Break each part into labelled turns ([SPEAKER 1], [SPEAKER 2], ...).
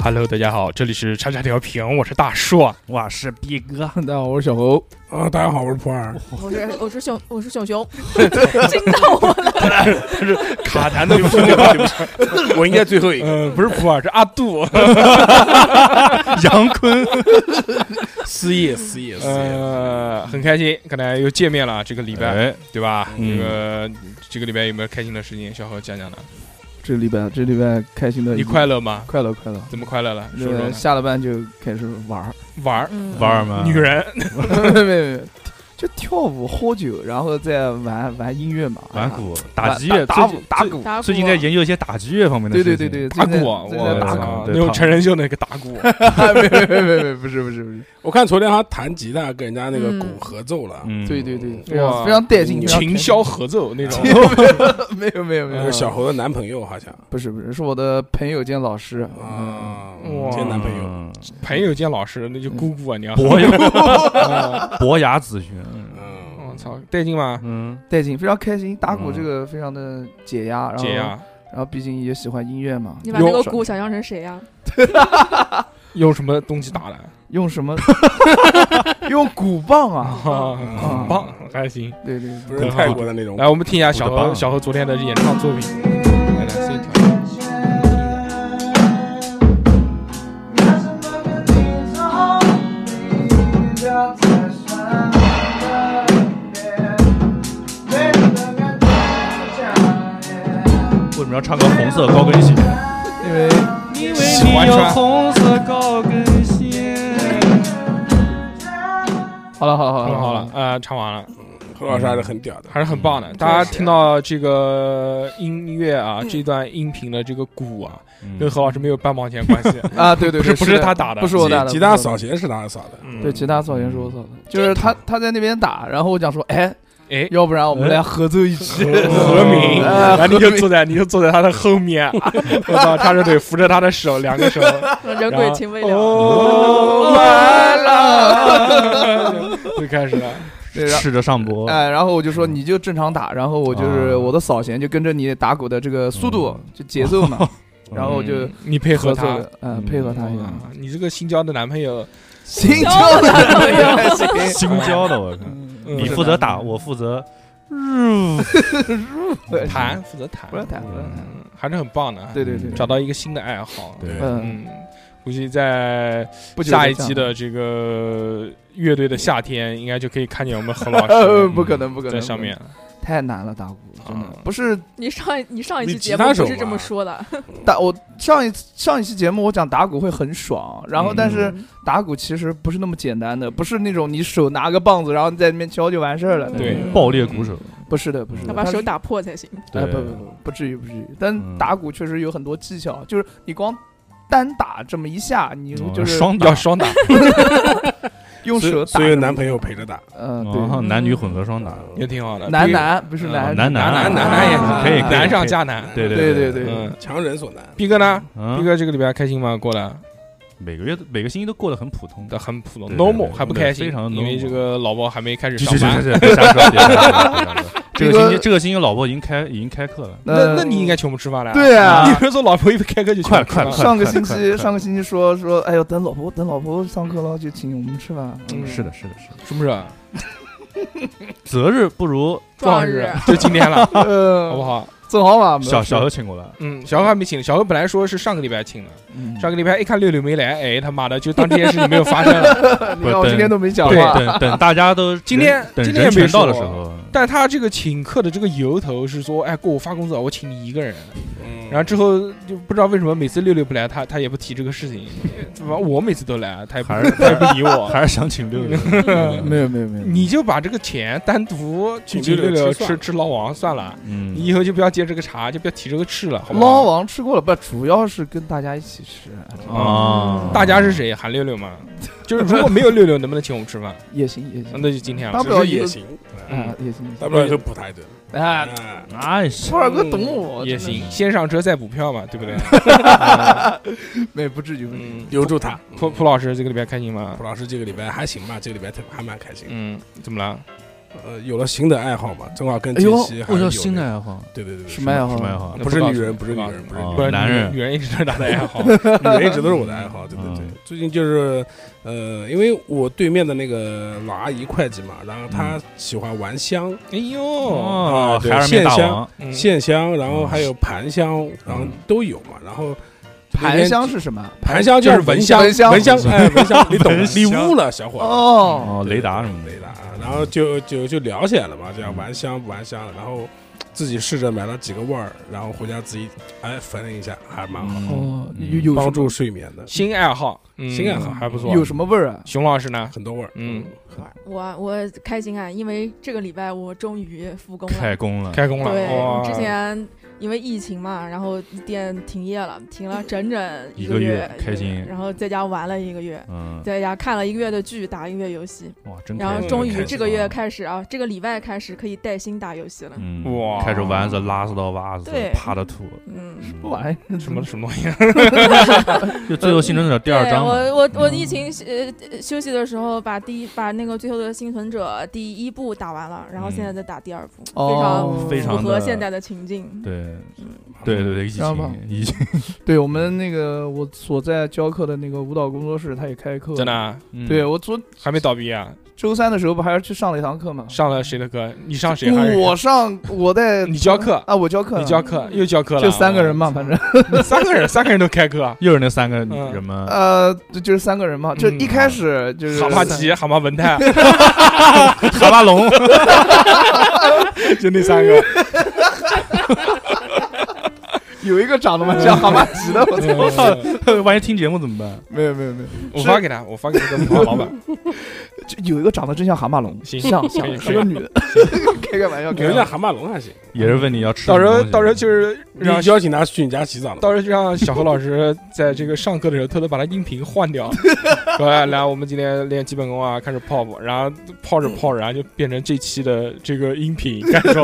[SPEAKER 1] Hello，大家好，这里是叉叉调频，我是大硕，
[SPEAKER 2] 我是逼 哥，
[SPEAKER 3] 大家好，我是小侯。
[SPEAKER 4] 啊，大家好，我是普洱，
[SPEAKER 5] 我是我是小我是小熊，惊到我了，
[SPEAKER 1] 是卡痰的兄弟， 我应该最后一个，呃不是普洱，是阿杜，
[SPEAKER 2] 杨坤，
[SPEAKER 1] 思夜思夜，呃，很开心，看来又见面了，这个礼拜对吧？这个这个礼拜有没有开心的事情？小侯讲讲呢？
[SPEAKER 3] 这礼拜，这礼拜开心的，
[SPEAKER 1] 你快乐吗？
[SPEAKER 3] 快乐，快乐。
[SPEAKER 1] 怎么快乐了？说说。
[SPEAKER 3] 下了班就开始玩儿，
[SPEAKER 1] 玩儿，
[SPEAKER 5] 嗯
[SPEAKER 2] 玩儿吗？
[SPEAKER 1] 女人，
[SPEAKER 3] 没没没，就跳舞、喝酒，然后再玩玩音乐嘛，
[SPEAKER 2] 玩鼓、打击
[SPEAKER 3] 乐、打鼓、
[SPEAKER 2] 打
[SPEAKER 3] 鼓。
[SPEAKER 5] 打啊
[SPEAKER 2] 最近在研究一些打击乐方面的
[SPEAKER 3] 对
[SPEAKER 2] 事
[SPEAKER 3] 对
[SPEAKER 2] 情。
[SPEAKER 3] 对对，
[SPEAKER 1] 打鼓，
[SPEAKER 3] 我打鼓。啊
[SPEAKER 1] 那种成人秀那个打 鼓，
[SPEAKER 3] 没没没没，不是不是不是，
[SPEAKER 4] 我看昨天他弹吉他跟人家那个鼓合奏了，
[SPEAKER 2] 嗯，
[SPEAKER 3] 对对对，非
[SPEAKER 1] 哇嗯
[SPEAKER 3] 常非常带劲，
[SPEAKER 1] 琴箫合奏那 种。
[SPEAKER 3] 没有没有没
[SPEAKER 4] 那
[SPEAKER 3] 有，
[SPEAKER 4] 是小侯的男朋友好像
[SPEAKER 3] 不是不是，是我的朋友兼老师啊。
[SPEAKER 4] 啊
[SPEAKER 1] 哇，
[SPEAKER 4] 见男朋友。
[SPEAKER 2] 友，
[SPEAKER 1] 朋友见老师，那就姑姑啊，你要。
[SPEAKER 2] 嗯博友， 博雅咨询，
[SPEAKER 4] 嗯
[SPEAKER 1] 我哦操，带劲吗？
[SPEAKER 2] 嗯，
[SPEAKER 3] 带劲，非常开心，打鼓
[SPEAKER 2] 嗯
[SPEAKER 3] 这个非常的解嗯压，然后
[SPEAKER 1] 姐啊呀，
[SPEAKER 3] 然后毕竟也喜欢音乐嘛，
[SPEAKER 5] 你把那个
[SPEAKER 3] 爽
[SPEAKER 5] 鼓想象成谁啊呀？
[SPEAKER 1] 用什么东西打的？
[SPEAKER 3] 用 什么？用鼓棒啊！
[SPEAKER 1] 啊，
[SPEAKER 3] 啊
[SPEAKER 1] 很棒，还行。
[SPEAKER 3] 对对对，
[SPEAKER 4] 不是泰国的那种，
[SPEAKER 1] 来，我们听一下小
[SPEAKER 2] 我的
[SPEAKER 1] 何
[SPEAKER 2] 棒
[SPEAKER 1] 小何昨天的演唱作品。来来，先听。
[SPEAKER 2] 为什么要唱个红色高跟鞋？
[SPEAKER 3] 因为
[SPEAKER 2] 因
[SPEAKER 1] 喜欢穿
[SPEAKER 2] 红色高跟鞋。
[SPEAKER 3] 好了好了好
[SPEAKER 1] 唱
[SPEAKER 3] 了
[SPEAKER 1] 好了，，啊，唱完了，
[SPEAKER 3] 嗯
[SPEAKER 4] 何老师还是很屌的。
[SPEAKER 1] 还是很棒的。大家听到这个音乐啊，这段音频的这个鼓啊，跟何老师没有半毛钱关系。
[SPEAKER 3] 啊对嗯 对
[SPEAKER 1] 不是
[SPEAKER 3] 对，
[SPEAKER 1] 不
[SPEAKER 3] 是
[SPEAKER 1] 是他打的
[SPEAKER 3] 不是我打的，
[SPEAKER 4] 吉他
[SPEAKER 3] 不是我
[SPEAKER 4] 扫弦是他扫的，
[SPEAKER 1] 嗯
[SPEAKER 3] 打的，对吉他扫弦是我扫的，就是他他在那边打，然后我讲说，哎，
[SPEAKER 1] 哎，
[SPEAKER 3] 要不然我们来合奏一曲，
[SPEAKER 1] 何明，
[SPEAKER 3] 啊
[SPEAKER 1] 然后你
[SPEAKER 3] 何
[SPEAKER 1] 就
[SPEAKER 3] 明
[SPEAKER 1] 坐在你就坐在他的后 面，我操，他是得扶着他的手，两个手，
[SPEAKER 5] 人鬼情未了，
[SPEAKER 1] 哦，完
[SPEAKER 5] 啊
[SPEAKER 1] 了，就开始了，
[SPEAKER 3] 对然后
[SPEAKER 2] 赤着上
[SPEAKER 1] 哦
[SPEAKER 2] 脖，
[SPEAKER 3] 哎，然后我就
[SPEAKER 1] 嗯
[SPEAKER 3] 说你就正常打，然后我就是
[SPEAKER 2] 啊
[SPEAKER 3] 我的扫弦就跟着你打鼓的这个速度就节奏嘛，然后我就
[SPEAKER 1] 嗯你嗯 配合
[SPEAKER 3] 合
[SPEAKER 1] 他
[SPEAKER 3] 作，的，嗯，配合他一样。
[SPEAKER 1] 哇你这个新交的男朋友，
[SPEAKER 3] 新交的男朋友还行，
[SPEAKER 2] 新交的，我靠！
[SPEAKER 1] 嗯
[SPEAKER 2] 你负责打，我负责
[SPEAKER 1] 弹，负责弹
[SPEAKER 3] 不，要谈了。
[SPEAKER 1] 嗯还是很棒的，
[SPEAKER 3] 对对对，
[SPEAKER 1] 找到一个新的爱好，
[SPEAKER 2] 对
[SPEAKER 3] 嗯，
[SPEAKER 1] 嗯。估计在
[SPEAKER 3] 不久
[SPEAKER 1] 下
[SPEAKER 3] 就
[SPEAKER 1] 一
[SPEAKER 3] 这样
[SPEAKER 1] 季的这个乐队的夏天，应该就可以看见我们何老
[SPEAKER 3] 呃，
[SPEAKER 1] 师 嗯
[SPEAKER 3] 不可能，不可能，
[SPEAKER 1] 在
[SPEAKER 3] 不
[SPEAKER 1] 上
[SPEAKER 3] 可
[SPEAKER 1] 面
[SPEAKER 3] 能太难了，打鼓真的
[SPEAKER 1] 啊
[SPEAKER 3] 不是
[SPEAKER 5] 你上一你上一
[SPEAKER 4] 你
[SPEAKER 5] 期
[SPEAKER 4] 吉
[SPEAKER 5] 节
[SPEAKER 4] 他
[SPEAKER 5] 目
[SPEAKER 4] 手
[SPEAKER 5] 不是这
[SPEAKER 4] 吧
[SPEAKER 5] 么说的，
[SPEAKER 3] 打我上一次上一期节目我讲打鼓会很爽，然后
[SPEAKER 1] 嗯
[SPEAKER 3] 但是打鼓其实不是那么简单的，不是那种你手拿个棒子然后你在那边敲就完事儿了，
[SPEAKER 1] 对
[SPEAKER 2] 嗯爆裂鼓手，
[SPEAKER 3] 不是的，不是的，
[SPEAKER 5] 要把
[SPEAKER 3] 它是
[SPEAKER 5] 手。打破才行。
[SPEAKER 3] 哎，
[SPEAKER 2] 对，
[SPEAKER 3] 不不不，不至于不至于，但
[SPEAKER 2] 嗯
[SPEAKER 3] 打鼓确实有很多技巧，就是你光单打这么一下，你
[SPEAKER 2] 哦
[SPEAKER 3] 嗯就是
[SPEAKER 2] 双打
[SPEAKER 1] 要双打，
[SPEAKER 3] 用
[SPEAKER 4] 所
[SPEAKER 3] 手
[SPEAKER 4] 以
[SPEAKER 3] 打
[SPEAKER 4] 所，以男朋友陪着打，
[SPEAKER 3] 嗯，
[SPEAKER 2] 哦
[SPEAKER 3] 对，
[SPEAKER 2] 男女混合双打，
[SPEAKER 1] 也挺好的。
[SPEAKER 3] 男男不是
[SPEAKER 1] 嗯
[SPEAKER 2] 男
[SPEAKER 3] 男
[SPEAKER 1] 男
[SPEAKER 2] 男
[SPEAKER 1] 男男男也
[SPEAKER 3] 啊
[SPEAKER 2] 可以可以
[SPEAKER 1] 难上加难。
[SPEAKER 2] 对
[SPEAKER 3] 对
[SPEAKER 2] 对
[SPEAKER 3] 对
[SPEAKER 1] 嗯，
[SPEAKER 4] 强人所难。
[SPEAKER 1] 逼哥呢？逼
[SPEAKER 2] 嗯，
[SPEAKER 1] 哥这个礼拜开心吗？过来
[SPEAKER 2] 每个月都每个星期都过得很普通。
[SPEAKER 1] 的很普通
[SPEAKER 2] 对对
[SPEAKER 1] ，normal
[SPEAKER 2] 对
[SPEAKER 1] 还不开心，
[SPEAKER 2] 非常 normal
[SPEAKER 1] 因为这个老婆还没开始
[SPEAKER 2] 去
[SPEAKER 1] 上
[SPEAKER 2] 去
[SPEAKER 1] 班。
[SPEAKER 2] 去去， 别瞎说，别瞎说别瞎 说。这个星期这个星期，老婆已经开已经开课了，
[SPEAKER 1] 那
[SPEAKER 3] 呃
[SPEAKER 1] 那你应该请我们吃饭了。
[SPEAKER 3] 对啊
[SPEAKER 1] 你不是说老婆一开课就请我们吃饭
[SPEAKER 2] 快快快
[SPEAKER 3] 上个星期
[SPEAKER 2] 快
[SPEAKER 3] 上个星期说说，哎呦，等老婆等老婆上课了就请我们吃饭，
[SPEAKER 1] 嗯
[SPEAKER 2] 是的，是的，是的。
[SPEAKER 1] 是不啊是？
[SPEAKER 2] 择日不如
[SPEAKER 5] 壮
[SPEAKER 1] 日
[SPEAKER 5] 日，
[SPEAKER 1] 就今天了，好不
[SPEAKER 3] 呃，
[SPEAKER 1] 好？
[SPEAKER 3] 正好嘛，
[SPEAKER 2] 小小何请过来，
[SPEAKER 1] 嗯，小何还没请，小何本来说是上个礼拜请的，
[SPEAKER 3] 嗯
[SPEAKER 1] 上个礼拜一看六六没来，哎他妈的，就当这件事情没有发生了。
[SPEAKER 3] 你看我今天都没讲
[SPEAKER 2] 对，
[SPEAKER 3] 话，
[SPEAKER 2] 等等大家都
[SPEAKER 1] 今天
[SPEAKER 2] 等
[SPEAKER 1] 今天也
[SPEAKER 2] 人
[SPEAKER 1] 没
[SPEAKER 2] 全到的
[SPEAKER 1] 说
[SPEAKER 2] 时候，
[SPEAKER 1] 但他这个请客的这个由头是说，哎，给我发工资啊，我请你一个人。
[SPEAKER 4] 嗯
[SPEAKER 1] 然后之后就不知道为什么每次六六不来，他他也不提这个事情，怎么我每次都来，啊他也不
[SPEAKER 2] 还是
[SPEAKER 1] 他也不理我。
[SPEAKER 2] 还是想请六六。
[SPEAKER 3] 嗯没有没有没有，
[SPEAKER 1] 你就把这个钱单独请六
[SPEAKER 4] 六
[SPEAKER 1] 六
[SPEAKER 4] 六吃
[SPEAKER 1] 吃
[SPEAKER 4] 算
[SPEAKER 1] 吃老王算了，
[SPEAKER 2] 嗯，
[SPEAKER 1] 你以后就不要接这个茬，就不要提这个事了，好不
[SPEAKER 3] 捞
[SPEAKER 1] 好？
[SPEAKER 3] 王吃过了，不，主要是跟大家一起吃，
[SPEAKER 2] 啊，
[SPEAKER 1] 大家是谁？韩六六吗？就是如果没有六六，能不能请我们吃饭？
[SPEAKER 3] 也行也行，
[SPEAKER 1] 那就今天了
[SPEAKER 3] 大。
[SPEAKER 4] 只
[SPEAKER 3] 不了
[SPEAKER 4] 是
[SPEAKER 3] 一个
[SPEAKER 4] 也行，
[SPEAKER 1] 啊嗯
[SPEAKER 3] 啊也行，
[SPEAKER 4] 大不了就补他一顿。
[SPEAKER 3] 啊，
[SPEAKER 4] 啊
[SPEAKER 2] 哎，是
[SPEAKER 3] 富二哥懂我，
[SPEAKER 1] 也
[SPEAKER 3] 真的，
[SPEAKER 1] 行，先上车再补票嘛，对不对？
[SPEAKER 3] 没不至于不至于，
[SPEAKER 1] 嗯，
[SPEAKER 4] 留住他。嗯
[SPEAKER 1] 蒲蒲老师这个礼拜开心吗
[SPEAKER 4] 蒲？老师这个礼拜还行吧，这个礼拜还蛮开心的。
[SPEAKER 1] 嗯，怎么了？
[SPEAKER 4] 呃，有了新的爱好嘛，正好跟
[SPEAKER 2] 哎
[SPEAKER 4] 杰
[SPEAKER 2] 呦，
[SPEAKER 4] 西还
[SPEAKER 2] 我
[SPEAKER 4] 是
[SPEAKER 2] 要
[SPEAKER 4] 有
[SPEAKER 2] 新的
[SPEAKER 4] 那个，
[SPEAKER 2] 爱好，
[SPEAKER 4] 对对对对，
[SPEAKER 3] 什么爱好
[SPEAKER 2] 什么爱好？
[SPEAKER 4] 不是
[SPEAKER 1] 告
[SPEAKER 4] 女
[SPEAKER 1] 诉
[SPEAKER 4] 人，不是女人，不是
[SPEAKER 2] 哦
[SPEAKER 4] 女
[SPEAKER 1] 不然
[SPEAKER 2] 男人
[SPEAKER 1] 女人一直是他的爱好。
[SPEAKER 4] 人，女人一直都是我的爱好。对对对
[SPEAKER 2] 嗯，
[SPEAKER 4] 最近就是呃，因为我对面的那个老阿姨会计嘛，然后她喜欢玩香，
[SPEAKER 1] 哎呦，
[SPEAKER 2] 哦
[SPEAKER 4] 啊，对
[SPEAKER 2] 海尔面大
[SPEAKER 4] 线香
[SPEAKER 2] 王，
[SPEAKER 1] 嗯
[SPEAKER 4] 线香，然后还有盘香，然后都有嘛。然后那
[SPEAKER 3] 盘
[SPEAKER 4] 边
[SPEAKER 3] 香是什么？
[SPEAKER 4] 盘香就是蚊香，
[SPEAKER 3] 蚊香
[SPEAKER 4] 蚊香，哎，蚊香，你懂的，
[SPEAKER 2] 蚊
[SPEAKER 4] 你
[SPEAKER 2] 香
[SPEAKER 4] 悟了，小伙子。
[SPEAKER 3] 哦，
[SPEAKER 2] 哦，
[SPEAKER 4] 对
[SPEAKER 2] 雷达什么的，
[SPEAKER 4] 雷达，然后就就就聊起来了嘛，这样玩香不玩香的，然后自己试着买了几个味儿，然后回家自己哎分了一下，还蛮好，
[SPEAKER 2] 嗯，
[SPEAKER 3] 哦，有有
[SPEAKER 4] 帮
[SPEAKER 3] 什
[SPEAKER 4] 助睡眠的，
[SPEAKER 1] 新爱好，嗯
[SPEAKER 4] 新爱好
[SPEAKER 1] 还不错
[SPEAKER 3] 么。有什么味儿啊？
[SPEAKER 1] 熊老师呢？
[SPEAKER 4] 很多味儿，
[SPEAKER 1] 嗯，
[SPEAKER 5] 我我开心啊，因为这个礼拜我终于复工了
[SPEAKER 2] 嗯开。工了，
[SPEAKER 1] 开工了，
[SPEAKER 5] 对，
[SPEAKER 1] 哇
[SPEAKER 5] 我之前因为疫情嘛，然后店停业了，停了整整
[SPEAKER 2] 一
[SPEAKER 5] 个
[SPEAKER 2] 个月
[SPEAKER 5] 月，
[SPEAKER 2] 开心
[SPEAKER 5] 然后在家玩了一个月，
[SPEAKER 2] 嗯，
[SPEAKER 5] 在家看了一个月的剧，打了一个月游戏，
[SPEAKER 2] 哇，真
[SPEAKER 5] 然
[SPEAKER 2] 开
[SPEAKER 5] 后
[SPEAKER 2] 心
[SPEAKER 5] 终
[SPEAKER 4] 开
[SPEAKER 5] 于
[SPEAKER 4] 心
[SPEAKER 5] 这个月，开始啊，这个礼拜开始可以带薪打游戏了。
[SPEAKER 2] 嗯，
[SPEAKER 1] 哇
[SPEAKER 2] 开始玩着拉丝到袜子
[SPEAKER 5] 对，
[SPEAKER 2] 趴着吐，
[SPEAKER 5] 嗯，
[SPEAKER 2] 嗯
[SPEAKER 3] 不玩意儿
[SPEAKER 1] 什么什么东西？啊
[SPEAKER 2] 就《最后幸存者》第二
[SPEAKER 5] 对
[SPEAKER 2] 章嘛，嗯
[SPEAKER 5] 我我我疫情呃休息的时候，把第一把那个《最后的幸存者》第一部打完了，然后
[SPEAKER 2] 嗯
[SPEAKER 5] 现在在打第二部，
[SPEAKER 3] 哦
[SPEAKER 2] 非
[SPEAKER 5] 非常
[SPEAKER 2] 常
[SPEAKER 5] 符合
[SPEAKER 2] 的
[SPEAKER 5] 现在的情境。
[SPEAKER 2] 对嗯对对对，疫
[SPEAKER 3] 知道吗
[SPEAKER 2] 情疫情，
[SPEAKER 3] 对我们那个我所在教课的那个舞蹈工作室，他也开课，
[SPEAKER 1] 真的。啊
[SPEAKER 2] 嗯
[SPEAKER 3] 对我昨
[SPEAKER 1] 还没倒闭啊？
[SPEAKER 3] 周三的时候不还是去上了一堂课吗？
[SPEAKER 1] 上了谁的课？你上 谁？还是
[SPEAKER 3] 我上我在
[SPEAKER 1] 你教课？
[SPEAKER 3] 啊，我教课呢，
[SPEAKER 1] 你教课又教课了？啊嗯
[SPEAKER 3] 就三个人嘛，反正
[SPEAKER 1] 正三个人，三个人都开课 啊。
[SPEAKER 2] 又是那三个人吗？
[SPEAKER 3] 呃，就就是三个人嘛，就一开始就是
[SPEAKER 1] 嗯蛤蟆急，蛤蟆文啊泰，
[SPEAKER 2] 蛤蟆龙，
[SPEAKER 1] 就那三个。
[SPEAKER 3] 有一个长得蛮像蛤蟆急的， 我操！
[SPEAKER 1] 嗯
[SPEAKER 2] 万一听节目怎么办？
[SPEAKER 3] 没有没有没有，
[SPEAKER 1] 我发给他，我发给那个文化老 板。
[SPEAKER 3] 就有一个长得真像蛤蟆龙，
[SPEAKER 1] 行
[SPEAKER 3] 像
[SPEAKER 1] 可以
[SPEAKER 3] 像
[SPEAKER 1] 可以
[SPEAKER 3] 是个女的， 开个玩笑，
[SPEAKER 4] 你
[SPEAKER 3] 开个
[SPEAKER 4] 留下
[SPEAKER 3] 玩
[SPEAKER 4] 蛤蟆龙还行，
[SPEAKER 2] 也是问你要吃什
[SPEAKER 1] 到
[SPEAKER 2] 么
[SPEAKER 1] 时
[SPEAKER 2] 东
[SPEAKER 1] 候，
[SPEAKER 2] 西，
[SPEAKER 1] 到时候就是
[SPEAKER 4] 你
[SPEAKER 1] 让。
[SPEAKER 4] 邀请他去你家洗澡了，
[SPEAKER 1] 到时候就让小何老师在这个上课的时候偷偷把他音频换掉， 说哎来，我们今天练基本功啊，开始泡泡，然后泡着泡着，然后就变成这期的这个音频。开始说，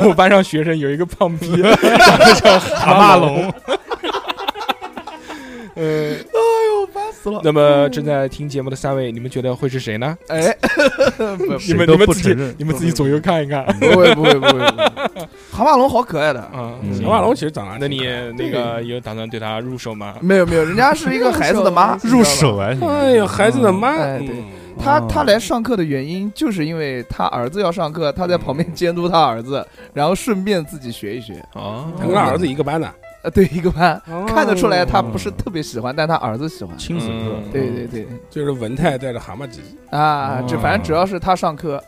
[SPEAKER 1] 我们班上学生有一个胖 逼，
[SPEAKER 2] 蛤蟆龙，
[SPEAKER 1] 呃，
[SPEAKER 3] 死了，
[SPEAKER 1] 那么正在听节目的三位，你们觉得会是谁呢？
[SPEAKER 3] 哎， 不
[SPEAKER 1] 你
[SPEAKER 3] 是
[SPEAKER 1] 们
[SPEAKER 2] 谁都
[SPEAKER 1] 你们
[SPEAKER 2] 不
[SPEAKER 1] 自己
[SPEAKER 2] 承认
[SPEAKER 1] 你们自己左右看一看啊。
[SPEAKER 3] 不会不会不会，不会蛤蟆龙好可爱的，
[SPEAKER 2] 嗯
[SPEAKER 4] 蛤蟆龙其实长得还
[SPEAKER 1] 那
[SPEAKER 4] 挺
[SPEAKER 1] 你
[SPEAKER 4] 可爱的
[SPEAKER 1] 那个有打算对他入手吗？
[SPEAKER 3] 没有没有，人家 是一个孩子的妈，
[SPEAKER 2] 入手啊！
[SPEAKER 4] 哎呦，孩子的妈，
[SPEAKER 3] 哎
[SPEAKER 4] 嗯
[SPEAKER 3] 对他他来上课的原因，就是因为他儿子要上课，他在旁边监督他儿子，然后顺便自己学一学。
[SPEAKER 2] 哦
[SPEAKER 1] 啊
[SPEAKER 4] 他跟他儿子一个班的，
[SPEAKER 3] 呃，对，一个班看得出来他
[SPEAKER 2] 哦
[SPEAKER 3] 不是特别喜欢，但他儿子喜欢。
[SPEAKER 2] 亲子课，
[SPEAKER 1] 嗯
[SPEAKER 3] 对对对，
[SPEAKER 4] 就是文泰带着蛤蟆鸡，
[SPEAKER 3] 啊，
[SPEAKER 2] 哦
[SPEAKER 3] 这反正只要是他上课，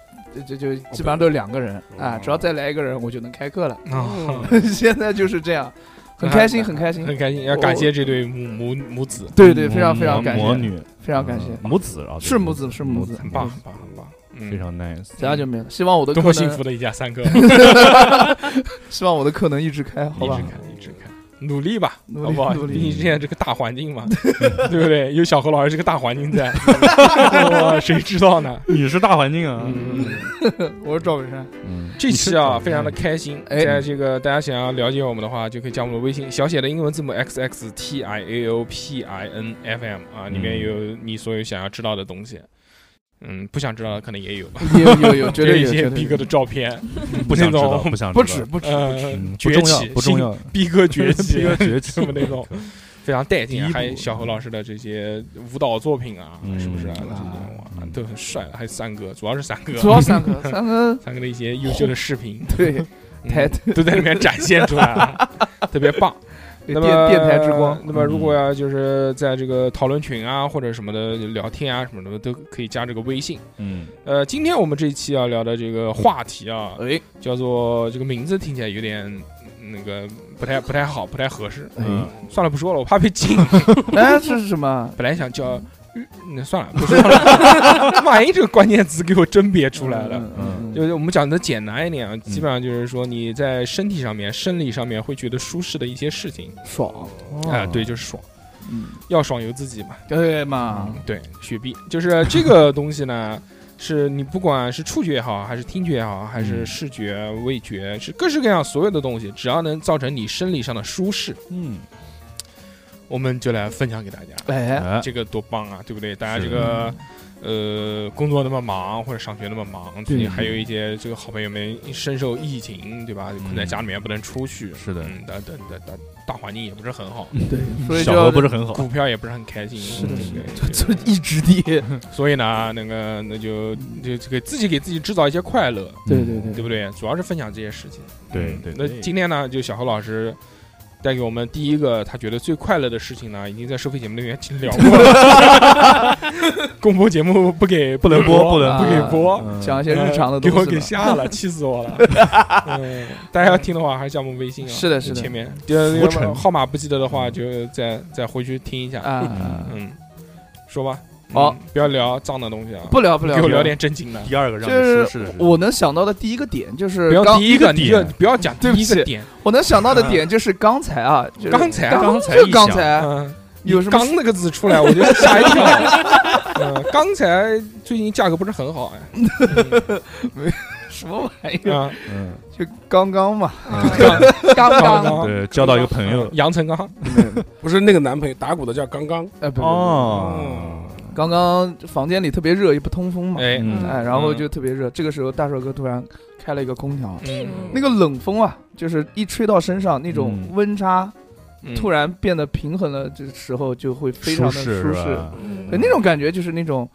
[SPEAKER 3] 就就就基本上都是两个人
[SPEAKER 4] 哦
[SPEAKER 3] 啊，只要再来一个人，我就能开课了。
[SPEAKER 2] 哦
[SPEAKER 1] 啊，
[SPEAKER 3] 现在就是这样，很开心，很开 心，
[SPEAKER 1] 很开心，要感谢这对母母母子，
[SPEAKER 3] 对对，非常非常感
[SPEAKER 2] 嗯魔
[SPEAKER 3] 谢，
[SPEAKER 2] 女，
[SPEAKER 3] 非常感谢，
[SPEAKER 2] 母子啊，
[SPEAKER 3] 是母子是母子，
[SPEAKER 1] 很棒很棒很棒，嗯
[SPEAKER 2] 非常 nice。
[SPEAKER 3] 其他就没了。希望我的
[SPEAKER 1] 多
[SPEAKER 3] 课
[SPEAKER 1] 么幸
[SPEAKER 3] 能，
[SPEAKER 1] 福的一家三口，
[SPEAKER 3] 希望我的课能一直开，好
[SPEAKER 1] 一
[SPEAKER 3] 吧
[SPEAKER 1] 直？看一直看。努力吧，
[SPEAKER 3] 努力
[SPEAKER 1] 好不好？
[SPEAKER 3] 努力
[SPEAKER 1] 毕竟现在这个大环境 嘛，对不对？有小何老师这个大环境在，哇谁知道呢？
[SPEAKER 2] 你是大环境啊，
[SPEAKER 1] 嗯，
[SPEAKER 3] 我是赵本山，
[SPEAKER 2] 嗯
[SPEAKER 1] 这期啊非常的开心，
[SPEAKER 3] 哎
[SPEAKER 1] 在这个大家想要了解我们的话，就可以加我们的微信，小写的英文字母 x x t i a o p i n f m 啊，里面有你所有想要知道的东西。嗯，不想知道的可能也有，
[SPEAKER 3] 有有有，绝
[SPEAKER 1] 这
[SPEAKER 3] 对
[SPEAKER 1] 一
[SPEAKER 3] 有，
[SPEAKER 1] 些
[SPEAKER 3] 绝
[SPEAKER 1] 逼
[SPEAKER 3] 对
[SPEAKER 1] 哥
[SPEAKER 3] 有
[SPEAKER 1] 的照片，
[SPEAKER 2] 不想知
[SPEAKER 1] 那
[SPEAKER 2] 道，
[SPEAKER 1] 种
[SPEAKER 2] 不想知
[SPEAKER 3] 不
[SPEAKER 2] 道
[SPEAKER 3] 止不止，
[SPEAKER 1] 呃
[SPEAKER 2] 嗯，不
[SPEAKER 1] 崛
[SPEAKER 2] 重要
[SPEAKER 1] 起，
[SPEAKER 2] 不重要，
[SPEAKER 1] 逼哥崛起
[SPEAKER 2] 这，个 崛起
[SPEAKER 1] 什么那种， 非常带劲啊。
[SPEAKER 2] 第一部
[SPEAKER 1] 还有小何老师的这些舞蹈作品啊，
[SPEAKER 2] 嗯
[SPEAKER 1] 是不是啊？这
[SPEAKER 3] 啊
[SPEAKER 1] 种哇，都很帅的。还有三哥，主要是三哥，
[SPEAKER 3] 主要三个 三个
[SPEAKER 1] 三哥的一些优秀的视频，
[SPEAKER 3] 对
[SPEAKER 1] 嗯
[SPEAKER 3] 台
[SPEAKER 1] 都在里面展现出来 了，特别棒。
[SPEAKER 3] 电
[SPEAKER 1] 那么
[SPEAKER 3] 电台之光，嗯
[SPEAKER 1] 那么如果要就是在这个讨论群啊或者什么的聊天啊什么的，都可以加这个微信。
[SPEAKER 2] 嗯，
[SPEAKER 1] 呃，今天我们这一期要聊的这个话题啊，
[SPEAKER 3] 哎
[SPEAKER 1] 叫做这个名字听起来有点嗯那个不太不太好，不太合适。
[SPEAKER 2] 嗯
[SPEAKER 1] 算了，不说了，我怕被禁。
[SPEAKER 3] 哎这是什么？
[SPEAKER 1] 本来想叫，那、算了，不说了。 万一这个关键词给我甄别出来了。
[SPEAKER 3] 嗯嗯
[SPEAKER 1] 就是我们讲的简单一点啊，基本上就是说你在身体上面、生理上面会觉得舒适的一些事情
[SPEAKER 3] 嗯爽，
[SPEAKER 1] 哦
[SPEAKER 2] 哦哎
[SPEAKER 1] 啊、对，就是爽。
[SPEAKER 3] 嗯，
[SPEAKER 1] 要爽由自己嘛。
[SPEAKER 3] 对嘛，
[SPEAKER 1] 对，雪碧就是这个东西呢，是你不管是触觉也好，还是听觉也好，还是
[SPEAKER 2] 嗯
[SPEAKER 1] 视觉、味觉，是各式各样所有的东西，只要能造成你生理上的舒适，
[SPEAKER 2] 嗯，
[SPEAKER 1] 我们就来分享给大家。
[SPEAKER 3] 哎，
[SPEAKER 2] 哎，
[SPEAKER 1] 这个多棒啊，对不对？大家
[SPEAKER 2] 是
[SPEAKER 1] 这个呃，工作那么忙，或者上学那么忙，最近还有一些这个好朋友们深受疫情，对吧？困在
[SPEAKER 3] 嗯
[SPEAKER 1] 家里面不能出去，
[SPEAKER 2] 是的
[SPEAKER 1] 嗯，等等等等，大环境也不是很好，
[SPEAKER 3] 对，
[SPEAKER 1] 嗯
[SPEAKER 3] 所以
[SPEAKER 2] 小何不
[SPEAKER 3] 就是
[SPEAKER 2] 很好，
[SPEAKER 1] 股票也不是很开心，
[SPEAKER 3] 嗯是的是的
[SPEAKER 1] 对
[SPEAKER 3] 就一直跌，
[SPEAKER 1] 所以呢，那个那就就就给自己给自己制造一些快乐，嗯
[SPEAKER 3] 对对对
[SPEAKER 1] 对不对？主要是分享这些事情。
[SPEAKER 2] 对
[SPEAKER 1] 嗯
[SPEAKER 2] 对
[SPEAKER 1] 那
[SPEAKER 2] 对
[SPEAKER 1] 今天呢，就小何老师。带给我们第一个他觉得最快乐的事情呢，已经在收费节目里面聊过了。 公播节目不给不
[SPEAKER 2] 不能播，不
[SPEAKER 3] 啊
[SPEAKER 2] 能
[SPEAKER 1] 不给播，哎
[SPEAKER 2] 播，嗯
[SPEAKER 3] 讲一些日常的
[SPEAKER 1] 给
[SPEAKER 3] 东
[SPEAKER 1] 我
[SPEAKER 3] 西
[SPEAKER 1] 给
[SPEAKER 3] 嘛。
[SPEAKER 1] 吓 了，气死我了。嗯，大家要听的话，还是加我们微信啊。
[SPEAKER 3] 是的是的
[SPEAKER 1] 前面呃
[SPEAKER 2] 浮沉
[SPEAKER 1] 号码不记得的话，就再再回去听一下。
[SPEAKER 3] 啊，
[SPEAKER 1] 嗯，说吧。嗯
[SPEAKER 3] 好，
[SPEAKER 1] 不要聊脏的东西啊，
[SPEAKER 3] 不聊不聊，
[SPEAKER 1] 给我
[SPEAKER 3] 不
[SPEAKER 1] 聊点正经的。
[SPEAKER 2] 第二个让
[SPEAKER 3] 就是
[SPEAKER 2] 你舒适的事情，
[SPEAKER 3] 我能想到的第一个点就是
[SPEAKER 1] 不要
[SPEAKER 3] 刚
[SPEAKER 1] 第一个，你就
[SPEAKER 2] 点
[SPEAKER 1] 不要讲第
[SPEAKER 3] 对不
[SPEAKER 1] 一
[SPEAKER 3] 起
[SPEAKER 1] 个点。
[SPEAKER 3] 我能想到的点就是刚才啊，就是
[SPEAKER 1] 刚才啊
[SPEAKER 3] 刚
[SPEAKER 2] 刚才
[SPEAKER 3] 就
[SPEAKER 2] 一
[SPEAKER 3] 刚
[SPEAKER 2] 想
[SPEAKER 3] 才
[SPEAKER 1] 嗯，
[SPEAKER 3] 有
[SPEAKER 1] 你
[SPEAKER 3] 什么
[SPEAKER 1] 刚那个字出来，我就吓一跳。嗯，刚才最近价格不是很好哎。
[SPEAKER 3] 什么玩意儿？
[SPEAKER 1] 啊，
[SPEAKER 2] 嗯，
[SPEAKER 3] 就刚刚 嘛，
[SPEAKER 1] 刚
[SPEAKER 5] 刚
[SPEAKER 1] 刚
[SPEAKER 5] 刚
[SPEAKER 1] 刚
[SPEAKER 2] 对，交到一个朋友，
[SPEAKER 1] 杨成嗯刚，
[SPEAKER 4] 不是那个男朋友打鼓的叫刚刚，
[SPEAKER 3] 呃不，
[SPEAKER 2] 哦，
[SPEAKER 3] 不不刚刚房间里特别热，也不通风嘛，
[SPEAKER 1] 哎，
[SPEAKER 2] 嗯
[SPEAKER 3] 哎，然后就特别热。这个时候大帅哥突然开了一个空调，
[SPEAKER 1] 嗯，
[SPEAKER 3] 那个冷风啊，就是一吹到身上，那种
[SPEAKER 2] 嗯
[SPEAKER 3] 温差
[SPEAKER 1] 嗯
[SPEAKER 3] 突然变得平衡了，这时候就会非常的
[SPEAKER 2] 舒
[SPEAKER 3] 舒
[SPEAKER 2] 适是
[SPEAKER 3] 适。
[SPEAKER 2] 吧？
[SPEAKER 5] 嗯
[SPEAKER 3] 对，那种感觉就是那种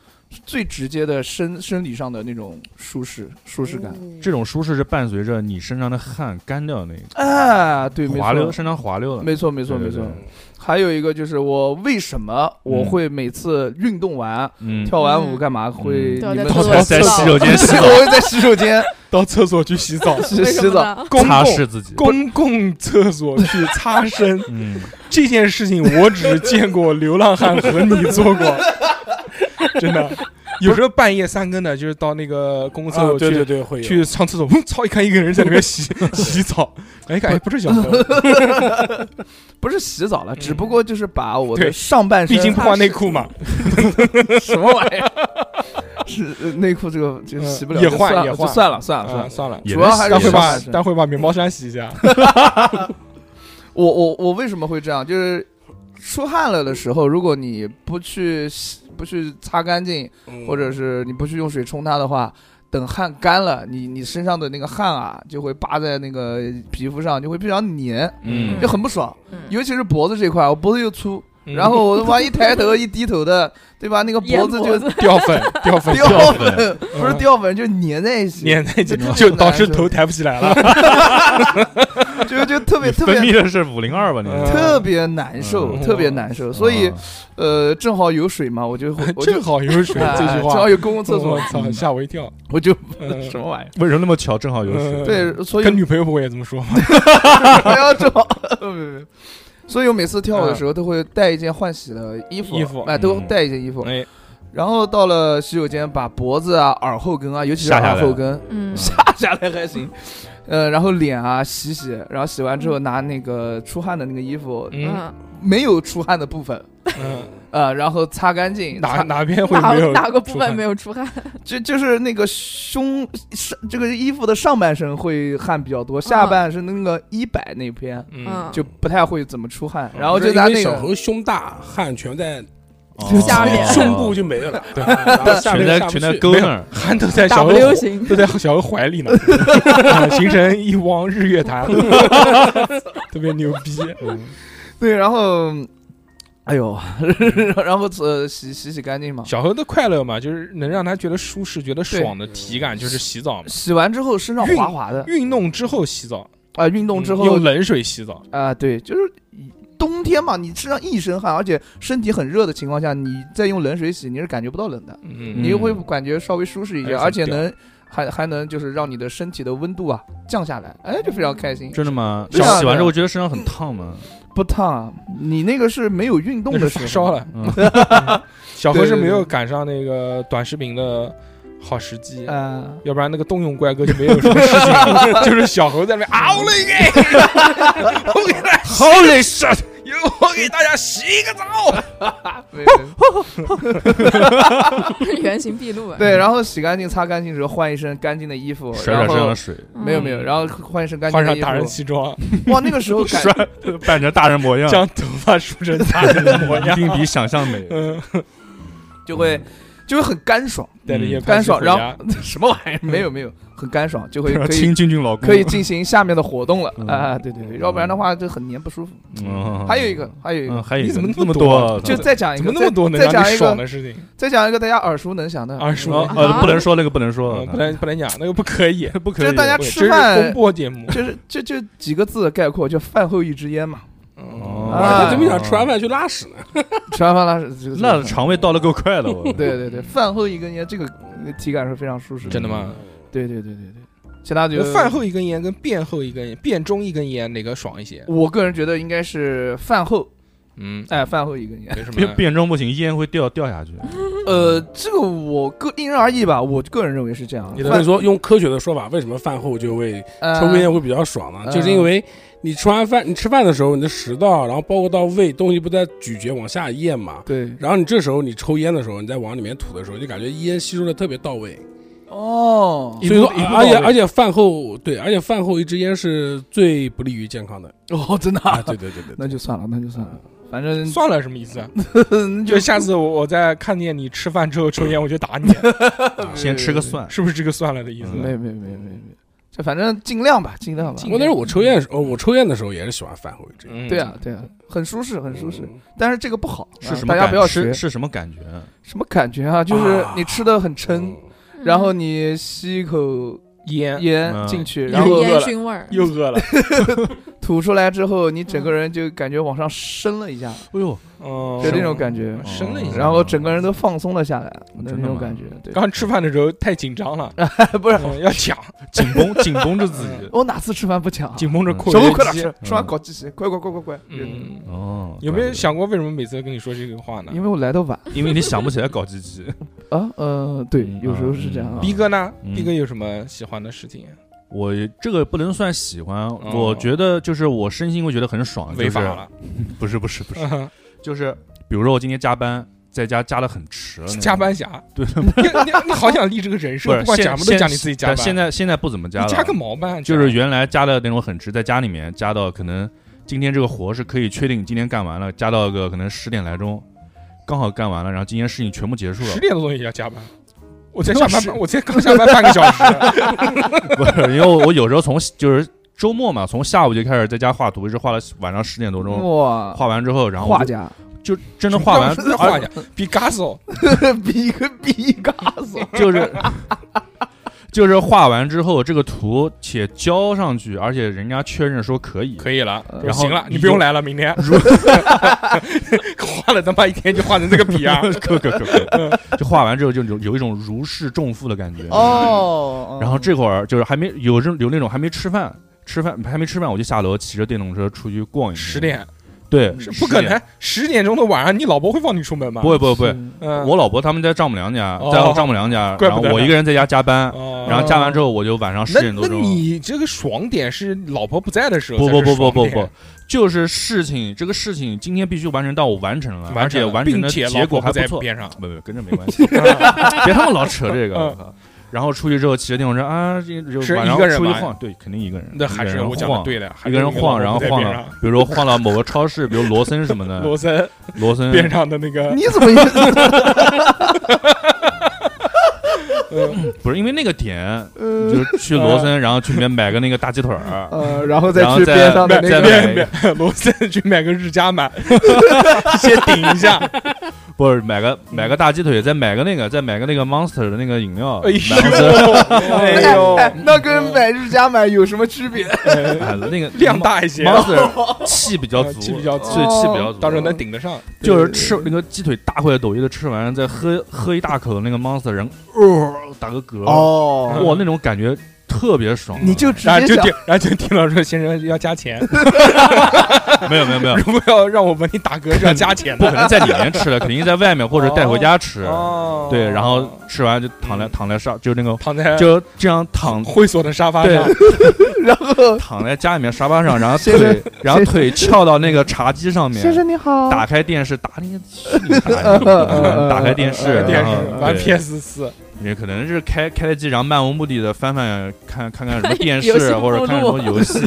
[SPEAKER 3] 最直接的生生理上的那种舒适舒适感。
[SPEAKER 2] 这种舒适是伴随着你身上的汗干掉那个
[SPEAKER 3] 啊，对，没
[SPEAKER 2] 滑溜，
[SPEAKER 3] 错，
[SPEAKER 2] 身上滑溜了，
[SPEAKER 3] 没错，没错，
[SPEAKER 2] 嗯对
[SPEAKER 3] 没
[SPEAKER 2] 对
[SPEAKER 3] 错
[SPEAKER 2] 对。
[SPEAKER 3] 还有一个就是我为什么我
[SPEAKER 2] 嗯
[SPEAKER 3] 会每次运动完、
[SPEAKER 2] 嗯，
[SPEAKER 3] 跳完舞干嘛会
[SPEAKER 5] 都要
[SPEAKER 3] 你
[SPEAKER 5] 在
[SPEAKER 3] 们
[SPEAKER 5] 厕所
[SPEAKER 2] 在洗手间洗
[SPEAKER 3] 我
[SPEAKER 2] 澡，
[SPEAKER 3] 会在洗手间
[SPEAKER 1] 到厕所去洗澡，
[SPEAKER 3] 洗洗澡，
[SPEAKER 5] 澡，
[SPEAKER 1] 公
[SPEAKER 2] 擦
[SPEAKER 1] 共
[SPEAKER 2] 拭自己，
[SPEAKER 1] 公共厕所去擦身
[SPEAKER 2] 嗯，
[SPEAKER 1] 这件事情，我只见过流浪汉和你做过，真的。有时候半夜三更的，就是到那个公共厕
[SPEAKER 4] 啊
[SPEAKER 1] 所去、
[SPEAKER 4] 对对对，会有
[SPEAKER 1] 去上厕所，嗯操！一看一个人在里面洗 洗澡，哎，看哎不是小何，
[SPEAKER 3] 不是洗澡了，
[SPEAKER 1] 嗯
[SPEAKER 3] 只不过就是把我的
[SPEAKER 1] 对
[SPEAKER 3] 上半身，
[SPEAKER 1] 毕竟不换内裤嘛，
[SPEAKER 3] 什么玩意儿，是呃内裤这个就洗不
[SPEAKER 1] 嗯
[SPEAKER 3] 了，
[SPEAKER 1] 也
[SPEAKER 3] 就
[SPEAKER 1] 换
[SPEAKER 3] 算
[SPEAKER 1] 也
[SPEAKER 3] 了，就
[SPEAKER 1] 换
[SPEAKER 3] 算了，算了，算
[SPEAKER 1] 啊，
[SPEAKER 3] 了。
[SPEAKER 1] 算了，
[SPEAKER 2] 也
[SPEAKER 3] 主要
[SPEAKER 2] 能
[SPEAKER 3] 还
[SPEAKER 1] 待
[SPEAKER 2] 洗
[SPEAKER 3] 是
[SPEAKER 1] 会
[SPEAKER 2] 也
[SPEAKER 1] 把
[SPEAKER 3] 是
[SPEAKER 1] 待会把棉毛衫洗一下，
[SPEAKER 3] 我我我为什么会这样？就是出汗了的时候，如果你不去洗不去擦干净，
[SPEAKER 4] 嗯
[SPEAKER 3] 或者是你不去用水冲它的话，等汗干了，你你身上的那个汗啊，就会扒在那个皮肤上，就会非常黏，
[SPEAKER 2] 嗯
[SPEAKER 3] 就很不爽。
[SPEAKER 5] 嗯
[SPEAKER 3] 尤其是脖子这块，我脖子又粗，
[SPEAKER 1] 嗯
[SPEAKER 3] 然后我万一抬头一低头的，对吧？那个脖子就
[SPEAKER 5] 嗯子
[SPEAKER 1] 掉粉掉粉
[SPEAKER 3] 掉
[SPEAKER 2] 掉 粉
[SPEAKER 3] 粉，不是
[SPEAKER 1] 嗯
[SPEAKER 3] 掉粉，就粘在一起，
[SPEAKER 1] 粘 在一起
[SPEAKER 3] 这，
[SPEAKER 1] 就
[SPEAKER 3] 这
[SPEAKER 1] 导致
[SPEAKER 3] 难受
[SPEAKER 1] 头抬不起来了。
[SPEAKER 3] 就就特别
[SPEAKER 2] 你
[SPEAKER 3] 特
[SPEAKER 2] 分
[SPEAKER 3] 别
[SPEAKER 2] 泌的是五零二吧？你
[SPEAKER 1] 嗯
[SPEAKER 3] 特别难受，
[SPEAKER 1] 嗯
[SPEAKER 3] 特别难受。所以
[SPEAKER 2] 啊
[SPEAKER 3] 呃，正好有水嘛，我就会我就
[SPEAKER 1] 正好有水，
[SPEAKER 3] 哎
[SPEAKER 1] 这句
[SPEAKER 3] 正好
[SPEAKER 1] 话，
[SPEAKER 3] 有公共厕
[SPEAKER 1] 我
[SPEAKER 3] 所，
[SPEAKER 1] 操，吓我一跳。
[SPEAKER 3] 我就
[SPEAKER 1] 嗯
[SPEAKER 3] 什么玩意儿？
[SPEAKER 2] 为什么那么巧，正好有
[SPEAKER 1] 嗯
[SPEAKER 2] 水？
[SPEAKER 3] 对，所以
[SPEAKER 1] 跟女朋友不会也这么说吗？
[SPEAKER 3] 不 要这么，不不不。所以我每次跳舞的时候都会带一件换洗的衣服，
[SPEAKER 1] 衣服
[SPEAKER 3] 哎，都
[SPEAKER 2] 嗯
[SPEAKER 3] 带一件衣服。
[SPEAKER 1] 哎，
[SPEAKER 3] 然后到了洗手间，把脖子啊、耳后根啊，尤其是
[SPEAKER 2] 下下来
[SPEAKER 3] 耳后根
[SPEAKER 5] 嗯
[SPEAKER 3] 下 下来还行，
[SPEAKER 1] 嗯
[SPEAKER 3] 呃，然后脸啊洗洗，然后洗完之后拿那个出汗的那个衣服，
[SPEAKER 1] 嗯
[SPEAKER 5] 嗯，
[SPEAKER 3] 没有出汗的部分，
[SPEAKER 1] 嗯，
[SPEAKER 3] 呃，然后擦干净，
[SPEAKER 1] 哪
[SPEAKER 3] 擦
[SPEAKER 1] 哪边会
[SPEAKER 5] 哪
[SPEAKER 1] 没有
[SPEAKER 5] 哪个部
[SPEAKER 1] 出
[SPEAKER 5] 分
[SPEAKER 1] 汗
[SPEAKER 5] 没有出汗？
[SPEAKER 3] 就就是那个胸上这个衣服的上半身会汗比较多，下半身那个衣摆那边
[SPEAKER 1] 嗯，
[SPEAKER 3] 就不太会怎么出汗，然后
[SPEAKER 4] 不是
[SPEAKER 3] 哦就拿
[SPEAKER 4] 因为
[SPEAKER 3] 那
[SPEAKER 4] 小
[SPEAKER 3] 个
[SPEAKER 4] 猴胸大，汗全在
[SPEAKER 2] 哦
[SPEAKER 5] 下面
[SPEAKER 4] 胸部就没有了，对，然 后下
[SPEAKER 2] 全
[SPEAKER 4] 面
[SPEAKER 2] 在
[SPEAKER 4] 下不
[SPEAKER 2] 全在
[SPEAKER 4] 去
[SPEAKER 2] 沟那儿，
[SPEAKER 1] 汗都在小
[SPEAKER 5] W
[SPEAKER 1] 何
[SPEAKER 5] 型
[SPEAKER 1] 都在小何怀里呢，啊形成一汪日月潭，特别牛逼。嗯
[SPEAKER 3] 对，然后，哎呦， 然后呃，洗洗洗干净嘛。
[SPEAKER 1] 小何的快乐嘛，就是能让他觉得舒适、觉得爽的体感，就是洗澡嘛。
[SPEAKER 3] 洗完之后身上
[SPEAKER 1] 运
[SPEAKER 3] 滑滑的
[SPEAKER 1] 运动之后洗澡，
[SPEAKER 3] 啊、运动之
[SPEAKER 1] 嗯
[SPEAKER 3] 后
[SPEAKER 1] 用
[SPEAKER 3] 啊、
[SPEAKER 1] 冷水洗澡，
[SPEAKER 3] 对，就是冬天嘛，你身上一身汗，而且身体很热的情况下，你再用冷水洗，你是感觉不到冷的，
[SPEAKER 1] 嗯
[SPEAKER 3] 你又会感觉稍微舒适一些，
[SPEAKER 1] 哎
[SPEAKER 3] 而且
[SPEAKER 1] 很屌
[SPEAKER 3] 能还还能就是让你的身体的温度啊降下来，哎，就非常开心，
[SPEAKER 2] 真的吗？
[SPEAKER 3] 对啊
[SPEAKER 2] 洗完之后觉得身上很烫吗？
[SPEAKER 3] 不烫啊。你那个是没有运动
[SPEAKER 1] 那
[SPEAKER 3] 的
[SPEAKER 1] 是
[SPEAKER 3] 时候
[SPEAKER 1] 发烧了。
[SPEAKER 2] 嗯，
[SPEAKER 1] 小何是没有
[SPEAKER 3] 对对对
[SPEAKER 1] 赶上那个短视频的好时机，
[SPEAKER 3] 啊、
[SPEAKER 1] 要不然那个动用怪哥就没有什么事情了，就是小猴在那边啊，我勒个，我给他 Holy shit，you
[SPEAKER 4] 我给大家洗一个澡。
[SPEAKER 3] 对对
[SPEAKER 5] 原形毕露啊。
[SPEAKER 3] 对，然后洗干净、擦干净之后，换一身干净的衣服，
[SPEAKER 2] 甩
[SPEAKER 3] 然
[SPEAKER 2] 点身上
[SPEAKER 3] 后
[SPEAKER 2] 的 水，
[SPEAKER 5] 嗯
[SPEAKER 3] 没有没有，然后换一身干净
[SPEAKER 1] 换
[SPEAKER 3] 的
[SPEAKER 1] 上
[SPEAKER 3] 衣
[SPEAKER 1] 大人
[SPEAKER 3] 服。
[SPEAKER 1] 西装，
[SPEAKER 3] 哇，那个时 候感
[SPEAKER 2] 甩扮成大人模样，
[SPEAKER 1] 将头发梳
[SPEAKER 2] 嗯
[SPEAKER 1] 成大人的模
[SPEAKER 2] 一
[SPEAKER 1] 样，
[SPEAKER 2] 定比想象美。
[SPEAKER 1] 嗯，
[SPEAKER 3] 就会就会很干爽，
[SPEAKER 1] 带着夜拍
[SPEAKER 3] 干爽。
[SPEAKER 1] 回家
[SPEAKER 3] 然后什么玩意儿？没有没有，很干爽，就会可以
[SPEAKER 2] 亲俊俊老公
[SPEAKER 3] 可以进行下面的活动了
[SPEAKER 2] 嗯
[SPEAKER 3] 啊！对对对，要不然的话就很黏不舒服。
[SPEAKER 2] 嗯
[SPEAKER 3] 还有一个，还有一
[SPEAKER 2] 嗯，
[SPEAKER 3] 个，
[SPEAKER 2] 还有一
[SPEAKER 1] 你
[SPEAKER 2] 个
[SPEAKER 1] 怎么
[SPEAKER 2] 那
[SPEAKER 1] 那么多
[SPEAKER 2] 多？
[SPEAKER 3] 啊
[SPEAKER 2] 啊
[SPEAKER 3] 就再讲一
[SPEAKER 1] 怎
[SPEAKER 3] 个，
[SPEAKER 1] 么那么多能
[SPEAKER 3] 再再
[SPEAKER 1] 让
[SPEAKER 3] 讲
[SPEAKER 1] 你
[SPEAKER 3] 一
[SPEAKER 1] 爽
[SPEAKER 3] 个，
[SPEAKER 1] 的事情？
[SPEAKER 3] 再讲一个大家耳熟能详的。
[SPEAKER 1] 二十五
[SPEAKER 2] 哦
[SPEAKER 1] 年，
[SPEAKER 2] 呃，不能说那个，不能
[SPEAKER 1] 呃
[SPEAKER 3] 嗯
[SPEAKER 2] 说，啊
[SPEAKER 1] 不能不能讲，那个不可以，
[SPEAKER 2] 不可
[SPEAKER 3] 就
[SPEAKER 2] 以。
[SPEAKER 3] 是大家
[SPEAKER 1] 不可以
[SPEAKER 3] 吃饭
[SPEAKER 1] 这是公播节目。
[SPEAKER 3] 就是就就几个字概括，就饭后一支烟嘛。
[SPEAKER 1] 哦
[SPEAKER 3] 啊
[SPEAKER 4] 我怎么想吃完饭去拉屎呢？
[SPEAKER 3] 吃完饭拉屎，这个
[SPEAKER 2] 那肠胃倒的够快的， 我
[SPEAKER 3] 对对对，饭后一根烟，这个呃体感是非常舒适的。
[SPEAKER 1] 真的吗？
[SPEAKER 3] 对对对对对，其他就
[SPEAKER 1] 饭。后一根烟跟便后一根烟、便中一根烟哪个爽一些？
[SPEAKER 3] 我个人觉得应该是饭后，
[SPEAKER 1] 嗯，
[SPEAKER 3] 哎，饭后一根烟。
[SPEAKER 1] 没什
[SPEAKER 2] 变
[SPEAKER 1] 么。
[SPEAKER 2] 变装不行，烟会掉掉下去。
[SPEAKER 3] 呃，这个我个因人而异吧，我个人认为是这样。
[SPEAKER 1] 你的
[SPEAKER 4] 我跟
[SPEAKER 3] 饭
[SPEAKER 4] 你说，用科学的说法，为什么饭后就会
[SPEAKER 3] 呃
[SPEAKER 4] 抽根烟会比较爽呢？
[SPEAKER 3] 嗯
[SPEAKER 4] 就是因为你吃完饭，你吃饭的时候，你的食道，然后包括到胃，东西不在咀嚼往下咽嘛。
[SPEAKER 3] 对
[SPEAKER 4] 然后你这时候你抽烟的时候，你再往里面吐的时候，就感觉烟吸收的特别到位。
[SPEAKER 3] 哦
[SPEAKER 4] 所以说，
[SPEAKER 2] 一步到
[SPEAKER 4] 而而且
[SPEAKER 2] 位
[SPEAKER 4] 而且饭后对，而且饭后一支烟是最不利于健康的
[SPEAKER 3] 哦，真的啊、
[SPEAKER 4] 啊！对对 对对
[SPEAKER 3] 那
[SPEAKER 4] 对，
[SPEAKER 3] 就算了，那就算了，反正嗯
[SPEAKER 1] 算了，什么意思啊？
[SPEAKER 3] 那
[SPEAKER 1] 就下次我我在看见你吃饭之后抽烟，我就打你，啊
[SPEAKER 2] 先吃个蒜，
[SPEAKER 1] 是不是这个算了的意思？
[SPEAKER 3] 呃没有没有没有没有没有，这反正尽量吧，尽量吧。
[SPEAKER 4] 我那时候我抽烟的时候，我抽烟的时候也是喜欢饭后一支
[SPEAKER 1] 嗯
[SPEAKER 4] 烟，
[SPEAKER 3] 对啊，对啊，很舒适很舒适，
[SPEAKER 4] 嗯
[SPEAKER 3] 但是这个不好，啊
[SPEAKER 2] 是什么
[SPEAKER 3] 大家
[SPEAKER 2] 感？
[SPEAKER 3] 不要学
[SPEAKER 2] 是是什么感觉？
[SPEAKER 3] 什么感觉啊？就是
[SPEAKER 4] 啊
[SPEAKER 3] 你吃的很撑，
[SPEAKER 5] 嗯
[SPEAKER 3] 然后你吸一口
[SPEAKER 1] 烟
[SPEAKER 3] 烟
[SPEAKER 2] 嗯
[SPEAKER 3] 进去，
[SPEAKER 1] 嗯
[SPEAKER 3] 然
[SPEAKER 1] 又饿
[SPEAKER 3] 后
[SPEAKER 5] 烟
[SPEAKER 1] 了
[SPEAKER 5] 熏味儿，
[SPEAKER 1] 又饿了，
[SPEAKER 3] 吐出来之后，你整个人就感觉往上升了一下，
[SPEAKER 2] 哎呦，
[SPEAKER 1] 哦，
[SPEAKER 3] 就那种感觉，
[SPEAKER 1] 生了一
[SPEAKER 2] 嗯
[SPEAKER 1] 下。
[SPEAKER 3] 然后整个人都放松了下来，的那
[SPEAKER 2] 真的
[SPEAKER 3] 种
[SPEAKER 2] 吗
[SPEAKER 3] 感觉。对，
[SPEAKER 1] 刚吃饭的时候太紧张了，
[SPEAKER 3] 不是
[SPEAKER 1] 嗯要抢，
[SPEAKER 2] 紧绷紧绷着自 己。
[SPEAKER 3] 我哪次吃饭不抢啊？
[SPEAKER 1] 紧绷着扩
[SPEAKER 3] 小
[SPEAKER 1] 约
[SPEAKER 3] 狗快点
[SPEAKER 1] 肌。
[SPEAKER 3] 吃，吃
[SPEAKER 2] 嗯
[SPEAKER 3] 完搞鸡翅，快快快快快！
[SPEAKER 1] 嗯，
[SPEAKER 2] 哦，
[SPEAKER 1] 有没有
[SPEAKER 2] 怪不得？
[SPEAKER 1] 想过为什么每次都跟你说这个话呢
[SPEAKER 3] 因？为我来的晚
[SPEAKER 2] 因为你想不起来搞鸡鸡，
[SPEAKER 3] 啊，呃，对
[SPEAKER 2] 嗯，
[SPEAKER 3] 有时候是这样啊啊
[SPEAKER 2] 嗯。
[SPEAKER 1] 逼哥呢？
[SPEAKER 2] 嗯
[SPEAKER 1] 逼哥有什么喜欢的事情？
[SPEAKER 2] 我这个不能算喜欢，我觉得就是我身心会觉得很爽，
[SPEAKER 1] 哦违法
[SPEAKER 2] 就是
[SPEAKER 1] 了，
[SPEAKER 2] 不是不是不是，
[SPEAKER 1] 嗯
[SPEAKER 2] 就是比如说我今天加班，在家加的很迟了那种，
[SPEAKER 1] 加班侠。
[SPEAKER 2] 对
[SPEAKER 1] 你你你好想立这个人
[SPEAKER 2] 不
[SPEAKER 1] 设，
[SPEAKER 2] 是
[SPEAKER 1] 不管
[SPEAKER 2] 现
[SPEAKER 1] 讲什么都
[SPEAKER 2] 现
[SPEAKER 1] 讲你自己加班。
[SPEAKER 2] 但现在现在不怎么加
[SPEAKER 1] 你
[SPEAKER 2] 了，
[SPEAKER 1] 加个毛班，
[SPEAKER 2] 就是原来加的那种很迟，在家里面加到可能今天这个活是可以确定你今天干完了，加到个可能十点来钟，刚好干完了，然后今天事情全部结束
[SPEAKER 1] 十
[SPEAKER 2] 了。
[SPEAKER 1] 点多钟也要加班。我才
[SPEAKER 2] 那
[SPEAKER 1] 下
[SPEAKER 2] 是
[SPEAKER 1] 班，我才刚下班半个小 时。
[SPEAKER 2] 不是，因为我有时候从就是周末嘛，从下午就开始在家画图，一直画到晚上十点多钟。
[SPEAKER 3] 哇，
[SPEAKER 2] 画完之后，然后
[SPEAKER 3] 画
[SPEAKER 2] 我就
[SPEAKER 3] 家，
[SPEAKER 2] 就真的画完，
[SPEAKER 1] 画家，比嘎索
[SPEAKER 3] 比一个比一个嘎 子，
[SPEAKER 2] 就是就是画完之后，这个图且交上去，而且人家确认说可以。
[SPEAKER 1] 可以了，
[SPEAKER 3] 呃
[SPEAKER 2] 然
[SPEAKER 1] 嗯
[SPEAKER 2] 后
[SPEAKER 1] 行了，
[SPEAKER 2] 你
[SPEAKER 1] 你不用
[SPEAKER 2] 就
[SPEAKER 1] 来了，明天。 画了他妈一天就画成这个啊逼 样，
[SPEAKER 2] 可可可，就画完之后就有有一种如释重负的感觉。
[SPEAKER 3] 哦，
[SPEAKER 2] 然后这会儿就是还没有这有那种还没吃饭，吃饭还没吃饭我就下楼骑着电动车出去逛一圈。
[SPEAKER 1] 十点
[SPEAKER 2] 对，
[SPEAKER 1] 是
[SPEAKER 2] 10
[SPEAKER 1] 不可
[SPEAKER 2] 点。
[SPEAKER 1] 能。十点钟的晚上，你老婆会放你出门吗？
[SPEAKER 2] 不会不会不会，
[SPEAKER 3] 嗯
[SPEAKER 1] 嗯，
[SPEAKER 2] 我老婆他们在丈母娘家，
[SPEAKER 1] 哦
[SPEAKER 2] 在我丈母娘家，
[SPEAKER 1] 怪
[SPEAKER 2] 然
[SPEAKER 1] 不
[SPEAKER 2] 后
[SPEAKER 1] 得
[SPEAKER 2] 我
[SPEAKER 1] 呢
[SPEAKER 2] 一个人在家加班，
[SPEAKER 1] 哦
[SPEAKER 2] 然后加完之后我就晚上十
[SPEAKER 1] 那
[SPEAKER 2] 点多
[SPEAKER 1] 那
[SPEAKER 2] 钟。
[SPEAKER 1] 你这个爽点是老婆不在的时候
[SPEAKER 2] 不
[SPEAKER 1] 才
[SPEAKER 2] 不
[SPEAKER 1] 是
[SPEAKER 2] 不
[SPEAKER 1] 爽点，
[SPEAKER 2] 不不不，就是事情这个事情今天必须完成到我完成了，而
[SPEAKER 1] 完
[SPEAKER 2] 且
[SPEAKER 1] 成了
[SPEAKER 2] 完成
[SPEAKER 1] 并
[SPEAKER 2] 的
[SPEAKER 1] 且
[SPEAKER 2] 结
[SPEAKER 1] 老
[SPEAKER 2] 果
[SPEAKER 1] 婆
[SPEAKER 2] 还
[SPEAKER 1] 不在
[SPEAKER 2] 错。
[SPEAKER 1] 边上。
[SPEAKER 2] 不不，跟这没关系， 嗯别他妈老扯这个。我靠然后出去之后骑着电动车啊，这
[SPEAKER 1] 是
[SPEAKER 2] 就晚上
[SPEAKER 1] 一个人
[SPEAKER 2] 出去
[SPEAKER 1] 吗
[SPEAKER 2] 晃，对，肯定一个人。
[SPEAKER 1] 那还
[SPEAKER 2] 一个
[SPEAKER 1] 是
[SPEAKER 2] 人
[SPEAKER 1] 我讲的
[SPEAKER 2] 晃
[SPEAKER 1] 对的，还
[SPEAKER 2] 一
[SPEAKER 1] 是
[SPEAKER 2] 个人
[SPEAKER 1] 那
[SPEAKER 2] 晃，然后
[SPEAKER 1] 老婆
[SPEAKER 2] 晃
[SPEAKER 1] 在边
[SPEAKER 2] 了
[SPEAKER 1] 上，
[SPEAKER 2] 比如说晃到某个超市，比如罗森什么的，
[SPEAKER 1] 罗森
[SPEAKER 2] 罗森
[SPEAKER 1] 边上的那
[SPEAKER 2] 嗯
[SPEAKER 1] 个，
[SPEAKER 3] 你 怎么也
[SPEAKER 2] 不是因为那个点，
[SPEAKER 3] 呃
[SPEAKER 2] 就是去罗森，然后去里面买个那个大鸡腿儿，
[SPEAKER 3] 呃，然后再
[SPEAKER 2] 然后
[SPEAKER 3] 去
[SPEAKER 2] 再
[SPEAKER 3] 边上的
[SPEAKER 1] 买
[SPEAKER 3] 那
[SPEAKER 2] 再
[SPEAKER 3] 个
[SPEAKER 2] 买
[SPEAKER 1] 买买罗森去买个日加满， 先顶一下。
[SPEAKER 2] 不是买个
[SPEAKER 1] 嗯
[SPEAKER 2] 买个大鸡腿，再买个那个，再买个那个 Monster 的那个饮料，
[SPEAKER 1] 哎呦
[SPEAKER 2] 然，
[SPEAKER 1] 哎呦，
[SPEAKER 3] 哎，那跟买日加满有什么区别？
[SPEAKER 2] 后哎 那个
[SPEAKER 1] 量大一些，
[SPEAKER 2] Monster 气比较
[SPEAKER 1] 呃
[SPEAKER 2] 足，
[SPEAKER 1] 气比较足
[SPEAKER 2] 对气比较足，
[SPEAKER 1] 到时候能顶得上。
[SPEAKER 2] 就是吃那个鸡腿大块抖一的吃完，呃再喝喝一大口那个 Monster，人哦打个嗝，
[SPEAKER 3] 哦
[SPEAKER 2] 哇那种感觉特别爽。
[SPEAKER 3] 你就直
[SPEAKER 1] 然后
[SPEAKER 3] 接
[SPEAKER 1] 就
[SPEAKER 3] 讲
[SPEAKER 1] 听，然后就听到说先生要加钱，
[SPEAKER 2] 嗯没有没有没有，
[SPEAKER 1] 如果要让我闻你打嗝是要加钱
[SPEAKER 2] 不可
[SPEAKER 1] 的。
[SPEAKER 2] 能在里面吃的，肯定在外面或者带回家吃。
[SPEAKER 1] 哦
[SPEAKER 2] 对，然后吃完就躺在
[SPEAKER 1] 嗯
[SPEAKER 2] 躺在上，就 那个
[SPEAKER 1] 躺在
[SPEAKER 2] 就这样躺
[SPEAKER 1] 猥琐的沙发
[SPEAKER 2] 对
[SPEAKER 1] 上，
[SPEAKER 3] 然后
[SPEAKER 2] 躺在家里面沙发上，然后
[SPEAKER 3] 先生
[SPEAKER 2] 腿然后腿翘到那个茶几上面，
[SPEAKER 3] 先生你好，
[SPEAKER 2] 打开电视，打你个去你大爷打开电视，
[SPEAKER 1] 看电视
[SPEAKER 2] 然后
[SPEAKER 1] 玩
[SPEAKER 2] 对
[SPEAKER 1] PS 四，
[SPEAKER 2] 也可能是开开了机，然后漫无目的的翻翻看看看什么电
[SPEAKER 5] 游戏
[SPEAKER 2] 视啊
[SPEAKER 5] 目录
[SPEAKER 2] 或者看什么游戏，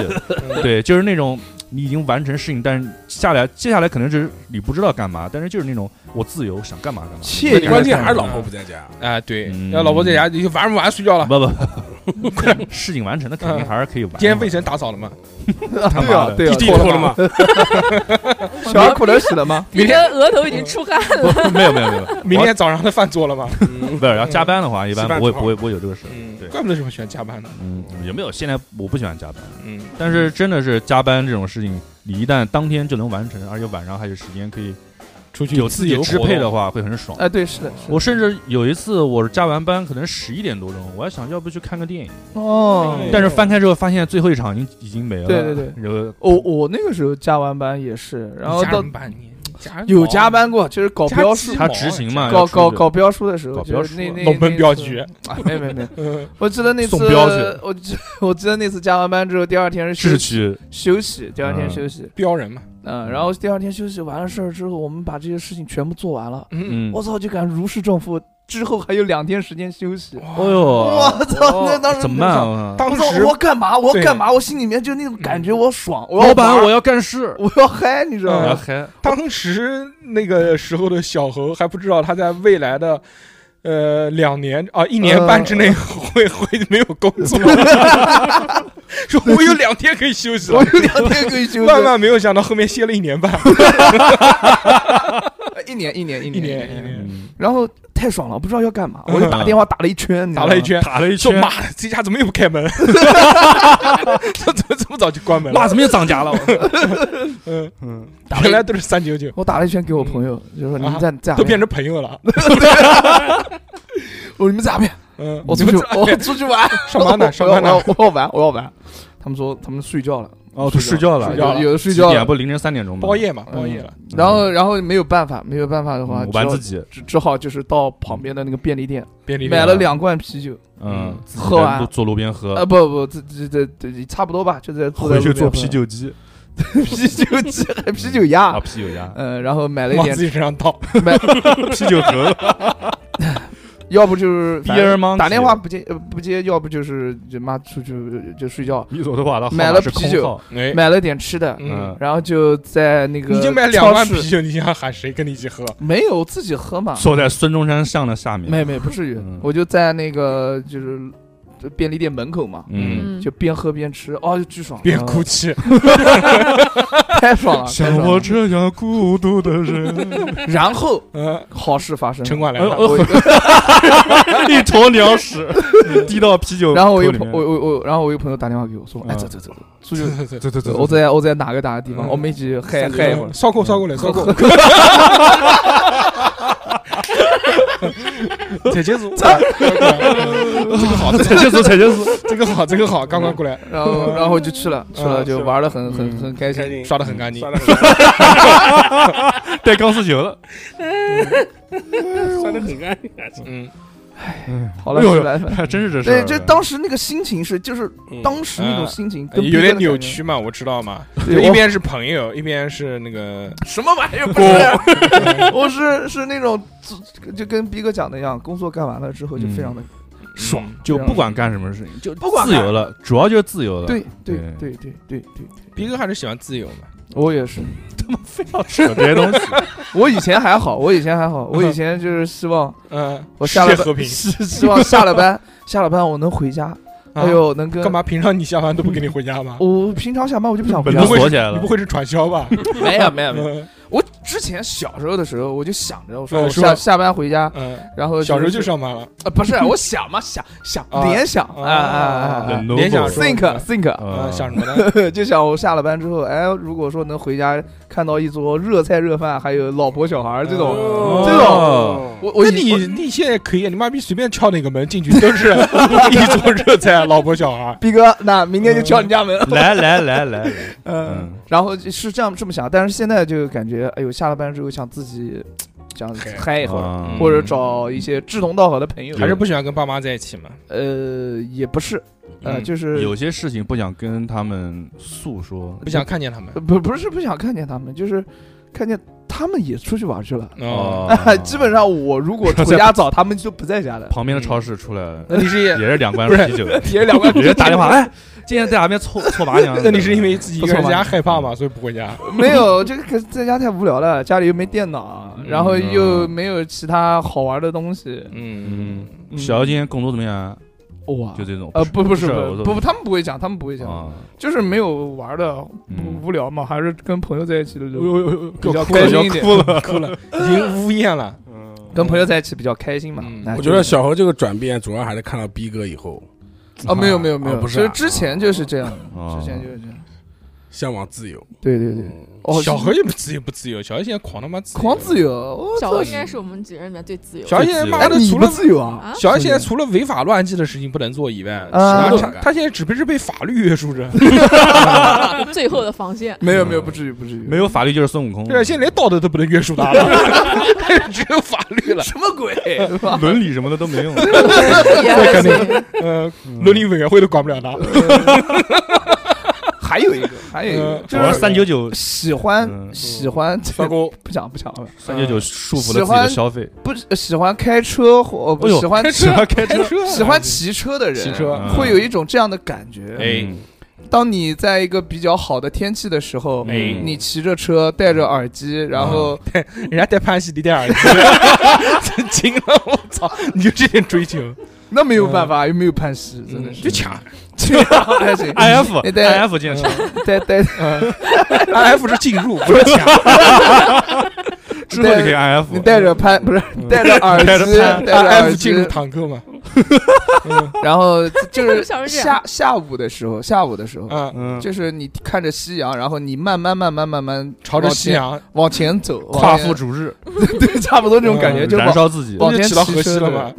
[SPEAKER 2] 对，就是那种你已经完成事情，但是下来接下来可能是你不知道干嘛，但是就是那种我自由想干嘛干嘛。
[SPEAKER 3] 惬意
[SPEAKER 4] 嗯关键还是老婆不在家，
[SPEAKER 1] 啊，对
[SPEAKER 2] 嗯，
[SPEAKER 1] 然后老婆在家你就玩不玩睡觉了，
[SPEAKER 2] 不不不，快事情完成了肯定还是可以玩的嘛。
[SPEAKER 1] 今天卫生打扫了吗？
[SPEAKER 2] 他
[SPEAKER 3] 对
[SPEAKER 2] 妈
[SPEAKER 3] 啊
[SPEAKER 2] 的
[SPEAKER 3] 对啊，
[SPEAKER 4] 地拖了吗？
[SPEAKER 3] 小孩口袋洗了吗？
[SPEAKER 5] 你的额头已经出汗了，
[SPEAKER 2] 不 没有没有没有，
[SPEAKER 1] 明天早上的饭做了吗？
[SPEAKER 4] 嗯
[SPEAKER 2] 不是要加班的话，一般
[SPEAKER 4] 吃饭
[SPEAKER 2] 不会
[SPEAKER 4] 吃
[SPEAKER 2] 不会不会有这个事。
[SPEAKER 1] 嗯
[SPEAKER 2] 对，
[SPEAKER 1] 怪不得这么喜欢加班呢。
[SPEAKER 2] 嗯，也没有。现在我不喜欢加班，
[SPEAKER 1] 嗯，
[SPEAKER 2] 但是真的是加班这种事情，你一旦当天就能完成，而且晚上还有时间可以
[SPEAKER 1] 出去
[SPEAKER 2] 有自己
[SPEAKER 1] 由
[SPEAKER 2] 支
[SPEAKER 1] 活
[SPEAKER 2] 配的
[SPEAKER 1] 动，
[SPEAKER 2] 话，会很爽。
[SPEAKER 3] 哎，对，是的，是的
[SPEAKER 2] 我甚至有一次，我加完班可能十一点多钟，我还想要不去看个电影，
[SPEAKER 3] 哦。
[SPEAKER 1] 对
[SPEAKER 2] 但是翻开之后发现最后一场已经已经没了。
[SPEAKER 3] 对对对，
[SPEAKER 2] 然后
[SPEAKER 3] 我哦我那个时候加完班也是，然后
[SPEAKER 1] 你加
[SPEAKER 3] 到
[SPEAKER 1] 什么班你你加人
[SPEAKER 3] 有
[SPEAKER 1] 忙
[SPEAKER 3] 加班过，就是搞
[SPEAKER 1] 加
[SPEAKER 3] 标
[SPEAKER 1] 急
[SPEAKER 3] 书，
[SPEAKER 2] 他执行嘛，
[SPEAKER 3] 搞
[SPEAKER 2] 要出去
[SPEAKER 3] 搞搞标书的时候，
[SPEAKER 2] 搞
[SPEAKER 3] 就是
[SPEAKER 2] 标书
[SPEAKER 3] 那那
[SPEAKER 1] 龙门镖，局
[SPEAKER 3] 那，次啊没没没，
[SPEAKER 1] 嗯
[SPEAKER 3] 我记得那次
[SPEAKER 2] 送镖去
[SPEAKER 3] 我记我记得那次加完班之后，第二天是休
[SPEAKER 2] 市
[SPEAKER 3] 息
[SPEAKER 2] 区，
[SPEAKER 3] 休息，第二天
[SPEAKER 2] 嗯
[SPEAKER 3] 休息，
[SPEAKER 1] 标人嘛，
[SPEAKER 3] 嗯，然后第二天休息完了事儿之后，我们把这些事情全部做完了，
[SPEAKER 1] 嗯，
[SPEAKER 2] 嗯，
[SPEAKER 3] 我操，就感觉如释重负。之后还有两天时间休息，
[SPEAKER 2] 哦呦，
[SPEAKER 3] 我操，那当时
[SPEAKER 2] 怎么办啊？
[SPEAKER 1] 当
[SPEAKER 3] 我说
[SPEAKER 1] 时
[SPEAKER 3] 我干嘛？我
[SPEAKER 1] 对
[SPEAKER 3] 干嘛？我心里面就那种感觉，我爽，我要
[SPEAKER 2] 嗯老板，
[SPEAKER 3] 玩
[SPEAKER 2] 我要干事，哎
[SPEAKER 3] 我要嗨，你知道
[SPEAKER 2] 我要
[SPEAKER 3] 吗？
[SPEAKER 2] 嗨，
[SPEAKER 1] 当时那个时候的小猴还不知道他在未来的。呃，两年啊，一
[SPEAKER 3] 呃
[SPEAKER 1] 年半之内会会没有工 作，说我有两天可以休息了
[SPEAKER 3] 我，有两天可以休息，
[SPEAKER 1] 万万没有想到后面歇了一年半，
[SPEAKER 3] 一年一年一
[SPEAKER 1] 一
[SPEAKER 3] 年
[SPEAKER 1] 年一年，
[SPEAKER 2] 嗯
[SPEAKER 3] 然后太爽了，不知道要干嘛，
[SPEAKER 1] 嗯
[SPEAKER 3] 我就打电话打了一圈，你知道
[SPEAKER 1] 打
[SPEAKER 3] 吗
[SPEAKER 1] 了一，圈，
[SPEAKER 2] 打了一
[SPEAKER 1] 说
[SPEAKER 2] 圈，
[SPEAKER 1] 妈的，这家怎么又不开 门？ 这怎么这么早就关门
[SPEAKER 2] 妈
[SPEAKER 1] 了？
[SPEAKER 2] 怎么又涨 价了？
[SPEAKER 1] 嗯，
[SPEAKER 2] 嗯，
[SPEAKER 3] 打了
[SPEAKER 1] 原
[SPEAKER 3] 一
[SPEAKER 1] 来都是三九九，
[SPEAKER 3] 我打了一圈给我朋友，就说你们在在哪
[SPEAKER 1] 啊都变成
[SPEAKER 3] 边？
[SPEAKER 1] 朋友了。
[SPEAKER 3] 我说你们在哪边？
[SPEAKER 1] 嗯，
[SPEAKER 3] 我
[SPEAKER 1] 你
[SPEAKER 3] 出
[SPEAKER 1] 们
[SPEAKER 3] 去，
[SPEAKER 1] 在
[SPEAKER 3] 我出去玩，
[SPEAKER 1] 上班呢，上
[SPEAKER 3] 我要
[SPEAKER 1] 班呢。
[SPEAKER 3] 我要我要玩，我要玩。他们说他们睡觉了，
[SPEAKER 2] 哦，都睡觉了，
[SPEAKER 1] 睡觉了
[SPEAKER 3] 有有的睡
[SPEAKER 2] 几
[SPEAKER 3] 觉
[SPEAKER 2] 点
[SPEAKER 3] 了，
[SPEAKER 2] 不凌晨三点钟吗？
[SPEAKER 1] 包夜嘛，
[SPEAKER 3] 嗯
[SPEAKER 1] 包夜了。
[SPEAKER 3] 然后然后没有办法，没有办法的话，
[SPEAKER 2] 嗯我
[SPEAKER 3] 只
[SPEAKER 2] 玩
[SPEAKER 3] 好
[SPEAKER 2] 自己，
[SPEAKER 3] 只只好就是到旁边的那个便利店
[SPEAKER 1] 便利店啊嗯
[SPEAKER 3] 买了两罐啤酒，
[SPEAKER 2] 嗯，自己
[SPEAKER 3] 喝
[SPEAKER 2] 在
[SPEAKER 3] 完
[SPEAKER 2] 路坐路边喝，
[SPEAKER 3] 啊不不，这这这这差不多吧，就在坐在
[SPEAKER 2] 回去
[SPEAKER 3] 路边
[SPEAKER 2] 做
[SPEAKER 3] 喝
[SPEAKER 2] 啤酒鸡
[SPEAKER 3] 啤酒鸡还啤酒
[SPEAKER 2] 啊，
[SPEAKER 3] 鸭，
[SPEAKER 2] 啤酒鸭，
[SPEAKER 3] 嗯，然后买了一
[SPEAKER 1] 往
[SPEAKER 3] 点
[SPEAKER 1] 自，己身上倒。
[SPEAKER 3] 买
[SPEAKER 2] 啤酒盒，
[SPEAKER 3] 要不就是反正
[SPEAKER 2] Dear Monkey
[SPEAKER 3] 打电话不接呃不接，要不就是就妈出去就睡觉，
[SPEAKER 2] 你走的话，他
[SPEAKER 3] 买了啤酒，
[SPEAKER 1] 哎，
[SPEAKER 3] 买了点吃的，
[SPEAKER 1] 嗯，
[SPEAKER 3] 然后就在那个
[SPEAKER 1] 你就买两罐
[SPEAKER 3] 超市嗯
[SPEAKER 1] 啤酒，你想喊谁跟你一起喝？
[SPEAKER 3] 没有自己喝嘛？
[SPEAKER 2] 坐在孙中山像的下面，
[SPEAKER 3] 啊没没不至于
[SPEAKER 2] 嗯，
[SPEAKER 3] 我就在那个就是就便利店门口嘛，
[SPEAKER 2] 嗯，
[SPEAKER 5] 嗯
[SPEAKER 3] 就边喝边吃，哦，就巨爽，
[SPEAKER 1] 别
[SPEAKER 3] 嗯
[SPEAKER 1] 哭泣，
[SPEAKER 3] 太爽 了，太
[SPEAKER 2] 像
[SPEAKER 3] 爽
[SPEAKER 2] 我
[SPEAKER 3] 了。
[SPEAKER 2] 这样孤独的 人，
[SPEAKER 3] 然后
[SPEAKER 1] 嗯，
[SPEAKER 3] 好事发生，
[SPEAKER 1] 城管来
[SPEAKER 2] 哎
[SPEAKER 3] 哦
[SPEAKER 1] 了
[SPEAKER 2] 呦。一坨鸟 屎滴到啤酒，
[SPEAKER 3] 然后我有
[SPEAKER 2] 里
[SPEAKER 3] 朋
[SPEAKER 2] 面
[SPEAKER 3] 我，我我，然后我有朋友打电话给我说，哎，
[SPEAKER 2] 嗯
[SPEAKER 3] 走走走，出去，
[SPEAKER 1] 对对对，
[SPEAKER 2] 对对对，
[SPEAKER 3] 我在我在哪个哪个地方，
[SPEAKER 1] 嗯
[SPEAKER 3] 我们一起嗨
[SPEAKER 1] 对
[SPEAKER 3] 嗨一会儿。
[SPEAKER 1] 烧过烧过来，烧过。 采结束， 这个好，
[SPEAKER 2] 踩结束踩结束，
[SPEAKER 1] 这个好，这个好，刚刚过来，
[SPEAKER 3] 然后然后就去了，去了
[SPEAKER 1] 嗯
[SPEAKER 3] 嗯就是玩的很很
[SPEAKER 1] 嗯
[SPEAKER 3] 很开
[SPEAKER 4] 开
[SPEAKER 3] 心。
[SPEAKER 4] 心
[SPEAKER 1] 刷的很干净。
[SPEAKER 4] 算了很干
[SPEAKER 2] 带钢丝球了，
[SPEAKER 4] 净，算的很干净。
[SPEAKER 1] 嗯，
[SPEAKER 3] 好了，
[SPEAKER 2] 哎呦
[SPEAKER 3] 是来了。
[SPEAKER 2] 还真是这事
[SPEAKER 3] 对
[SPEAKER 2] 儿，，啊
[SPEAKER 3] 就当时那个心情是，就是
[SPEAKER 4] 嗯
[SPEAKER 3] 当时那种
[SPEAKER 1] 嗯
[SPEAKER 3] 心情跟逼
[SPEAKER 1] 有
[SPEAKER 3] 真的
[SPEAKER 1] 点
[SPEAKER 3] 感
[SPEAKER 1] 扭
[SPEAKER 3] 觉
[SPEAKER 1] 曲嘛，我知道嘛。
[SPEAKER 3] 对
[SPEAKER 1] 就一
[SPEAKER 3] 我
[SPEAKER 1] 边是朋友，一边是那个嗯
[SPEAKER 3] 什么玩意儿？不是， 我是是那种就就跟逼哥讲的一样，工作干完了之后就非常的、
[SPEAKER 1] 爽。
[SPEAKER 2] 就
[SPEAKER 3] 啊
[SPEAKER 2] 不管干什么事情，就
[SPEAKER 3] 不管
[SPEAKER 2] 自由了，主要就是自由了，
[SPEAKER 3] 对对
[SPEAKER 2] 对
[SPEAKER 3] 对对对对，
[SPEAKER 1] 逼哥还是喜欢自由嘛。
[SPEAKER 3] 我也是。
[SPEAKER 2] 扯这些东西，
[SPEAKER 3] 我以前还好，我以前还好，我以前就是希 望
[SPEAKER 1] 嗯，
[SPEAKER 3] 我下了
[SPEAKER 1] 世界
[SPEAKER 3] 班
[SPEAKER 1] 和平
[SPEAKER 3] 希希望下了班下了班我能回家，哎
[SPEAKER 1] 啊，
[SPEAKER 3] 呦能跟
[SPEAKER 1] 干？嘛？平常你下班都不跟你回家吗？
[SPEAKER 3] 我平常下班我就不想回
[SPEAKER 2] 本
[SPEAKER 3] 家
[SPEAKER 2] 子
[SPEAKER 1] 不，会
[SPEAKER 2] 锁起来
[SPEAKER 1] 你
[SPEAKER 2] 了
[SPEAKER 1] 不，会是传销吧？
[SPEAKER 3] 没有没有
[SPEAKER 1] 嗯
[SPEAKER 3] 我之前小时候的时候，我就想着，我说
[SPEAKER 1] 嗯
[SPEAKER 3] 我
[SPEAKER 1] 说
[SPEAKER 3] 下下班回家，
[SPEAKER 1] 嗯，
[SPEAKER 3] 然后
[SPEAKER 1] 小时候就是上班了，
[SPEAKER 3] 呃不是， 我想嘛，想想
[SPEAKER 1] 啊
[SPEAKER 3] 联想
[SPEAKER 1] 啊
[SPEAKER 3] 啊啊啊
[SPEAKER 2] 啊
[SPEAKER 3] 啊
[SPEAKER 1] 联想说
[SPEAKER 3] ，think
[SPEAKER 1] 嗯
[SPEAKER 3] think，
[SPEAKER 1] 嗯，
[SPEAKER 2] 呃，
[SPEAKER 1] 想什么呢？
[SPEAKER 3] 就想我下了班之后，哎，如果说能回家看到一桌热菜热饭，还有老婆小孩儿这种，
[SPEAKER 4] 哦
[SPEAKER 3] 这
[SPEAKER 2] 种
[SPEAKER 3] 我我
[SPEAKER 1] 那
[SPEAKER 3] 已
[SPEAKER 1] 你你现在可以，你妈逼随便敲哪个门进去都是 一桌热菜，老婆小孩。
[SPEAKER 3] 逼哥，那明天就敲你家门。
[SPEAKER 2] 来来来来，来
[SPEAKER 3] 嗯，然后是这样这么想，但是现在就感觉，哎呦，下了班之后想自己想
[SPEAKER 4] 嗨
[SPEAKER 3] 嗨一会儿，
[SPEAKER 1] 嗯
[SPEAKER 2] 啊
[SPEAKER 3] 或者找一些志同道合的朋友，
[SPEAKER 1] 还是不喜欢跟爸妈在一起嘛？
[SPEAKER 3] 呃也不是，呃
[SPEAKER 1] 嗯
[SPEAKER 3] 就是
[SPEAKER 2] 有些事情不想跟他们诉说，
[SPEAKER 1] 不想看见他们
[SPEAKER 3] 呃。不不是不想看见他们，就是看见他们也出去玩去了。
[SPEAKER 2] 嗯
[SPEAKER 1] 哦，
[SPEAKER 3] 基本上我如果回家早，他们就不在家 了。
[SPEAKER 2] 旁边的超市出来了，
[SPEAKER 1] 那你是
[SPEAKER 2] 也
[SPEAKER 1] 也，
[SPEAKER 2] 是两罐
[SPEAKER 1] 不是
[SPEAKER 2] 啤酒，
[SPEAKER 3] 也是两块
[SPEAKER 2] 直接打电 话，哎，今天在哪边搓搓麻将？
[SPEAKER 1] 那你是因为自己一个人在家
[SPEAKER 3] 不
[SPEAKER 1] 害怕嘛，所以不回家？
[SPEAKER 3] 没有，这个在家太无聊了，家里又没电脑，
[SPEAKER 2] 嗯
[SPEAKER 3] 然后又没有其他好玩的东西。
[SPEAKER 1] 嗯
[SPEAKER 2] 嗯，小妖今天工作怎么样啊？
[SPEAKER 3] 哇
[SPEAKER 2] 就这种，
[SPEAKER 3] 呃，不不是
[SPEAKER 2] 是啊
[SPEAKER 3] 不
[SPEAKER 2] 我
[SPEAKER 3] 不，他们不会讲，他们不会讲，
[SPEAKER 2] 啊，
[SPEAKER 3] 就是没有玩的，
[SPEAKER 2] 嗯
[SPEAKER 3] 不无聊嘛，还是跟朋友在一起的，
[SPEAKER 1] 给
[SPEAKER 3] 比
[SPEAKER 1] 我
[SPEAKER 3] 较
[SPEAKER 1] 哭了
[SPEAKER 3] 开，心一点，
[SPEAKER 1] 哭了，已经呜咽了。
[SPEAKER 3] 跟朋友在一起比较开心嘛
[SPEAKER 1] 嗯。
[SPEAKER 3] 哎
[SPEAKER 4] 我觉得小何这个转变主要还是看到逼哥以后
[SPEAKER 3] 啊，没有没有没
[SPEAKER 4] 啊
[SPEAKER 1] 哦
[SPEAKER 3] 有，
[SPEAKER 4] 不
[SPEAKER 3] 其
[SPEAKER 4] 是啊
[SPEAKER 3] 实之前就是这样，
[SPEAKER 2] 啊
[SPEAKER 3] 之前就是这样。
[SPEAKER 4] 向往自由。
[SPEAKER 3] 对对对，哦，
[SPEAKER 1] 小何也不自由不自由，小何现在狂他妈自由
[SPEAKER 3] 狂自由，我
[SPEAKER 5] 小
[SPEAKER 3] 操
[SPEAKER 5] 欧应该是我们几个人里面最自由的。
[SPEAKER 1] 小何现在
[SPEAKER 2] 最自由
[SPEAKER 1] 妈
[SPEAKER 3] 哎
[SPEAKER 1] 的，
[SPEAKER 3] 你
[SPEAKER 1] 除
[SPEAKER 3] 不
[SPEAKER 1] 了嗯
[SPEAKER 3] 自由啊？
[SPEAKER 5] 啊
[SPEAKER 1] 小安现在除了违法乱纪的事情不能做以外，其
[SPEAKER 3] 啊，
[SPEAKER 1] 他他他现在只被是被法律约束着，
[SPEAKER 5] 最后的防线
[SPEAKER 3] 没有没有，不至于不至于，
[SPEAKER 2] 没有法律就是孙悟空，
[SPEAKER 3] 啊
[SPEAKER 1] 对，嗯现在连道德都不能约束他了， 只有法律了。
[SPEAKER 3] 什么 鬼，是吧
[SPEAKER 2] 伦理什么的都没 用。
[SPEAKER 1] 那肯定，呃，伦理委员会都管不了他。
[SPEAKER 3] 还有一个，还有一个
[SPEAKER 1] 嗯
[SPEAKER 3] 就
[SPEAKER 2] 我是
[SPEAKER 3] 是
[SPEAKER 2] 三九九，
[SPEAKER 3] 喜欢
[SPEAKER 2] 嗯
[SPEAKER 3] 喜欢
[SPEAKER 1] 发哥，
[SPEAKER 3] 不讲不讲了，
[SPEAKER 2] 三九九束缚了自己的消费。
[SPEAKER 3] 不呃喜欢开车或
[SPEAKER 2] 哎呦
[SPEAKER 3] 喜欢啊
[SPEAKER 1] 开
[SPEAKER 3] 骑
[SPEAKER 1] 车，开
[SPEAKER 3] 车
[SPEAKER 1] 车， 啊
[SPEAKER 3] 喜欢骑车的 人，
[SPEAKER 1] 骑车
[SPEAKER 2] 嗯
[SPEAKER 3] 会有一种这样的感觉。
[SPEAKER 1] 哎
[SPEAKER 2] 嗯
[SPEAKER 3] 当你在一个比较好的天气的时候，
[SPEAKER 1] 哎嗯
[SPEAKER 3] 你骑着车，戴着耳机，然后
[SPEAKER 1] 人家戴潘西迪戴耳机， 真惊了！我操，你就这点追求，
[SPEAKER 3] 那没有办法，又没有盼息，真的
[SPEAKER 1] 嗯
[SPEAKER 3] 是
[SPEAKER 1] 就抢。
[SPEAKER 3] 这样还行。
[SPEAKER 2] I F
[SPEAKER 3] 你
[SPEAKER 2] I
[SPEAKER 3] 戴
[SPEAKER 2] F 健身，
[SPEAKER 3] 戴戴
[SPEAKER 1] 嗯 F 是进 入，不是抢。
[SPEAKER 2] 之后就可以 I F。
[SPEAKER 3] 你戴着潘不是戴着耳机，
[SPEAKER 2] 戴着
[SPEAKER 3] 戴
[SPEAKER 2] 潘
[SPEAKER 3] 着耳
[SPEAKER 1] F
[SPEAKER 3] 机
[SPEAKER 1] 进，入坦克嘛？
[SPEAKER 3] 然后就
[SPEAKER 5] 为
[SPEAKER 3] 是
[SPEAKER 5] 什么是这样
[SPEAKER 3] 下下午的时候，下午的时候，
[SPEAKER 1] 嗯，
[SPEAKER 2] 嗯，
[SPEAKER 3] 就是你看着夕阳，然后你慢慢慢慢慢慢
[SPEAKER 1] 朝着夕阳，
[SPEAKER 3] 往前走，往
[SPEAKER 2] 夸
[SPEAKER 3] 前
[SPEAKER 2] 父逐日，
[SPEAKER 3] 对，差不多这种感觉，
[SPEAKER 1] 嗯
[SPEAKER 3] 就
[SPEAKER 2] 燃
[SPEAKER 3] 往
[SPEAKER 2] 烧自己。
[SPEAKER 3] 往
[SPEAKER 1] 就
[SPEAKER 3] 前
[SPEAKER 1] 骑到
[SPEAKER 3] 骑
[SPEAKER 1] 河
[SPEAKER 3] 车
[SPEAKER 1] 西了
[SPEAKER 3] 的
[SPEAKER 1] 嘛？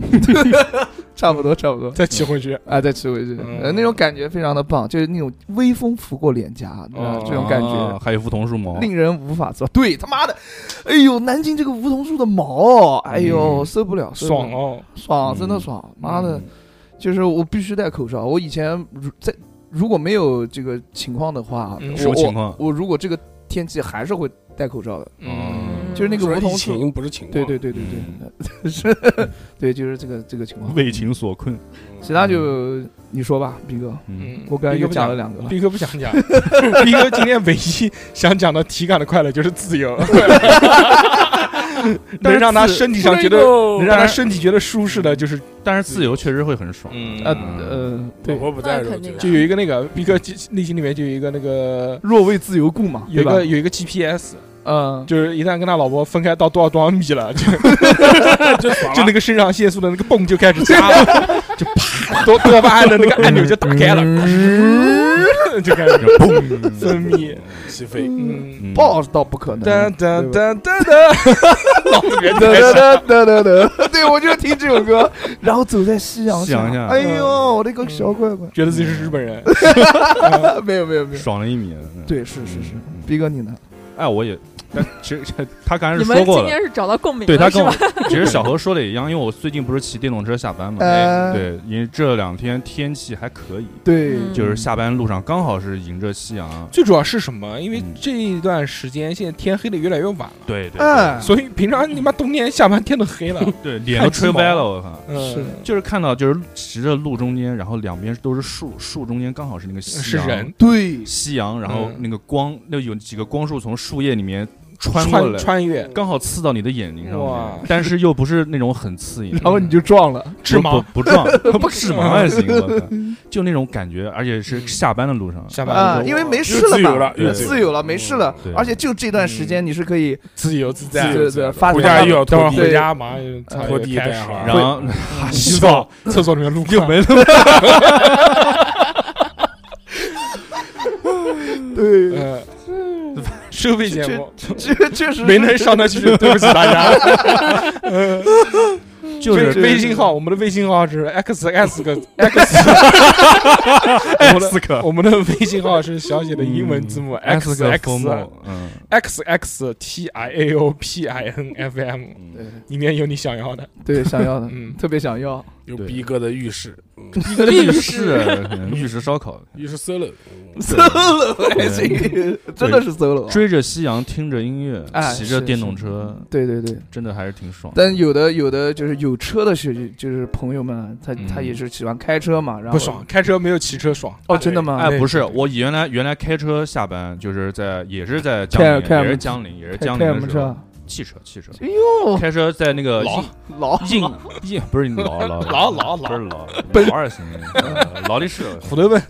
[SPEAKER 3] 差不多差不多。
[SPEAKER 1] 再骑回去。
[SPEAKER 3] 啊，再吃回去，
[SPEAKER 1] 嗯
[SPEAKER 3] 呃，那种感觉非常的棒，就是那种微风拂过脸颊，你知道吗
[SPEAKER 1] 哦
[SPEAKER 3] 这种感
[SPEAKER 2] 啊
[SPEAKER 3] 觉
[SPEAKER 2] 还有梧桐树毛，嗯
[SPEAKER 3] 令人无法自拔。对，他妈的，哎呦，南京这个梧桐树的毛，哎呦，
[SPEAKER 2] 嗯
[SPEAKER 3] 受不了，受不了
[SPEAKER 1] 爽，哦！
[SPEAKER 3] 爽，
[SPEAKER 2] 嗯
[SPEAKER 3] 真的爽，妈的，就是我必须戴口罩。我以前如在如果没有这个情况的话，
[SPEAKER 1] 嗯
[SPEAKER 3] 我
[SPEAKER 2] 什么情况
[SPEAKER 3] 我我如果这个天气还是会戴口罩的，
[SPEAKER 1] 嗯，
[SPEAKER 2] 嗯
[SPEAKER 3] 就是那个
[SPEAKER 4] 说
[SPEAKER 3] 梧桐
[SPEAKER 4] 疫
[SPEAKER 3] 树，
[SPEAKER 4] 情不是情况，
[SPEAKER 3] 对对对对对，是， 对，就是这个这个情况。
[SPEAKER 2] 为情所困。
[SPEAKER 3] 其他就你说吧，斌哥，
[SPEAKER 2] 嗯，
[SPEAKER 3] 我刚才
[SPEAKER 1] 逼
[SPEAKER 3] 又
[SPEAKER 1] 哥不
[SPEAKER 3] 讲了两个 了。
[SPEAKER 1] 逼哥不想讲，逼哥今天唯一想讲的体感的快乐就是自 由，能让他身体上觉得能让他身体觉得舒适的，就是
[SPEAKER 2] 但是自由确实会很爽。
[SPEAKER 1] 嗯
[SPEAKER 3] 呃
[SPEAKER 2] 嗯
[SPEAKER 3] 呃，
[SPEAKER 4] 老
[SPEAKER 3] 对，
[SPEAKER 4] 婆不在的
[SPEAKER 5] 那
[SPEAKER 4] 时候
[SPEAKER 5] 肯定的
[SPEAKER 1] 就有一个那个逼哥记内心里面就有一个那个
[SPEAKER 3] 若为自由故嘛，
[SPEAKER 1] 有
[SPEAKER 3] 对
[SPEAKER 1] 一
[SPEAKER 3] 吧？
[SPEAKER 1] 个有一个 GPS，
[SPEAKER 3] 嗯，
[SPEAKER 1] 就是一旦跟他老婆分开到多少多少米了，就
[SPEAKER 4] 就 爽了
[SPEAKER 1] 就那个肾上腺素的那个泵就开始加了， 就啪多多巴胺的那个按钮就打开了，嗯 就开始分泌，
[SPEAKER 4] 起飞。
[SPEAKER 1] 嗯。
[SPEAKER 2] 嗯
[SPEAKER 3] 爆是倒不可能。
[SPEAKER 1] 噔
[SPEAKER 3] 噔
[SPEAKER 1] 噔噔噔噔，老子 原
[SPEAKER 3] 噔
[SPEAKER 1] 来是
[SPEAKER 3] 噔噔噔噔，对我就听这首歌，然后走在夕阳
[SPEAKER 2] 夕阳下
[SPEAKER 3] 哎呦，我的个小乖乖！
[SPEAKER 1] 觉得自己是日本人，
[SPEAKER 3] 没有没有没有，
[SPEAKER 2] 爽了一米。嗯，
[SPEAKER 3] 对，是是是
[SPEAKER 2] 嗯，嗯
[SPEAKER 3] 斌哥你呢？
[SPEAKER 2] 哎，我也， 但其实 他刚才
[SPEAKER 5] 你
[SPEAKER 2] 是
[SPEAKER 5] 们
[SPEAKER 2] 说过
[SPEAKER 5] 今
[SPEAKER 2] 了，
[SPEAKER 5] 天是找到共鸣
[SPEAKER 2] 对他
[SPEAKER 5] 了是
[SPEAKER 2] 跟我
[SPEAKER 5] 吧？
[SPEAKER 2] 其实小何说的也一样，因为我最近不是骑电动车下班嘛，
[SPEAKER 3] 呃，
[SPEAKER 2] 对，因为这两天天气还可以，
[SPEAKER 3] 对
[SPEAKER 5] 嗯
[SPEAKER 2] 就是下班路上刚好是迎着夕阳，
[SPEAKER 1] 最主要是什么？因为
[SPEAKER 2] 嗯
[SPEAKER 1] 这一段时间现在天黑的越来越晚了，
[SPEAKER 2] 对对
[SPEAKER 3] 哎，
[SPEAKER 1] 所以平常你妈冬天下班天都黑了，
[SPEAKER 2] 对，脸都吹歪了，我靠。
[SPEAKER 1] 嗯
[SPEAKER 3] 是
[SPEAKER 2] 就是看到，就是骑着路中间，然后两边都是树，树中间刚好是那个夕嗯
[SPEAKER 1] 是
[SPEAKER 2] 阳，
[SPEAKER 1] 人，
[SPEAKER 3] 对
[SPEAKER 2] 夕阳，然后
[SPEAKER 1] 嗯
[SPEAKER 2] 那个光，那有几个光束从树叶里面穿过嗯
[SPEAKER 1] 穿
[SPEAKER 2] 来，
[SPEAKER 1] 穿越
[SPEAKER 2] 刚好刺到你的眼睛上
[SPEAKER 1] 哇
[SPEAKER 2] 面，但是又不是那种很刺 眼，
[SPEAKER 3] 然后你就撞了，
[SPEAKER 1] 致
[SPEAKER 2] 不
[SPEAKER 1] 盲
[SPEAKER 2] 不撞，不致盲 也行，我靠，就那种感觉，而且是下班的路上，
[SPEAKER 1] 下班
[SPEAKER 3] 啊，
[SPEAKER 1] 之后
[SPEAKER 3] 因为没事
[SPEAKER 4] 又自
[SPEAKER 3] 了
[SPEAKER 4] 由
[SPEAKER 3] 嘛
[SPEAKER 4] 了，
[SPEAKER 2] 又
[SPEAKER 3] 自由了，没事了
[SPEAKER 2] 对，
[SPEAKER 3] 而且就这段时间你是可以
[SPEAKER 1] 自由自在
[SPEAKER 4] 自，由
[SPEAKER 3] 对
[SPEAKER 4] 自在
[SPEAKER 3] 对发
[SPEAKER 4] 回
[SPEAKER 3] 展
[SPEAKER 4] 家
[SPEAKER 3] 到
[SPEAKER 4] 又要
[SPEAKER 1] 等会儿
[SPEAKER 4] 拖地，
[SPEAKER 1] 回家马上就
[SPEAKER 4] 拖地
[SPEAKER 1] 开
[SPEAKER 4] 带
[SPEAKER 1] 始
[SPEAKER 4] 好，
[SPEAKER 1] 了
[SPEAKER 2] 然后
[SPEAKER 1] 洗 澡，厕所里面路
[SPEAKER 2] 又
[SPEAKER 1] 过，
[SPEAKER 2] 没 那么
[SPEAKER 3] 对，
[SPEAKER 1] 呃， 收费节
[SPEAKER 3] 确
[SPEAKER 1] 目
[SPEAKER 3] 确确实
[SPEAKER 1] 没能上得去，对不起大家。
[SPEAKER 2] 就是
[SPEAKER 1] 微信 号，我们的微信号是 x x 个 x，我们的
[SPEAKER 2] 四个
[SPEAKER 1] 我们的微信号是小写的英文字母 x
[SPEAKER 2] 个风
[SPEAKER 1] x
[SPEAKER 2] 貌， 嗯，
[SPEAKER 1] x x t i a o p i n f m，里面有你想要的，
[SPEAKER 3] 对想要的，
[SPEAKER 1] 嗯，
[SPEAKER 3] 特别想要，
[SPEAKER 4] 有
[SPEAKER 2] 对
[SPEAKER 4] 逼哥的浴室，嗯
[SPEAKER 2] 一个浴室， 浴室烧烤，
[SPEAKER 4] 浴室 solo，嗯
[SPEAKER 3] solo 还行，真的是 solo，
[SPEAKER 2] 追着夕阳，听着音乐，
[SPEAKER 3] 哎
[SPEAKER 2] 骑
[SPEAKER 3] 是
[SPEAKER 2] 着电
[SPEAKER 3] 是
[SPEAKER 2] 动车，
[SPEAKER 3] 对对对。
[SPEAKER 2] 真的还是挺爽的。
[SPEAKER 3] 但有的有的就是有车的是就是朋友们啊，他他
[SPEAKER 2] 嗯
[SPEAKER 3] 也是喜欢开车嘛，然后
[SPEAKER 1] 不爽，开车没有骑车爽。
[SPEAKER 3] 哦，真的吗？
[SPEAKER 2] 哎，
[SPEAKER 1] 对
[SPEAKER 2] 不是，我原来原来开车下班，就是在也是在江
[SPEAKER 3] 开开
[SPEAKER 2] 陵，也
[SPEAKER 3] 什
[SPEAKER 2] 是
[SPEAKER 3] 么
[SPEAKER 2] 江陵，也是
[SPEAKER 3] 开
[SPEAKER 2] 江
[SPEAKER 3] 开什
[SPEAKER 2] 陵
[SPEAKER 3] 么
[SPEAKER 2] 的时候
[SPEAKER 3] 车，？
[SPEAKER 2] 汽车汽车，
[SPEAKER 3] 哎呦，
[SPEAKER 2] 开车在那个
[SPEAKER 1] 老
[SPEAKER 3] 老
[SPEAKER 2] 印印不是你老老
[SPEAKER 1] 老老
[SPEAKER 2] 不
[SPEAKER 1] 老
[SPEAKER 2] 是老
[SPEAKER 3] 奔
[SPEAKER 2] 老二行，呃劳力士，
[SPEAKER 1] 虎头奔，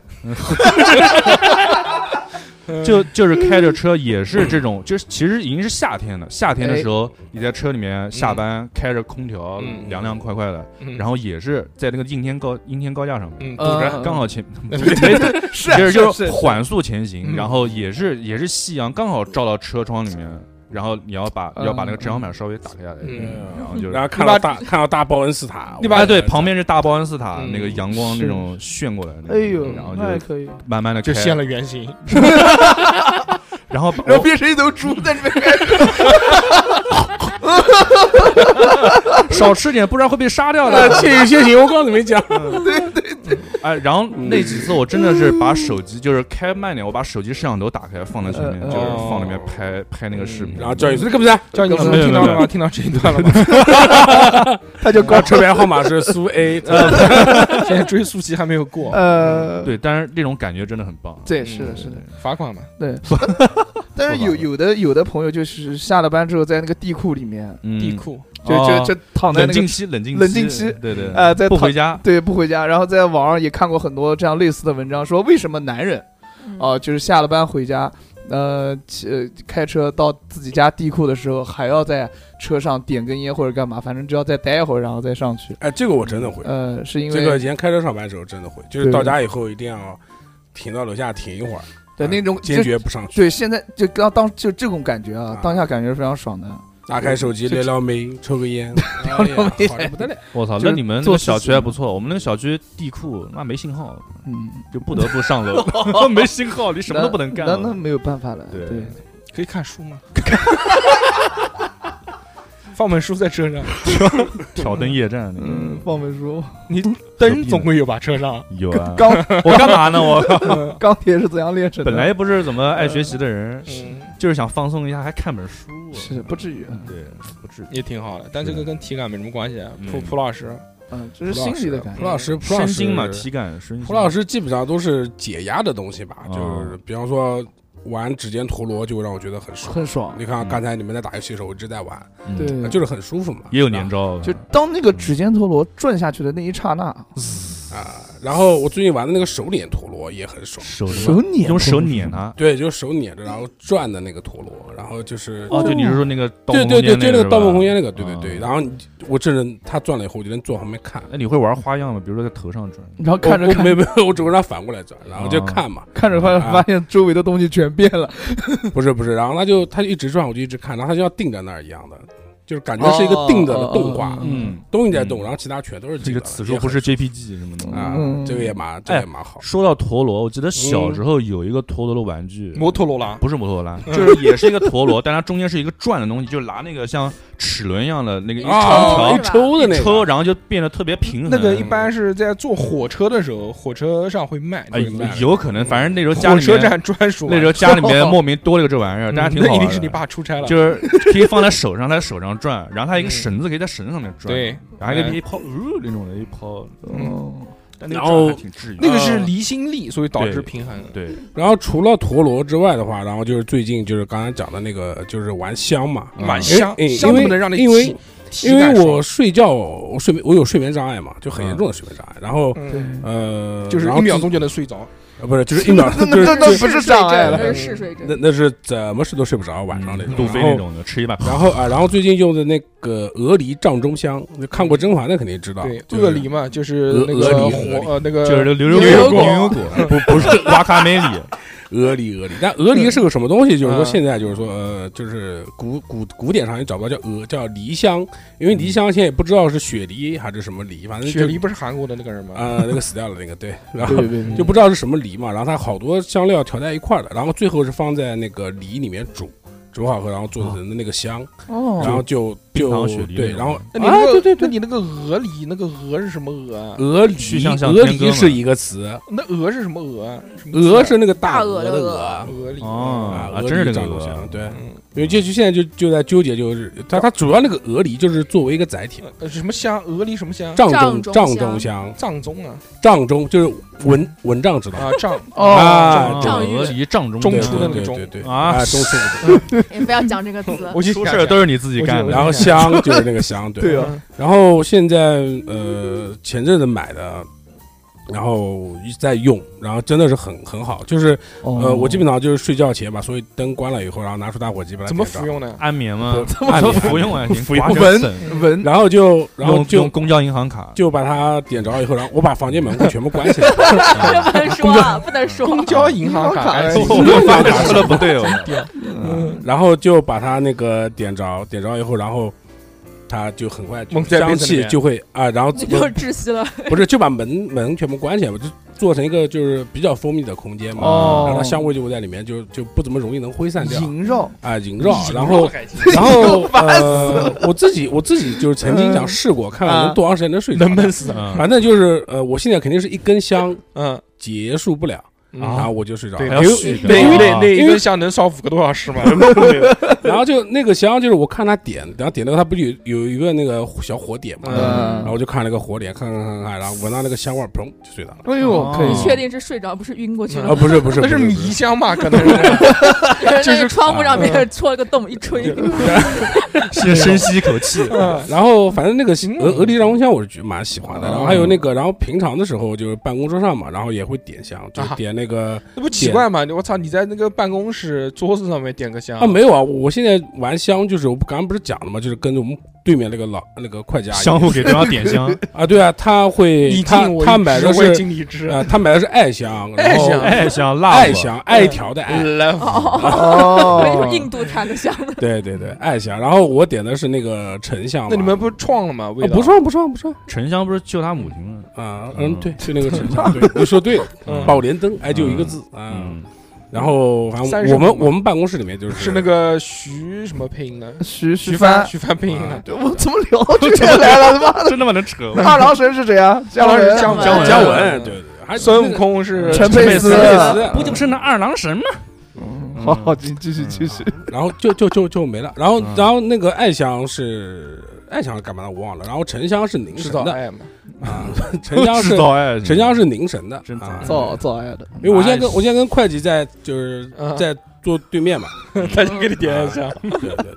[SPEAKER 2] 就就是开着车也是这种，就是其实已经是夏天了，夏
[SPEAKER 3] 哎
[SPEAKER 2] 天的时候你在车里面下
[SPEAKER 3] 嗯
[SPEAKER 2] 班开着空调
[SPEAKER 1] 嗯
[SPEAKER 2] 凉凉快快的，
[SPEAKER 1] 嗯
[SPEAKER 2] 然后也是在那个应天高应天高架上面，
[SPEAKER 1] 嗯，
[SPEAKER 3] 呃
[SPEAKER 2] 刚好前
[SPEAKER 3] 对对是啊
[SPEAKER 2] 就是
[SPEAKER 3] 啊
[SPEAKER 2] 就是
[SPEAKER 3] 是啊
[SPEAKER 2] 缓速前行，
[SPEAKER 1] 嗯
[SPEAKER 2] 然后也是也是夕阳刚好照到车窗里面，然后你要把
[SPEAKER 3] 嗯
[SPEAKER 2] 要把那个遮阳板稍微打开下来，
[SPEAKER 1] 嗯
[SPEAKER 2] 然后就
[SPEAKER 4] 然后
[SPEAKER 2] 是。
[SPEAKER 4] 看到大看到大报恩斯塔，
[SPEAKER 1] 你把
[SPEAKER 2] 啊，对，旁边是大报恩斯塔，
[SPEAKER 1] 嗯
[SPEAKER 2] 那个阳光
[SPEAKER 3] 是
[SPEAKER 2] 那种炫过来的那种，
[SPEAKER 3] 哎呦，
[SPEAKER 2] 嗯然后
[SPEAKER 3] 那还
[SPEAKER 2] 就
[SPEAKER 3] 可以，
[SPEAKER 2] 慢慢的
[SPEAKER 1] 就现了原 形，
[SPEAKER 2] 然后
[SPEAKER 3] 然后变成一头猪在那边，
[SPEAKER 2] 少吃点，不然会被杀掉
[SPEAKER 4] 那
[SPEAKER 2] 的。
[SPEAKER 4] 谢谢谢谢，我刚才没讲，
[SPEAKER 2] 哎，然后那几次我真的是把手机就是开慢点，我把手机摄像头打开放在前面，
[SPEAKER 3] 呃
[SPEAKER 2] 就是
[SPEAKER 1] 哦
[SPEAKER 2] 放那边拍拍那个视频，
[SPEAKER 4] 嗯
[SPEAKER 2] 嗯
[SPEAKER 4] 然后叫你说干不干？
[SPEAKER 1] 叫你
[SPEAKER 3] 哥
[SPEAKER 1] 们
[SPEAKER 2] 们
[SPEAKER 1] 听到了
[SPEAKER 2] 没有没
[SPEAKER 1] 吗？听到这一段了吗？
[SPEAKER 3] 他就
[SPEAKER 4] 然
[SPEAKER 3] 高
[SPEAKER 4] 后车牌号码是苏 A，
[SPEAKER 1] 现在追溯期还没有过，
[SPEAKER 3] 呃，
[SPEAKER 2] 嗯对，嗯但是那种感觉真的很棒。
[SPEAKER 3] 对，是的，是的。
[SPEAKER 1] 罚款嘛？
[SPEAKER 3] 但是有有的有的朋友就是下了班之后在那个地库里面，
[SPEAKER 2] 嗯
[SPEAKER 1] 地库，
[SPEAKER 3] 就
[SPEAKER 2] 哦
[SPEAKER 3] 就就躺在
[SPEAKER 2] 冷
[SPEAKER 3] 那个
[SPEAKER 2] 静期，冷静
[SPEAKER 3] 冷静期
[SPEAKER 2] 对对，
[SPEAKER 3] 呃在
[SPEAKER 2] 不
[SPEAKER 3] 躺
[SPEAKER 2] 回家，
[SPEAKER 3] 对不回家，然后在网上也看过很多这样类似的文章，说为什么男人
[SPEAKER 5] 嗯
[SPEAKER 3] 哦、就是下了班回家，呃，骑呃开车到自己家地库的时候，还要在车上点根烟或者干嘛，反正只要再待一会儿，然后再上去。
[SPEAKER 4] 哎，这个我真的会，
[SPEAKER 3] 呃，是因为
[SPEAKER 4] 这个以前开车上班的时候真的会，就是到家以后一定要停到楼下停一会儿，
[SPEAKER 3] 对那种
[SPEAKER 4] 坚
[SPEAKER 3] 就
[SPEAKER 4] 决不上去，
[SPEAKER 3] 对，现在就刚当就这种感觉啊
[SPEAKER 4] 啊，
[SPEAKER 3] 当下感觉是非常爽的。
[SPEAKER 4] 打开手机
[SPEAKER 3] 就
[SPEAKER 4] 撩撩妹，抽个烟，哎呀
[SPEAKER 3] 撩妹
[SPEAKER 4] 好的不得了。
[SPEAKER 2] 我操，
[SPEAKER 3] 就是
[SPEAKER 2] 那你们那
[SPEAKER 3] 做
[SPEAKER 2] 个
[SPEAKER 3] 自己
[SPEAKER 2] 小区还不错，我们那个小区地库那没信号，
[SPEAKER 3] 嗯，
[SPEAKER 2] 就不得不上楼，没信号，你什么都不能干
[SPEAKER 3] 那
[SPEAKER 2] 了。
[SPEAKER 3] 那那没有办法了。
[SPEAKER 2] 对
[SPEAKER 3] 对，
[SPEAKER 1] 可以看书吗？ 放本书在车上，
[SPEAKER 2] 挑灯夜战那个
[SPEAKER 3] 嗯，放本书，
[SPEAKER 1] 你灯总会有吧？车 上
[SPEAKER 2] 有啊，
[SPEAKER 3] 钢
[SPEAKER 2] 我干嘛呢？我嗯
[SPEAKER 3] 钢铁是怎样炼成的？
[SPEAKER 2] 本来又不是怎么爱学习的人，
[SPEAKER 1] 嗯，
[SPEAKER 2] 就是想放松一下，还看本书。
[SPEAKER 3] 是不至于，
[SPEAKER 2] 对，不至于。
[SPEAKER 1] 也挺好的，但这个跟体感没什么关系啊。
[SPEAKER 2] 嗯
[SPEAKER 1] 蒲蒲老师，
[SPEAKER 3] 嗯，这是心理的感
[SPEAKER 4] 蒲
[SPEAKER 3] 觉。
[SPEAKER 4] 老师，蒲老
[SPEAKER 2] 身
[SPEAKER 4] 师
[SPEAKER 2] 心嘛，体感身心。
[SPEAKER 4] 蒲老师基本上都是解压的东西吧，
[SPEAKER 2] 啊
[SPEAKER 4] 就是比方说玩指尖陀螺就让我觉得很爽。
[SPEAKER 3] 很爽，
[SPEAKER 4] 你看
[SPEAKER 2] 嗯
[SPEAKER 4] 刚才你们在打游戏的时候，我一直在玩，
[SPEAKER 2] 嗯
[SPEAKER 3] 对，
[SPEAKER 4] 那啊就是很舒服嘛。
[SPEAKER 2] 也有年招，
[SPEAKER 3] 就当那个指尖陀螺转下去的那一刹那，
[SPEAKER 4] 啊，然后我最近玩的那个手捻陀螺也很爽，
[SPEAKER 2] 手什么
[SPEAKER 3] 手捻
[SPEAKER 2] 用手捻啊它。
[SPEAKER 4] 对，就是手捻着然后转的那个陀螺，然后就是
[SPEAKER 2] 哦，就你是说那个盗
[SPEAKER 4] 对
[SPEAKER 2] 梦
[SPEAKER 4] 对
[SPEAKER 2] 空
[SPEAKER 4] 对，
[SPEAKER 2] 间
[SPEAKER 4] 就那
[SPEAKER 2] 个是
[SPEAKER 4] 个《
[SPEAKER 2] 吧
[SPEAKER 4] 盗梦空间》那个，对对
[SPEAKER 2] 啊
[SPEAKER 4] 对。然后你我这人他转了以后，我就能坐旁边看，
[SPEAKER 2] 哎，你会玩花样吗？比如说在头上转，
[SPEAKER 3] 然后看着
[SPEAKER 4] 我我
[SPEAKER 3] 看
[SPEAKER 4] 没没，我只会让他反过来转，然后就
[SPEAKER 2] 啊
[SPEAKER 4] 看嘛。
[SPEAKER 3] 看着发现
[SPEAKER 4] 啊
[SPEAKER 3] 发现周围的东西全变了，
[SPEAKER 4] 不是不是，然后他就他就一直转，我就一直看，然后他就像定在那儿一样的，就是感觉是一个定着的动画
[SPEAKER 3] 哦哦哦，
[SPEAKER 2] 嗯，
[SPEAKER 4] 东西在动，
[SPEAKER 2] 嗯
[SPEAKER 4] 然后其他全都是
[SPEAKER 2] 这个
[SPEAKER 4] 此
[SPEAKER 2] 此处不是 JPG 什么的。
[SPEAKER 4] 啊
[SPEAKER 3] 嗯，
[SPEAKER 4] 这个也蛮这个也蛮好。
[SPEAKER 2] 说到陀螺，我记得小
[SPEAKER 4] 嗯
[SPEAKER 2] 时候有一个陀螺的玩具，
[SPEAKER 1] 摩托罗拉，
[SPEAKER 2] 不是摩托 罗拉，就是也是一个陀螺，但它中间是一个转的东西，就是拿那个像齿轮一样的那哎个一长
[SPEAKER 5] 哦
[SPEAKER 2] 条
[SPEAKER 4] 啊一抽的那
[SPEAKER 2] 抽，
[SPEAKER 4] 个，
[SPEAKER 2] 然后就变得特别平
[SPEAKER 1] 啊
[SPEAKER 2] 衡。
[SPEAKER 1] 那个一般是在坐火车的时候，火车上会卖，
[SPEAKER 2] 哎
[SPEAKER 1] 会卖的
[SPEAKER 2] 有可能，反正那时候家
[SPEAKER 1] 火
[SPEAKER 2] 里
[SPEAKER 1] 车
[SPEAKER 2] 面
[SPEAKER 1] 站专属玩
[SPEAKER 2] 那
[SPEAKER 1] 意，
[SPEAKER 2] 时候家 里面莫名多了个这玩意儿，
[SPEAKER 1] 嗯
[SPEAKER 2] 大家挺好
[SPEAKER 1] 那一
[SPEAKER 2] 玩
[SPEAKER 1] 定
[SPEAKER 2] 的
[SPEAKER 1] 是你爸出差了，嗯
[SPEAKER 2] 就是可以放在手上，在手上转，然后它一个绳子可以在绳子上面转，呃
[SPEAKER 1] 对，
[SPEAKER 2] 然后还可以一抛，呜那种的一抛，
[SPEAKER 3] 嗯，
[SPEAKER 2] 但那个
[SPEAKER 4] 然后
[SPEAKER 2] 转还挺治愈的。
[SPEAKER 1] 那个是离心力，所以导致
[SPEAKER 2] 对
[SPEAKER 1] 平衡。
[SPEAKER 2] 对，
[SPEAKER 4] 然后除了陀螺之外的话，然后就是最近就是刚才讲的那个，就是玩香嘛，
[SPEAKER 1] 蛮
[SPEAKER 2] 嗯
[SPEAKER 1] 香
[SPEAKER 4] 因为
[SPEAKER 1] 香能不能让那
[SPEAKER 4] 哎因为
[SPEAKER 1] 体体
[SPEAKER 4] 因为
[SPEAKER 1] 感爽
[SPEAKER 4] 我睡觉，我睡眠我有睡眠障碍嘛，就很严重的睡眠障碍。然后
[SPEAKER 1] 嗯
[SPEAKER 3] 对，
[SPEAKER 4] 呃，
[SPEAKER 1] 就是
[SPEAKER 4] 然
[SPEAKER 1] 一
[SPEAKER 4] 后
[SPEAKER 1] 秒
[SPEAKER 4] 自
[SPEAKER 1] 钟就能睡着，
[SPEAKER 4] 呃不是就是一秒
[SPEAKER 3] 那
[SPEAKER 4] 就是
[SPEAKER 3] 那那不是障碍
[SPEAKER 5] 那
[SPEAKER 3] 了，
[SPEAKER 5] 是嗜睡症
[SPEAKER 4] 那。那是怎么睡都睡不着，晚上那种。
[SPEAKER 2] 嗯杜飞
[SPEAKER 4] 然
[SPEAKER 2] 那
[SPEAKER 4] 后
[SPEAKER 2] 种的，吃一把。
[SPEAKER 4] 然后啊，然后最近用的那个鹅梨帐中香，就看过《甄嬛》的肯定知
[SPEAKER 2] 啊
[SPEAKER 4] 道，
[SPEAKER 1] 对，
[SPEAKER 4] 就是
[SPEAKER 1] 鳄梨嘛，就是
[SPEAKER 4] 鹅
[SPEAKER 1] 那
[SPEAKER 4] 鹅
[SPEAKER 1] 个
[SPEAKER 4] 梨鹅梨
[SPEAKER 1] 火呃那个
[SPEAKER 2] 就是牛
[SPEAKER 5] 牛
[SPEAKER 2] 油
[SPEAKER 5] 油果
[SPEAKER 2] 牛油果，不不是瓦卡梅里，
[SPEAKER 4] 鹅梨鹅梨。但鹅梨是个什么东西？就是说
[SPEAKER 1] 嗯
[SPEAKER 4] 现在就是说呃，就是古古古典上也找不到叫鹅叫梨香，因为梨香现在也不知道是雪梨还是什么梨，反正就
[SPEAKER 1] 雪梨不是韩国的那个人吗？
[SPEAKER 4] 啊、那个死掉了那个对， 然后
[SPEAKER 3] 对对对，
[SPEAKER 4] 就不知道是什么梨嘛，然后它好多香料调在一块儿的，然后最后是放在那个梨里面煮，煮好后然后做成的那个香，然
[SPEAKER 3] 哦，
[SPEAKER 4] 后就
[SPEAKER 2] 冰糖
[SPEAKER 4] 就
[SPEAKER 2] 雪梨那种
[SPEAKER 4] 对，然后
[SPEAKER 1] 那你
[SPEAKER 3] 啊
[SPEAKER 1] 那个
[SPEAKER 3] 对对对
[SPEAKER 1] 那你那个鹅梨，那个鹅是什么鹅啊？
[SPEAKER 4] 鹅梨
[SPEAKER 2] 去向向
[SPEAKER 4] 鹅
[SPEAKER 2] 天歌
[SPEAKER 4] 梨
[SPEAKER 2] 嘛
[SPEAKER 4] 是一个词，
[SPEAKER 1] 那鹅是什么鹅啊？什么
[SPEAKER 4] 鹅
[SPEAKER 1] 字
[SPEAKER 4] 是那个大
[SPEAKER 5] 大
[SPEAKER 4] 鹅
[SPEAKER 5] 鹅的
[SPEAKER 4] 的
[SPEAKER 5] 鹅
[SPEAKER 4] 鹅。
[SPEAKER 1] 鹅梨
[SPEAKER 2] 哦
[SPEAKER 4] 啊
[SPEAKER 2] 啊，
[SPEAKER 4] 鹅
[SPEAKER 2] 真是
[SPEAKER 4] 梨
[SPEAKER 2] 那个
[SPEAKER 4] 长得
[SPEAKER 2] 鹅
[SPEAKER 4] 像对，
[SPEAKER 1] 嗯
[SPEAKER 4] 因为就就现在就就在纠结，就是它它主要那个鹅梨就是作为一个载体，
[SPEAKER 1] 呃呃什么香？鹅梨什么香？
[SPEAKER 4] 帐
[SPEAKER 5] 帐
[SPEAKER 4] 中
[SPEAKER 5] 中
[SPEAKER 4] 帐
[SPEAKER 5] 香
[SPEAKER 4] 中香，
[SPEAKER 1] 藏中啊
[SPEAKER 4] 帐中就是蚊蚊帐知道 吧？
[SPEAKER 1] 啊藏
[SPEAKER 3] 哦
[SPEAKER 4] 啊
[SPEAKER 2] 啊，
[SPEAKER 5] 对
[SPEAKER 2] 鹅梨帐中
[SPEAKER 1] 中
[SPEAKER 4] 对
[SPEAKER 2] 间
[SPEAKER 1] 出的那个
[SPEAKER 4] 对
[SPEAKER 1] 钟，
[SPEAKER 4] 对对对
[SPEAKER 2] 啊
[SPEAKER 4] 啊，中出的
[SPEAKER 5] 也不要讲这个词
[SPEAKER 1] 我就
[SPEAKER 2] 出事儿都是你自己干
[SPEAKER 1] 我
[SPEAKER 2] 的。
[SPEAKER 1] 觉
[SPEAKER 4] 然后香就是那个香，对
[SPEAKER 3] 对
[SPEAKER 1] 啊，
[SPEAKER 3] 啊
[SPEAKER 4] 然后现在呃前阵子买的，然后一直在用，然后真的是很很好，就是
[SPEAKER 3] 哦
[SPEAKER 4] 呃我基本上就是睡觉前把所有灯关了以后，然后拿出打火机把它
[SPEAKER 1] 怎么
[SPEAKER 4] 点着
[SPEAKER 1] 服用 呢？
[SPEAKER 2] 安眠吗？
[SPEAKER 4] 按
[SPEAKER 2] 都
[SPEAKER 4] 钮
[SPEAKER 2] 服用啊，
[SPEAKER 4] 服用
[SPEAKER 2] 花生
[SPEAKER 3] 闻
[SPEAKER 2] 粉
[SPEAKER 3] 闻
[SPEAKER 4] 然后就然后
[SPEAKER 2] 用
[SPEAKER 4] 就
[SPEAKER 2] 用公交银行卡，
[SPEAKER 4] 就把它点着以后，然后我把房间门户全部关起来，
[SPEAKER 5] 这 不能说啊，不能说。
[SPEAKER 1] 公交银行
[SPEAKER 3] 银行卡
[SPEAKER 1] 卡，哎
[SPEAKER 3] 哎
[SPEAKER 2] 我 发现说的不对哦，
[SPEAKER 3] 嗯
[SPEAKER 4] 然后就把它那个点着，点着以后，然后它就很快就
[SPEAKER 1] 蒙在被子里
[SPEAKER 4] 香气
[SPEAKER 1] 面
[SPEAKER 4] 就会啊，然后
[SPEAKER 5] 这就窒息
[SPEAKER 1] 哦
[SPEAKER 5] 了，
[SPEAKER 4] 不是就把门门全部关起来，我就做成一个就是比较封闭的空间嘛，
[SPEAKER 3] 哦
[SPEAKER 4] 然后它香味就会在里面就就不怎么容易能挥散掉
[SPEAKER 3] 萦绕，
[SPEAKER 4] 啊，萦绕，然后。
[SPEAKER 1] 还 行
[SPEAKER 4] 然后呃，我自己我自己就是曾经想试过，看看能多长时间能睡着。
[SPEAKER 1] 能闷死啊！
[SPEAKER 2] 嗯
[SPEAKER 4] 反正就是呃，我现在肯定是一根香
[SPEAKER 1] 嗯
[SPEAKER 4] 结束不了，
[SPEAKER 1] 嗯
[SPEAKER 4] 然啊后我就睡着了。
[SPEAKER 1] 对
[SPEAKER 2] 还要
[SPEAKER 1] 因为
[SPEAKER 2] 续
[SPEAKER 1] 那
[SPEAKER 2] 的
[SPEAKER 1] 那
[SPEAKER 2] 啊
[SPEAKER 1] 那一根香能烧五个多小 时吗？
[SPEAKER 4] 然后就那个香，就是我看他点，然后点那个他不有有一个那个小火点嘛，
[SPEAKER 1] 嗯
[SPEAKER 4] 然后我就看那个火点，看看看看，然后闻到那个香味儿，砰就睡着了。
[SPEAKER 3] 哎呦，可以
[SPEAKER 4] 哦
[SPEAKER 5] 你确定是睡着不是晕过去
[SPEAKER 4] 啊，
[SPEAKER 5] 了？
[SPEAKER 4] 不是不是，
[SPEAKER 1] 那
[SPEAKER 4] 不
[SPEAKER 1] 是
[SPEAKER 4] 不
[SPEAKER 1] 迷香嘛？可能是
[SPEAKER 5] 那
[SPEAKER 1] 哦是
[SPEAKER 5] 个窗户上
[SPEAKER 1] 啊哦
[SPEAKER 5] 面 戳了个洞，一吹，
[SPEAKER 2] 先深吸一口气，
[SPEAKER 1] 嗯
[SPEAKER 4] 然后反正那个呃
[SPEAKER 1] 嗯
[SPEAKER 4] 鹅鹅梨让红香我是觉得蛮喜欢的，
[SPEAKER 1] 哦
[SPEAKER 4] 然后还有那个，然后平常的时候就是办公桌上嘛，然后也会点香，就
[SPEAKER 1] 啊
[SPEAKER 4] 点那个
[SPEAKER 1] 那不奇怪吗？我操，你在那个办公室桌子上面点个香
[SPEAKER 4] 啊没有啊，我现在玩香就是我刚刚不是讲了嘛，就是跟着我们对面那个老那个快家一样
[SPEAKER 2] 相互给对方点香，
[SPEAKER 4] 啊，对啊，他会
[SPEAKER 1] 你
[SPEAKER 4] 他
[SPEAKER 1] 敬我
[SPEAKER 4] 他
[SPEAKER 1] 一
[SPEAKER 4] 买
[SPEAKER 1] 枝
[SPEAKER 4] 的
[SPEAKER 1] 我也
[SPEAKER 4] 是
[SPEAKER 1] 敬你一枝
[SPEAKER 4] 啊，他买的是艾香，然
[SPEAKER 1] 艾
[SPEAKER 4] 后
[SPEAKER 1] 香
[SPEAKER 2] 哦爱香辣
[SPEAKER 4] 艾
[SPEAKER 2] 我，
[SPEAKER 4] 香艾条的艾，
[SPEAKER 1] love
[SPEAKER 5] 我
[SPEAKER 3] 哦
[SPEAKER 5] 跟你说，印度产的香的，
[SPEAKER 4] 对对对艾香，然后我点的是那个沉香嘛，
[SPEAKER 1] 那你们不创了吗？味
[SPEAKER 4] 啊
[SPEAKER 1] 道
[SPEAKER 4] 不上不上不上
[SPEAKER 2] 沉香不是救他母亲吗？
[SPEAKER 4] 啊，
[SPEAKER 2] 嗯
[SPEAKER 4] 嗯对，就那个沉 香，对，你说对了，
[SPEAKER 1] 嗯
[SPEAKER 4] 宝莲灯，哎，就一个字啊。
[SPEAKER 2] 嗯，
[SPEAKER 4] 然后反
[SPEAKER 1] 三
[SPEAKER 4] 正
[SPEAKER 1] 十
[SPEAKER 4] 我
[SPEAKER 1] 五
[SPEAKER 4] 们
[SPEAKER 1] 嘛
[SPEAKER 4] 我们办公室里面就是
[SPEAKER 1] 是那个徐什么配音的？
[SPEAKER 3] 徐徐
[SPEAKER 1] 徐
[SPEAKER 3] 帆
[SPEAKER 1] 帆，，徐帆配音
[SPEAKER 4] 啊
[SPEAKER 1] 的。
[SPEAKER 3] 我怎么聊到这边来了？ 他妈的，
[SPEAKER 2] 嗯真他妈能扯，
[SPEAKER 3] 二郎神是谁啊？姜文，
[SPEAKER 1] 姜
[SPEAKER 5] 姜
[SPEAKER 1] 文，
[SPEAKER 5] 文
[SPEAKER 4] 姜文，
[SPEAKER 1] 文
[SPEAKER 4] 对，对，对还
[SPEAKER 1] 嗯孙悟空是
[SPEAKER 3] 陈佩斯
[SPEAKER 1] 陈
[SPEAKER 2] 不就是那二郎神吗？
[SPEAKER 3] 嗯好好，继继续继续，
[SPEAKER 4] 然后就就就就没了。然后
[SPEAKER 2] 嗯
[SPEAKER 4] 然后那个艾香是艾香是干嘛的我忘了。然后沉香是凝
[SPEAKER 1] 制
[SPEAKER 4] 神
[SPEAKER 1] 造
[SPEAKER 4] 的
[SPEAKER 1] 爱嘛？
[SPEAKER 4] 啊，沉香
[SPEAKER 2] 制
[SPEAKER 4] 是
[SPEAKER 2] 造爱，
[SPEAKER 4] 沉香是凝神的
[SPEAKER 2] 真
[SPEAKER 4] 啊
[SPEAKER 2] 早。
[SPEAKER 3] 造造爱的，
[SPEAKER 4] 因为我现在跟我现在跟会计在就是
[SPEAKER 1] 嗯
[SPEAKER 4] 在坐对面嘛。 啊
[SPEAKER 1] 他就给你点一下，
[SPEAKER 4] 对 对对。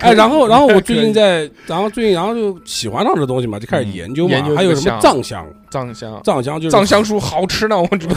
[SPEAKER 4] 哎，然后然后我最近在，然后最近然后就喜欢上这东西嘛，就开始
[SPEAKER 2] 嗯
[SPEAKER 4] 研究嘛
[SPEAKER 1] 研究，这
[SPEAKER 4] 还有
[SPEAKER 1] 个
[SPEAKER 4] 什
[SPEAKER 1] 香
[SPEAKER 4] 么藏香？
[SPEAKER 1] 藏香，
[SPEAKER 4] 藏香就是
[SPEAKER 1] 藏香酥好吃呢，我知 道，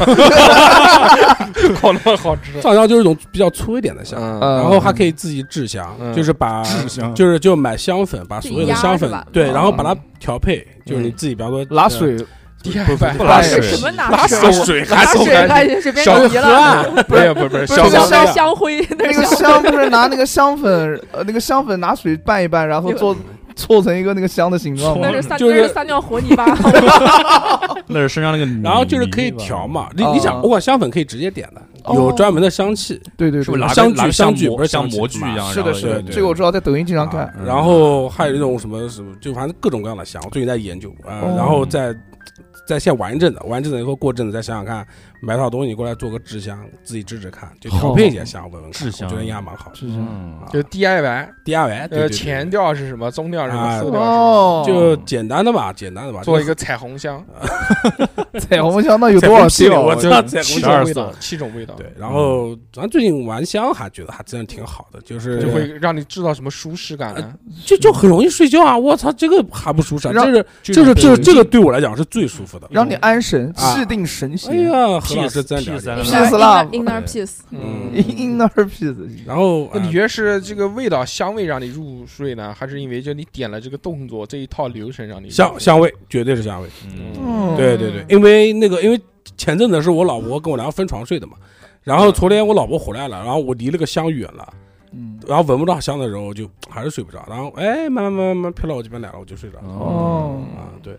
[SPEAKER 1] 好那么好吃。
[SPEAKER 4] 藏香就是一种比较粗一点的香。
[SPEAKER 1] 嗯，
[SPEAKER 4] 然后还可以自己制香，
[SPEAKER 1] 嗯
[SPEAKER 4] 就是把
[SPEAKER 2] 制香
[SPEAKER 4] 就是就买香粉，把所有的香粉
[SPEAKER 5] 自己压是吧
[SPEAKER 4] 对，
[SPEAKER 5] 嗯
[SPEAKER 4] 然后把它调配，就是
[SPEAKER 1] 嗯
[SPEAKER 4] 你自己，比方说
[SPEAKER 3] 拉，水
[SPEAKER 1] 第二版
[SPEAKER 2] 不拉水
[SPEAKER 5] 这什么
[SPEAKER 1] 拉
[SPEAKER 5] 拿
[SPEAKER 1] 手
[SPEAKER 4] 水
[SPEAKER 1] 拉手
[SPEAKER 5] 还是随便
[SPEAKER 1] 小
[SPEAKER 5] 提了，
[SPEAKER 1] 没有，不是不是
[SPEAKER 3] 不是
[SPEAKER 1] 小
[SPEAKER 5] 那
[SPEAKER 1] 刚
[SPEAKER 5] 是香灰，
[SPEAKER 3] 那
[SPEAKER 5] 那
[SPEAKER 3] 个
[SPEAKER 5] 是
[SPEAKER 3] 香不是拿那个香粉，呃，那个香粉拿水拌一拌，然后做搓成一个那个香的形状吗
[SPEAKER 5] 那？是撒
[SPEAKER 4] 就是
[SPEAKER 5] 那是撒尿和泥巴，
[SPEAKER 2] 那是身上那个泥，
[SPEAKER 4] 然后就是可以调嘛。你
[SPEAKER 3] 泥吧
[SPEAKER 4] 你想，
[SPEAKER 3] 哦
[SPEAKER 4] 不管香粉可以直接点的，
[SPEAKER 3] 哦
[SPEAKER 4] 有专门的香气，
[SPEAKER 3] 对对
[SPEAKER 2] 是不是拿，
[SPEAKER 3] 对
[SPEAKER 2] 个
[SPEAKER 4] 香
[SPEAKER 2] 拿
[SPEAKER 4] 具
[SPEAKER 2] 个
[SPEAKER 4] 香
[SPEAKER 2] 像
[SPEAKER 4] 具
[SPEAKER 2] 模
[SPEAKER 4] 不是
[SPEAKER 2] 像
[SPEAKER 4] 香具
[SPEAKER 2] 模具一样，
[SPEAKER 3] 是的，是的，
[SPEAKER 4] 对对
[SPEAKER 3] 这个我知道，在抖音经常看
[SPEAKER 4] 啊。然后还有那种什么什么，就反正各种各样的香，我最近在研究啊。
[SPEAKER 3] 哦
[SPEAKER 4] 然后在在线完整的，完整的以后过阵子再想想看，买套东西过来做个制箱，自己制制看，就调配一下香
[SPEAKER 1] 哦
[SPEAKER 4] 闻闻看，
[SPEAKER 2] 制香
[SPEAKER 4] 我觉得应该蛮好的。
[SPEAKER 3] 是这样。
[SPEAKER 2] 嗯
[SPEAKER 4] 啊
[SPEAKER 1] 就 DIY，
[SPEAKER 4] DIY 对
[SPEAKER 1] 呃，
[SPEAKER 4] 对对
[SPEAKER 1] 前调是什么，中调是什么，
[SPEAKER 4] 啊
[SPEAKER 1] 后调是什么，
[SPEAKER 3] 哦，
[SPEAKER 4] 就简单的吧，简单的吧，
[SPEAKER 1] 做
[SPEAKER 4] 就
[SPEAKER 1] 一个彩虹香，
[SPEAKER 4] 啊
[SPEAKER 3] 彩虹香那有多少
[SPEAKER 4] 彩虹屁
[SPEAKER 3] 调啊？
[SPEAKER 4] 我知道
[SPEAKER 3] 真的
[SPEAKER 4] 彩虹
[SPEAKER 1] 七
[SPEAKER 4] 香
[SPEAKER 1] 种
[SPEAKER 4] 味
[SPEAKER 1] 味
[SPEAKER 4] 道
[SPEAKER 1] 道，。七种味道，
[SPEAKER 4] 对，然后咱最近玩香还觉得还真的挺好的，就是
[SPEAKER 1] 就会让你制造什么舒适感啊呢？
[SPEAKER 4] 就就很容易睡觉啊！我操，这个还不舒适啊，
[SPEAKER 3] 让
[SPEAKER 4] 这是
[SPEAKER 1] 就
[SPEAKER 4] 这是这
[SPEAKER 1] 对
[SPEAKER 4] 这个对我来讲是最舒服的。
[SPEAKER 3] 让你安神，
[SPEAKER 4] 啊
[SPEAKER 3] 制定神
[SPEAKER 4] 哎
[SPEAKER 3] 闲
[SPEAKER 4] 呀，何老
[SPEAKER 2] P
[SPEAKER 4] 师真了
[SPEAKER 2] P
[SPEAKER 4] 解
[SPEAKER 2] 三
[SPEAKER 3] 屁死了
[SPEAKER 5] inner peace，
[SPEAKER 1] 嗯
[SPEAKER 4] 嗯
[SPEAKER 3] ，inner peace。
[SPEAKER 4] 然后
[SPEAKER 1] 那你
[SPEAKER 4] 呃
[SPEAKER 1] 觉得是这个味道香味让你入睡呢，还是因为就你点了这个动作这一套流程让你入睡
[SPEAKER 4] 香香味绝对是香味，
[SPEAKER 2] 嗯，
[SPEAKER 5] 哦
[SPEAKER 3] 嗯，
[SPEAKER 4] 对对对，因为那个因为前阵子是我老婆跟我俩分床睡的嘛，然后昨天我老婆回来了，然后我离了个香远了，
[SPEAKER 3] 嗯，
[SPEAKER 4] 然后闻不到香的时候就还是睡不着，然后哎慢慢慢慢慢飘到我这边来了，我就睡着了
[SPEAKER 2] 哦，
[SPEAKER 3] 哦，
[SPEAKER 4] 啊，对。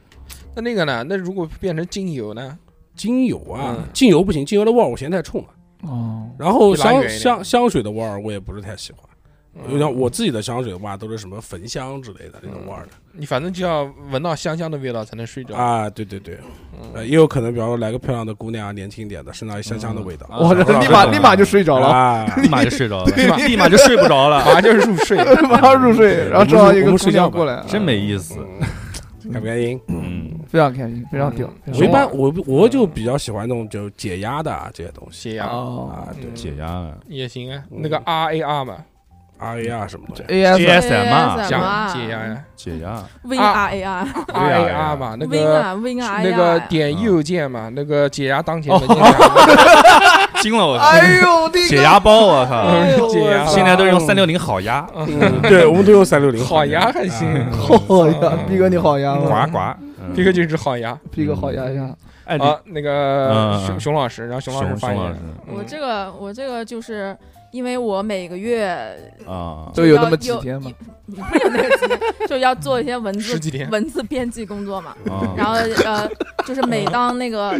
[SPEAKER 1] 那那个呢？那如果变成精油呢？
[SPEAKER 4] 精油啊
[SPEAKER 1] 嗯，
[SPEAKER 4] 精油不行，精油的味儿我嫌太冲了。
[SPEAKER 3] 哦，
[SPEAKER 4] 然后
[SPEAKER 1] 你拉远一
[SPEAKER 4] 香
[SPEAKER 1] 点
[SPEAKER 4] 香香水的味儿我也不是太喜欢。
[SPEAKER 1] 嗯
[SPEAKER 4] 就像我自己的香水的话，都是什么焚香之类的那种味儿的
[SPEAKER 1] 你反正就要闻到香香的味道才能睡着。
[SPEAKER 4] 啊，对对对，呃，
[SPEAKER 1] 嗯
[SPEAKER 4] 也有可能，比方说来个漂亮的姑娘，年轻一点的，身上有香香的味道，
[SPEAKER 2] 嗯啊
[SPEAKER 3] 我这
[SPEAKER 2] 啊
[SPEAKER 3] 立
[SPEAKER 2] 啊
[SPEAKER 3] 马
[SPEAKER 2] 啊
[SPEAKER 3] 立马就睡着了，。
[SPEAKER 4] 啊，
[SPEAKER 2] 立马就嗯睡着了，
[SPEAKER 1] 对
[SPEAKER 2] 立马立马就睡不着
[SPEAKER 1] 马
[SPEAKER 2] 了，
[SPEAKER 1] 上就是入睡
[SPEAKER 3] 马上入睡，然后正好一个姑娘过来，
[SPEAKER 2] 真没意思。
[SPEAKER 4] 嗯开不开心？
[SPEAKER 2] 嗯，
[SPEAKER 3] 非常开心，非常屌
[SPEAKER 1] 嗯。
[SPEAKER 3] 非常
[SPEAKER 4] 我一
[SPEAKER 3] 棒
[SPEAKER 4] 般我我就比较喜欢那种就解压的啊这些东西
[SPEAKER 1] 解压
[SPEAKER 3] 哦
[SPEAKER 4] 啊，对
[SPEAKER 1] 嗯
[SPEAKER 2] 解压啊
[SPEAKER 1] 也行啊，
[SPEAKER 4] 嗯
[SPEAKER 1] 那个 R A R 嘛，
[SPEAKER 4] ，R A 啊什么东西，
[SPEAKER 3] ，AS
[SPEAKER 2] ，ASM 啊，
[SPEAKER 5] ASMR
[SPEAKER 1] 讲
[SPEAKER 5] 啊
[SPEAKER 1] 解压呀
[SPEAKER 2] 解压，
[SPEAKER 5] ，V R A R，
[SPEAKER 1] ，R A R 嘛，那个
[SPEAKER 5] Win 啊 Win
[SPEAKER 1] 那
[SPEAKER 5] R
[SPEAKER 1] 个
[SPEAKER 5] 呀，
[SPEAKER 1] 点右键嘛，那个解压当前
[SPEAKER 3] 哦
[SPEAKER 1] 的键盘
[SPEAKER 2] 惊了我，
[SPEAKER 3] 哎呦，我的
[SPEAKER 2] 解压包，我靠，
[SPEAKER 5] 哎
[SPEAKER 1] 嗯解压
[SPEAKER 2] 现在都是用三六零好压，
[SPEAKER 4] 嗯 对，我们都用三六零，
[SPEAKER 1] 好牙还行，
[SPEAKER 3] 嗯好呀，逼哥你好呀，
[SPEAKER 2] 呱呱，嗯
[SPEAKER 1] 这个就是好牙
[SPEAKER 3] 逼哥好呀呀，
[SPEAKER 2] 哎，你
[SPEAKER 1] 啊。那个
[SPEAKER 2] 嗯
[SPEAKER 1] 熊熊老师，让熊老师
[SPEAKER 2] 熊
[SPEAKER 1] 发
[SPEAKER 2] 熊老
[SPEAKER 1] 言
[SPEAKER 2] 师。
[SPEAKER 1] 嗯
[SPEAKER 5] 我这个我这个就是因为我每个月
[SPEAKER 2] 啊，
[SPEAKER 3] 都有那么几天嘛，
[SPEAKER 5] 不 是有那个几，就要做一些文
[SPEAKER 1] 十
[SPEAKER 5] 字
[SPEAKER 1] 几天
[SPEAKER 5] 文字编辑工作嘛。
[SPEAKER 2] 啊
[SPEAKER 5] 然后呃，就是每当那个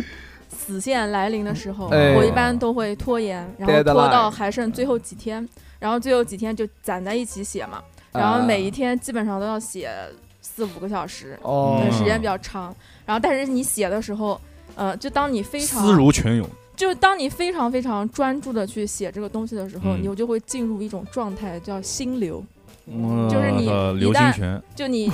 [SPEAKER 5] 死线来临的时候，
[SPEAKER 3] 嗯哎
[SPEAKER 5] 我一般都会拖延，然后
[SPEAKER 3] Deadline
[SPEAKER 5] 拖到还剩最后几天，然后最后几天就攒在一起写嘛。
[SPEAKER 3] 啊
[SPEAKER 5] 然后每一天基本上都要写四五个小时，
[SPEAKER 3] 哦
[SPEAKER 5] 呃时间比较长。然后但是你写的时候，呃，就当你非常
[SPEAKER 2] 思如泉涌，
[SPEAKER 5] 就当你非常非常专注的去写这个东西的时候，
[SPEAKER 2] 嗯
[SPEAKER 5] 你就会进入一种状态，叫心流。
[SPEAKER 2] 嗯
[SPEAKER 5] 就是你
[SPEAKER 2] 呃
[SPEAKER 5] 一
[SPEAKER 2] 流
[SPEAKER 5] 旦
[SPEAKER 2] 金泉，
[SPEAKER 5] 就你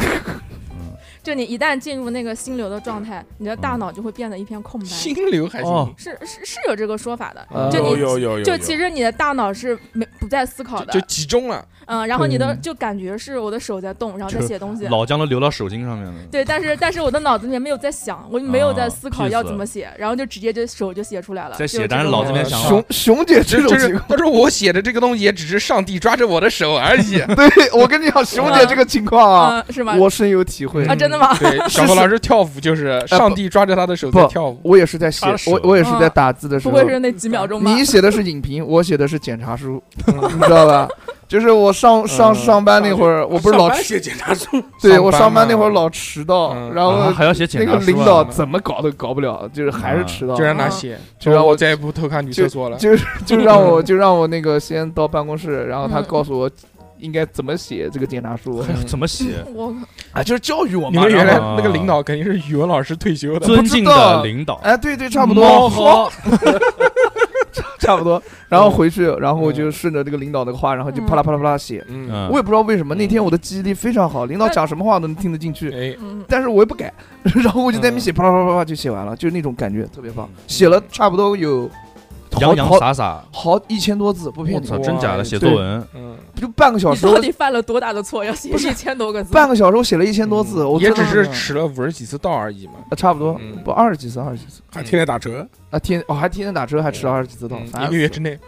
[SPEAKER 5] 就你一旦进入那个心流的状态，你的
[SPEAKER 2] 嗯
[SPEAKER 5] 大脑就会变得一片空白。
[SPEAKER 1] 心流还
[SPEAKER 2] 哦
[SPEAKER 1] 行，
[SPEAKER 5] 是是是有这个说法的，
[SPEAKER 3] 啊
[SPEAKER 5] 就
[SPEAKER 4] 有
[SPEAKER 5] 你
[SPEAKER 4] 有有有，
[SPEAKER 5] 就
[SPEAKER 4] 有
[SPEAKER 5] 其实你的大脑是没不在思考
[SPEAKER 1] 就
[SPEAKER 5] 的
[SPEAKER 1] 就，集中了。
[SPEAKER 5] 嗯，然后你的
[SPEAKER 3] 对
[SPEAKER 5] 就感觉是我的手在动，然后在
[SPEAKER 2] 就
[SPEAKER 5] 写东西。
[SPEAKER 2] 老姜都流到手心上面了。
[SPEAKER 5] 对，但是但是我的脑子里面没有在想，我没有在
[SPEAKER 2] 啊
[SPEAKER 5] 思考
[SPEAKER 2] 气
[SPEAKER 5] 要
[SPEAKER 2] 死
[SPEAKER 5] 怎么写，然后就直接就手就写出来了。
[SPEAKER 2] 在
[SPEAKER 5] 就
[SPEAKER 2] 写
[SPEAKER 5] 这
[SPEAKER 2] 但是
[SPEAKER 5] 种
[SPEAKER 2] 脑子
[SPEAKER 5] 感
[SPEAKER 2] 里面
[SPEAKER 5] 觉
[SPEAKER 2] 想
[SPEAKER 3] 熊熊姐
[SPEAKER 1] 这
[SPEAKER 3] 这种
[SPEAKER 1] 这
[SPEAKER 3] 情
[SPEAKER 1] 是
[SPEAKER 3] 况，
[SPEAKER 1] 他说我写的这个东西也只是上帝抓着我的手而 已。
[SPEAKER 5] 啊
[SPEAKER 3] 对我跟你讲，熊姐这个情况啊，
[SPEAKER 5] 嗯，是吗？
[SPEAKER 3] 我深有体会
[SPEAKER 5] 啊，。真的吗？
[SPEAKER 1] 对，小何老师跳舞就是
[SPEAKER 3] 呃
[SPEAKER 1] 上帝抓着他的手在跳舞。
[SPEAKER 3] 我也是在写
[SPEAKER 2] 他的，手
[SPEAKER 3] 我我也是在打字的时
[SPEAKER 5] 啊不
[SPEAKER 3] 候，
[SPEAKER 5] 会是那几秒钟吧？
[SPEAKER 3] 你写的是影评， 我写的是检查书， 你知道吧？就是我上上
[SPEAKER 1] 嗯
[SPEAKER 3] 上班那会儿，我不是老
[SPEAKER 4] 上班
[SPEAKER 3] 迟，
[SPEAKER 4] 写检查 书，
[SPEAKER 3] 对
[SPEAKER 1] 上
[SPEAKER 3] 我
[SPEAKER 1] 班
[SPEAKER 3] 上班
[SPEAKER 1] 嘛
[SPEAKER 3] 那会儿老迟到，
[SPEAKER 1] 嗯
[SPEAKER 3] 然
[SPEAKER 2] 啊
[SPEAKER 3] 后
[SPEAKER 2] 还要写检
[SPEAKER 3] 呃那
[SPEAKER 2] 查
[SPEAKER 3] 个
[SPEAKER 2] 书
[SPEAKER 3] 领
[SPEAKER 2] 啊
[SPEAKER 3] 导怎么搞都搞不了，就是还是迟到
[SPEAKER 1] 就，让他写，
[SPEAKER 3] 嗯就让
[SPEAKER 1] 我
[SPEAKER 3] 我
[SPEAKER 1] 再也不偷看女厕所了。
[SPEAKER 3] 哦就是就让 我就让我那个先到办公室，然后他
[SPEAKER 5] 嗯
[SPEAKER 3] 告诉我应该怎么写这个检查书
[SPEAKER 1] 嗯
[SPEAKER 2] 怎么写？
[SPEAKER 5] 我
[SPEAKER 3] 啊，就是哦教育我
[SPEAKER 1] 你
[SPEAKER 3] 嘛
[SPEAKER 1] 们。原来
[SPEAKER 3] 然后
[SPEAKER 1] 那个领导肯定是语文老师退休的，哦
[SPEAKER 2] 尊敬的领导，
[SPEAKER 3] 哎，对对，差不
[SPEAKER 2] 猫
[SPEAKER 3] 多，哦
[SPEAKER 2] 和
[SPEAKER 3] 差不多。然后回去，然后我就顺着这个领导的话，然后就啪啦啪啦啪啦写。
[SPEAKER 1] 嗯，
[SPEAKER 2] 嗯
[SPEAKER 3] 我也不知道为什么那天我的记忆力非常好，领导讲什么话都能听得进去。
[SPEAKER 1] 哎，
[SPEAKER 5] 嗯，
[SPEAKER 3] 但是我也不改， 然后我就在那边写，啪啦啪啦啪啦就写完了，就是那种感觉特别棒，写了差不多有好
[SPEAKER 2] 洋洋
[SPEAKER 3] 好
[SPEAKER 2] 洒洒，
[SPEAKER 3] 好一千多字，不骗
[SPEAKER 2] 我
[SPEAKER 3] 你
[SPEAKER 2] 操，，真假的写
[SPEAKER 3] 对
[SPEAKER 2] 作文，
[SPEAKER 1] 嗯，
[SPEAKER 3] 就半个小
[SPEAKER 5] 你
[SPEAKER 3] 时，
[SPEAKER 5] 到
[SPEAKER 3] 我
[SPEAKER 5] 底犯了多大的错，要写
[SPEAKER 3] 不是
[SPEAKER 5] 一千多个字？
[SPEAKER 3] 半个小时我写了一千多字，我
[SPEAKER 1] 嗯也
[SPEAKER 3] 真的嗯
[SPEAKER 1] 只是迟了五十几次到而已嘛。
[SPEAKER 3] 呃差不多
[SPEAKER 1] 嗯
[SPEAKER 3] 不二十几次，二十几次
[SPEAKER 4] 还天天打折。
[SPEAKER 3] 啊，天我还天天打车，还迟了二十几次到，
[SPEAKER 1] 嗯
[SPEAKER 3] 烦
[SPEAKER 1] 一
[SPEAKER 3] 死
[SPEAKER 1] 个
[SPEAKER 3] 了
[SPEAKER 1] 月之内，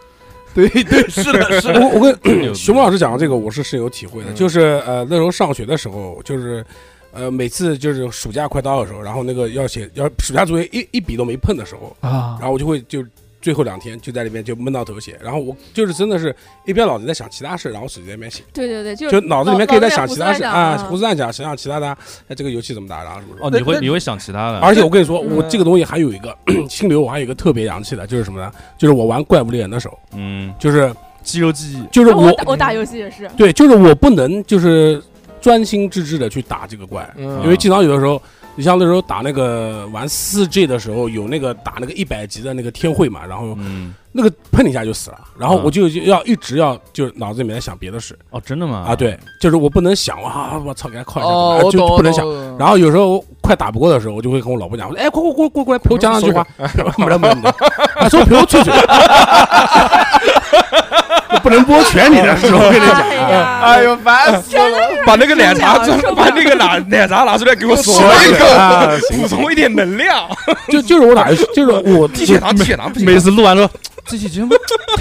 [SPEAKER 3] 对对是的是 的，
[SPEAKER 4] 我我跟
[SPEAKER 2] 牛
[SPEAKER 4] 熊老师讲的这个我是深有体会的，
[SPEAKER 1] 嗯
[SPEAKER 4] 就是呃那时候上学的时候，就是呃每次就是暑假快到的时候，然后那个要写要暑假作业一一笔都没碰的时候，
[SPEAKER 3] 啊
[SPEAKER 4] 然，后我就会就最后两天就在里面就闷到头写，然后我就是真的是一边脑子在想其他事，然后手机在那边写，
[SPEAKER 5] 对对对，就
[SPEAKER 4] 就脑子里面
[SPEAKER 5] 脑
[SPEAKER 4] 可以在
[SPEAKER 5] 脑子里面胡
[SPEAKER 4] 想其
[SPEAKER 5] 思
[SPEAKER 4] 他
[SPEAKER 5] 乱
[SPEAKER 4] 事
[SPEAKER 5] 想
[SPEAKER 4] 啊，
[SPEAKER 5] 啊
[SPEAKER 4] 胡思乱想，想想其他的，哎这个游戏怎么打，然后什么什么。
[SPEAKER 2] 哦，你
[SPEAKER 1] 那
[SPEAKER 2] 会
[SPEAKER 1] 那
[SPEAKER 2] 你会想其他的，
[SPEAKER 4] 而且我跟你说，我
[SPEAKER 1] 嗯
[SPEAKER 4] 这个东西还有一个心流，我还有一个特别洋气的，就是什么呢？就是我玩怪物猎人的时候，
[SPEAKER 2] 嗯，
[SPEAKER 4] 就是
[SPEAKER 2] 肌肉记忆，
[SPEAKER 4] 就是
[SPEAKER 5] 然后啊我
[SPEAKER 4] 我
[SPEAKER 5] 打我打游戏也是，
[SPEAKER 4] 对，就是我不能就是专心致志的去打这个怪，
[SPEAKER 1] 嗯
[SPEAKER 4] 因为经常有的时候你像那时候打那个玩四 G 的时候，有那个打那个一百级的那个天会嘛，然后
[SPEAKER 2] 嗯，
[SPEAKER 4] 那个碰一下就死了，然后
[SPEAKER 2] 啊
[SPEAKER 4] 我就就要一直要就脑子里面在想别的事
[SPEAKER 2] 哦，真的吗？
[SPEAKER 4] 啊，，对，就是我不能想啊，我操，给他靠一下，
[SPEAKER 3] 哦
[SPEAKER 4] 啊，
[SPEAKER 3] 我
[SPEAKER 4] 就
[SPEAKER 3] 懂，
[SPEAKER 4] 不能想。
[SPEAKER 3] 然
[SPEAKER 4] 然后有时候快打不过的时候，我就会跟我老婆讲，我说哎，快快快过过来陪我讲两句话，没得没得没得，我哎说陪我出去，
[SPEAKER 2] 不能播全你的时候，跟你讲，
[SPEAKER 5] 哎呀，
[SPEAKER 3] 哎呦，烦死了！
[SPEAKER 1] 把那个奶茶
[SPEAKER 5] 受不了
[SPEAKER 1] 出，把那个奶奶茶拿出来给我
[SPEAKER 3] 我
[SPEAKER 1] 锁
[SPEAKER 3] 锁
[SPEAKER 1] 一
[SPEAKER 3] 一
[SPEAKER 1] 口，
[SPEAKER 2] 啊，
[SPEAKER 1] 补充一点能量。
[SPEAKER 4] 就就是我打游戏，就是我
[SPEAKER 1] 低血糖，低血糖不行。
[SPEAKER 2] 每次录完之后，这期节 目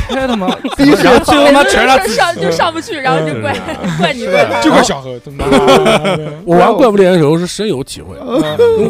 [SPEAKER 2] 太他妈，
[SPEAKER 3] 第一
[SPEAKER 2] 然后最后他妈全是 他
[SPEAKER 5] 就
[SPEAKER 2] 自己，
[SPEAKER 5] 上就上不去，然后就怪怪你怪 他。
[SPEAKER 1] 就怪小何，他 妈的！
[SPEAKER 4] 我玩怪物猎人的时候是深有体会，我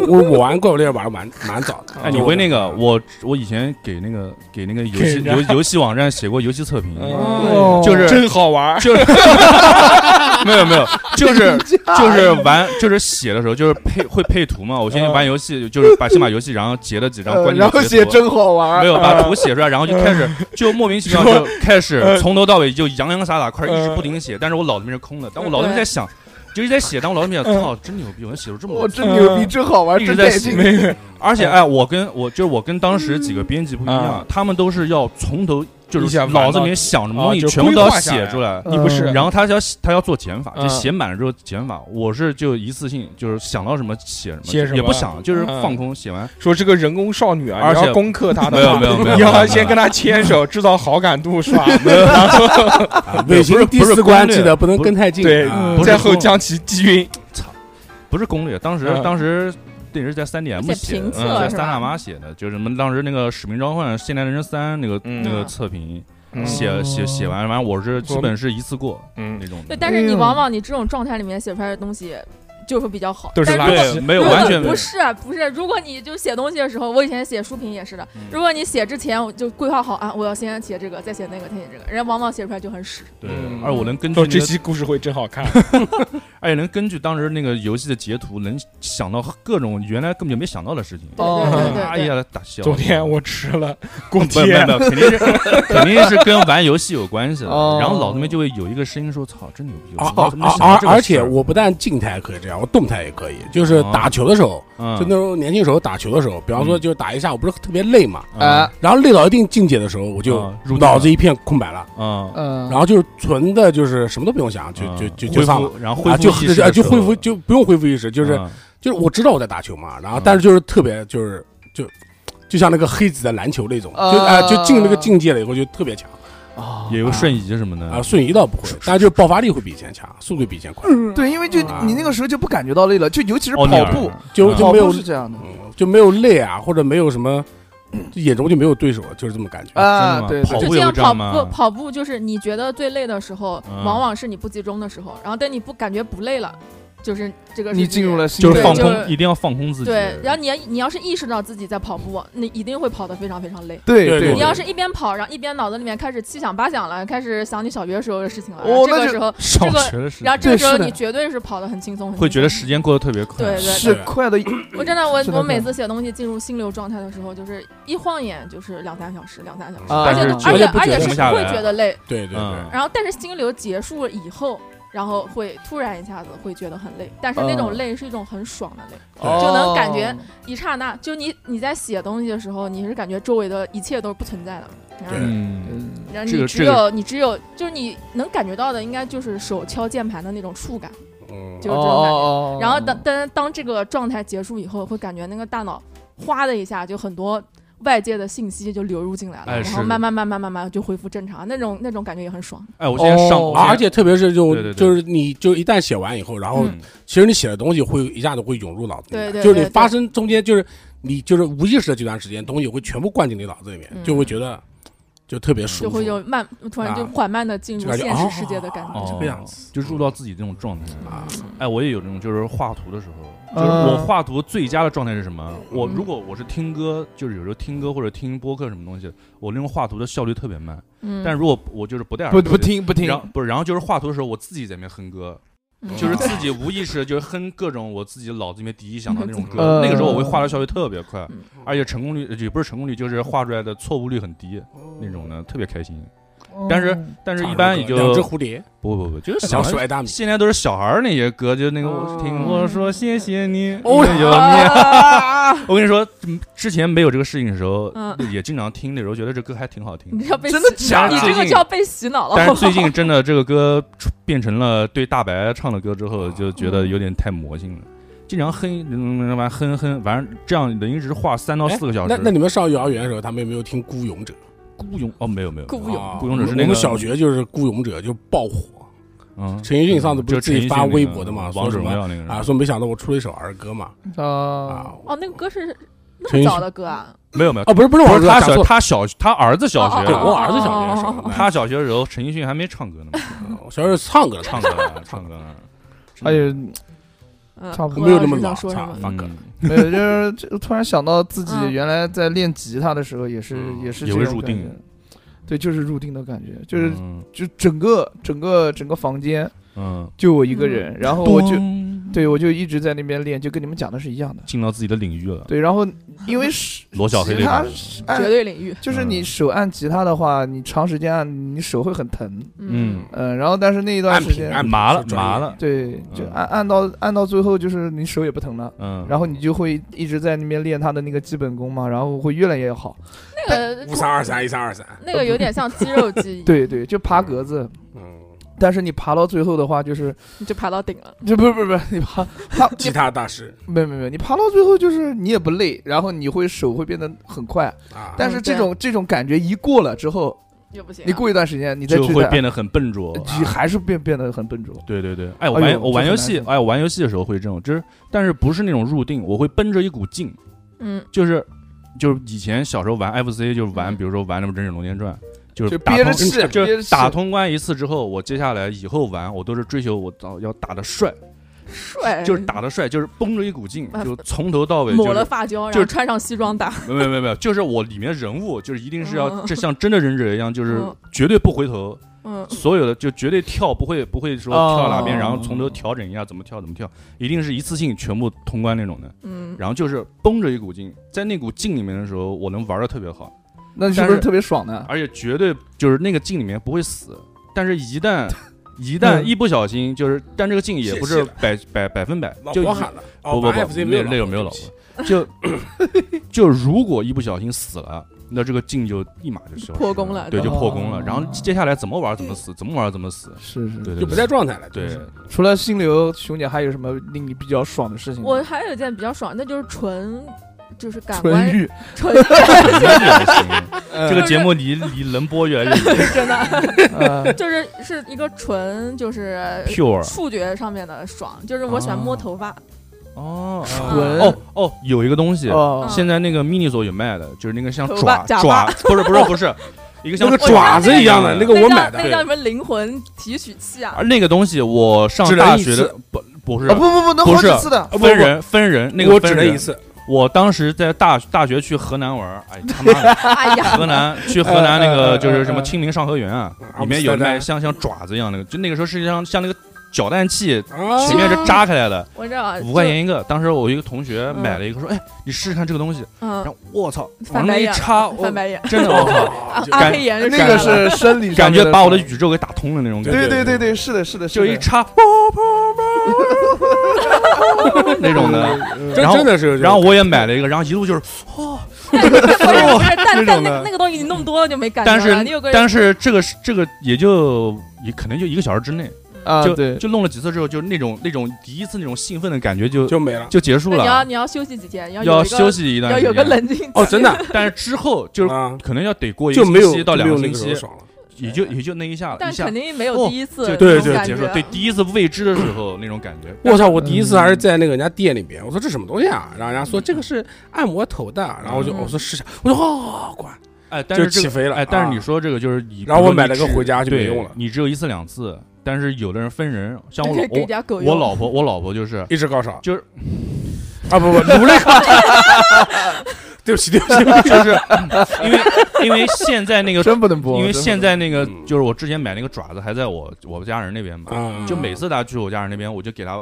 [SPEAKER 4] 我我玩怪物猎人玩的蛮蛮早的。
[SPEAKER 2] 哎，你会那个？我我以前给那个给那个游戏
[SPEAKER 1] 给人家
[SPEAKER 2] 游游戏网站写过游戏测评，
[SPEAKER 1] 嗯
[SPEAKER 2] 就是
[SPEAKER 1] 真好玩，
[SPEAKER 2] 就是 没有没有，就是 就是玩就是写的时候就是配会配图嘛。我先
[SPEAKER 1] 哎嗯
[SPEAKER 2] 玩游戏，就是把先把游戏然后截了几张关键
[SPEAKER 3] 呃然后
[SPEAKER 2] 截
[SPEAKER 3] 写
[SPEAKER 2] 图
[SPEAKER 3] 真好玩儿，
[SPEAKER 2] 没有把
[SPEAKER 1] 嗯
[SPEAKER 2] 图写出来，然后就开始就莫名其妙就开始从头到尾就洋洋洒洒，快一
[SPEAKER 1] 嗯
[SPEAKER 2] 直不停地写，但是我脑子里面是空的，但我脑子里面在想，就一直在写，但我脑子里面
[SPEAKER 1] 嗯
[SPEAKER 2] 操，真牛逼，我能写出这么多。
[SPEAKER 3] 我真牛逼，真好玩，
[SPEAKER 2] 嗯一直
[SPEAKER 3] 真
[SPEAKER 2] 在
[SPEAKER 3] 带
[SPEAKER 2] 写
[SPEAKER 3] 劲。
[SPEAKER 1] 没有
[SPEAKER 2] 而且哎，我跟我就是我跟当时几个编辑不一样
[SPEAKER 1] 嗯，
[SPEAKER 2] 他们都是要从头就
[SPEAKER 1] 一
[SPEAKER 2] 是
[SPEAKER 1] 下玩到
[SPEAKER 2] 脑子里面想什么
[SPEAKER 1] 啊
[SPEAKER 2] 东西
[SPEAKER 1] 就
[SPEAKER 2] 全部都要
[SPEAKER 1] 规划下
[SPEAKER 2] 写
[SPEAKER 1] 来
[SPEAKER 2] 出来。
[SPEAKER 1] 你不是
[SPEAKER 2] 嗯然后他要他要做减法，就
[SPEAKER 1] 嗯
[SPEAKER 2] 写满了之后减法。我是就一次性，就是想到什么写什么，
[SPEAKER 1] 写什么
[SPEAKER 2] 也不想，就是
[SPEAKER 1] 嗯
[SPEAKER 2] 放空写完。
[SPEAKER 1] 说这个人工少女啊，
[SPEAKER 2] 而且
[SPEAKER 1] 你要攻克她的
[SPEAKER 2] 没有
[SPEAKER 1] 话
[SPEAKER 2] 没有没有
[SPEAKER 1] 你
[SPEAKER 2] 没有嗯
[SPEAKER 1] 要先跟她牵手，制造好感度是 吧？
[SPEAKER 4] 啊尾
[SPEAKER 2] 不是
[SPEAKER 4] 行第
[SPEAKER 2] 不是
[SPEAKER 4] 四关
[SPEAKER 2] 攻略
[SPEAKER 4] 记得不能跟太近，
[SPEAKER 1] 对
[SPEAKER 4] 啊
[SPEAKER 2] 嗯不是
[SPEAKER 1] 在后将其击晕。
[SPEAKER 2] 不是攻略，当时
[SPEAKER 1] 嗯
[SPEAKER 2] 当时那也是在三 D M
[SPEAKER 5] 而且
[SPEAKER 2] 写的，
[SPEAKER 5] 评测
[SPEAKER 2] 嗯在
[SPEAKER 5] 是
[SPEAKER 2] 三
[SPEAKER 5] 吧
[SPEAKER 2] 大妈写的，就是什么当时那个《使命召唤：现代人生三》那个
[SPEAKER 1] 嗯
[SPEAKER 2] 那个测评
[SPEAKER 1] 嗯
[SPEAKER 2] 写写写完，完我是基本是一次过
[SPEAKER 1] 嗯
[SPEAKER 2] 那，种的
[SPEAKER 5] 对，，但是你往往你这种状态里面写出来的东西就会比较好，
[SPEAKER 1] 都是
[SPEAKER 5] 但
[SPEAKER 1] 垃
[SPEAKER 5] 如果
[SPEAKER 1] 圾
[SPEAKER 2] 啊对，没有
[SPEAKER 5] 如果
[SPEAKER 2] 完全没有
[SPEAKER 5] 不。是不是，如果你就写东西的时候，我以前写书评也是的，
[SPEAKER 2] 嗯
[SPEAKER 5] 如果你写之前我就规划好啊，我要先写这个，再写那个，再写这个，人家往往写出来就很屎。
[SPEAKER 2] 对
[SPEAKER 1] 嗯，
[SPEAKER 2] 而我能根据
[SPEAKER 1] 说
[SPEAKER 2] 那
[SPEAKER 1] 这
[SPEAKER 2] 个，
[SPEAKER 1] 期故事会真好看，
[SPEAKER 2] 而且能根据当时那个游戏的截图，能想到各种原来根本就没想到的事情。
[SPEAKER 5] 对
[SPEAKER 3] 哦
[SPEAKER 5] 对对
[SPEAKER 2] 哎
[SPEAKER 5] 对对，
[SPEAKER 2] 呀，打笑！
[SPEAKER 1] 昨天我吃了 锅
[SPEAKER 2] 不
[SPEAKER 1] 贴
[SPEAKER 4] 啊
[SPEAKER 2] 不，不，肯定是 肯定是跟玩游戏有关系的。
[SPEAKER 3] 哦
[SPEAKER 2] 然后脑子里面就会有一个声音说：“操，真牛逼！”
[SPEAKER 4] 啊
[SPEAKER 2] 我
[SPEAKER 4] 啊
[SPEAKER 2] 怎么
[SPEAKER 4] 啊
[SPEAKER 2] 能！想到
[SPEAKER 4] 而
[SPEAKER 2] 这个
[SPEAKER 4] 而
[SPEAKER 2] 事
[SPEAKER 4] 且
[SPEAKER 2] 儿
[SPEAKER 4] 我不但静态可以这样，我动态也可以。就是
[SPEAKER 2] 哦
[SPEAKER 4] 打球的时候，
[SPEAKER 2] 嗯
[SPEAKER 4] 就那时候年轻时候打球的时候，比方说
[SPEAKER 2] 嗯
[SPEAKER 4] 就是打一下，我不是特别累嘛，
[SPEAKER 2] 嗯
[SPEAKER 3] 啊，
[SPEAKER 4] 然后累到一定境界的时候，我就
[SPEAKER 2] 啊入定了
[SPEAKER 4] 脑子一片空白了，
[SPEAKER 2] 嗯，
[SPEAKER 3] 嗯，
[SPEAKER 4] 然后就是纯的，就是什么都不用想，就就就就放
[SPEAKER 2] 恢
[SPEAKER 4] 了。
[SPEAKER 2] 复，然后嗯
[SPEAKER 4] 啊，
[SPEAKER 2] 恢
[SPEAKER 4] 就
[SPEAKER 2] 复意识
[SPEAKER 4] 就
[SPEAKER 2] 的时候，
[SPEAKER 4] 就恢复就不用恢复意识，就是
[SPEAKER 2] 嗯
[SPEAKER 4] 就是我知道我在打球嘛，然后
[SPEAKER 2] 嗯
[SPEAKER 4] 但是就是特别就是就就像那个黑子的篮球那种，就
[SPEAKER 3] 啊
[SPEAKER 4] 哎就进那个境界了以后就特别强
[SPEAKER 3] 啊
[SPEAKER 2] 也有瞬移什么的
[SPEAKER 4] 啊，瞬移倒不会，但是就是爆发力会比以前强，速度比以前快，
[SPEAKER 3] 嗯对，因为就
[SPEAKER 4] 啊
[SPEAKER 3] 你那个时候就不感觉到累了，就尤其是
[SPEAKER 2] 奥
[SPEAKER 3] 跑
[SPEAKER 2] 尼尔
[SPEAKER 3] 步，
[SPEAKER 4] 就
[SPEAKER 2] 嗯
[SPEAKER 4] 就
[SPEAKER 3] 跑
[SPEAKER 4] 没有
[SPEAKER 3] 步是这样的
[SPEAKER 4] 嗯就没有累啊，或者没有什么眼中就没有对手，就是这么感觉。
[SPEAKER 2] 真
[SPEAKER 3] 啊，
[SPEAKER 2] 的吗
[SPEAKER 3] 对
[SPEAKER 2] 跑
[SPEAKER 3] 对
[SPEAKER 2] 步
[SPEAKER 5] 就
[SPEAKER 2] 哦有
[SPEAKER 5] 这样
[SPEAKER 2] 这
[SPEAKER 5] 跑
[SPEAKER 2] 样吗
[SPEAKER 5] 步跑步就是你觉得最累的时候，
[SPEAKER 2] 嗯
[SPEAKER 5] 往往是你不集中的时候，然后等你不感觉不累了，就是这个
[SPEAKER 3] 对，
[SPEAKER 5] 是
[SPEAKER 3] 你进入了新
[SPEAKER 2] 就是
[SPEAKER 5] 对
[SPEAKER 3] 的
[SPEAKER 2] 放
[SPEAKER 5] 就
[SPEAKER 2] 空，
[SPEAKER 5] 是
[SPEAKER 2] 一定要放空自己。
[SPEAKER 5] 对， 然后你要你要是意识到自己在跑步，你一定会跑得非常非常累。
[SPEAKER 3] 对
[SPEAKER 4] 对
[SPEAKER 3] 对，
[SPEAKER 5] 你要是一边跑，然后一边脑子里面开始七想八想了，开始想你小学时候的事情了，
[SPEAKER 3] 哦
[SPEAKER 5] 然后这
[SPEAKER 3] 那
[SPEAKER 5] 个
[SPEAKER 3] 就
[SPEAKER 5] 时候，
[SPEAKER 2] 上
[SPEAKER 5] 这个
[SPEAKER 2] 学的时
[SPEAKER 5] 然
[SPEAKER 2] 候
[SPEAKER 5] 后这
[SPEAKER 3] 对
[SPEAKER 5] 个时候
[SPEAKER 3] 是的
[SPEAKER 5] 你绝对是跑得很轻松，很
[SPEAKER 2] 会
[SPEAKER 5] 轻
[SPEAKER 2] 觉得
[SPEAKER 5] 松
[SPEAKER 2] 时间过得特别快。
[SPEAKER 5] 对对
[SPEAKER 4] 是
[SPEAKER 3] 是快的，
[SPEAKER 5] 我真的我
[SPEAKER 3] 是的
[SPEAKER 5] 我
[SPEAKER 3] 对
[SPEAKER 5] 每次写东西进入心流状态的时候，就是一晃眼就是两三小时，两三小时，
[SPEAKER 4] 啊
[SPEAKER 5] 而且
[SPEAKER 2] 但是
[SPEAKER 5] 而
[SPEAKER 2] 绝
[SPEAKER 5] 且
[SPEAKER 4] 对不
[SPEAKER 5] 而且
[SPEAKER 4] 觉
[SPEAKER 5] 是
[SPEAKER 4] 得
[SPEAKER 2] 下
[SPEAKER 5] 会
[SPEAKER 2] 来
[SPEAKER 5] 觉得累，
[SPEAKER 4] 对对
[SPEAKER 2] 嗯
[SPEAKER 4] 对，
[SPEAKER 5] 然后但是心流结束了以后。然后会突然一下子会觉得很累，但是那种
[SPEAKER 3] 嗯
[SPEAKER 5] 累是一种很爽的累，
[SPEAKER 3] 哦
[SPEAKER 5] 就能感觉一刹那就你你在写东西的时候，你是感觉周围的一切都是不存在的，然后
[SPEAKER 4] 对
[SPEAKER 2] 嗯，
[SPEAKER 3] 嗯
[SPEAKER 5] 然后
[SPEAKER 2] 这个
[SPEAKER 5] 你只
[SPEAKER 2] 这个
[SPEAKER 5] 有你只有就是你能感觉到的，应该就是手敲键盘的那种触感。
[SPEAKER 4] 嗯
[SPEAKER 5] 就，是这种感觉
[SPEAKER 3] 哦
[SPEAKER 5] 然后当当当这个状态结束以后，会感觉那个大脑哗的一下，就很多外界的信息就流入进来了，
[SPEAKER 2] 哎
[SPEAKER 5] 然
[SPEAKER 2] 是
[SPEAKER 5] 后慢慢慢慢慢慢就恢复正常，那种那种感觉也很爽。
[SPEAKER 2] 哎，我现在上，
[SPEAKER 3] 哦
[SPEAKER 2] 我
[SPEAKER 4] 啊
[SPEAKER 2] 现在
[SPEAKER 4] 而且哦特别是这
[SPEAKER 2] 对对对
[SPEAKER 4] 种，就是你就一旦写完以后，然后
[SPEAKER 5] 嗯
[SPEAKER 4] 其实你写的东西会一下子会涌入脑子里面，
[SPEAKER 5] 对对
[SPEAKER 4] 就是你
[SPEAKER 5] 对
[SPEAKER 4] 发生中间就是你就是无意识的这段时间，东西会全部灌进你脑子里面，
[SPEAKER 5] 嗯
[SPEAKER 4] 就会觉得就特别
[SPEAKER 5] 就
[SPEAKER 4] 舒服，
[SPEAKER 5] 会有慢，突然就
[SPEAKER 4] 啊
[SPEAKER 5] 缓慢的进入
[SPEAKER 4] 就感觉
[SPEAKER 5] 现实世界的感觉。
[SPEAKER 2] 哦
[SPEAKER 4] 啊这个样子
[SPEAKER 2] 就入到自己这种状态。
[SPEAKER 4] 啊，
[SPEAKER 2] 哎，我也有这种，就是画图的时候，
[SPEAKER 3] 嗯
[SPEAKER 2] 就是我画图最佳的状态是什么？
[SPEAKER 4] 嗯
[SPEAKER 2] 我如果我是听歌，就是有时候听歌或者听播客什么东西，我那种画图的效率特别慢。
[SPEAKER 5] 嗯，
[SPEAKER 2] 但如果我就是不戴耳
[SPEAKER 3] 不
[SPEAKER 2] 机，
[SPEAKER 3] 不听不听
[SPEAKER 2] 然，后不是，然后就是画图的时候，我自己在那边哼歌，
[SPEAKER 5] 嗯
[SPEAKER 2] 就是自 己无意识地就是哼各种我自己脑子里面第一想到那种歌，
[SPEAKER 3] 嗯
[SPEAKER 2] 那个时候我会画的效率特别快
[SPEAKER 5] 嗯，
[SPEAKER 2] 而且成功率也不是成功率，就是画出来的错误率很低那种的，特别开心。但是但是一般也就
[SPEAKER 4] 两只蝴蝶，
[SPEAKER 2] 不不不，就是小
[SPEAKER 4] 小鼠
[SPEAKER 2] 孩。
[SPEAKER 4] 爱大米，
[SPEAKER 2] 现在都是小孩儿那些歌，就那个
[SPEAKER 1] 哦
[SPEAKER 2] 我听我说谢谢你，
[SPEAKER 5] 哦
[SPEAKER 2] 哎呦
[SPEAKER 5] 啊
[SPEAKER 2] 我跟你说，嗯之前没有这个事情的时候
[SPEAKER 5] 嗯，
[SPEAKER 2] 也经常听那时候，觉得这歌还挺好听
[SPEAKER 5] 你。这要被
[SPEAKER 3] 真的
[SPEAKER 5] 洗
[SPEAKER 2] 假的
[SPEAKER 5] 你这
[SPEAKER 2] 最
[SPEAKER 5] 个
[SPEAKER 2] 近
[SPEAKER 5] 就要被洗脑了。
[SPEAKER 2] 但
[SPEAKER 5] 好
[SPEAKER 2] 是
[SPEAKER 5] 不好
[SPEAKER 2] 最近真的这个歌出变成了对大白唱的歌之后，就觉得有点太魔性了，经常哼，嗯完哼哼，反正这样等于只是画三到
[SPEAKER 4] 哎
[SPEAKER 2] 四个小
[SPEAKER 4] 那
[SPEAKER 2] 时。
[SPEAKER 4] 那你们上幼儿园的时候，他们有没有听《孤勇者
[SPEAKER 2] 孤勇哦，没有没有，》？
[SPEAKER 5] 孤勇
[SPEAKER 4] 啊
[SPEAKER 2] 孤勇者是那个
[SPEAKER 4] 我们小学就是《孤勇者》就爆火
[SPEAKER 2] 嗯，
[SPEAKER 4] 陈奕迅上次不是
[SPEAKER 2] 就
[SPEAKER 4] 自
[SPEAKER 2] 陈
[SPEAKER 4] 己
[SPEAKER 2] 奕迅
[SPEAKER 4] 发
[SPEAKER 2] 那个
[SPEAKER 4] 微博的嘛
[SPEAKER 2] 王
[SPEAKER 4] 说
[SPEAKER 2] 者
[SPEAKER 4] 什
[SPEAKER 2] 荣
[SPEAKER 4] 么
[SPEAKER 2] 耀那个人
[SPEAKER 4] 啊，说没想到我出了一首儿歌嘛
[SPEAKER 3] 啊
[SPEAKER 4] 啊，，
[SPEAKER 5] 哦，那个歌是那
[SPEAKER 4] 陈
[SPEAKER 5] 么
[SPEAKER 4] 奕
[SPEAKER 5] 早
[SPEAKER 4] 迅
[SPEAKER 5] 的歌啊，
[SPEAKER 2] 没有没有，
[SPEAKER 4] 哦不是不是
[SPEAKER 2] 不
[SPEAKER 4] 我
[SPEAKER 2] 是
[SPEAKER 4] 说
[SPEAKER 2] 他
[SPEAKER 4] 讲
[SPEAKER 2] 小
[SPEAKER 4] 错了，
[SPEAKER 2] 他小他儿子小学
[SPEAKER 4] 对我
[SPEAKER 2] 啊，
[SPEAKER 4] 儿子小学的时
[SPEAKER 5] 哦
[SPEAKER 4] 候，
[SPEAKER 2] 他小学的时候，陈奕迅还没唱歌呢嘛，
[SPEAKER 4] 啊我小时候唱歌
[SPEAKER 2] 唱歌 了唱歌了，
[SPEAKER 3] 哎呀，
[SPEAKER 5] 嗯，
[SPEAKER 3] 差不
[SPEAKER 5] 何
[SPEAKER 3] 多
[SPEAKER 4] 没有那
[SPEAKER 5] 老
[SPEAKER 4] 么
[SPEAKER 5] 师想说
[SPEAKER 4] 老
[SPEAKER 5] 什
[SPEAKER 4] 差
[SPEAKER 5] 么？
[SPEAKER 4] 发哥
[SPEAKER 2] 嗯
[SPEAKER 3] 没有，就是这突然想到自己
[SPEAKER 5] 嗯
[SPEAKER 3] 原来在练吉他的时候，也是
[SPEAKER 4] 嗯
[SPEAKER 3] 也是
[SPEAKER 2] 也
[SPEAKER 3] 这
[SPEAKER 2] 会
[SPEAKER 3] 种
[SPEAKER 2] 入
[SPEAKER 3] 感
[SPEAKER 2] 定
[SPEAKER 3] 觉，对，就是入定的感觉，就是
[SPEAKER 2] 嗯
[SPEAKER 3] 就整个整个整个房间
[SPEAKER 2] 嗯，
[SPEAKER 3] 就我一个人，然后我就
[SPEAKER 2] 咚
[SPEAKER 3] 对我就一直在那边练，就跟你们讲的是一样的。
[SPEAKER 2] 进到自己的领域了，
[SPEAKER 3] 对，然后因为是啊
[SPEAKER 2] 罗小黑
[SPEAKER 3] 吉
[SPEAKER 2] 那
[SPEAKER 3] 他
[SPEAKER 2] 种
[SPEAKER 3] 是
[SPEAKER 5] 绝
[SPEAKER 3] 按
[SPEAKER 5] 对领域，
[SPEAKER 3] 就是你
[SPEAKER 2] 嗯
[SPEAKER 3] 手按吉他的话，你长时间按，你手会很疼。
[SPEAKER 5] 嗯，
[SPEAKER 3] 嗯，然后但是那一段
[SPEAKER 4] 按
[SPEAKER 3] 时
[SPEAKER 4] 平
[SPEAKER 3] 间，
[SPEAKER 4] 按平
[SPEAKER 2] 嗯麻了
[SPEAKER 4] 是专业
[SPEAKER 2] 麻了，
[SPEAKER 3] 对，就
[SPEAKER 2] 嗯
[SPEAKER 3] 按按到按到最后，就是你手也不疼了。
[SPEAKER 2] 嗯，
[SPEAKER 3] 然后你就会一直在那边练他的那个基本功嘛，然后会越来越好。
[SPEAKER 5] 那个
[SPEAKER 4] 五三二三一三二三，
[SPEAKER 5] 那个有点像肌肉记忆，，
[SPEAKER 3] 对对，就爬格子，
[SPEAKER 4] 嗯，
[SPEAKER 3] 但是你爬到最后的话，就是
[SPEAKER 5] 你就爬到顶了。
[SPEAKER 3] 就不是不是不是，你爬爬
[SPEAKER 4] 吉他大师
[SPEAKER 3] 没有没有没有，你爬到最后就是你也不累，然后你会手会变得很快，
[SPEAKER 4] 啊，
[SPEAKER 3] 但是这种这种感觉一过了之后，
[SPEAKER 5] 也不行啊，
[SPEAKER 3] 你过一段时间你再
[SPEAKER 2] 就
[SPEAKER 3] 去
[SPEAKER 2] 会
[SPEAKER 3] 再
[SPEAKER 2] 变啊得很笨拙。
[SPEAKER 3] 你还是变变得很笨拙。
[SPEAKER 2] 对对对，哎，我
[SPEAKER 3] 哎
[SPEAKER 2] 玩
[SPEAKER 3] 呦
[SPEAKER 2] 我玩
[SPEAKER 3] 这很
[SPEAKER 2] 游
[SPEAKER 3] 难
[SPEAKER 2] 戏，
[SPEAKER 3] 受
[SPEAKER 2] 哎，我玩游戏的时候会这种，就是但是不是那种入定，我会奔着一股劲，
[SPEAKER 5] 嗯，
[SPEAKER 2] 就是就是以前小时候玩 FC 就是玩，
[SPEAKER 5] 嗯
[SPEAKER 2] 比如说玩什么《忍者龙剑传》，就
[SPEAKER 3] 就是
[SPEAKER 2] 打
[SPEAKER 3] 憋着
[SPEAKER 2] 通
[SPEAKER 3] 气，
[SPEAKER 2] 就
[SPEAKER 3] 憋着
[SPEAKER 2] 是
[SPEAKER 3] 气
[SPEAKER 2] 打通关一次之后，我接下来以后玩，我都是追求我到要打的帅，
[SPEAKER 5] 帅，
[SPEAKER 2] 就是打的帅，就是绷着一股劲
[SPEAKER 5] 哎，
[SPEAKER 2] 就从头到尾就
[SPEAKER 5] 抹了
[SPEAKER 2] 是
[SPEAKER 5] 发胶，然
[SPEAKER 2] 就
[SPEAKER 5] 后
[SPEAKER 2] 是
[SPEAKER 5] 穿上西装打，
[SPEAKER 2] 没有没有没有没有，就是我里面人物就是一定是要
[SPEAKER 5] 嗯
[SPEAKER 2] 这像真的忍者一样，就是
[SPEAKER 5] 嗯
[SPEAKER 2] 绝对不回头，
[SPEAKER 5] 嗯，
[SPEAKER 2] 所有的就绝对跳不会不会说跳哪边，
[SPEAKER 3] 哦
[SPEAKER 2] 然后从头调整一下怎么跳怎么跳，一定是一次性全部通关那种的。
[SPEAKER 5] 嗯，
[SPEAKER 2] 然后就是绷着一股劲，在那股劲里面的时候，我能玩的特别好，
[SPEAKER 3] 那是
[SPEAKER 2] 但
[SPEAKER 3] 不是
[SPEAKER 2] 是
[SPEAKER 3] 特别爽
[SPEAKER 5] 啊
[SPEAKER 3] 呢？
[SPEAKER 2] 而且绝对就是那个劲里面不会死，但是一旦。一旦
[SPEAKER 3] 嗯
[SPEAKER 2] 一不小心，就是，但这个劲也
[SPEAKER 4] 谢
[SPEAKER 2] 不
[SPEAKER 4] 谢
[SPEAKER 2] 是
[SPEAKER 4] 了
[SPEAKER 2] 百百百分百
[SPEAKER 4] 老，
[SPEAKER 2] 就
[SPEAKER 4] 婆喊了，哦
[SPEAKER 2] 不不
[SPEAKER 4] 玩
[SPEAKER 2] 不，
[SPEAKER 4] FC
[SPEAKER 2] 那
[SPEAKER 4] 没
[SPEAKER 2] 那种没有老
[SPEAKER 4] 老婆对不起
[SPEAKER 2] 婆，就就如果一不小心死了，那这个劲就立马就消失
[SPEAKER 5] 破功了
[SPEAKER 2] 对，就破功了。
[SPEAKER 3] 哦
[SPEAKER 2] 然后接下来怎么玩怎么死，怎么玩怎么死，
[SPEAKER 3] 是是
[SPEAKER 2] 对对，
[SPEAKER 4] 就不在状态了，
[SPEAKER 2] 对
[SPEAKER 4] 就是
[SPEAKER 2] 对
[SPEAKER 3] 除了心流，熊姐还有什么令你比较爽的事情吗？
[SPEAKER 5] 我还有一件比较爽，那就是纯，就是感
[SPEAKER 3] 纯
[SPEAKER 5] 官
[SPEAKER 3] 欲，
[SPEAKER 5] 纯，
[SPEAKER 2] 对
[SPEAKER 3] 这
[SPEAKER 2] 这个节目离离能播越来越远
[SPEAKER 5] 真的
[SPEAKER 3] 呃
[SPEAKER 5] 就是是一个纯就是。
[SPEAKER 2] pure 啊
[SPEAKER 5] 触觉上面的爽，就是我喜欢摸
[SPEAKER 3] 哦
[SPEAKER 5] 头发，
[SPEAKER 2] 哦
[SPEAKER 1] 嗯
[SPEAKER 3] 纯
[SPEAKER 2] 哦哦，有一个东西，
[SPEAKER 3] 哦，
[SPEAKER 2] 现在那个 mini 所有卖的，就是那个像
[SPEAKER 5] 头
[SPEAKER 2] 爪
[SPEAKER 5] 发假
[SPEAKER 2] 爪
[SPEAKER 5] 发，
[SPEAKER 2] 不是不是不是，一个像
[SPEAKER 4] 那个爪子一样的那个
[SPEAKER 5] 那
[SPEAKER 4] 我
[SPEAKER 5] 叫
[SPEAKER 4] 买的
[SPEAKER 5] 那叫什么灵魂提取器啊
[SPEAKER 2] 啊，？那个东西我上
[SPEAKER 4] 只能
[SPEAKER 2] 大
[SPEAKER 4] 一
[SPEAKER 2] 学
[SPEAKER 4] 次
[SPEAKER 2] 的不不是
[SPEAKER 3] 啊不不不，能
[SPEAKER 2] 不
[SPEAKER 3] 好几
[SPEAKER 2] 是
[SPEAKER 3] 次的，
[SPEAKER 4] 啊不
[SPEAKER 2] 分人分人那
[SPEAKER 4] 不
[SPEAKER 2] 个
[SPEAKER 4] 我只
[SPEAKER 2] 分
[SPEAKER 4] 能一
[SPEAKER 2] 人，
[SPEAKER 4] 次，
[SPEAKER 2] 我当时在大大学去河南玩儿，哎他妈的。
[SPEAKER 5] 哎呀，
[SPEAKER 2] 河南去河南那
[SPEAKER 3] 呃呃
[SPEAKER 2] 个
[SPEAKER 3] 呃
[SPEAKER 2] 就是什么
[SPEAKER 3] 呃
[SPEAKER 2] 清明上河园啊
[SPEAKER 4] 嗯，
[SPEAKER 2] 里面有卖
[SPEAKER 4] 阿姆斯特丹
[SPEAKER 2] 像像爪子一样那个，就那个时候是像像那个搅蛋器，
[SPEAKER 4] 啊
[SPEAKER 2] 前面是扎开来的，
[SPEAKER 5] 我知道，
[SPEAKER 2] 五块
[SPEAKER 5] 就
[SPEAKER 2] 钱一个。当时我一个同学
[SPEAKER 5] 嗯
[SPEAKER 2] 买了一个，说：“哎，你试试看这个东西。”然
[SPEAKER 5] 嗯，
[SPEAKER 2] 后我操，
[SPEAKER 5] 翻
[SPEAKER 2] 往那
[SPEAKER 5] 白
[SPEAKER 2] 一
[SPEAKER 5] 眼
[SPEAKER 2] 插，
[SPEAKER 5] 了，
[SPEAKER 2] 我
[SPEAKER 5] 翻白眼，
[SPEAKER 2] 真的我靠，
[SPEAKER 5] 啊
[SPEAKER 4] 就
[SPEAKER 5] 阿
[SPEAKER 2] 感
[SPEAKER 5] 黑眼就
[SPEAKER 3] 那
[SPEAKER 5] 出来
[SPEAKER 3] 个
[SPEAKER 5] 了
[SPEAKER 3] 是生理上
[SPEAKER 2] 感
[SPEAKER 3] 面
[SPEAKER 2] 觉把我的
[SPEAKER 3] 爽
[SPEAKER 2] 宇宙给打通了那种感
[SPEAKER 3] 对
[SPEAKER 2] 觉，
[SPEAKER 3] 对对对，是的，是的，是
[SPEAKER 2] 就
[SPEAKER 3] 的
[SPEAKER 2] 一插那种的。
[SPEAKER 4] 这
[SPEAKER 2] 嗯然后
[SPEAKER 4] 真的是，
[SPEAKER 2] 然后我也买了一个，然后一路就是哦，
[SPEAKER 5] 但是
[SPEAKER 2] 这
[SPEAKER 5] 但但
[SPEAKER 2] 种的
[SPEAKER 5] 那个那个东西你弄多了就没感觉
[SPEAKER 2] 但
[SPEAKER 5] 了。
[SPEAKER 2] 是
[SPEAKER 5] 你有个
[SPEAKER 2] 但是这个是这个也就也可能就一个小时之内。
[SPEAKER 3] 啊，
[SPEAKER 2] 就
[SPEAKER 3] 对，
[SPEAKER 2] 就弄了几次之后，就那种那种第一次那种兴奋的感觉就
[SPEAKER 4] 就没了。
[SPEAKER 2] 就结束
[SPEAKER 5] 那你要
[SPEAKER 2] 了，
[SPEAKER 5] 你要休息几天，要有
[SPEAKER 2] 要
[SPEAKER 5] 一个
[SPEAKER 2] 休，息一段
[SPEAKER 5] 要
[SPEAKER 2] 时
[SPEAKER 5] 有
[SPEAKER 2] 间。
[SPEAKER 5] 个冷静期。
[SPEAKER 4] 哦，真的
[SPEAKER 2] 但是之后嗯就是
[SPEAKER 4] 啊，
[SPEAKER 2] 可能要得过一个
[SPEAKER 4] 就没有
[SPEAKER 2] 星期到
[SPEAKER 4] 就
[SPEAKER 2] 两
[SPEAKER 4] 没有
[SPEAKER 2] 个
[SPEAKER 4] 那
[SPEAKER 2] 星
[SPEAKER 4] 个时候
[SPEAKER 2] 期，
[SPEAKER 4] 爽了。
[SPEAKER 2] 也就也就那一下
[SPEAKER 5] 但
[SPEAKER 2] 一下
[SPEAKER 5] 肯定没有
[SPEAKER 2] 哦
[SPEAKER 5] 第一次
[SPEAKER 2] 就
[SPEAKER 5] 那
[SPEAKER 4] 对
[SPEAKER 5] 种
[SPEAKER 4] 对
[SPEAKER 5] 感
[SPEAKER 2] 结束
[SPEAKER 5] 觉
[SPEAKER 2] 了，对第一次未知的时候那种感觉。
[SPEAKER 4] 我操！我第一次
[SPEAKER 2] 嗯
[SPEAKER 4] 还是在那个人家店里边，我说这什么东西啊？然后人家说这个是按摩头的，啊然后我就
[SPEAKER 5] 嗯
[SPEAKER 4] 我说试下，我说哦，管，
[SPEAKER 2] 哎，但
[SPEAKER 4] 就是
[SPEAKER 2] 这
[SPEAKER 4] 起
[SPEAKER 2] 个
[SPEAKER 4] 飞了。
[SPEAKER 2] 哎，但是你
[SPEAKER 4] 啊
[SPEAKER 2] 说这个就是你，
[SPEAKER 4] 然后我
[SPEAKER 2] 比如说
[SPEAKER 4] 买了
[SPEAKER 2] 你
[SPEAKER 4] 个
[SPEAKER 2] 只
[SPEAKER 4] 回家就没
[SPEAKER 2] 对
[SPEAKER 4] 用了
[SPEAKER 2] 你只有一次两次，但是有的人分人，像
[SPEAKER 5] 就
[SPEAKER 2] 我
[SPEAKER 5] 可以
[SPEAKER 2] 老
[SPEAKER 5] 给
[SPEAKER 2] 我
[SPEAKER 5] 家狗
[SPEAKER 2] 我
[SPEAKER 5] 用。
[SPEAKER 2] 老婆我老婆就是
[SPEAKER 4] 一直高潮
[SPEAKER 2] 就是
[SPEAKER 4] 啊，不不，颅内高潮。 对不起，对不 起，
[SPEAKER 2] 就是 因为因为现在那个
[SPEAKER 3] 真不能播，
[SPEAKER 2] 因为
[SPEAKER 3] 真不
[SPEAKER 2] 现
[SPEAKER 3] 能
[SPEAKER 2] 在那个
[SPEAKER 4] 嗯
[SPEAKER 2] 就是我之前买那个爪子还在我我家人那边嘛，
[SPEAKER 3] 嗯
[SPEAKER 4] 啊，
[SPEAKER 2] 就每次他去我家人那边，我就给他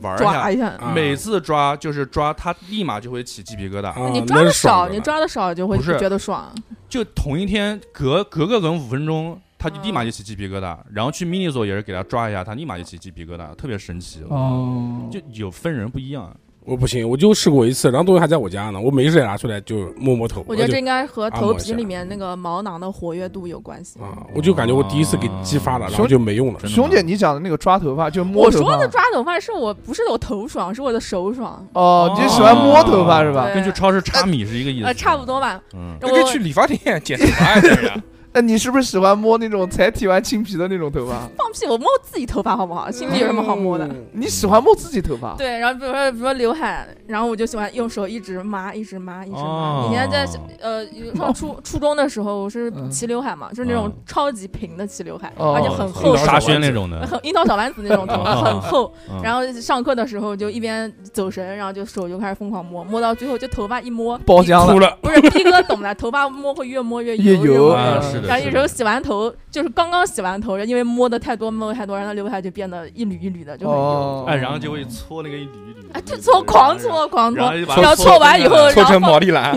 [SPEAKER 2] 玩儿
[SPEAKER 5] 抓哎
[SPEAKER 2] 一
[SPEAKER 5] 一下，
[SPEAKER 3] 嗯
[SPEAKER 4] 啊
[SPEAKER 2] 下，每次抓就是抓，他立马就会起鸡皮疙
[SPEAKER 3] 嗯
[SPEAKER 2] 瘩。
[SPEAKER 5] 啊你
[SPEAKER 4] 你
[SPEAKER 5] 抓的少，你抓的少就会
[SPEAKER 2] 不是
[SPEAKER 5] 觉得爽。
[SPEAKER 2] 就同一天隔隔个可能五分钟，他他就立
[SPEAKER 5] 嗯
[SPEAKER 2] 马就起鸡皮疙瘩。然后去 mini 所也是给他抓一下，他立马就起鸡皮疙瘩，特别神奇。
[SPEAKER 3] 哦，
[SPEAKER 2] 就有分人不一样，
[SPEAKER 4] 我不行，我就试过一次，然后东西还在我家呢，我没事拿出来就摸摸头，
[SPEAKER 5] 我觉得
[SPEAKER 4] 就
[SPEAKER 5] 这应该和
[SPEAKER 4] 按
[SPEAKER 5] 头
[SPEAKER 4] 摩一
[SPEAKER 5] 皮
[SPEAKER 4] 下
[SPEAKER 5] 里面那个毛囊的活跃度有关系。
[SPEAKER 4] 啊，我就感觉我第一次给激发了，
[SPEAKER 2] 哦
[SPEAKER 4] 然后就没用了。
[SPEAKER 2] 真的
[SPEAKER 3] 熊
[SPEAKER 2] 吗
[SPEAKER 3] 姐，你讲的那个抓头发，就嗯摸
[SPEAKER 5] 我
[SPEAKER 3] 头
[SPEAKER 5] 说
[SPEAKER 3] 发
[SPEAKER 5] 的。抓头发是我不是我头爽，是我的手爽，
[SPEAKER 3] 哦，你喜欢摸头发是吧？
[SPEAKER 5] 对
[SPEAKER 2] 跟去超市插米是一个意思。
[SPEAKER 5] 呃，差不。多吧。
[SPEAKER 2] 嗯，
[SPEAKER 1] 哎你可以去理 发店剪头发呀，
[SPEAKER 3] 那你是不是喜欢摸那种才剃完青皮的那种头发？
[SPEAKER 5] 放屁，我摸自己头发好不好？心里有什么好摸的？
[SPEAKER 4] 嗯
[SPEAKER 3] 你喜欢摸自己头发？
[SPEAKER 5] 对，然后比如说比如说刘海，然后我就喜欢用手一直抹，一直抹，一直
[SPEAKER 2] 哦
[SPEAKER 5] 抹。以前在呃有上初初中的时候，我是
[SPEAKER 3] 嗯
[SPEAKER 5] 齐刘海嘛，就是那种超级平的齐刘海，
[SPEAKER 3] 哦
[SPEAKER 5] 而且很厚
[SPEAKER 4] 哦，
[SPEAKER 2] 沙宣那种 的，
[SPEAKER 5] 很樱桃小丸子那种头发，很厚。
[SPEAKER 2] 嗯
[SPEAKER 5] 然后上课的时候就一边走神，然后就手就开始疯狂摸，摸到最后就头发一摸
[SPEAKER 3] 包浆
[SPEAKER 4] 哭
[SPEAKER 3] 了，
[SPEAKER 4] 了，
[SPEAKER 5] 不是逼哥懂的，头发摸会越摸 越
[SPEAKER 3] 越
[SPEAKER 5] 油，越
[SPEAKER 3] 油嗯
[SPEAKER 5] 摸
[SPEAKER 2] 啊，
[SPEAKER 5] 越
[SPEAKER 2] 是的，
[SPEAKER 5] 然后
[SPEAKER 2] 是
[SPEAKER 5] 有
[SPEAKER 2] 的
[SPEAKER 5] 时候洗完头，就是刚刚洗完头，因为摸的太多，摸的太多，然后刘海就变得一缕一缕的，就很油。
[SPEAKER 3] 哦，
[SPEAKER 2] 哎，然后就会搓那个一缕一缕的。
[SPEAKER 5] 哎，就搓狂搓狂
[SPEAKER 2] 嗯然后，就把
[SPEAKER 5] 搓
[SPEAKER 2] 它
[SPEAKER 5] 然后搓完以后，
[SPEAKER 1] 搓
[SPEAKER 5] 然后
[SPEAKER 1] 成毛利兰，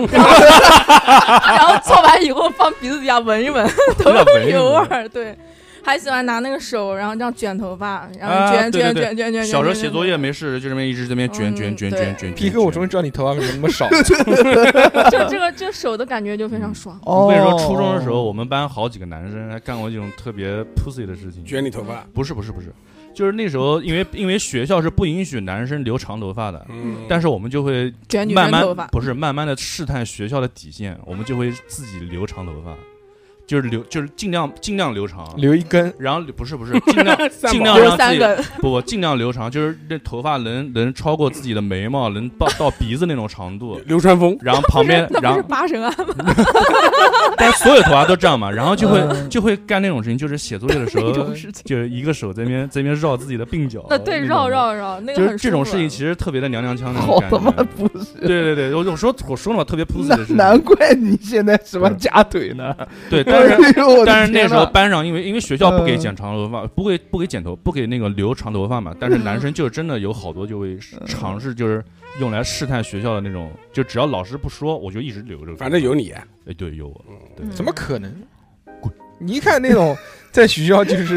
[SPEAKER 1] 啊
[SPEAKER 5] 然后搓完以后放鼻子底下闻一闻，
[SPEAKER 2] 头发
[SPEAKER 5] 有味儿。对，还喜欢拿那个手，然后这样卷头发，然后
[SPEAKER 2] 啊
[SPEAKER 5] 卷
[SPEAKER 2] 对对
[SPEAKER 5] 卷
[SPEAKER 2] 对
[SPEAKER 5] 卷卷卷。
[SPEAKER 2] 小时候
[SPEAKER 5] 卷
[SPEAKER 2] 写作业，没事就这边一直这边卷
[SPEAKER 5] 嗯
[SPEAKER 2] 卷卷
[SPEAKER 5] 对
[SPEAKER 2] 卷卷。
[SPEAKER 1] 皮哥，我终于
[SPEAKER 2] 于
[SPEAKER 1] 知道你头发为什么那么少。
[SPEAKER 5] 卷卷就这个，就手的感觉就非常爽。
[SPEAKER 3] 哦
[SPEAKER 2] 我跟你说，初中的时 候，我们班好几个男生还干过这种特别 pussy 的事情。
[SPEAKER 4] 卷你头发，
[SPEAKER 2] 不是不是不是，就是那时候，因为因为学校是不允许男生留长头发的，
[SPEAKER 4] 嗯，
[SPEAKER 2] 但是我们就会
[SPEAKER 5] 卷女
[SPEAKER 2] 慢
[SPEAKER 5] 生
[SPEAKER 2] 慢
[SPEAKER 5] 头发，
[SPEAKER 2] 不是慢慢的试探学校的底线，我们就会自己留长头发，就是留就是尽量尽量留长，
[SPEAKER 1] 留一根，
[SPEAKER 2] 然后不是不是尽量
[SPEAKER 4] 三
[SPEAKER 2] 尽
[SPEAKER 4] 毛。
[SPEAKER 2] 量
[SPEAKER 5] 留
[SPEAKER 2] 让自
[SPEAKER 5] 三
[SPEAKER 2] 己
[SPEAKER 5] 根，
[SPEAKER 2] 不不尽量留长，就是那头发能能超过自己的眉毛，能到到鼻子那种长度
[SPEAKER 4] 流川枫，
[SPEAKER 2] 然后旁边，
[SPEAKER 5] 那
[SPEAKER 2] 然
[SPEAKER 5] 不
[SPEAKER 2] 后
[SPEAKER 5] 是八神啊庵吗？
[SPEAKER 2] 但所有头发都这样嘛，然后就会
[SPEAKER 3] 嗯
[SPEAKER 2] 就会干那种事情，就是写作业的时
[SPEAKER 5] 那
[SPEAKER 2] 候，
[SPEAKER 5] 种事情。。
[SPEAKER 2] 就是一个手在那边在那边绕自己的鬓角
[SPEAKER 5] 那对，
[SPEAKER 2] 哦那种
[SPEAKER 5] 绕
[SPEAKER 2] 的
[SPEAKER 5] 绕绕，那个
[SPEAKER 2] 就是
[SPEAKER 5] 很
[SPEAKER 2] 这
[SPEAKER 5] 舒
[SPEAKER 2] 种
[SPEAKER 5] 服
[SPEAKER 2] 事情，其实特别的娘娘腔那种
[SPEAKER 3] 好
[SPEAKER 2] 感
[SPEAKER 3] 他妈
[SPEAKER 2] 觉。
[SPEAKER 3] 不是，
[SPEAKER 2] 对对对，我就说我说了嘛，特别 pussy
[SPEAKER 3] 那
[SPEAKER 2] 的事
[SPEAKER 3] 难
[SPEAKER 2] 情。
[SPEAKER 3] 怪你现在喜欢夹腿呢。
[SPEAKER 2] 对， 但是
[SPEAKER 3] 哎呦我的
[SPEAKER 2] 但是那
[SPEAKER 3] 天
[SPEAKER 2] 时候
[SPEAKER 3] 呐
[SPEAKER 2] 班上，因为因为学校不给
[SPEAKER 3] 嗯
[SPEAKER 2] 剪长头发，不给不给剪头，不给那个留长头发嘛。但是 男生就真的有好多就会
[SPEAKER 3] 嗯
[SPEAKER 2] 尝试，就是用来试探学校的那种，就只要老师不说，我就一直留着。
[SPEAKER 4] 反正有，你，
[SPEAKER 2] 哎，对，有我。对
[SPEAKER 5] 嗯
[SPEAKER 1] 怎么可能？你一看那种在学校就是，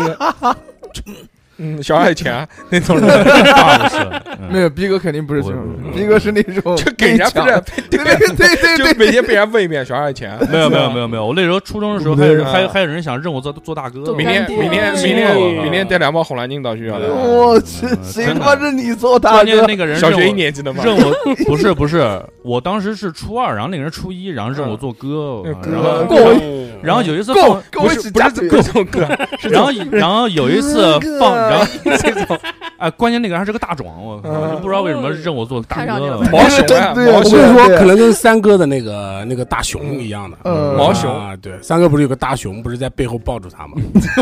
[SPEAKER 1] 嗯，小爱钱那种 人，
[SPEAKER 2] 大不是，
[SPEAKER 3] 没
[SPEAKER 2] 嗯
[SPEAKER 3] 有逼哥肯定不是这种
[SPEAKER 2] 不
[SPEAKER 3] 人
[SPEAKER 2] 会不会
[SPEAKER 3] 逼哥是那种
[SPEAKER 1] 就给人家不
[SPEAKER 3] 被抢
[SPEAKER 1] 是，
[SPEAKER 3] 对对对对
[SPEAKER 1] 就
[SPEAKER 3] 对
[SPEAKER 1] 每天被人家问一遍小爱钱。啊
[SPEAKER 2] 没有没有没有没有，我那时候初中的时候
[SPEAKER 1] 对不对
[SPEAKER 2] 还有人
[SPEAKER 1] 啊
[SPEAKER 2] 还有还有人想认我做做大哥
[SPEAKER 5] 做
[SPEAKER 2] 呢，
[SPEAKER 1] 明天
[SPEAKER 5] 干爹啊
[SPEAKER 1] 明天明
[SPEAKER 2] 哎呦
[SPEAKER 1] 天明天带两包红蓝鲸到学校
[SPEAKER 2] 哎
[SPEAKER 1] 来嗯
[SPEAKER 2] 呦，
[SPEAKER 3] 我去，谁他妈是你做大
[SPEAKER 2] 关键
[SPEAKER 3] 哥？
[SPEAKER 2] 那个人
[SPEAKER 1] 小
[SPEAKER 2] 认
[SPEAKER 1] 学
[SPEAKER 2] 我
[SPEAKER 1] 一年级的嘛。
[SPEAKER 2] 认我不是不是，我当时是初二，然后那个人初一，然后让我做哥，
[SPEAKER 1] 嗯
[SPEAKER 2] 然后
[SPEAKER 1] 哥
[SPEAKER 3] 够
[SPEAKER 1] 够
[SPEAKER 4] 嗯
[SPEAKER 2] 然后有一次
[SPEAKER 3] 够
[SPEAKER 2] 放，
[SPEAKER 3] 跟
[SPEAKER 1] 不
[SPEAKER 3] 我一
[SPEAKER 1] 是
[SPEAKER 3] 起
[SPEAKER 1] 不
[SPEAKER 3] 夹
[SPEAKER 1] 是
[SPEAKER 3] 腿
[SPEAKER 1] 各种各， 是
[SPEAKER 2] 然后然后有一次放，然后这种， 哎，关键那个人还是个大壮，我靠，
[SPEAKER 1] 嗯
[SPEAKER 2] 就不知道为什么认我做大
[SPEAKER 5] 哦看上去
[SPEAKER 2] 哥
[SPEAKER 5] 了
[SPEAKER 2] 了。
[SPEAKER 4] 哦
[SPEAKER 1] 毛熊啊，
[SPEAKER 3] 对对
[SPEAKER 1] 毛
[SPEAKER 4] 我
[SPEAKER 1] 熊
[SPEAKER 4] 跟
[SPEAKER 3] 对
[SPEAKER 4] 你说
[SPEAKER 3] 对，
[SPEAKER 4] 可能跟三哥的那个那个大熊一样的，
[SPEAKER 3] 嗯
[SPEAKER 1] 毛熊
[SPEAKER 4] 啊，对，三哥不是有个大熊，不是在背后抱住 他吗？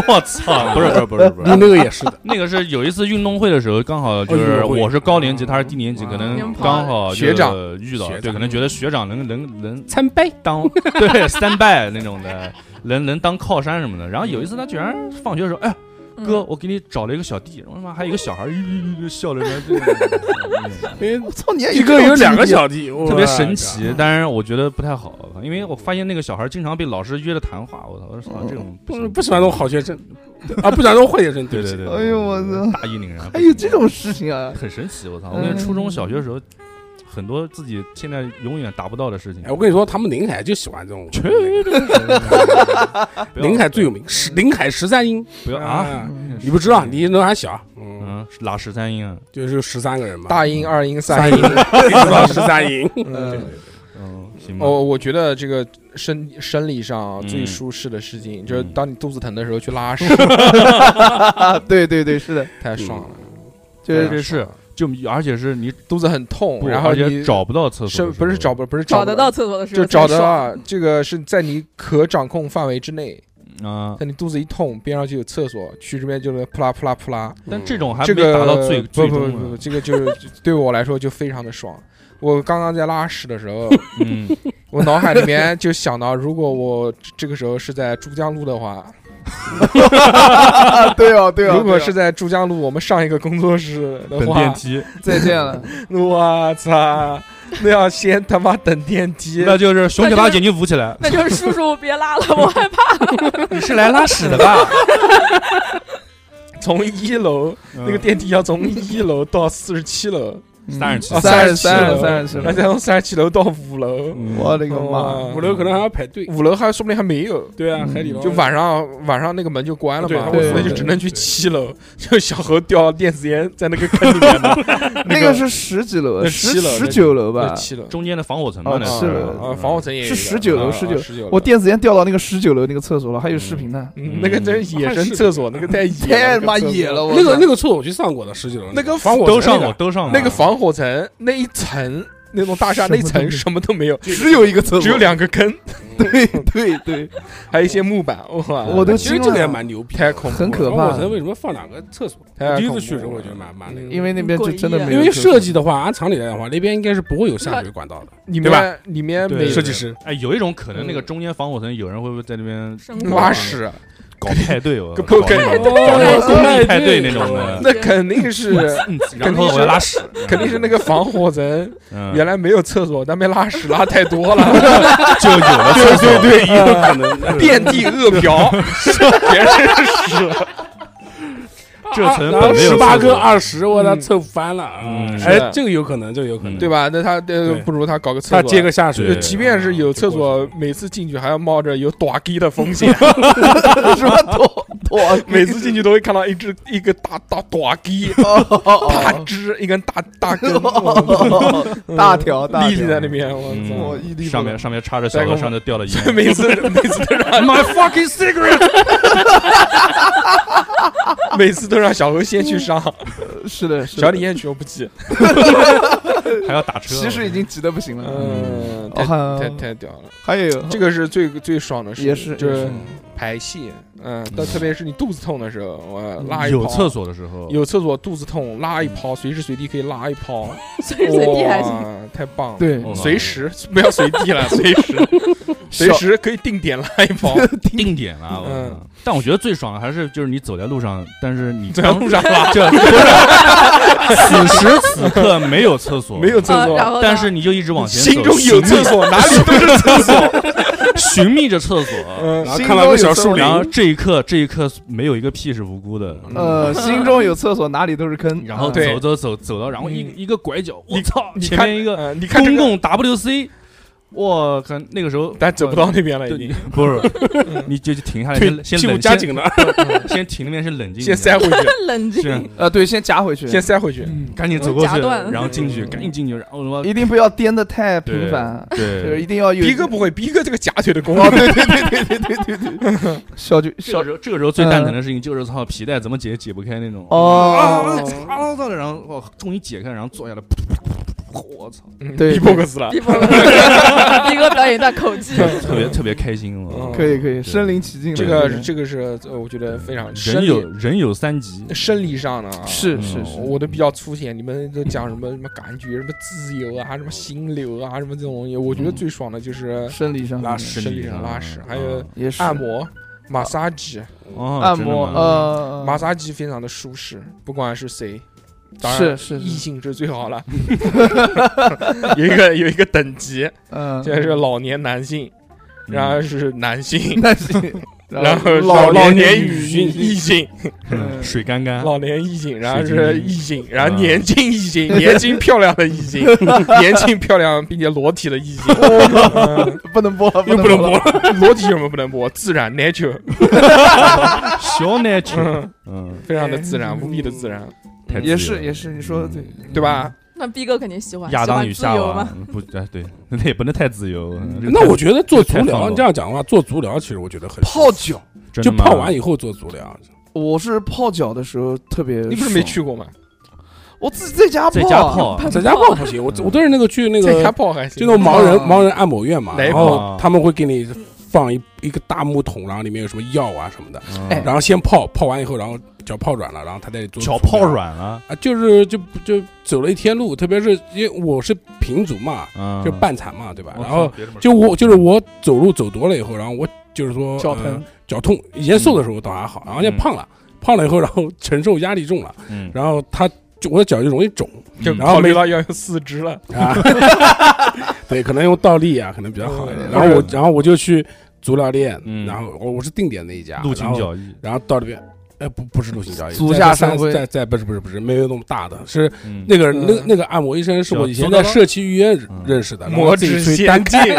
[SPEAKER 2] 我 操，不是不是不是不
[SPEAKER 4] 你
[SPEAKER 2] 是。
[SPEAKER 4] 那个也是的，
[SPEAKER 2] 那个是有一次运动会的时候，刚好就
[SPEAKER 4] 哦运
[SPEAKER 2] 是
[SPEAKER 4] 动会
[SPEAKER 2] 我是高年级，他是低年级，
[SPEAKER 4] 嗯
[SPEAKER 2] 可
[SPEAKER 5] 你
[SPEAKER 2] 能
[SPEAKER 5] 们跑
[SPEAKER 2] 刚好
[SPEAKER 1] 学长
[SPEAKER 2] 遇到
[SPEAKER 4] 学，长
[SPEAKER 2] 对，可能觉得学长能能能
[SPEAKER 4] 参拜，
[SPEAKER 2] 当对三拜那种的，能能当靠山什么的。然后有一次他居然放学的时候，哎，
[SPEAKER 5] 嗯
[SPEAKER 2] 哥，我给你找了一个小弟，我他妈还有一个小孩儿，咦 咦咦笑了，这个
[SPEAKER 4] 因为
[SPEAKER 3] 我操，你还这
[SPEAKER 4] 一哎个
[SPEAKER 3] 种
[SPEAKER 4] 有两个
[SPEAKER 3] 经历啊
[SPEAKER 4] 小弟，啊
[SPEAKER 2] 特别神奇
[SPEAKER 4] 我。
[SPEAKER 2] 但是我觉得不太好，因为我发现那个小孩儿经常被老师约着谈话，我操，我说操这种
[SPEAKER 4] 靠，不不喜欢那种好学生啊，不喜欢那种坏学生，
[SPEAKER 2] 对
[SPEAKER 4] 不
[SPEAKER 2] 对
[SPEAKER 4] 起
[SPEAKER 2] 对，
[SPEAKER 3] 哎呦我操
[SPEAKER 2] 大义凛然，
[SPEAKER 3] 还有哎这种事情 啊！
[SPEAKER 2] 很神奇，我操！我感觉初中小学的时候，很多自己现在永远达不到的事情
[SPEAKER 4] 哎，。我跟你说，他们宁海就喜欢这种。
[SPEAKER 2] 不要
[SPEAKER 4] 宁海最有名，十宁海十三英
[SPEAKER 2] 不要啊，！
[SPEAKER 4] 你不知道，你那还小，嗯，
[SPEAKER 2] 嗯，拉十三音啊，
[SPEAKER 4] 就是十三个人嘛，
[SPEAKER 1] 大英、二英、
[SPEAKER 4] 三
[SPEAKER 1] 英
[SPEAKER 4] 英，，一直到十三英，
[SPEAKER 1] 嗯。
[SPEAKER 2] 嗯，行吧。
[SPEAKER 1] 哦，我觉得这个生生理上最
[SPEAKER 2] 嗯
[SPEAKER 1] 舒适的事情，就是
[SPEAKER 2] 嗯
[SPEAKER 1] 当你肚子疼的时候去拉屎，
[SPEAKER 3] 啊，对对对，是的，
[SPEAKER 1] 太爽了。
[SPEAKER 3] 就是
[SPEAKER 2] 这是就而且是你
[SPEAKER 1] 肚子很痛，
[SPEAKER 2] 不，
[SPEAKER 1] 哦然后
[SPEAKER 2] 而且
[SPEAKER 1] 你
[SPEAKER 2] 找不到厕所
[SPEAKER 1] 是
[SPEAKER 2] 的时候，
[SPEAKER 1] 不是找不不是
[SPEAKER 5] 找
[SPEAKER 1] 不
[SPEAKER 5] 得到厕所的时候
[SPEAKER 1] 就找
[SPEAKER 5] 最
[SPEAKER 1] 得
[SPEAKER 5] 爽
[SPEAKER 1] 到，这个是在你可掌控范围之内。
[SPEAKER 2] 啊？
[SPEAKER 1] 但你肚子一痛，边上就有厕所，去这边就能扑啦扑啦扑啦。
[SPEAKER 2] 但这种还
[SPEAKER 1] 这
[SPEAKER 2] 没
[SPEAKER 1] 个
[SPEAKER 2] 达到最
[SPEAKER 1] 不
[SPEAKER 2] 最
[SPEAKER 1] 不
[SPEAKER 2] 终
[SPEAKER 1] 不不，
[SPEAKER 2] 啊，
[SPEAKER 1] 这个就是对我来说就非常的爽。我刚刚在拉屎的时候，
[SPEAKER 2] 嗯，
[SPEAKER 1] 我脑海里面就想到，如果我这个时候是在珠江路的话，
[SPEAKER 3] 啊，对哦对哦，
[SPEAKER 1] 如果
[SPEAKER 3] 对哦
[SPEAKER 1] 是在珠江路我们上一个工作室的
[SPEAKER 2] 等
[SPEAKER 1] 话
[SPEAKER 2] 电，梯，
[SPEAKER 3] 再见了，
[SPEAKER 1] 我操，那要先他妈等电梯，
[SPEAKER 2] 那就是熊给他眼睛捂起来。
[SPEAKER 5] 那就是叔叔别拉了，我害怕。
[SPEAKER 2] 你是来拉屎的吧？
[SPEAKER 1] 从一楼那个电梯要从一楼到四十七楼，
[SPEAKER 2] 三十七
[SPEAKER 1] 啊
[SPEAKER 3] 嗯三
[SPEAKER 1] 37
[SPEAKER 3] 十三十三十
[SPEAKER 1] 然后再从三十七楼到五楼，
[SPEAKER 3] 我的个妈！
[SPEAKER 1] 哇
[SPEAKER 4] 五楼可能还要排队。
[SPEAKER 1] 五楼还说不定还没有，
[SPEAKER 4] 对啊，
[SPEAKER 3] 嗯
[SPEAKER 4] 海底捞
[SPEAKER 1] 就晚上晚上那个门就关了
[SPEAKER 4] 对
[SPEAKER 1] 嘛，
[SPEAKER 4] 对
[SPEAKER 1] 所以就
[SPEAKER 3] 对
[SPEAKER 1] 只能去七楼。就小猴掉电子烟在那个坑里面嘛，
[SPEAKER 3] 那个 是十几楼，
[SPEAKER 1] 那
[SPEAKER 3] 十
[SPEAKER 1] 七楼
[SPEAKER 3] 十九楼吧
[SPEAKER 1] 那？七楼
[SPEAKER 2] 中间的防火层嘛，
[SPEAKER 3] 哦
[SPEAKER 2] 那
[SPEAKER 3] 是的
[SPEAKER 1] 啊，防火层也有一个
[SPEAKER 3] 是19楼
[SPEAKER 1] 啊
[SPEAKER 3] 19
[SPEAKER 1] 啊19楼
[SPEAKER 3] 我电子烟掉到那个十九楼那个厕所了，还有视频呢，
[SPEAKER 1] 嗯那个真是野生厕所，那个太野
[SPEAKER 3] 太
[SPEAKER 1] 了，
[SPEAKER 3] 他妈
[SPEAKER 1] 那个厕所啊
[SPEAKER 3] 野了！我
[SPEAKER 4] 那个
[SPEAKER 3] 操
[SPEAKER 4] 那个厕所我去上过的，十几楼
[SPEAKER 1] 那个
[SPEAKER 4] 防火
[SPEAKER 1] 都
[SPEAKER 2] 都上
[SPEAKER 4] 那
[SPEAKER 2] 过，
[SPEAKER 4] 个
[SPEAKER 2] 都上过。
[SPEAKER 1] 那个防火层那一层那栋大厦那一层什么都 没有，
[SPEAKER 3] 只有一个厕所，
[SPEAKER 1] 只有两个坑，
[SPEAKER 3] 对对对，
[SPEAKER 1] 还有一些木板，哇，
[SPEAKER 3] 我都
[SPEAKER 4] 其实
[SPEAKER 3] 惊
[SPEAKER 4] 这个也
[SPEAKER 3] 了，
[SPEAKER 4] 蛮牛逼的。
[SPEAKER 1] 太恐怖了，
[SPEAKER 3] 很可
[SPEAKER 4] 防
[SPEAKER 3] 怕
[SPEAKER 4] 火，层为什么放两个厕所？
[SPEAKER 1] 太恐怖了。嗯
[SPEAKER 4] 第一次去的时候我觉得蛮蛮那个，
[SPEAKER 3] 因为那边就真的没有
[SPEAKER 4] 嗯因为
[SPEAKER 3] 厕所
[SPEAKER 4] 设计的话，按常理来讲的话，那边应该是不会有下水管道的。
[SPEAKER 1] 里
[SPEAKER 4] 对吧
[SPEAKER 1] 面里面
[SPEAKER 2] 对
[SPEAKER 1] 每
[SPEAKER 2] 对
[SPEAKER 4] 设计师
[SPEAKER 2] 哎，有一种可能，那个中间防火层有人会不会在那边
[SPEAKER 5] 生
[SPEAKER 1] 拉屎，
[SPEAKER 2] 搞派对哦，
[SPEAKER 1] 搞
[SPEAKER 2] 搞那种
[SPEAKER 4] 哦
[SPEAKER 2] 公益派对那
[SPEAKER 4] 对
[SPEAKER 2] 种的，
[SPEAKER 1] 那肯定是
[SPEAKER 2] 嗯然后我要拉屎，
[SPEAKER 1] 肯定是那个防火层
[SPEAKER 2] 嗯
[SPEAKER 1] 原来没有厕所，但被拉屎拉太多了，
[SPEAKER 2] 就有了厕所，对对对，有可 能
[SPEAKER 1] 遍地恶瓢， 全是屎。
[SPEAKER 2] 这层
[SPEAKER 4] 然后
[SPEAKER 2] 本没有
[SPEAKER 4] 啊十八
[SPEAKER 2] 厕
[SPEAKER 4] 跟
[SPEAKER 2] 所
[SPEAKER 4] 二十，我操，
[SPEAKER 1] 嗯
[SPEAKER 4] 凑翻了啊
[SPEAKER 2] 嗯！
[SPEAKER 1] 是
[SPEAKER 4] 哎
[SPEAKER 1] 的，
[SPEAKER 4] 这个有可能，这个有可能，
[SPEAKER 1] 对吧？那他呃
[SPEAKER 4] 对
[SPEAKER 1] 不如他搞个厕所，
[SPEAKER 4] 他接个下水
[SPEAKER 1] 就
[SPEAKER 2] 对，
[SPEAKER 1] 即便是有厕所，每次进去还要冒着有短机的风险，
[SPEAKER 3] 什么躲躲，
[SPEAKER 1] 每次进去都会看到一只一个大大短机，
[SPEAKER 3] 哦
[SPEAKER 1] 大只一根大大根，
[SPEAKER 3] 哦 大条大
[SPEAKER 1] 立
[SPEAKER 3] 条
[SPEAKER 1] 立在那边，我
[SPEAKER 2] 嗯
[SPEAKER 1] 操！
[SPEAKER 3] 我屹立不
[SPEAKER 2] 上
[SPEAKER 3] 倒
[SPEAKER 2] 面上面插着小
[SPEAKER 1] 再跟
[SPEAKER 2] 河，
[SPEAKER 1] 我
[SPEAKER 2] 上头掉了
[SPEAKER 1] 所以
[SPEAKER 2] 烟，
[SPEAKER 1] 每次每次都让
[SPEAKER 4] My fucking cigarette！
[SPEAKER 1] 每次都让小何先去上，
[SPEAKER 3] 是的，是的
[SPEAKER 1] 小李先去我不急。
[SPEAKER 2] 还要打车。
[SPEAKER 3] 其实已经急得不行了。
[SPEAKER 1] 嗯，太
[SPEAKER 3] 哦
[SPEAKER 1] 太太屌了，
[SPEAKER 3] 还有
[SPEAKER 1] 这个是最最爽的事，
[SPEAKER 3] 也是
[SPEAKER 1] 就
[SPEAKER 3] 也
[SPEAKER 1] 是
[SPEAKER 3] 是
[SPEAKER 1] 排泄。嗯，但特别是你肚子痛的时候，我拉一泡
[SPEAKER 2] 有厕所的时候，
[SPEAKER 1] 有厕所肚子痛，拉一泡，随时随地可以拉一泡，
[SPEAKER 5] 随时随地还行。
[SPEAKER 1] 哇太棒了。
[SPEAKER 3] 对
[SPEAKER 2] 哦
[SPEAKER 1] 随时不要随地了，随时随
[SPEAKER 3] 小
[SPEAKER 1] 时可以定点拉一泡，
[SPEAKER 2] 定点了，我
[SPEAKER 1] 嗯
[SPEAKER 2] 操但我觉得最爽的还是就是你走在路上，但是你
[SPEAKER 1] 走在路上 拉，
[SPEAKER 2] 这不是此时此刻没有厕所，
[SPEAKER 1] 没有厕
[SPEAKER 5] 呃然
[SPEAKER 1] 所，
[SPEAKER 5] 后呢
[SPEAKER 2] 但是你就一直往前走，
[SPEAKER 1] 心中有厕 所，哪里都是厕所。
[SPEAKER 2] 寻觅着厕所。
[SPEAKER 1] 嗯
[SPEAKER 4] 然后看到个小树林
[SPEAKER 2] 然，后这一刻，这一刻没有一个屁是无辜的。
[SPEAKER 1] 嗯
[SPEAKER 3] 呃，心中有厕所，哪里都是坑。
[SPEAKER 2] 然后
[SPEAKER 3] 对，
[SPEAKER 2] 走走走走到，然后一
[SPEAKER 1] 嗯
[SPEAKER 2] 一个拐角，我
[SPEAKER 1] 你
[SPEAKER 2] 操，
[SPEAKER 1] 你
[SPEAKER 2] 前
[SPEAKER 1] 看
[SPEAKER 2] 面一个
[SPEAKER 1] 呃你看这
[SPEAKER 2] 公
[SPEAKER 1] 个，
[SPEAKER 2] 共 WC，我靠，那个时候
[SPEAKER 1] 但走不到那边了，已
[SPEAKER 2] 对
[SPEAKER 1] 经，
[SPEAKER 2] 不是， 你就就停下来，先先
[SPEAKER 4] 屁股
[SPEAKER 2] 冷
[SPEAKER 4] 夹
[SPEAKER 2] 静， 嗯
[SPEAKER 4] 紧了，
[SPEAKER 2] 先停那边先冷静一下，
[SPEAKER 1] 先塞回去， 嗯
[SPEAKER 5] 冷 静，
[SPEAKER 2] 是啊
[SPEAKER 3] 呃，对，先夹回去，
[SPEAKER 1] 先塞回去。
[SPEAKER 2] 赶紧走过
[SPEAKER 5] 夹
[SPEAKER 2] 去，
[SPEAKER 5] 断
[SPEAKER 2] 然后进去，赶紧进去，然后什么
[SPEAKER 3] 一定不要颠的太频繁，就是
[SPEAKER 2] 对。
[SPEAKER 3] 一定要有
[SPEAKER 1] 逼哥不会，逼哥这个夹腿的功
[SPEAKER 3] 哦，
[SPEAKER 1] 夫，
[SPEAKER 3] 对对对对对对对对，小就
[SPEAKER 2] 这个
[SPEAKER 3] 小
[SPEAKER 2] 时候，这个时候最蛋疼的事情就是操皮带怎么解也解不开那种。
[SPEAKER 3] 哦，
[SPEAKER 2] 啊！操的，然后哦，终于解开，然后坐下来，噗噗噗噗我操，
[SPEAKER 1] 嗯
[SPEAKER 3] 对
[SPEAKER 1] 逼破个死了。
[SPEAKER 5] 逼哥，逼哥表演一段口技，
[SPEAKER 2] 特别特别开心哦
[SPEAKER 1] 嗯
[SPEAKER 2] 了。
[SPEAKER 3] 可以可以，身临其境了。
[SPEAKER 1] 这
[SPEAKER 3] 对
[SPEAKER 1] 个
[SPEAKER 3] 对
[SPEAKER 1] 这个是呃我觉得非常生
[SPEAKER 2] 人
[SPEAKER 1] 理
[SPEAKER 2] 有人有三急，
[SPEAKER 1] 生理上的啊，
[SPEAKER 3] 是
[SPEAKER 2] 嗯
[SPEAKER 3] 是是，
[SPEAKER 1] 我都比较粗浅，你们都讲什么什么感觉，什么自由啊，什么心流啊，什么这种东西，我觉得最爽的就是
[SPEAKER 3] 生理上
[SPEAKER 4] 拉
[SPEAKER 3] 面
[SPEAKER 4] 屎
[SPEAKER 1] 生理上嗯
[SPEAKER 2] 上嗯
[SPEAKER 1] 拉屎，还有
[SPEAKER 3] 也是
[SPEAKER 1] 按摩。马杀鸡，
[SPEAKER 2] 哦
[SPEAKER 3] 按
[SPEAKER 2] 真的
[SPEAKER 3] 摩，
[SPEAKER 2] 吗
[SPEAKER 3] 呃，
[SPEAKER 1] 马杀鸡非常的舒适，不管是谁，当然
[SPEAKER 3] 是是
[SPEAKER 1] 异性是最好了。 有一个有一个等级，
[SPEAKER 3] 嗯，
[SPEAKER 1] 就是老年男性，
[SPEAKER 2] 嗯
[SPEAKER 1] 然后是男 性，
[SPEAKER 3] 那是，
[SPEAKER 1] 然后
[SPEAKER 3] 老
[SPEAKER 1] 老
[SPEAKER 4] 年
[SPEAKER 1] 年
[SPEAKER 4] 女啊
[SPEAKER 1] 性异性，
[SPEAKER 3] 嗯
[SPEAKER 2] 水干干，
[SPEAKER 1] 老年异性，然后
[SPEAKER 2] 水晶
[SPEAKER 1] 是
[SPEAKER 2] 女
[SPEAKER 1] 异性，然后
[SPEAKER 2] 啊
[SPEAKER 1] 年轻异性，年轻漂亮的异 性，年轻漂亮并且裸体的异性，嗯
[SPEAKER 3] 不能播了，
[SPEAKER 4] 又不能播了，
[SPEAKER 1] 裸 体有什么不能播？自然 natural，
[SPEAKER 2] 小奶球，
[SPEAKER 1] 嗯
[SPEAKER 2] 嗯，
[SPEAKER 1] 非常的自然，无比的自然，
[SPEAKER 2] 太
[SPEAKER 3] 也
[SPEAKER 2] 自由
[SPEAKER 3] 是
[SPEAKER 2] 了嗯
[SPEAKER 3] 也是，你说的对，
[SPEAKER 1] 对吧？
[SPEAKER 5] 那逼哥肯定喜欢。
[SPEAKER 2] 亚当与
[SPEAKER 5] 喜欢
[SPEAKER 2] 夏
[SPEAKER 5] 自由
[SPEAKER 2] 娃
[SPEAKER 5] 吗？
[SPEAKER 2] 不，哎，对，那也不能太自 由。这个
[SPEAKER 4] 那
[SPEAKER 2] 太
[SPEAKER 4] 我觉得做足
[SPEAKER 2] 嗯太放
[SPEAKER 4] 疗，
[SPEAKER 2] 了
[SPEAKER 4] 你这样讲的话，做足疗其实我觉得很
[SPEAKER 3] 泡脚，
[SPEAKER 2] 真
[SPEAKER 4] 就
[SPEAKER 2] 的吗
[SPEAKER 4] 泡完以后做足疗，
[SPEAKER 3] 我是泡脚的时候特别，
[SPEAKER 4] 嗯
[SPEAKER 1] 你不是没？去过吗？
[SPEAKER 3] 我自己在家
[SPEAKER 2] 在家
[SPEAKER 3] 泡
[SPEAKER 2] 泡
[SPEAKER 5] 泡
[SPEAKER 2] 啊，
[SPEAKER 4] 在家泡不行。我我都是那个去那
[SPEAKER 1] 在家
[SPEAKER 4] 个
[SPEAKER 1] 泡还行，
[SPEAKER 4] 就那种盲人
[SPEAKER 3] 啊
[SPEAKER 4] 盲人按摩院嘛，
[SPEAKER 1] 哪一
[SPEAKER 4] 然
[SPEAKER 2] 款
[SPEAKER 4] 后
[SPEAKER 2] 啊
[SPEAKER 4] 他们会给你放一一个大木桶，然后里面有什么药啊什么的，
[SPEAKER 2] 嗯
[SPEAKER 3] 哎
[SPEAKER 4] 然后先泡，泡完以后，然后脚泡软了，然后他再做
[SPEAKER 2] 脚
[SPEAKER 4] 足疗
[SPEAKER 2] 泡软了，
[SPEAKER 4] 啊，就是就就走了一天路，特别是因为我是平足嘛，
[SPEAKER 2] 嗯，
[SPEAKER 4] 就半残嘛，对吧？
[SPEAKER 2] 我
[SPEAKER 4] 然
[SPEAKER 2] 靠
[SPEAKER 4] 后
[SPEAKER 2] 别这么说
[SPEAKER 4] 就我就是我走路走多了以后，然后我就是说
[SPEAKER 3] 脚
[SPEAKER 4] 呃
[SPEAKER 3] 疼，
[SPEAKER 4] 脚痛，以前瘦的时候倒还好，然后现在胖了，胖了以后，然后承受压力重了，
[SPEAKER 2] 嗯
[SPEAKER 4] 然后他就我的脚就容易肿
[SPEAKER 1] 就
[SPEAKER 4] 嗯然后
[SPEAKER 1] 考虑
[SPEAKER 4] 每
[SPEAKER 1] 到要用四肢了，
[SPEAKER 4] 啊。对，可能用倒立啊，可能比较好一点。
[SPEAKER 1] 嗯
[SPEAKER 4] 然后我，然后我就去足疗店，
[SPEAKER 2] 嗯
[SPEAKER 4] 然后我我是定点的一家，
[SPEAKER 2] 陆勤
[SPEAKER 4] 然后
[SPEAKER 2] 脚艺，
[SPEAKER 4] 然后到这边，哎，不不是陆行交易，
[SPEAKER 3] 足下
[SPEAKER 4] 三
[SPEAKER 3] 三挥
[SPEAKER 4] 在在不是不是不是没有那么大的，是
[SPEAKER 2] 嗯
[SPEAKER 4] 那个人那
[SPEAKER 1] 嗯
[SPEAKER 4] 那个按摩医生是我以前
[SPEAKER 2] 叫
[SPEAKER 4] 在
[SPEAKER 2] 足疗
[SPEAKER 4] 社区医院
[SPEAKER 2] 嗯
[SPEAKER 4] 认识的，然后
[SPEAKER 1] 磨
[SPEAKER 4] 自己
[SPEAKER 1] 指
[SPEAKER 4] 吹
[SPEAKER 1] 先
[SPEAKER 4] 单
[SPEAKER 1] 进，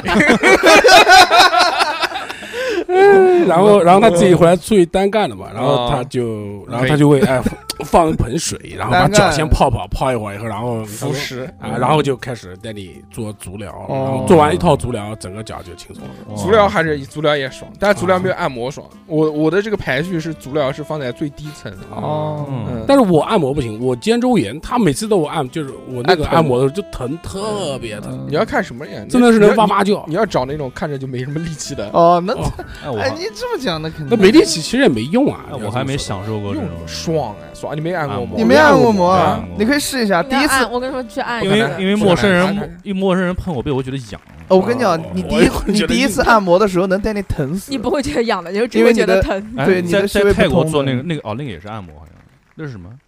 [SPEAKER 4] 然后然后他自己回来出去单干的嘛，然后
[SPEAKER 1] 哦
[SPEAKER 4] 他就然后
[SPEAKER 1] 可以
[SPEAKER 4] 他就会哎 放一盆水，然后把
[SPEAKER 3] 单干
[SPEAKER 4] 脚先泡泡，泡一会儿以后，然后
[SPEAKER 1] 服食
[SPEAKER 4] 啊，然后就开始带你做足疗，然
[SPEAKER 3] 哦
[SPEAKER 4] 后做完一套足疗，整个脚就轻松了。
[SPEAKER 2] 哦
[SPEAKER 1] 足疗还是足疗也爽，但是足疗没有按摩爽。我我的这个排序是足疗是放在最低层的，
[SPEAKER 3] 哦，
[SPEAKER 2] 嗯
[SPEAKER 1] 嗯，
[SPEAKER 4] 但是我按摩不行，我肩周炎，他每次都我按，就是我那个
[SPEAKER 1] 哎疼
[SPEAKER 4] 按摩的时候就疼，特别疼，
[SPEAKER 3] 嗯
[SPEAKER 1] 你要看什么人，
[SPEAKER 4] 真的是
[SPEAKER 1] 你
[SPEAKER 4] 能
[SPEAKER 1] 要
[SPEAKER 4] 哇哇叫
[SPEAKER 1] 你。你要找那种看着就没什么力气的，
[SPEAKER 3] 哦，那
[SPEAKER 4] 哦
[SPEAKER 2] 哎我
[SPEAKER 3] 哎，你这么讲，那肯定
[SPEAKER 4] 那没力气，其实也没用啊
[SPEAKER 2] 哎。我还没享受过这种
[SPEAKER 1] 又，爽哎爽！你没按过吗？
[SPEAKER 3] 你没按过摩
[SPEAKER 2] 按
[SPEAKER 3] 啊
[SPEAKER 2] 过，摩
[SPEAKER 3] 你可以试一下。
[SPEAKER 5] 你
[SPEAKER 3] 第
[SPEAKER 5] 要
[SPEAKER 3] 一次
[SPEAKER 5] 按，我跟你说去按一
[SPEAKER 2] 因
[SPEAKER 5] 个，
[SPEAKER 2] 为因为陌生
[SPEAKER 1] 不敢
[SPEAKER 2] 人
[SPEAKER 1] 看
[SPEAKER 2] 一陌生人碰我背，我会觉得痒。
[SPEAKER 3] 哦，我跟你讲
[SPEAKER 4] 哦，
[SPEAKER 3] 你第
[SPEAKER 4] 我也
[SPEAKER 3] 一
[SPEAKER 4] 会
[SPEAKER 3] 你
[SPEAKER 4] 觉得
[SPEAKER 3] 第一
[SPEAKER 4] 硬
[SPEAKER 3] 次按摩的时候能带你疼死。
[SPEAKER 5] 你不会觉得痒的，你就只
[SPEAKER 3] 因为
[SPEAKER 5] 会
[SPEAKER 3] 你
[SPEAKER 5] 觉得
[SPEAKER 3] 的
[SPEAKER 5] 疼。
[SPEAKER 2] 哎
[SPEAKER 3] 对你的
[SPEAKER 2] 在
[SPEAKER 3] 穴
[SPEAKER 2] 在
[SPEAKER 3] 位
[SPEAKER 2] 泰
[SPEAKER 3] 不
[SPEAKER 2] 国
[SPEAKER 3] 通
[SPEAKER 2] 做
[SPEAKER 3] 的
[SPEAKER 2] 那个那个哦，那个也是按摩，好像那是什么？
[SPEAKER 1] 嗯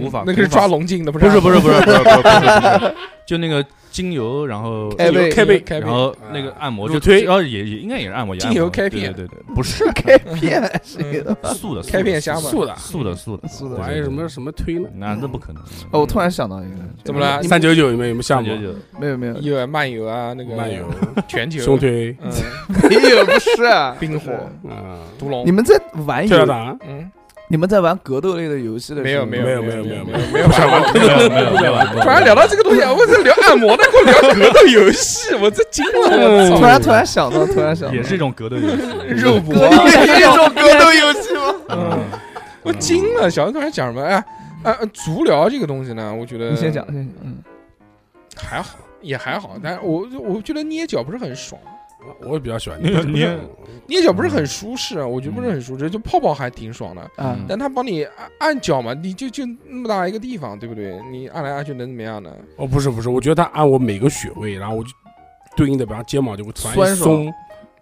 [SPEAKER 2] 无法
[SPEAKER 1] 那个是
[SPEAKER 2] 无法
[SPEAKER 1] 抓龙筋的，不
[SPEAKER 2] 不
[SPEAKER 1] 是啊
[SPEAKER 2] 是
[SPEAKER 1] 按
[SPEAKER 2] 不
[SPEAKER 1] 摩
[SPEAKER 2] 是不是不是不是不是不是，就那个精油，然后
[SPEAKER 3] 开背
[SPEAKER 1] 开背开背啊
[SPEAKER 2] 然，后那个按摩
[SPEAKER 4] 乳
[SPEAKER 2] 就
[SPEAKER 4] 推
[SPEAKER 2] 然后也也应该也是按摩，也按摩
[SPEAKER 1] 精油开片
[SPEAKER 2] 对对对，对不 是
[SPEAKER 3] 开片是一
[SPEAKER 1] 嗯
[SPEAKER 3] 个。
[SPEAKER 2] 素的素的
[SPEAKER 1] 开片瞎嘛
[SPEAKER 4] 素的，
[SPEAKER 2] 素的素的
[SPEAKER 3] 素的
[SPEAKER 2] 对
[SPEAKER 4] 我还
[SPEAKER 2] 对
[SPEAKER 4] 有什
[SPEAKER 2] 对
[SPEAKER 4] 么什么推呢？
[SPEAKER 2] 那那不可能。
[SPEAKER 3] 哦，我突然想到一个，
[SPEAKER 1] 怎么
[SPEAKER 2] 嗯
[SPEAKER 1] 了
[SPEAKER 3] 你
[SPEAKER 4] 三九九有没有有没有项
[SPEAKER 2] 三
[SPEAKER 4] 目啊
[SPEAKER 2] 九？ 九，
[SPEAKER 3] 没有没有
[SPEAKER 1] 有漫游啊，那个
[SPEAKER 4] 漫游、
[SPEAKER 1] 全球
[SPEAKER 4] 胸，推
[SPEAKER 1] 嗯，
[SPEAKER 3] 没有，不是 啊
[SPEAKER 1] 冰
[SPEAKER 3] 不是
[SPEAKER 1] 火
[SPEAKER 4] 啊，
[SPEAKER 1] 独龙
[SPEAKER 3] 你，们在玩
[SPEAKER 4] 跳
[SPEAKER 3] 游，
[SPEAKER 4] 跳糖
[SPEAKER 1] 嗯，
[SPEAKER 3] 你们在玩格斗类的游戏的
[SPEAKER 1] 没
[SPEAKER 3] 时
[SPEAKER 1] 有
[SPEAKER 3] 候，
[SPEAKER 1] 没
[SPEAKER 4] 啊没
[SPEAKER 1] 有
[SPEAKER 4] 有
[SPEAKER 1] 没
[SPEAKER 4] 没
[SPEAKER 1] 有
[SPEAKER 4] 有
[SPEAKER 1] 没
[SPEAKER 4] 没
[SPEAKER 1] 有没有玩过。
[SPEAKER 2] 没有没有没有玩过，
[SPEAKER 1] 突然聊到这个东西，啊我在聊按摩的，给我聊格斗游戏，我这惊了，我
[SPEAKER 3] 突
[SPEAKER 4] 嗯
[SPEAKER 1] 操！
[SPEAKER 3] 然突然想到，突然想到，嗯
[SPEAKER 2] 也是一种格斗游戏，
[SPEAKER 1] 肉搏，
[SPEAKER 3] 也是一种格斗游戏吗？
[SPEAKER 2] 嗯
[SPEAKER 1] 我惊了，小刚才讲什么？哎，哎，呃足疗这个东西呢，我觉得
[SPEAKER 3] 你先讲，先讲嗯，
[SPEAKER 1] 还好，也还好，但是我我觉得捏脚不是很爽，
[SPEAKER 4] 我比较喜欢
[SPEAKER 2] 你你
[SPEAKER 1] 捏脚不是很舒适，啊
[SPEAKER 3] 嗯
[SPEAKER 1] 我觉得不是很舒适，就泡泡还挺爽的，
[SPEAKER 3] 啊
[SPEAKER 2] 嗯
[SPEAKER 1] 但他帮你按按脚嘛，你就就那么大一个地方，对不对？你按来按去能怎么样呢？
[SPEAKER 4] 哦，不是不是，我觉得他按我每个穴位，然后我就对应的，比方肩膀就会突然一
[SPEAKER 3] 酸爽
[SPEAKER 4] 松，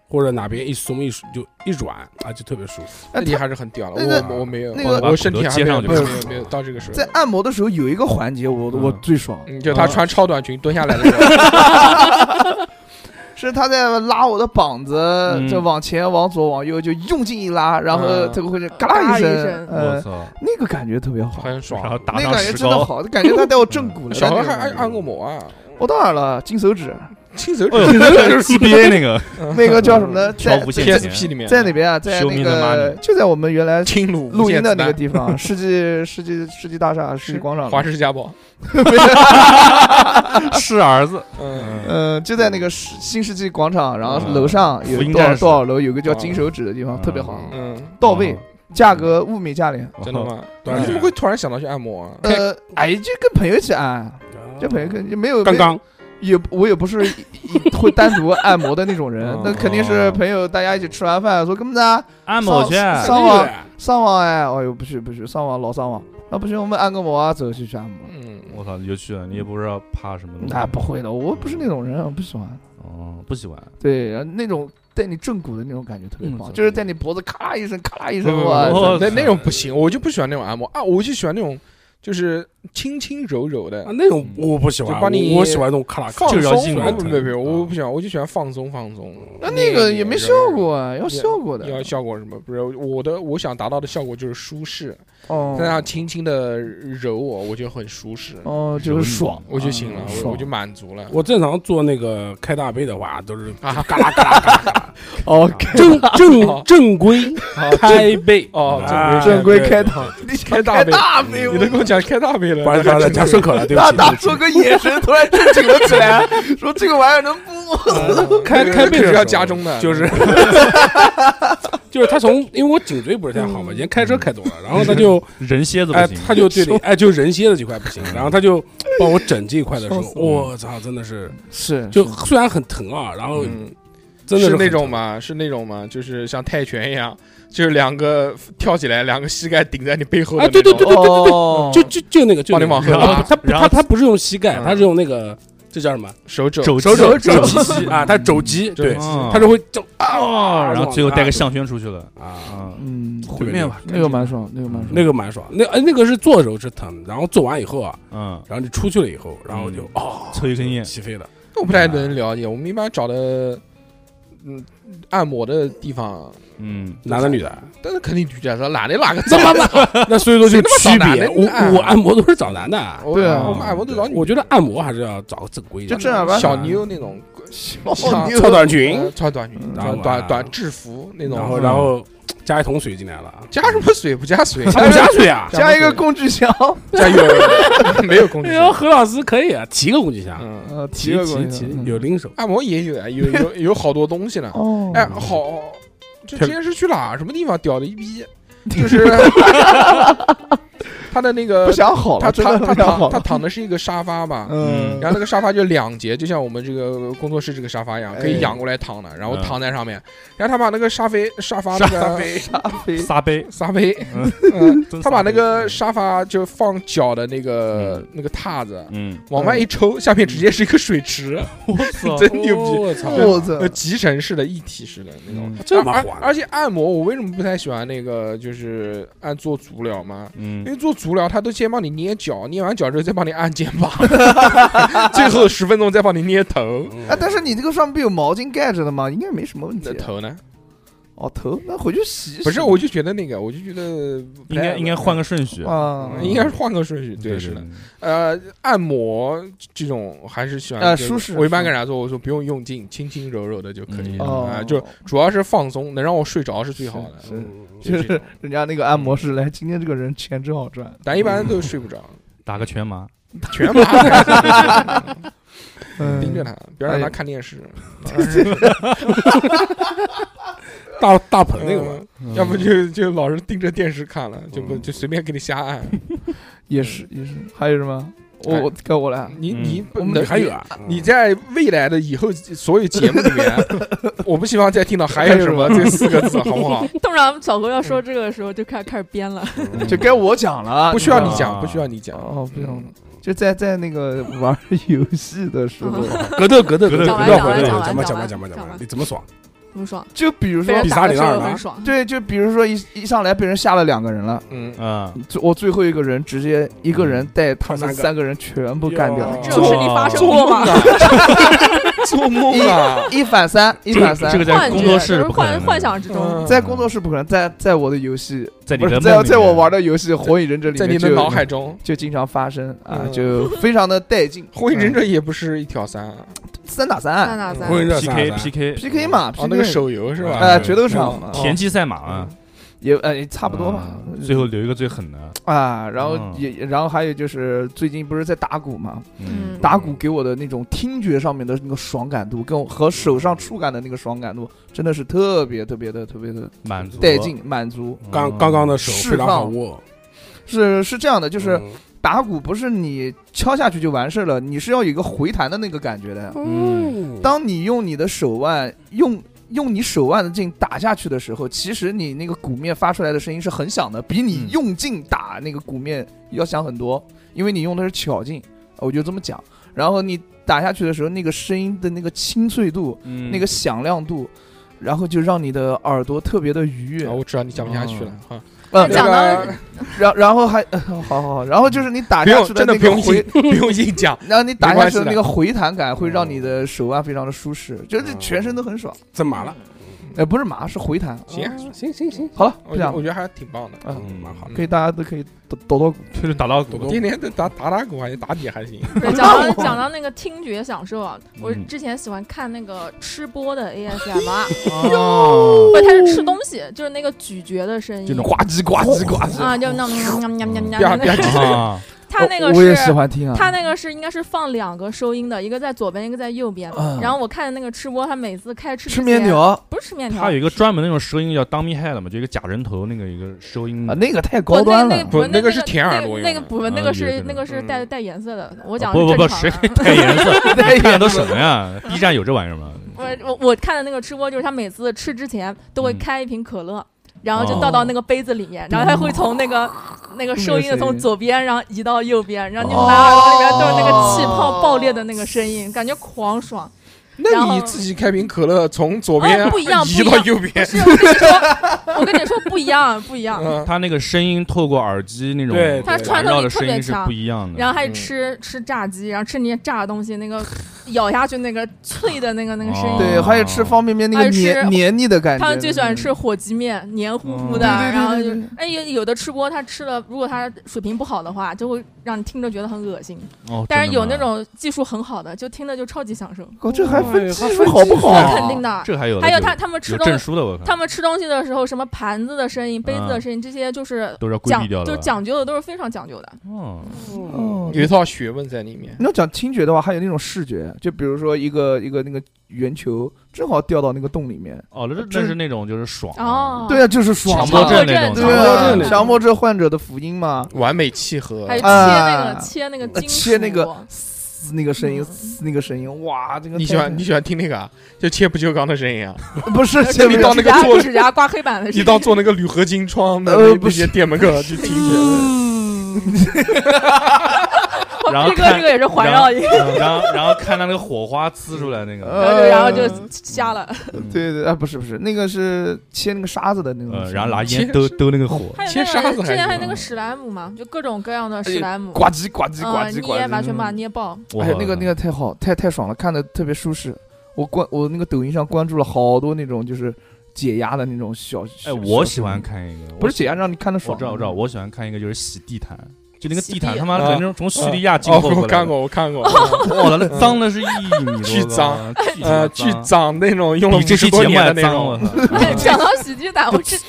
[SPEAKER 4] 或者哪边一松一就一软啊，就特别舒服。
[SPEAKER 1] 那
[SPEAKER 3] 哎
[SPEAKER 1] 你
[SPEAKER 3] 他
[SPEAKER 1] 还是很屌的，
[SPEAKER 3] 那个
[SPEAKER 1] 我我没有，
[SPEAKER 3] 那个
[SPEAKER 1] 我我身体还没有
[SPEAKER 2] 把骨头接上去
[SPEAKER 1] 没有没有没有到这个时候
[SPEAKER 3] 在。哦按摩的时候有一个环节，我我
[SPEAKER 2] 嗯
[SPEAKER 3] 最爽，
[SPEAKER 1] 嗯，就他穿超短裙蹲下来的时候，
[SPEAKER 3] 是他在拉我的膀子，就往前、往左、往右，就用劲一拉，然后
[SPEAKER 1] 嗯
[SPEAKER 3] 这个会是嘎啦
[SPEAKER 5] 嘎啦
[SPEAKER 3] 一
[SPEAKER 5] 一
[SPEAKER 3] 声
[SPEAKER 5] 声，
[SPEAKER 2] 嗯我
[SPEAKER 3] 呃，
[SPEAKER 2] 操，
[SPEAKER 3] 那个感觉特别好，
[SPEAKER 1] 很
[SPEAKER 2] 然后
[SPEAKER 1] 爽。
[SPEAKER 2] 打
[SPEAKER 3] 那个
[SPEAKER 2] 上
[SPEAKER 3] 感觉
[SPEAKER 2] 石
[SPEAKER 3] 真的
[SPEAKER 2] 膏，
[SPEAKER 3] 好，感觉他带我正骨 了。
[SPEAKER 1] 小
[SPEAKER 3] 那
[SPEAKER 1] 何
[SPEAKER 3] 种
[SPEAKER 1] 还
[SPEAKER 3] 感
[SPEAKER 1] 按
[SPEAKER 3] 觉
[SPEAKER 1] 按过，摩啊，
[SPEAKER 3] 我当然了，金手指，
[SPEAKER 1] 亲手指
[SPEAKER 2] 哎呦，CBA 那个
[SPEAKER 3] 那个叫什么呢？在
[SPEAKER 2] 漂浮现钱
[SPEAKER 1] PSP 里面
[SPEAKER 3] 在哪边啊？在
[SPEAKER 2] Show
[SPEAKER 3] 那
[SPEAKER 2] me the
[SPEAKER 3] 个
[SPEAKER 2] money
[SPEAKER 3] 就在我们原来
[SPEAKER 1] 轻弩
[SPEAKER 3] 录音的 那个地方，世纪世纪世纪大厦、世纪广场，
[SPEAKER 1] 华氏家宝，
[SPEAKER 2] 是儿子，
[SPEAKER 1] 嗯，
[SPEAKER 3] 呃，就在那个世新世纪广场，然后
[SPEAKER 2] 嗯
[SPEAKER 3] 楼上有
[SPEAKER 2] 福音
[SPEAKER 3] 多少
[SPEAKER 2] 战士
[SPEAKER 3] 多少楼有个叫金手指的地方，
[SPEAKER 2] 嗯
[SPEAKER 3] 特别好，
[SPEAKER 1] 嗯，
[SPEAKER 3] 到位，价格物美价廉。
[SPEAKER 2] 哦，
[SPEAKER 1] 真的吗？
[SPEAKER 4] 对
[SPEAKER 1] 你怎么会突然想到去按摩啊？
[SPEAKER 3] 呃，哎，就跟朋友一起按，就
[SPEAKER 2] 嗯
[SPEAKER 3] 朋友跟就没有
[SPEAKER 4] 啊刚
[SPEAKER 3] 没
[SPEAKER 4] 刚
[SPEAKER 3] 也我也不是会单独按摩的那种人
[SPEAKER 2] 哦，
[SPEAKER 3] 那肯定是朋友大家一起吃完饭说哥们子啊
[SPEAKER 2] 按摩去，
[SPEAKER 3] 上上网上网哎，哎呦不去不去上网老上网，那不行我们按个摩啊，走去去按摩。
[SPEAKER 1] 嗯，
[SPEAKER 2] 我操，你就去了，你也不知道怕什么东西。
[SPEAKER 3] 那不会的，我不是那种人，我不喜欢。
[SPEAKER 2] 哦，不喜欢。
[SPEAKER 3] 对，然后那种带你正骨的那种感觉特别
[SPEAKER 2] 嗯
[SPEAKER 3] 棒，
[SPEAKER 2] 走
[SPEAKER 3] 就是带你脖子咔啦一声，咔啦一
[SPEAKER 1] 不不
[SPEAKER 3] 声，
[SPEAKER 1] 不
[SPEAKER 3] 哇！
[SPEAKER 2] 我
[SPEAKER 1] 啊不，那那种不行，我就不喜欢那种按摩啊，我就喜欢那种就是轻轻柔柔的
[SPEAKER 4] 啊，那种我不喜
[SPEAKER 1] 就
[SPEAKER 4] 欢，
[SPEAKER 1] 把你
[SPEAKER 4] 我我喜欢那种咔啦咔
[SPEAKER 1] 放
[SPEAKER 2] 就
[SPEAKER 4] 啦
[SPEAKER 1] 松。啊
[SPEAKER 2] 是要进来
[SPEAKER 1] 不不不不，我不喜欢，我就喜欢放松放松。
[SPEAKER 3] 那那个也没效果，啊，要
[SPEAKER 1] 也
[SPEAKER 3] 效果的。
[SPEAKER 1] 要效果什么？不是我的，我想达到的效果就是舒适，
[SPEAKER 3] 哦
[SPEAKER 1] 再，让轻轻的揉我，我觉得很舒适，
[SPEAKER 3] 哦，就是爽，
[SPEAKER 1] 我就行了
[SPEAKER 3] 嗯，
[SPEAKER 1] 我
[SPEAKER 3] 爽
[SPEAKER 1] 我就满足了。
[SPEAKER 4] 我正常做那个开大杯的话，都是
[SPEAKER 1] 啊
[SPEAKER 4] 嘎啦嘎啦嘎啦，
[SPEAKER 3] 哦，
[SPEAKER 4] 正正正规
[SPEAKER 1] 好
[SPEAKER 4] 开背
[SPEAKER 1] 哦
[SPEAKER 4] 啊
[SPEAKER 3] 正规
[SPEAKER 4] 对
[SPEAKER 3] 开膛，你
[SPEAKER 1] 开大
[SPEAKER 3] 开
[SPEAKER 1] 杯
[SPEAKER 3] 大杯，
[SPEAKER 1] 你都跟我讲开大杯了，
[SPEAKER 4] 不然刚才讲顺口了，对不
[SPEAKER 3] 大
[SPEAKER 4] 起。
[SPEAKER 3] 大做个眼神，突然正经了起来，说这个玩意儿能不？
[SPEAKER 4] 开开背
[SPEAKER 1] 背
[SPEAKER 4] 的时
[SPEAKER 1] 是
[SPEAKER 4] 候
[SPEAKER 1] 要加钟的，
[SPEAKER 4] 就是 就是他从，因为我颈椎不是太好嘛，以前开车开多了，然后他就
[SPEAKER 2] 人蝎子
[SPEAKER 1] 嗯
[SPEAKER 2] 不
[SPEAKER 4] 哎
[SPEAKER 2] 行，
[SPEAKER 4] 他就对你哎就人蝎子这块不行，然后他就帮我整这一块的时候
[SPEAKER 3] 笑，死
[SPEAKER 4] 我操，真的是
[SPEAKER 3] 是
[SPEAKER 4] 就虽然很疼啊，然后
[SPEAKER 1] 嗯。
[SPEAKER 4] 真的
[SPEAKER 1] 是
[SPEAKER 4] 很
[SPEAKER 1] 那种
[SPEAKER 4] 疼
[SPEAKER 1] 嘛，是那种嘛，就是像泰拳一样，就是两个跳起来，两个膝盖顶在你背后的
[SPEAKER 4] 哎
[SPEAKER 1] 那种。
[SPEAKER 4] 对对对对对对
[SPEAKER 3] 哦
[SPEAKER 4] 就就就那个就
[SPEAKER 1] 帮你
[SPEAKER 4] 那个
[SPEAKER 1] 往后
[SPEAKER 4] 然后
[SPEAKER 1] 拉
[SPEAKER 4] 他不
[SPEAKER 2] 然
[SPEAKER 4] 他
[SPEAKER 2] 后
[SPEAKER 4] 他不是用膝盖，
[SPEAKER 1] 嗯
[SPEAKER 4] 他是用那个这叫什么？
[SPEAKER 1] 手肘
[SPEAKER 2] 肘
[SPEAKER 4] 手肘
[SPEAKER 2] 肘
[SPEAKER 4] 肘击啊，它肘击，对，
[SPEAKER 2] 嗯
[SPEAKER 4] 它是会就
[SPEAKER 2] 啊，然后最后带个
[SPEAKER 4] 向
[SPEAKER 2] 项圈出去了
[SPEAKER 4] 啊，
[SPEAKER 2] 啊，
[SPEAKER 3] 嗯，
[SPEAKER 2] 毁灭吧，
[SPEAKER 3] 那个蛮爽，那个蛮爽。
[SPEAKER 4] 那个蛮爽。那哎，那个是做的时候是疼，然后做完以后啊，
[SPEAKER 2] 嗯，
[SPEAKER 4] 然后你出去了以后，然后就
[SPEAKER 2] 嗯
[SPEAKER 4] 哦，
[SPEAKER 2] 抽一根烟，
[SPEAKER 4] 起飞了。
[SPEAKER 1] 我不太能了解。我们一般找的，嗯，按摩的地方，
[SPEAKER 2] 嗯，
[SPEAKER 4] 男的女的，
[SPEAKER 1] 但是肯定女的，哪里哪个这么大？
[SPEAKER 4] 那所以说就区
[SPEAKER 1] 谁他妈找
[SPEAKER 4] 别。
[SPEAKER 1] 男的
[SPEAKER 4] 我
[SPEAKER 1] 按
[SPEAKER 4] 我按摩都是找男的啊，
[SPEAKER 1] 我
[SPEAKER 3] 对啊
[SPEAKER 1] 我们按摩都找女的，
[SPEAKER 4] 我觉得按摩还是要找个正规一点
[SPEAKER 3] 就正儿八
[SPEAKER 4] 的
[SPEAKER 3] 经
[SPEAKER 1] 小妞那种，
[SPEAKER 3] 小妞
[SPEAKER 4] 超短裙，
[SPEAKER 1] 呃穿短裙、
[SPEAKER 3] 嗯
[SPEAKER 1] 穿
[SPEAKER 4] 然后
[SPEAKER 1] 短短制服那
[SPEAKER 4] 然
[SPEAKER 1] 种，
[SPEAKER 4] 后
[SPEAKER 1] 嗯
[SPEAKER 4] 然后加一桶水进来 了，
[SPEAKER 1] 加什么水不加水？
[SPEAKER 4] 不加水啊？
[SPEAKER 3] 加一个工具箱，
[SPEAKER 1] 加油，没有工具
[SPEAKER 4] 哎
[SPEAKER 1] 箱。
[SPEAKER 4] 呦，何老师可以啊，提个工具箱，
[SPEAKER 1] 嗯，
[SPEAKER 3] 呃，
[SPEAKER 4] 提
[SPEAKER 3] 提个工
[SPEAKER 4] 提
[SPEAKER 3] 具
[SPEAKER 4] 提
[SPEAKER 3] 箱，
[SPEAKER 4] 嗯有零手。
[SPEAKER 1] 按摩也有啊，有有有好多东西呢。
[SPEAKER 3] 哦，
[SPEAKER 1] 哎，好，就今天是去哪儿什么地方屌的一 逼，
[SPEAKER 3] 就
[SPEAKER 1] 就是他的那个
[SPEAKER 3] 不想好
[SPEAKER 1] 他
[SPEAKER 3] 了，真
[SPEAKER 1] 他
[SPEAKER 3] 的
[SPEAKER 1] 他
[SPEAKER 3] 不想好
[SPEAKER 1] 躺他
[SPEAKER 3] 了。
[SPEAKER 1] 躺的是一个沙发嘛，
[SPEAKER 2] 嗯
[SPEAKER 1] 然后那个沙发就两节，就像我们这个工作室这个沙发一样，可以
[SPEAKER 3] 哎
[SPEAKER 1] 仰过来躺的，然后
[SPEAKER 2] 嗯
[SPEAKER 1] 躺在上面，然后他把那个沙飞沙发那
[SPEAKER 2] 沙
[SPEAKER 1] 个
[SPEAKER 3] 飞
[SPEAKER 2] 撒杯，
[SPEAKER 1] 沙 飞，
[SPEAKER 2] 嗯
[SPEAKER 1] 嗯，
[SPEAKER 2] 真
[SPEAKER 1] 他
[SPEAKER 2] 撒
[SPEAKER 1] 把
[SPEAKER 2] 杯
[SPEAKER 1] 那个沙发就放脚的那个那个踏子
[SPEAKER 2] 嗯，
[SPEAKER 1] 往外一抽，下面直接是一个水池，
[SPEAKER 2] 我操，
[SPEAKER 1] 真 牛逼！
[SPEAKER 4] 哦我操！
[SPEAKER 3] 嗯我操嗯
[SPEAKER 1] 呃，！集成式的一体式的那种。
[SPEAKER 4] 这
[SPEAKER 1] 而
[SPEAKER 4] 蛮
[SPEAKER 1] 而
[SPEAKER 4] 滑的
[SPEAKER 1] 而且按摩，我为什么不太喜欢那个？就是按做足疗嘛，因
[SPEAKER 2] 嗯，
[SPEAKER 1] 为做足疗，他都先帮你捏脚，捏完脚之后再帮你按肩膀， 最后十分钟再帮你捏
[SPEAKER 2] 嗯
[SPEAKER 1] 头。
[SPEAKER 4] 嗯
[SPEAKER 3] 哎，但是你这个上面不有毛巾盖着的吗？应该没什么问题
[SPEAKER 1] 那。头呢？
[SPEAKER 3] 哦，头，那回去洗洗。
[SPEAKER 1] 不是，我就觉得那个，我就觉得不
[SPEAKER 2] 应
[SPEAKER 1] 太
[SPEAKER 2] 该应该换个顺序，
[SPEAKER 3] 啊，
[SPEAKER 1] 嗯应该是换个顺序。
[SPEAKER 2] 对
[SPEAKER 1] 对，是的。，呃，按摩这种还是喜欢
[SPEAKER 3] 啊
[SPEAKER 1] 这个
[SPEAKER 3] 舒适
[SPEAKER 1] 我一般跟人家说，我说不用用劲，轻轻柔柔的就可以
[SPEAKER 2] 嗯
[SPEAKER 1] 了
[SPEAKER 3] 哦
[SPEAKER 1] 啊，就主要是放松，能让我睡着是最好的。
[SPEAKER 3] 是
[SPEAKER 1] 嗯
[SPEAKER 3] 就
[SPEAKER 1] 这
[SPEAKER 3] 是
[SPEAKER 1] 种嗯
[SPEAKER 3] 人家那个按摩师来，今天这个人钱真好赚。
[SPEAKER 1] 但一般都睡不着，
[SPEAKER 2] 打个全麻，
[SPEAKER 1] 全 麻，
[SPEAKER 3] 嗯
[SPEAKER 1] 盯着他，不要让他看电 视，啊
[SPEAKER 4] 大大鹏那个嘛，
[SPEAKER 1] 嗯要不就就老是盯着电视看了，就不
[SPEAKER 4] 嗯
[SPEAKER 1] 就随便给你瞎按。
[SPEAKER 3] 也是也是，还有什么？
[SPEAKER 1] 嗯
[SPEAKER 3] 我
[SPEAKER 1] 哎
[SPEAKER 3] 我该我啊来。
[SPEAKER 1] 你
[SPEAKER 2] 嗯
[SPEAKER 1] 你不
[SPEAKER 3] 我们
[SPEAKER 1] 能
[SPEAKER 4] 还有啊，
[SPEAKER 5] 嗯
[SPEAKER 1] 你在未来的以后所有节目里 面，我不希望再听到还有什么这四个字，好不 好？
[SPEAKER 5] 通常小哥要说
[SPEAKER 2] 嗯
[SPEAKER 5] 这个的时候，就开始开始编了。
[SPEAKER 4] 嗯
[SPEAKER 3] 就该我讲了，
[SPEAKER 1] 不需要
[SPEAKER 3] 知道
[SPEAKER 1] 你
[SPEAKER 3] 吗
[SPEAKER 1] 讲，不需要你讲。
[SPEAKER 3] 哦，不用了。就在在那个玩游戏的时 候，
[SPEAKER 1] 嗯
[SPEAKER 4] 格斗格斗
[SPEAKER 2] 格斗
[SPEAKER 4] 斗
[SPEAKER 2] 讲完
[SPEAKER 4] 斗
[SPEAKER 2] 讲完
[SPEAKER 4] 格斗
[SPEAKER 2] 讲
[SPEAKER 5] 完讲
[SPEAKER 4] 讲完
[SPEAKER 5] 完
[SPEAKER 4] 讲完
[SPEAKER 5] 讲
[SPEAKER 4] 完，
[SPEAKER 5] 完
[SPEAKER 4] 你怎么爽？
[SPEAKER 5] 这么爽，
[SPEAKER 3] 就比如
[SPEAKER 5] 被
[SPEAKER 3] 说，
[SPEAKER 5] 人
[SPEAKER 4] 比
[SPEAKER 5] 打
[SPEAKER 4] 萨
[SPEAKER 5] 的
[SPEAKER 4] 里
[SPEAKER 5] 时
[SPEAKER 4] 纳尔
[SPEAKER 5] 候
[SPEAKER 4] 吗
[SPEAKER 5] 很爽。
[SPEAKER 3] 对，就比如说一一上来被人吓了两个人了，
[SPEAKER 1] 嗯，
[SPEAKER 2] 嗯，
[SPEAKER 3] 最我最后一个人直接一个人带他
[SPEAKER 4] 三
[SPEAKER 3] 们
[SPEAKER 4] 个
[SPEAKER 3] 三个人全部干掉
[SPEAKER 2] 啊
[SPEAKER 4] 哟，
[SPEAKER 5] 这种事你发生过吗？
[SPEAKER 1] 做梦 啊！
[SPEAKER 3] 一反三，一
[SPEAKER 2] 这个
[SPEAKER 3] 反
[SPEAKER 2] 这
[SPEAKER 3] 三
[SPEAKER 2] 个。在
[SPEAKER 5] 幻觉，
[SPEAKER 2] 工作室
[SPEAKER 5] 就是
[SPEAKER 2] 不可能
[SPEAKER 5] 幻
[SPEAKER 2] 的
[SPEAKER 5] 幻，想之中
[SPEAKER 1] 嗯，
[SPEAKER 3] 在工作室不可能，在在我的游戏
[SPEAKER 2] 在你的
[SPEAKER 3] 不是
[SPEAKER 2] 梦
[SPEAKER 3] 在
[SPEAKER 2] 里
[SPEAKER 3] 在我
[SPEAKER 2] 面
[SPEAKER 3] 玩的游戏《火影忍者》里
[SPEAKER 1] 在
[SPEAKER 3] 面
[SPEAKER 1] 你的
[SPEAKER 3] 就嗯
[SPEAKER 1] 脑海中，
[SPEAKER 3] 就经常发生啊，
[SPEAKER 1] 嗯
[SPEAKER 3] 就非常的带劲。
[SPEAKER 1] 《火影忍者》也不是一条三啊，
[SPEAKER 3] 嗯三打
[SPEAKER 5] 那
[SPEAKER 3] 三
[SPEAKER 5] 哪
[SPEAKER 1] 嗯
[SPEAKER 5] 在？
[SPEAKER 4] 火影忍者
[SPEAKER 2] PK
[SPEAKER 4] 三
[SPEAKER 2] PK
[SPEAKER 3] PK 嘛，
[SPEAKER 1] 哦
[SPEAKER 3] PK，
[SPEAKER 1] 那个手游
[SPEAKER 2] 啊
[SPEAKER 1] 是吧？
[SPEAKER 3] 呃决斗场嘛，
[SPEAKER 2] 田忌赛马啊，
[SPEAKER 3] 也呃也差不多吧
[SPEAKER 2] 啊。最后留一个最狠的，
[SPEAKER 3] 啊，然后
[SPEAKER 2] 嗯
[SPEAKER 3] 也，然后还有就是最近不是在打鼓嘛，
[SPEAKER 5] 嗯
[SPEAKER 3] 打鼓给我的那种听觉上面的那个爽感度，跟我和手上触感的那个爽感度，真的是特别特别的特别的
[SPEAKER 2] 满足啊
[SPEAKER 3] 带，劲满足。
[SPEAKER 2] 嗯
[SPEAKER 4] 刚刚刚的手非常好握，
[SPEAKER 3] 是是这样的，就是
[SPEAKER 4] 嗯
[SPEAKER 3] 打鼓不是你敲下去就完事儿了，你是要有一个回弹的那个感觉的。
[SPEAKER 1] 哦
[SPEAKER 2] 嗯
[SPEAKER 3] 当你用你的手腕用。用你手腕的劲打下去的时候，其实你那个鼓面发出来的声音是很响的，比你
[SPEAKER 2] 嗯
[SPEAKER 3] 用劲打那个鼓面要响很多，因为你用的是巧劲，我就这么讲。然后你打下去的时候，那个声音的那个清脆度，
[SPEAKER 2] 嗯
[SPEAKER 3] 那个响亮度，然后就让你的耳朵特别的愉悦
[SPEAKER 1] 啊，。我知道你讲不下去了哈。
[SPEAKER 3] 嗯，
[SPEAKER 5] 讲到
[SPEAKER 3] 然然后还、 呃好好好，然后就是你打
[SPEAKER 1] 不
[SPEAKER 3] 下
[SPEAKER 1] 用
[SPEAKER 3] 去，
[SPEAKER 1] 真的
[SPEAKER 3] 那
[SPEAKER 1] 不
[SPEAKER 3] 个
[SPEAKER 1] 用硬
[SPEAKER 3] 回，
[SPEAKER 1] 不用硬讲。
[SPEAKER 3] 然后你打
[SPEAKER 1] 没
[SPEAKER 3] 下
[SPEAKER 1] 关
[SPEAKER 3] 去的
[SPEAKER 1] 系的
[SPEAKER 3] 那个回弹感会让你的手腕非常的舒适，就是
[SPEAKER 4] 嗯
[SPEAKER 3] 全身都很爽。
[SPEAKER 4] 怎么
[SPEAKER 1] 嗯
[SPEAKER 4] 了？
[SPEAKER 3] 呃，不是麻，是回弹。哦
[SPEAKER 1] 行啊
[SPEAKER 4] 行行行，
[SPEAKER 3] 好了，
[SPEAKER 1] 我
[SPEAKER 3] 不
[SPEAKER 1] 觉得
[SPEAKER 3] 讲
[SPEAKER 1] 我
[SPEAKER 3] 了，
[SPEAKER 1] 觉得还挺棒的。
[SPEAKER 3] 嗯，
[SPEAKER 4] 嗯，蛮好的。
[SPEAKER 3] 可以，大家都可以抖抖抖鼓。
[SPEAKER 2] 就是打到鼓，
[SPEAKER 1] 今天都打打打鼓还是打底 还行。
[SPEAKER 5] 对讲到讲到那个听觉享受啊，我
[SPEAKER 2] 嗯
[SPEAKER 5] 之前喜欢看那个吃播的 ASMR，
[SPEAKER 2] 哦
[SPEAKER 5] 不，它是吃东西，就是那个咀嚼的声
[SPEAKER 2] 就
[SPEAKER 5] 音
[SPEAKER 2] 那。呱唧呱唧呱唧，
[SPEAKER 5] 啊，就那种喵喵喵喵
[SPEAKER 1] 呀
[SPEAKER 5] 喵
[SPEAKER 1] 呀
[SPEAKER 5] 喵，
[SPEAKER 2] 啊，
[SPEAKER 5] 他那个
[SPEAKER 3] 我也喜
[SPEAKER 5] 是，
[SPEAKER 3] 欢听啊。
[SPEAKER 5] 他那个是应该是放两个收音的，一个在左边，一个在右边
[SPEAKER 3] 嗯。
[SPEAKER 5] 然后我看那个吃播，他每次开吃之
[SPEAKER 3] 吃面
[SPEAKER 5] 前
[SPEAKER 3] 条啊，
[SPEAKER 5] 不是吃面条
[SPEAKER 2] 它有，一个专门那种收音叫 dummy head 嘛，就一个假人头那个一个收音
[SPEAKER 3] 啊那个太
[SPEAKER 5] 不
[SPEAKER 3] 高端
[SPEAKER 5] 那那
[SPEAKER 3] 了
[SPEAKER 5] 个。
[SPEAKER 1] 不
[SPEAKER 5] 不
[SPEAKER 1] 那个
[SPEAKER 5] 个
[SPEAKER 1] 是舔耳朵用的
[SPEAKER 5] 那个不那
[SPEAKER 2] 啊
[SPEAKER 5] 个
[SPEAKER 2] 有可
[SPEAKER 5] 是
[SPEAKER 2] 能
[SPEAKER 5] 那个是带带颜色的，我
[SPEAKER 2] 啊
[SPEAKER 5] 讲
[SPEAKER 2] 不不不，
[SPEAKER 5] 的是
[SPEAKER 2] 谁
[SPEAKER 5] 正常
[SPEAKER 2] 带
[SPEAKER 5] 的。
[SPEAKER 2] 颜 色？
[SPEAKER 3] 那
[SPEAKER 2] 看的都什么呀？B 站有这玩意儿吗？
[SPEAKER 5] 我我我看的那个吃播，就是他每次吃之前都会
[SPEAKER 2] 嗯
[SPEAKER 5] 开一瓶可乐，然后就倒到那个杯子里面，然后他会从那个那个收音的
[SPEAKER 3] 哦那个声
[SPEAKER 5] 从
[SPEAKER 3] 音
[SPEAKER 5] 左边，然后移到右边，然后你
[SPEAKER 2] 哦
[SPEAKER 5] 满耳朵里面都是那个气泡爆裂的那个声音，感觉狂爽。然
[SPEAKER 1] 那
[SPEAKER 5] 后
[SPEAKER 1] 你自己开瓶可乐从左边
[SPEAKER 5] 哦不一样
[SPEAKER 1] 移
[SPEAKER 5] 不一
[SPEAKER 1] 到
[SPEAKER 5] 样
[SPEAKER 1] 右边，
[SPEAKER 5] 是我跟你说，我跟你说不一样，不一样。
[SPEAKER 1] 嗯，
[SPEAKER 2] 它那个声音透过耳机那种
[SPEAKER 4] 对
[SPEAKER 5] 它
[SPEAKER 4] 对
[SPEAKER 2] 环
[SPEAKER 5] 穿
[SPEAKER 2] 绕
[SPEAKER 5] 透
[SPEAKER 2] 的
[SPEAKER 5] 力特
[SPEAKER 2] 声
[SPEAKER 5] 别
[SPEAKER 2] 音是
[SPEAKER 5] 强
[SPEAKER 2] 不，一样的。
[SPEAKER 5] 然后还
[SPEAKER 1] 嗯
[SPEAKER 5] 吃吃炸鸡，然后吃那些炸的东西，那个咬下去那个脆的那个那个声
[SPEAKER 2] 哦
[SPEAKER 5] 音。
[SPEAKER 3] 对，还有吃方便面那
[SPEAKER 5] 还
[SPEAKER 3] 个
[SPEAKER 5] 有吃
[SPEAKER 3] 黏黏腻的感觉。
[SPEAKER 5] 他们最喜欢吃火鸡面，黏糊糊的，
[SPEAKER 3] 嗯对对对
[SPEAKER 5] 然后
[SPEAKER 3] 对
[SPEAKER 5] 就
[SPEAKER 3] 对对
[SPEAKER 5] 哎，有有的吃播他吃了，如果他水平不好的话，就会让你听着觉得很恶心。
[SPEAKER 2] 哦，
[SPEAKER 5] 但
[SPEAKER 2] 真
[SPEAKER 5] 是
[SPEAKER 2] 的
[SPEAKER 5] 有
[SPEAKER 2] 吗
[SPEAKER 5] 那种技术很好的，就听着就超级享受，
[SPEAKER 3] 哦，这还分
[SPEAKER 1] 哎
[SPEAKER 3] 技术好不好
[SPEAKER 5] 那
[SPEAKER 3] 啊？
[SPEAKER 5] 肯定的。
[SPEAKER 2] 这还有的
[SPEAKER 5] 还有
[SPEAKER 2] 就
[SPEAKER 5] 他他们吃
[SPEAKER 2] 有
[SPEAKER 5] 东
[SPEAKER 2] 证书的，我看
[SPEAKER 5] 他们吃东西的时候，什么盘子的声音、杯子的声音，这些就是
[SPEAKER 2] 都是要嗯规
[SPEAKER 5] 讲
[SPEAKER 2] 避掉的
[SPEAKER 5] 就
[SPEAKER 2] 吧。
[SPEAKER 5] 讲究的都是非常讲究的。
[SPEAKER 2] 哦，
[SPEAKER 3] 哦
[SPEAKER 1] 有一套学问在里面。
[SPEAKER 3] 你要讲听觉的话，还有那种视觉，就比如说一个一个那个圆球正好掉到那个洞里面，
[SPEAKER 2] 哦，那是
[SPEAKER 3] 这
[SPEAKER 2] 那是那种就是爽
[SPEAKER 5] 哦，
[SPEAKER 3] 对啊，就是
[SPEAKER 2] 强
[SPEAKER 3] 爽
[SPEAKER 5] 强
[SPEAKER 2] 迫
[SPEAKER 3] 嘛，
[SPEAKER 5] 迫
[SPEAKER 2] 症
[SPEAKER 5] 症
[SPEAKER 2] 那种，
[SPEAKER 5] 对
[SPEAKER 3] 对
[SPEAKER 4] 强迫症
[SPEAKER 3] 啊，
[SPEAKER 4] 那
[SPEAKER 3] 强迫症患者的福音嘛，
[SPEAKER 1] 完美契合
[SPEAKER 5] 还，有切那
[SPEAKER 3] 啊
[SPEAKER 5] 个切那个
[SPEAKER 3] 呃
[SPEAKER 5] 金属，
[SPEAKER 3] 切那 个嘶那个声音，
[SPEAKER 5] 嗯
[SPEAKER 3] 嘶那个声音，哇，这个
[SPEAKER 1] 你
[SPEAKER 3] 太
[SPEAKER 1] 喜欢你喜欢听那个啊？就切不锈钢的声音 啊？
[SPEAKER 3] 不是
[SPEAKER 1] 这
[SPEAKER 3] 切
[SPEAKER 1] 里
[SPEAKER 3] 不
[SPEAKER 1] 到
[SPEAKER 3] 了
[SPEAKER 1] 那个
[SPEAKER 5] 指甲
[SPEAKER 1] 做
[SPEAKER 5] 指甲刮黑板的声
[SPEAKER 1] 你
[SPEAKER 5] 音，
[SPEAKER 1] 到做那个铝合金窗 的
[SPEAKER 3] 呃
[SPEAKER 1] 那
[SPEAKER 3] 不
[SPEAKER 1] 那
[SPEAKER 3] 是
[SPEAKER 1] 些店门口去听去。
[SPEAKER 2] 然后
[SPEAKER 5] 这个
[SPEAKER 2] 看
[SPEAKER 5] 这个也是环绕一个，
[SPEAKER 2] 嗯然后然后看他那个火花呲出来那个，
[SPEAKER 3] 呃
[SPEAKER 5] 然后就然后就
[SPEAKER 3] 呃
[SPEAKER 5] 瞎了。
[SPEAKER 2] 嗯，
[SPEAKER 3] 对对啊，不是不是，那个是切那个沙子的那种声
[SPEAKER 2] 呃，
[SPEAKER 3] 音，
[SPEAKER 2] 然后拿
[SPEAKER 1] 其
[SPEAKER 2] 烟
[SPEAKER 1] 实
[SPEAKER 2] 兜
[SPEAKER 1] 是
[SPEAKER 2] 兜那个火，
[SPEAKER 5] 还有
[SPEAKER 1] 切沙
[SPEAKER 5] 那
[SPEAKER 1] 子
[SPEAKER 5] 个
[SPEAKER 1] 还
[SPEAKER 5] 之前
[SPEAKER 1] 行
[SPEAKER 5] 还有那个史莱姆嘛，就各种各样的
[SPEAKER 2] 哎
[SPEAKER 5] 史莱姆，
[SPEAKER 3] 呱唧呱唧呱
[SPEAKER 5] 嗯，
[SPEAKER 3] 唧呱
[SPEAKER 5] 捏
[SPEAKER 3] 唧，
[SPEAKER 5] 把全把它 捏爆。
[SPEAKER 2] 我
[SPEAKER 3] 哎呀，那个那个太好，太太爽了，看的特别舒适。我关我那个抖音上关注了好多那种就是解压的那种小，
[SPEAKER 2] 哎，
[SPEAKER 3] 小
[SPEAKER 2] 我
[SPEAKER 3] 小
[SPEAKER 2] 喜欢看一个，
[SPEAKER 3] 不
[SPEAKER 2] 我
[SPEAKER 3] 是解压，让你看的
[SPEAKER 2] 我
[SPEAKER 3] 爽。
[SPEAKER 2] 知道我知道，
[SPEAKER 1] 哦
[SPEAKER 2] 我喜欢看一个就是洗地毯，就那个
[SPEAKER 5] 洗
[SPEAKER 2] 地毯
[SPEAKER 5] 地
[SPEAKER 2] 他妈人从从叙利亚进
[SPEAKER 1] 啊哦，
[SPEAKER 2] 口回
[SPEAKER 1] 我
[SPEAKER 2] 来
[SPEAKER 1] 看
[SPEAKER 2] 的，
[SPEAKER 1] 过，我看
[SPEAKER 5] 哦
[SPEAKER 1] 过，
[SPEAKER 2] 哇，那脏的是一米
[SPEAKER 1] 巨
[SPEAKER 2] 多高
[SPEAKER 1] 脏
[SPEAKER 2] 啊，巨
[SPEAKER 1] 呃，巨脏那种用了五
[SPEAKER 2] 比这
[SPEAKER 1] 十
[SPEAKER 2] 期
[SPEAKER 1] 多
[SPEAKER 2] 节目
[SPEAKER 1] 年
[SPEAKER 2] 还
[SPEAKER 1] 的那
[SPEAKER 2] 脏，啊
[SPEAKER 1] 种
[SPEAKER 2] 我。操！
[SPEAKER 5] 讲到洗地毯，我这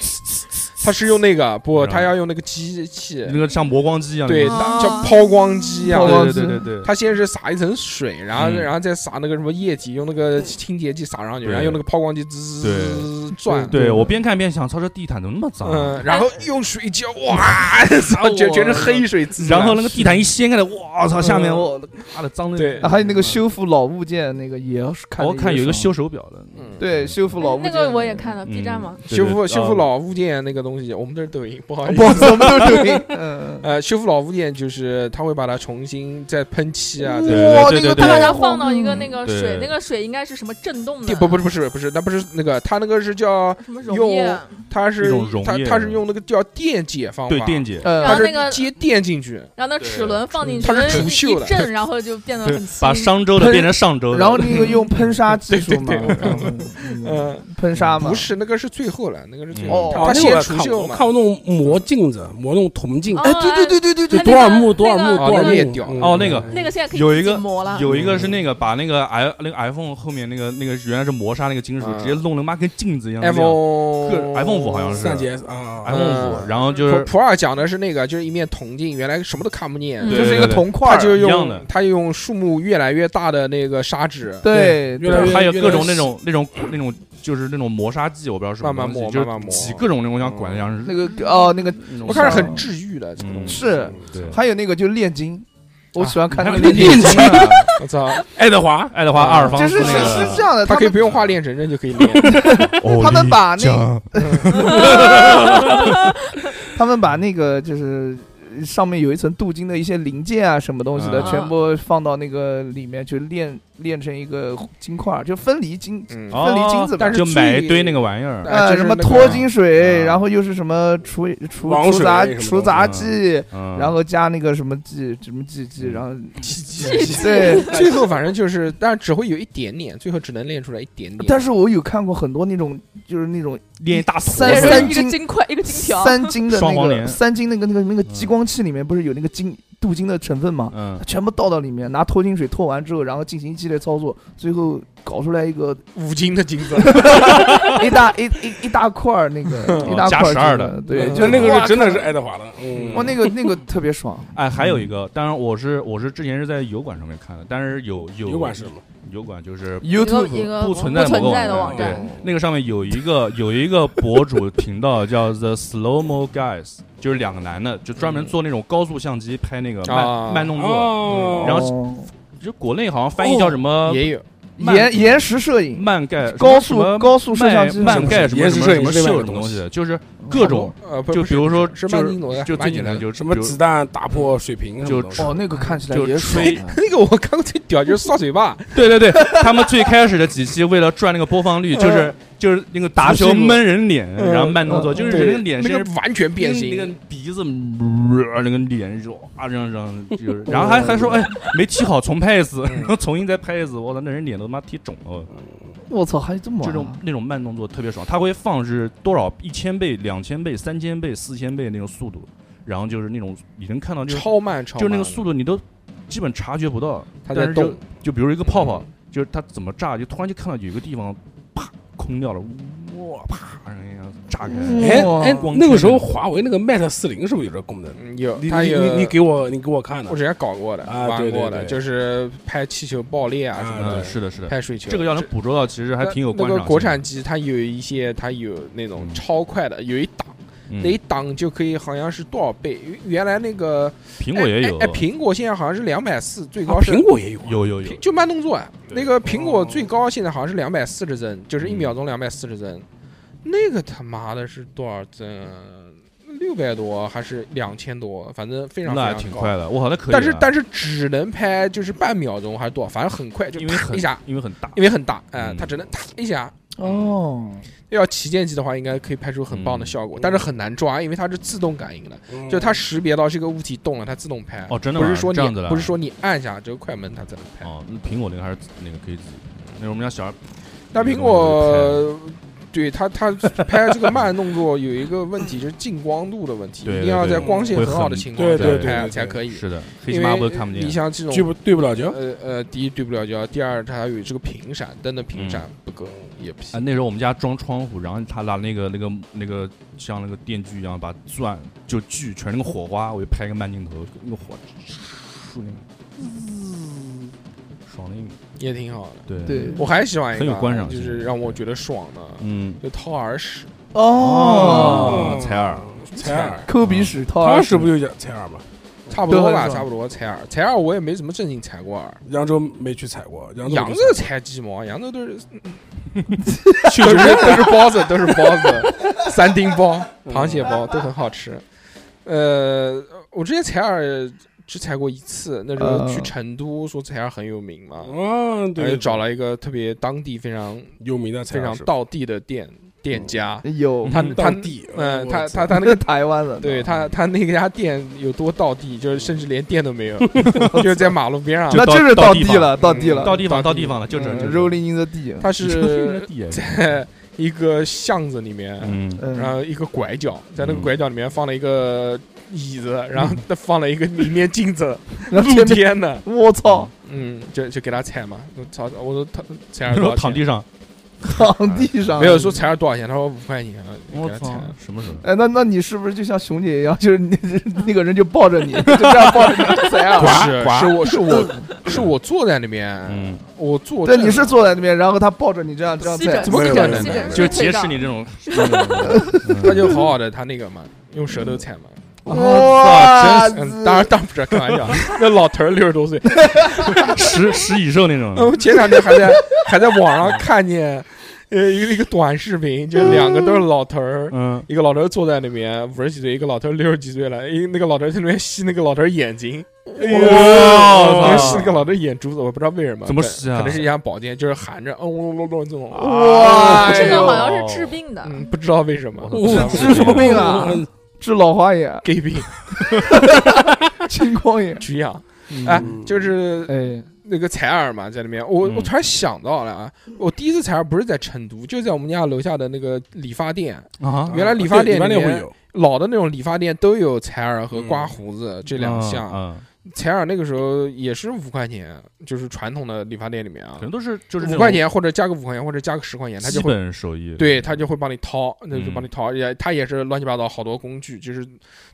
[SPEAKER 1] 他是用那个不，
[SPEAKER 2] 嗯
[SPEAKER 1] 他要用那个机器，
[SPEAKER 2] 那个像磨光机一样的
[SPEAKER 1] 对，
[SPEAKER 2] 东西，
[SPEAKER 1] 它
[SPEAKER 5] 哦
[SPEAKER 1] 叫抛光机啊
[SPEAKER 3] 抛。光
[SPEAKER 2] 对对
[SPEAKER 3] 机
[SPEAKER 2] 对对对，
[SPEAKER 1] 他先是撒一层水，然后
[SPEAKER 2] 嗯
[SPEAKER 1] 然后再撒那个什么液体，用那个清洁剂撒上去，
[SPEAKER 2] 对
[SPEAKER 1] 然后用那个抛光机滋滋转。
[SPEAKER 2] 对我边看边想，操，这地毯怎么那么脏啊？
[SPEAKER 1] 嗯，然后用水浇， 哇，全全是黑水滋。
[SPEAKER 2] 然后那个地毯一掀开来，我操，下面
[SPEAKER 1] 嗯
[SPEAKER 2] 我妈的脏的。嗯哦
[SPEAKER 1] 对
[SPEAKER 3] 啊还有那个修复老物件那个也是看。
[SPEAKER 2] 我看有一
[SPEAKER 3] 个
[SPEAKER 2] 个修手表的，
[SPEAKER 1] 嗯
[SPEAKER 3] 对修复老物
[SPEAKER 5] 哎那
[SPEAKER 3] 件
[SPEAKER 5] 个我也看了
[SPEAKER 2] 嗯
[SPEAKER 5] B 站嘛，
[SPEAKER 2] 对
[SPEAKER 1] 修复
[SPEAKER 2] 对哦
[SPEAKER 1] 修复
[SPEAKER 2] 啊
[SPEAKER 1] 老物件那个东西，我们都是抖音，不好意
[SPEAKER 3] 不好意
[SPEAKER 1] 思。
[SPEAKER 3] 思，我们都是抖音。嗯，
[SPEAKER 1] 呃，修复老物件就是他会把它重新再喷漆啊，再
[SPEAKER 2] 对
[SPEAKER 3] 哇
[SPEAKER 2] 对
[SPEAKER 3] 那个
[SPEAKER 2] 对
[SPEAKER 5] 他把
[SPEAKER 2] 对
[SPEAKER 5] 它放到一个那个
[SPEAKER 2] 嗯对
[SPEAKER 5] 水，那个水应该是什么震动
[SPEAKER 1] 地
[SPEAKER 5] 的，
[SPEAKER 1] 不不是不是不是，那不是那个，他那个是叫
[SPEAKER 5] 什么溶液，
[SPEAKER 1] 用他
[SPEAKER 2] 一
[SPEAKER 1] 是
[SPEAKER 2] 种溶
[SPEAKER 1] 他
[SPEAKER 2] 液
[SPEAKER 1] 他是用那个叫电解方法，
[SPEAKER 2] 对电解，
[SPEAKER 5] 然
[SPEAKER 1] 他
[SPEAKER 5] 后
[SPEAKER 3] 呃，
[SPEAKER 1] 是
[SPEAKER 5] 那个
[SPEAKER 1] 接电进去，
[SPEAKER 5] 然后那齿轮放进去，
[SPEAKER 1] 它是
[SPEAKER 5] 就是
[SPEAKER 1] 除
[SPEAKER 5] 一
[SPEAKER 1] 锈的
[SPEAKER 5] 一震，然后就变得
[SPEAKER 2] 对
[SPEAKER 5] 很，轻
[SPEAKER 2] 把。商周的变成上周的，
[SPEAKER 3] 然后那个用喷砂技术嘛
[SPEAKER 1] 对，对对
[SPEAKER 3] 嗯嗯
[SPEAKER 1] 嗯，
[SPEAKER 3] 喷砂嘛
[SPEAKER 1] 不，是那个是最后了，那个是最
[SPEAKER 2] 哦
[SPEAKER 1] 后，
[SPEAKER 4] 哦
[SPEAKER 1] 他
[SPEAKER 4] 那
[SPEAKER 1] 先
[SPEAKER 4] 我
[SPEAKER 1] 除
[SPEAKER 4] 看过
[SPEAKER 1] 锈
[SPEAKER 4] 我
[SPEAKER 1] 嘛，
[SPEAKER 4] 看过那种磨镜子，磨那种铜镜
[SPEAKER 5] 哦，
[SPEAKER 4] 哎
[SPEAKER 3] 对对对对对
[SPEAKER 4] 就
[SPEAKER 3] 对，
[SPEAKER 5] 哎
[SPEAKER 4] 多少目
[SPEAKER 5] 那个
[SPEAKER 4] 多少
[SPEAKER 5] 那
[SPEAKER 4] 目
[SPEAKER 5] 个
[SPEAKER 4] 多少
[SPEAKER 1] 哦那也
[SPEAKER 4] 目
[SPEAKER 1] 屌
[SPEAKER 4] 嗯
[SPEAKER 2] 哦那个
[SPEAKER 5] 那个现在可以
[SPEAKER 2] 有一
[SPEAKER 5] 自
[SPEAKER 2] 个
[SPEAKER 5] 己磨
[SPEAKER 3] 啊
[SPEAKER 5] 了，
[SPEAKER 2] 有一个是那个把那个 i 那个 iPhone 后面那个那个原来是磨砂那个金属，
[SPEAKER 3] 啊
[SPEAKER 1] 嗯
[SPEAKER 2] 直接弄他妈跟镜子一样亮。
[SPEAKER 1] iPhone
[SPEAKER 2] 个 iPhone 五好像是哎
[SPEAKER 4] 三 GS
[SPEAKER 1] 嗯
[SPEAKER 4] 啊，
[SPEAKER 2] iPhone 五，然后就
[SPEAKER 1] 普
[SPEAKER 2] 是
[SPEAKER 1] 普洱讲的是那个，就是一面铜镜，原来什么都看不见，
[SPEAKER 5] 嗯
[SPEAKER 1] 就
[SPEAKER 3] 就是是
[SPEAKER 2] 对
[SPEAKER 3] 一
[SPEAKER 2] 对
[SPEAKER 3] 个
[SPEAKER 2] 对
[SPEAKER 3] 铜块
[SPEAKER 1] 他
[SPEAKER 3] 儿，
[SPEAKER 1] 就
[SPEAKER 2] 一样的
[SPEAKER 1] 用他就用数目越来越大的那个砂纸，
[SPEAKER 3] 对，
[SPEAKER 4] 越来越
[SPEAKER 2] 还有
[SPEAKER 4] 越
[SPEAKER 2] 各
[SPEAKER 4] 来
[SPEAKER 2] 种
[SPEAKER 4] 越
[SPEAKER 2] 那种那种那种就是那种磨砂剂，我不知道是什
[SPEAKER 1] 慢
[SPEAKER 2] 么
[SPEAKER 1] 慢
[SPEAKER 2] 东西，
[SPEAKER 1] 磨
[SPEAKER 2] 就
[SPEAKER 1] 慢慢
[SPEAKER 2] 是
[SPEAKER 1] 磨嗯
[SPEAKER 2] 挤各种那种像管子一样，
[SPEAKER 3] 那个哦那个
[SPEAKER 2] 那种
[SPEAKER 1] 我看着很
[SPEAKER 2] 像
[SPEAKER 1] 治愈的这个东西。
[SPEAKER 3] 是
[SPEAKER 2] 对。
[SPEAKER 3] 还有那个就炼金，我喜欢看那个
[SPEAKER 2] 啊
[SPEAKER 3] 炼金，
[SPEAKER 1] 我操，
[SPEAKER 4] 爱德华，
[SPEAKER 2] 爱德华阿尔方
[SPEAKER 3] 就
[SPEAKER 2] 斯
[SPEAKER 3] 是是
[SPEAKER 2] 那
[SPEAKER 3] 是
[SPEAKER 2] 个，
[SPEAKER 3] 这样的，
[SPEAKER 1] 他
[SPEAKER 3] 呃他
[SPEAKER 1] 可以
[SPEAKER 3] 们
[SPEAKER 1] 不用画练成刃就可以练。
[SPEAKER 4] 哦
[SPEAKER 3] 他们把那
[SPEAKER 2] 讲
[SPEAKER 3] 他们把那个就是呃上面有一层镀金的一些零件啊，什么东西的，
[SPEAKER 2] 啊
[SPEAKER 3] 全部放到那个里面去炼炼成一个金块儿，就分离金，
[SPEAKER 1] 嗯，
[SPEAKER 2] 哦
[SPEAKER 3] 分离金子吧。
[SPEAKER 1] 但是
[SPEAKER 2] 就
[SPEAKER 1] 最
[SPEAKER 2] 买一堆那个玩意儿，
[SPEAKER 1] 哎
[SPEAKER 3] 呃，
[SPEAKER 1] 就是
[SPEAKER 3] 什么
[SPEAKER 1] 那个
[SPEAKER 3] 脱金水，
[SPEAKER 2] 啊
[SPEAKER 3] 然后又是什么除除
[SPEAKER 4] 王
[SPEAKER 3] 除
[SPEAKER 4] 水
[SPEAKER 3] 杂
[SPEAKER 4] 什么东西
[SPEAKER 3] 除杂剂，
[SPEAKER 2] 嗯
[SPEAKER 3] 然后加那个什么剂什么剂剂，然后对
[SPEAKER 1] 对，最后反正就是，但是只会有一点点，最后只能练出来一点点。
[SPEAKER 3] 但是我有看过很多那种就是那种
[SPEAKER 2] 练一大坨
[SPEAKER 3] 三
[SPEAKER 5] 也
[SPEAKER 2] 子
[SPEAKER 5] 是
[SPEAKER 3] 三
[SPEAKER 5] 一个
[SPEAKER 3] 金
[SPEAKER 5] 金块，一个金条，
[SPEAKER 3] 三金的
[SPEAKER 2] 双
[SPEAKER 3] 那
[SPEAKER 2] 黄
[SPEAKER 3] 个
[SPEAKER 2] 连
[SPEAKER 3] 三金那个那个那个
[SPEAKER 2] 嗯
[SPEAKER 3] 激光器里面不是有那个金镀金的成分吗？
[SPEAKER 2] 嗯，
[SPEAKER 3] 全部倒到里面，拿脱金水脱完之后，然后进行一系列操作，最后搞出来一个
[SPEAKER 1] 五斤的金子，
[SPEAKER 3] 一大一一一大块儿那个一大
[SPEAKER 2] 加
[SPEAKER 3] 块儿这
[SPEAKER 2] 12
[SPEAKER 3] 个
[SPEAKER 2] 的
[SPEAKER 3] 对，
[SPEAKER 1] 嗯
[SPEAKER 3] 就
[SPEAKER 4] 就那
[SPEAKER 3] 那个
[SPEAKER 4] 个是真的是爱德华的，嗯，
[SPEAKER 3] 哇，那个那个特别爽，
[SPEAKER 2] 哎，还有一个，当然我是我是之前是在油管上面看的，但是有有
[SPEAKER 4] 油管是什么？
[SPEAKER 2] 油管就是
[SPEAKER 5] 一个一个
[SPEAKER 2] 不
[SPEAKER 5] 不
[SPEAKER 2] 存在某个
[SPEAKER 5] 存在的
[SPEAKER 2] 网
[SPEAKER 5] 网
[SPEAKER 2] 站
[SPEAKER 5] 站，
[SPEAKER 2] 那个上面有一个有一个博主频道叫 The Slow Mo Guys，就是两个男的，就专门做那种高速相机拍那个慢、
[SPEAKER 1] 啊
[SPEAKER 2] 慢动作。
[SPEAKER 4] 哦，
[SPEAKER 2] 然后
[SPEAKER 3] 后
[SPEAKER 2] 就国内好像翻译叫什么
[SPEAKER 1] 也有
[SPEAKER 2] 慢
[SPEAKER 3] 延延时摄影，
[SPEAKER 2] 慢盖
[SPEAKER 3] 高
[SPEAKER 2] 什么
[SPEAKER 3] 速高速摄像机
[SPEAKER 2] 慢
[SPEAKER 3] 什
[SPEAKER 2] 慢
[SPEAKER 3] 么
[SPEAKER 2] 盖什么
[SPEAKER 4] 延
[SPEAKER 2] 什么
[SPEAKER 4] 时摄
[SPEAKER 2] 什
[SPEAKER 4] 影
[SPEAKER 2] 么
[SPEAKER 4] 是另外一
[SPEAKER 2] 秀什么
[SPEAKER 4] 种东
[SPEAKER 2] 东西，就是各种，
[SPEAKER 1] 呃，不
[SPEAKER 2] 就比如说
[SPEAKER 1] 是
[SPEAKER 2] 就
[SPEAKER 1] 慢镜头的
[SPEAKER 2] 就
[SPEAKER 1] 慢
[SPEAKER 2] 最
[SPEAKER 1] 镜
[SPEAKER 2] 简
[SPEAKER 1] 头
[SPEAKER 2] 单
[SPEAKER 1] 的
[SPEAKER 2] 就是
[SPEAKER 4] 什么
[SPEAKER 2] 比如
[SPEAKER 4] 子弹打破水瓶什么
[SPEAKER 2] 就
[SPEAKER 4] 东西，
[SPEAKER 2] 吹
[SPEAKER 3] 哦，那个看起来
[SPEAKER 2] 就
[SPEAKER 3] 也爽
[SPEAKER 2] 吹
[SPEAKER 3] 啊，
[SPEAKER 1] 那个我看过最屌就是刷嘴巴，
[SPEAKER 2] 对对对，他们最开始的几期为了赚那个播放率，就是就是那个打球闷人脸，
[SPEAKER 1] 嗯
[SPEAKER 2] 然后慢动作，就是
[SPEAKER 1] 对
[SPEAKER 2] 人的脸
[SPEAKER 1] 那
[SPEAKER 2] 是
[SPEAKER 1] 个完全变形，
[SPEAKER 2] 那个鼻子，呃那个脸就啊这样这样，就是，然后还还说哎没踢好重拍一次，
[SPEAKER 1] 嗯
[SPEAKER 2] 然后重新再拍一次，我操，那人脸都他妈踢肿了，
[SPEAKER 3] 我操，还这么
[SPEAKER 2] 这啊种那种慢动作特别爽，他会放是多少一千倍、两千倍、三千倍、四千倍那种速度，然后就是那种你能看到就是
[SPEAKER 1] 超慢超慢，
[SPEAKER 2] 就是那个速度你都基本察觉不到，
[SPEAKER 1] 它
[SPEAKER 2] 但
[SPEAKER 1] 在
[SPEAKER 2] 是就
[SPEAKER 1] 动，嗯
[SPEAKER 2] 就比如一个泡泡，就是它怎么炸，就突然就看到有一个地方啪空掉了，哇啪，然后炸开。
[SPEAKER 4] 哎
[SPEAKER 3] 哇
[SPEAKER 4] 哎
[SPEAKER 2] 光，
[SPEAKER 4] 那个时候
[SPEAKER 2] 圈
[SPEAKER 4] 华为那个 Mate 四零是不是有这个功能？
[SPEAKER 1] 嗯有
[SPEAKER 4] 你
[SPEAKER 1] 它
[SPEAKER 4] 你
[SPEAKER 1] 有
[SPEAKER 4] 你你给我你给我看的
[SPEAKER 1] 我之前搞过的，
[SPEAKER 4] 啊
[SPEAKER 1] 玩
[SPEAKER 4] 对对
[SPEAKER 1] 过的，
[SPEAKER 4] 对
[SPEAKER 1] 就是拍气球爆裂啊什么
[SPEAKER 4] 啊
[SPEAKER 1] 的
[SPEAKER 2] 嗯，，是的，是的，
[SPEAKER 1] 拍水球，
[SPEAKER 2] 这个要能捕捉到，其实还挺有
[SPEAKER 1] 那
[SPEAKER 2] 观
[SPEAKER 1] 那
[SPEAKER 2] 赏
[SPEAKER 1] 个
[SPEAKER 2] 性
[SPEAKER 1] 国产机它有一些，它有那种
[SPEAKER 2] 嗯
[SPEAKER 1] 超快的，有一档，
[SPEAKER 2] 嗯
[SPEAKER 1] 那一档就可以好像是多少倍？原来那个
[SPEAKER 2] 苹果也有
[SPEAKER 1] 哎哎，哎苹果现在好像是两百四，最
[SPEAKER 4] 啊
[SPEAKER 1] 高是
[SPEAKER 4] 苹果也有啊
[SPEAKER 2] 有有有
[SPEAKER 1] 苹，就慢动作啊。
[SPEAKER 2] 对
[SPEAKER 1] 那
[SPEAKER 2] 哦
[SPEAKER 1] 个苹果最高现在好像是两百四十帧，就是一
[SPEAKER 2] 嗯
[SPEAKER 1] 秒钟两百四十帧。那个他妈的是多少帧？啊六百多还是两千多？反正非常非
[SPEAKER 2] 那
[SPEAKER 1] 常
[SPEAKER 2] 还挺
[SPEAKER 1] 高
[SPEAKER 2] 快的，我好像可以啊。
[SPEAKER 1] 但是但
[SPEAKER 2] 是
[SPEAKER 1] 是只能拍就是半秒钟还是多少，反正很快，就
[SPEAKER 2] 因为
[SPEAKER 1] 啪
[SPEAKER 2] 很
[SPEAKER 1] 一下，
[SPEAKER 2] 因为很大，
[SPEAKER 1] 因为很大，哎、
[SPEAKER 2] 嗯
[SPEAKER 1] 它只能啪一下。
[SPEAKER 3] 哦，
[SPEAKER 1] 要旗舰机的话，应该可以拍出很棒的效果，
[SPEAKER 4] 嗯
[SPEAKER 1] 但是很难抓，因为它是自动感应的，
[SPEAKER 4] 嗯
[SPEAKER 1] 就它识别到这个物体动了，它自动拍。
[SPEAKER 2] 哦哦真的
[SPEAKER 1] 不
[SPEAKER 2] 吗
[SPEAKER 1] 是说你
[SPEAKER 2] 这样子的
[SPEAKER 1] 不是说你按下这个快门它才能拍。
[SPEAKER 2] 哦，那苹果那个还是那个可以自己，那是我们家小孩
[SPEAKER 1] 哎那苹果对它它拍这个慢动作有一个问题，就是近光度的问题，
[SPEAKER 2] 对
[SPEAKER 1] 一定要在光线
[SPEAKER 2] 会
[SPEAKER 1] 很好
[SPEAKER 2] 很
[SPEAKER 1] 的情况
[SPEAKER 4] 对
[SPEAKER 1] 下
[SPEAKER 2] 对对
[SPEAKER 1] 拍
[SPEAKER 4] 对
[SPEAKER 1] 才可以。
[SPEAKER 2] 是的，黑漆
[SPEAKER 1] 因
[SPEAKER 2] 麻
[SPEAKER 1] 为
[SPEAKER 2] 不看不见
[SPEAKER 1] 你，像这
[SPEAKER 4] 对
[SPEAKER 1] 种
[SPEAKER 4] 嗯不对不了焦，
[SPEAKER 1] 呃呃，第一对不了焦，第二它还有这个屏闪灯的屏闪不够也不
[SPEAKER 2] 啊，
[SPEAKER 1] 行。
[SPEAKER 2] 那时候我们家装窗户，然后他拿那个那个那个像那个电锯一样，把钻就锯全是那个火花，我就拍个慢镜头，那个火，嗖那个，爽了一米。
[SPEAKER 1] 也挺好的。
[SPEAKER 2] 对
[SPEAKER 3] 对，
[SPEAKER 1] 我还喜欢一个，啊
[SPEAKER 2] 很有观赏
[SPEAKER 1] 就
[SPEAKER 2] 性
[SPEAKER 1] 是让我觉得爽的，
[SPEAKER 2] 嗯，
[SPEAKER 1] 就掏耳屎。啊
[SPEAKER 3] 哦，
[SPEAKER 2] 哦采耳
[SPEAKER 4] 嗯采耳，
[SPEAKER 2] 嗯
[SPEAKER 3] 抠鼻屎掏
[SPEAKER 4] 当
[SPEAKER 3] 耳
[SPEAKER 4] 时
[SPEAKER 3] 屎
[SPEAKER 4] 不就叫采耳吗？
[SPEAKER 1] 差不多吧，
[SPEAKER 3] 都很爽
[SPEAKER 1] 差不多采耳，采耳我也没怎么正经采过耳。
[SPEAKER 4] 扬州没去采过，扬州
[SPEAKER 1] 扬
[SPEAKER 4] 我
[SPEAKER 1] 州
[SPEAKER 4] 就采
[SPEAKER 1] 采鸡毛，扬州都 是都是
[SPEAKER 4] 过去什么
[SPEAKER 1] 都是包子，都是包子，三丁包、螃蟹包都很好吃。呃，我之前采耳只采过一次，那时候
[SPEAKER 3] 呃
[SPEAKER 1] 去成都，说采耳很有名嘛，
[SPEAKER 4] 嗯，
[SPEAKER 1] 然后
[SPEAKER 4] 对，
[SPEAKER 1] 就哎找了一个特别当地非常
[SPEAKER 4] 有名的采
[SPEAKER 1] 非
[SPEAKER 4] 耳
[SPEAKER 1] 常
[SPEAKER 4] 师，
[SPEAKER 1] 道地的店店家，
[SPEAKER 3] 有
[SPEAKER 1] 他
[SPEAKER 2] 嗯
[SPEAKER 1] 他
[SPEAKER 4] 当地，
[SPEAKER 1] 嗯，他他
[SPEAKER 4] 他
[SPEAKER 1] 他那 个。
[SPEAKER 3] 台湾的，
[SPEAKER 1] 对他，他那家店有多道地，就是甚至连店都 没有，就是在马路边上。
[SPEAKER 3] 那
[SPEAKER 2] 就到
[SPEAKER 3] 真是
[SPEAKER 2] 到
[SPEAKER 3] 到
[SPEAKER 2] 地
[SPEAKER 3] 地
[SPEAKER 2] 方
[SPEAKER 3] 了，到地了，
[SPEAKER 2] 到地
[SPEAKER 1] 嗯
[SPEAKER 2] 方
[SPEAKER 1] 到
[SPEAKER 2] 到
[SPEAKER 1] 地
[SPEAKER 2] 地方了，就这
[SPEAKER 1] 嗯
[SPEAKER 2] 就这
[SPEAKER 3] rolling in the 地，
[SPEAKER 1] 它
[SPEAKER 2] 就是
[SPEAKER 1] 是在 一个巷子里面，
[SPEAKER 2] 嗯，
[SPEAKER 1] 然
[SPEAKER 3] 嗯，嗯
[SPEAKER 1] 后一个拐角，在那个
[SPEAKER 2] 嗯
[SPEAKER 1] 拐角里面放了一个椅子，然后再放了一个里面镜子，
[SPEAKER 3] 然后
[SPEAKER 1] 露
[SPEAKER 3] 前面，
[SPEAKER 1] 天的，
[SPEAKER 3] 我操，
[SPEAKER 1] 嗯，就就给他踩嘛，我操，我说他踩
[SPEAKER 2] 然
[SPEAKER 1] 了多
[SPEAKER 2] 后
[SPEAKER 1] 少
[SPEAKER 2] 躺
[SPEAKER 1] 钱？
[SPEAKER 2] 地上，
[SPEAKER 3] 躺地上
[SPEAKER 1] 没有说踩了多少钱，他说五块钱，给他踩了。
[SPEAKER 2] 什么时候？
[SPEAKER 3] 哎，那那你是不是就像熊姐一样，就是你 那个人就抱着你，就这样抱着你怎样
[SPEAKER 1] 不？
[SPEAKER 2] 刮
[SPEAKER 1] 是，
[SPEAKER 2] 刮
[SPEAKER 1] 是我是 我是我坐在那边，
[SPEAKER 2] 嗯，
[SPEAKER 1] 我坐
[SPEAKER 3] 对，
[SPEAKER 1] 正
[SPEAKER 3] 你是坐在那边，然后他抱着你这样这样
[SPEAKER 5] 吸
[SPEAKER 3] 在
[SPEAKER 5] 着，
[SPEAKER 1] 怎么可
[SPEAKER 5] 吸着
[SPEAKER 1] 能
[SPEAKER 5] 吸着
[SPEAKER 2] 就
[SPEAKER 5] 退
[SPEAKER 2] 劫
[SPEAKER 5] 到
[SPEAKER 2] 持你这种，
[SPEAKER 1] 他就好好的，他那个嘛，用舌头踩嘛。
[SPEAKER 3] 哇，
[SPEAKER 1] 嗯，当然当然不是开玩笑，那老头儿六十多岁，
[SPEAKER 2] 食食蚁兽那种，
[SPEAKER 1] 我嗯前两天还在还在网上看见，呃，一个一个短视频，就两个都是老头儿，
[SPEAKER 2] 嗯，
[SPEAKER 1] 一个老头儿坐在那边五十几岁，一个老头儿六十几岁了，一那个老头儿在那边吸那个老头儿眼睛，
[SPEAKER 2] 嗯
[SPEAKER 1] 因
[SPEAKER 2] 哇
[SPEAKER 1] 为
[SPEAKER 2] 我
[SPEAKER 1] 吸
[SPEAKER 2] 操
[SPEAKER 1] 那个老头儿眼珠子，我不知道为什么，
[SPEAKER 2] 怎么
[SPEAKER 1] 可
[SPEAKER 2] 吸啊
[SPEAKER 1] 可能是一项保健，就是含着嗯嗡嗡嗡这种，
[SPEAKER 3] 哇，
[SPEAKER 5] 这
[SPEAKER 3] 哎
[SPEAKER 5] 个
[SPEAKER 3] 呦
[SPEAKER 5] 好像是治病的，
[SPEAKER 1] 嗯，不知道为什么
[SPEAKER 2] 我，
[SPEAKER 1] 不知道为
[SPEAKER 3] 治
[SPEAKER 1] 什
[SPEAKER 3] 什
[SPEAKER 1] 么
[SPEAKER 3] 么病啊？治老花眼、
[SPEAKER 1] ，gay 病
[SPEAKER 3] 青光眼，
[SPEAKER 1] 这样，
[SPEAKER 4] 嗯
[SPEAKER 1] 哎，就是
[SPEAKER 3] 哎，
[SPEAKER 1] 那个采耳嘛，在那边，我
[SPEAKER 2] 嗯
[SPEAKER 1] 我突然想到了啊，我第一次采耳不是在成都，就在我们家楼下的那个理发店，
[SPEAKER 2] 啊，
[SPEAKER 1] 原来理
[SPEAKER 4] 理
[SPEAKER 1] 发店
[SPEAKER 4] 理发
[SPEAKER 1] 里
[SPEAKER 4] 店会
[SPEAKER 1] 面
[SPEAKER 4] 有，
[SPEAKER 1] 老的那种理发店都有采耳和
[SPEAKER 4] 嗯
[SPEAKER 1] 刮胡子这两项。
[SPEAKER 2] 嗯，
[SPEAKER 1] 采耳那个时候也是五块钱，就是传统的理发店里面啊
[SPEAKER 2] 可，能都是就是
[SPEAKER 1] 五块，钱或者加个五块钱或者加个十块钱，他
[SPEAKER 2] 基
[SPEAKER 1] 就会
[SPEAKER 2] 本手艺，
[SPEAKER 1] 对他就会帮你掏，那就
[SPEAKER 2] 嗯
[SPEAKER 1] 帮你掏，也他也是乱七八糟好多工具，就是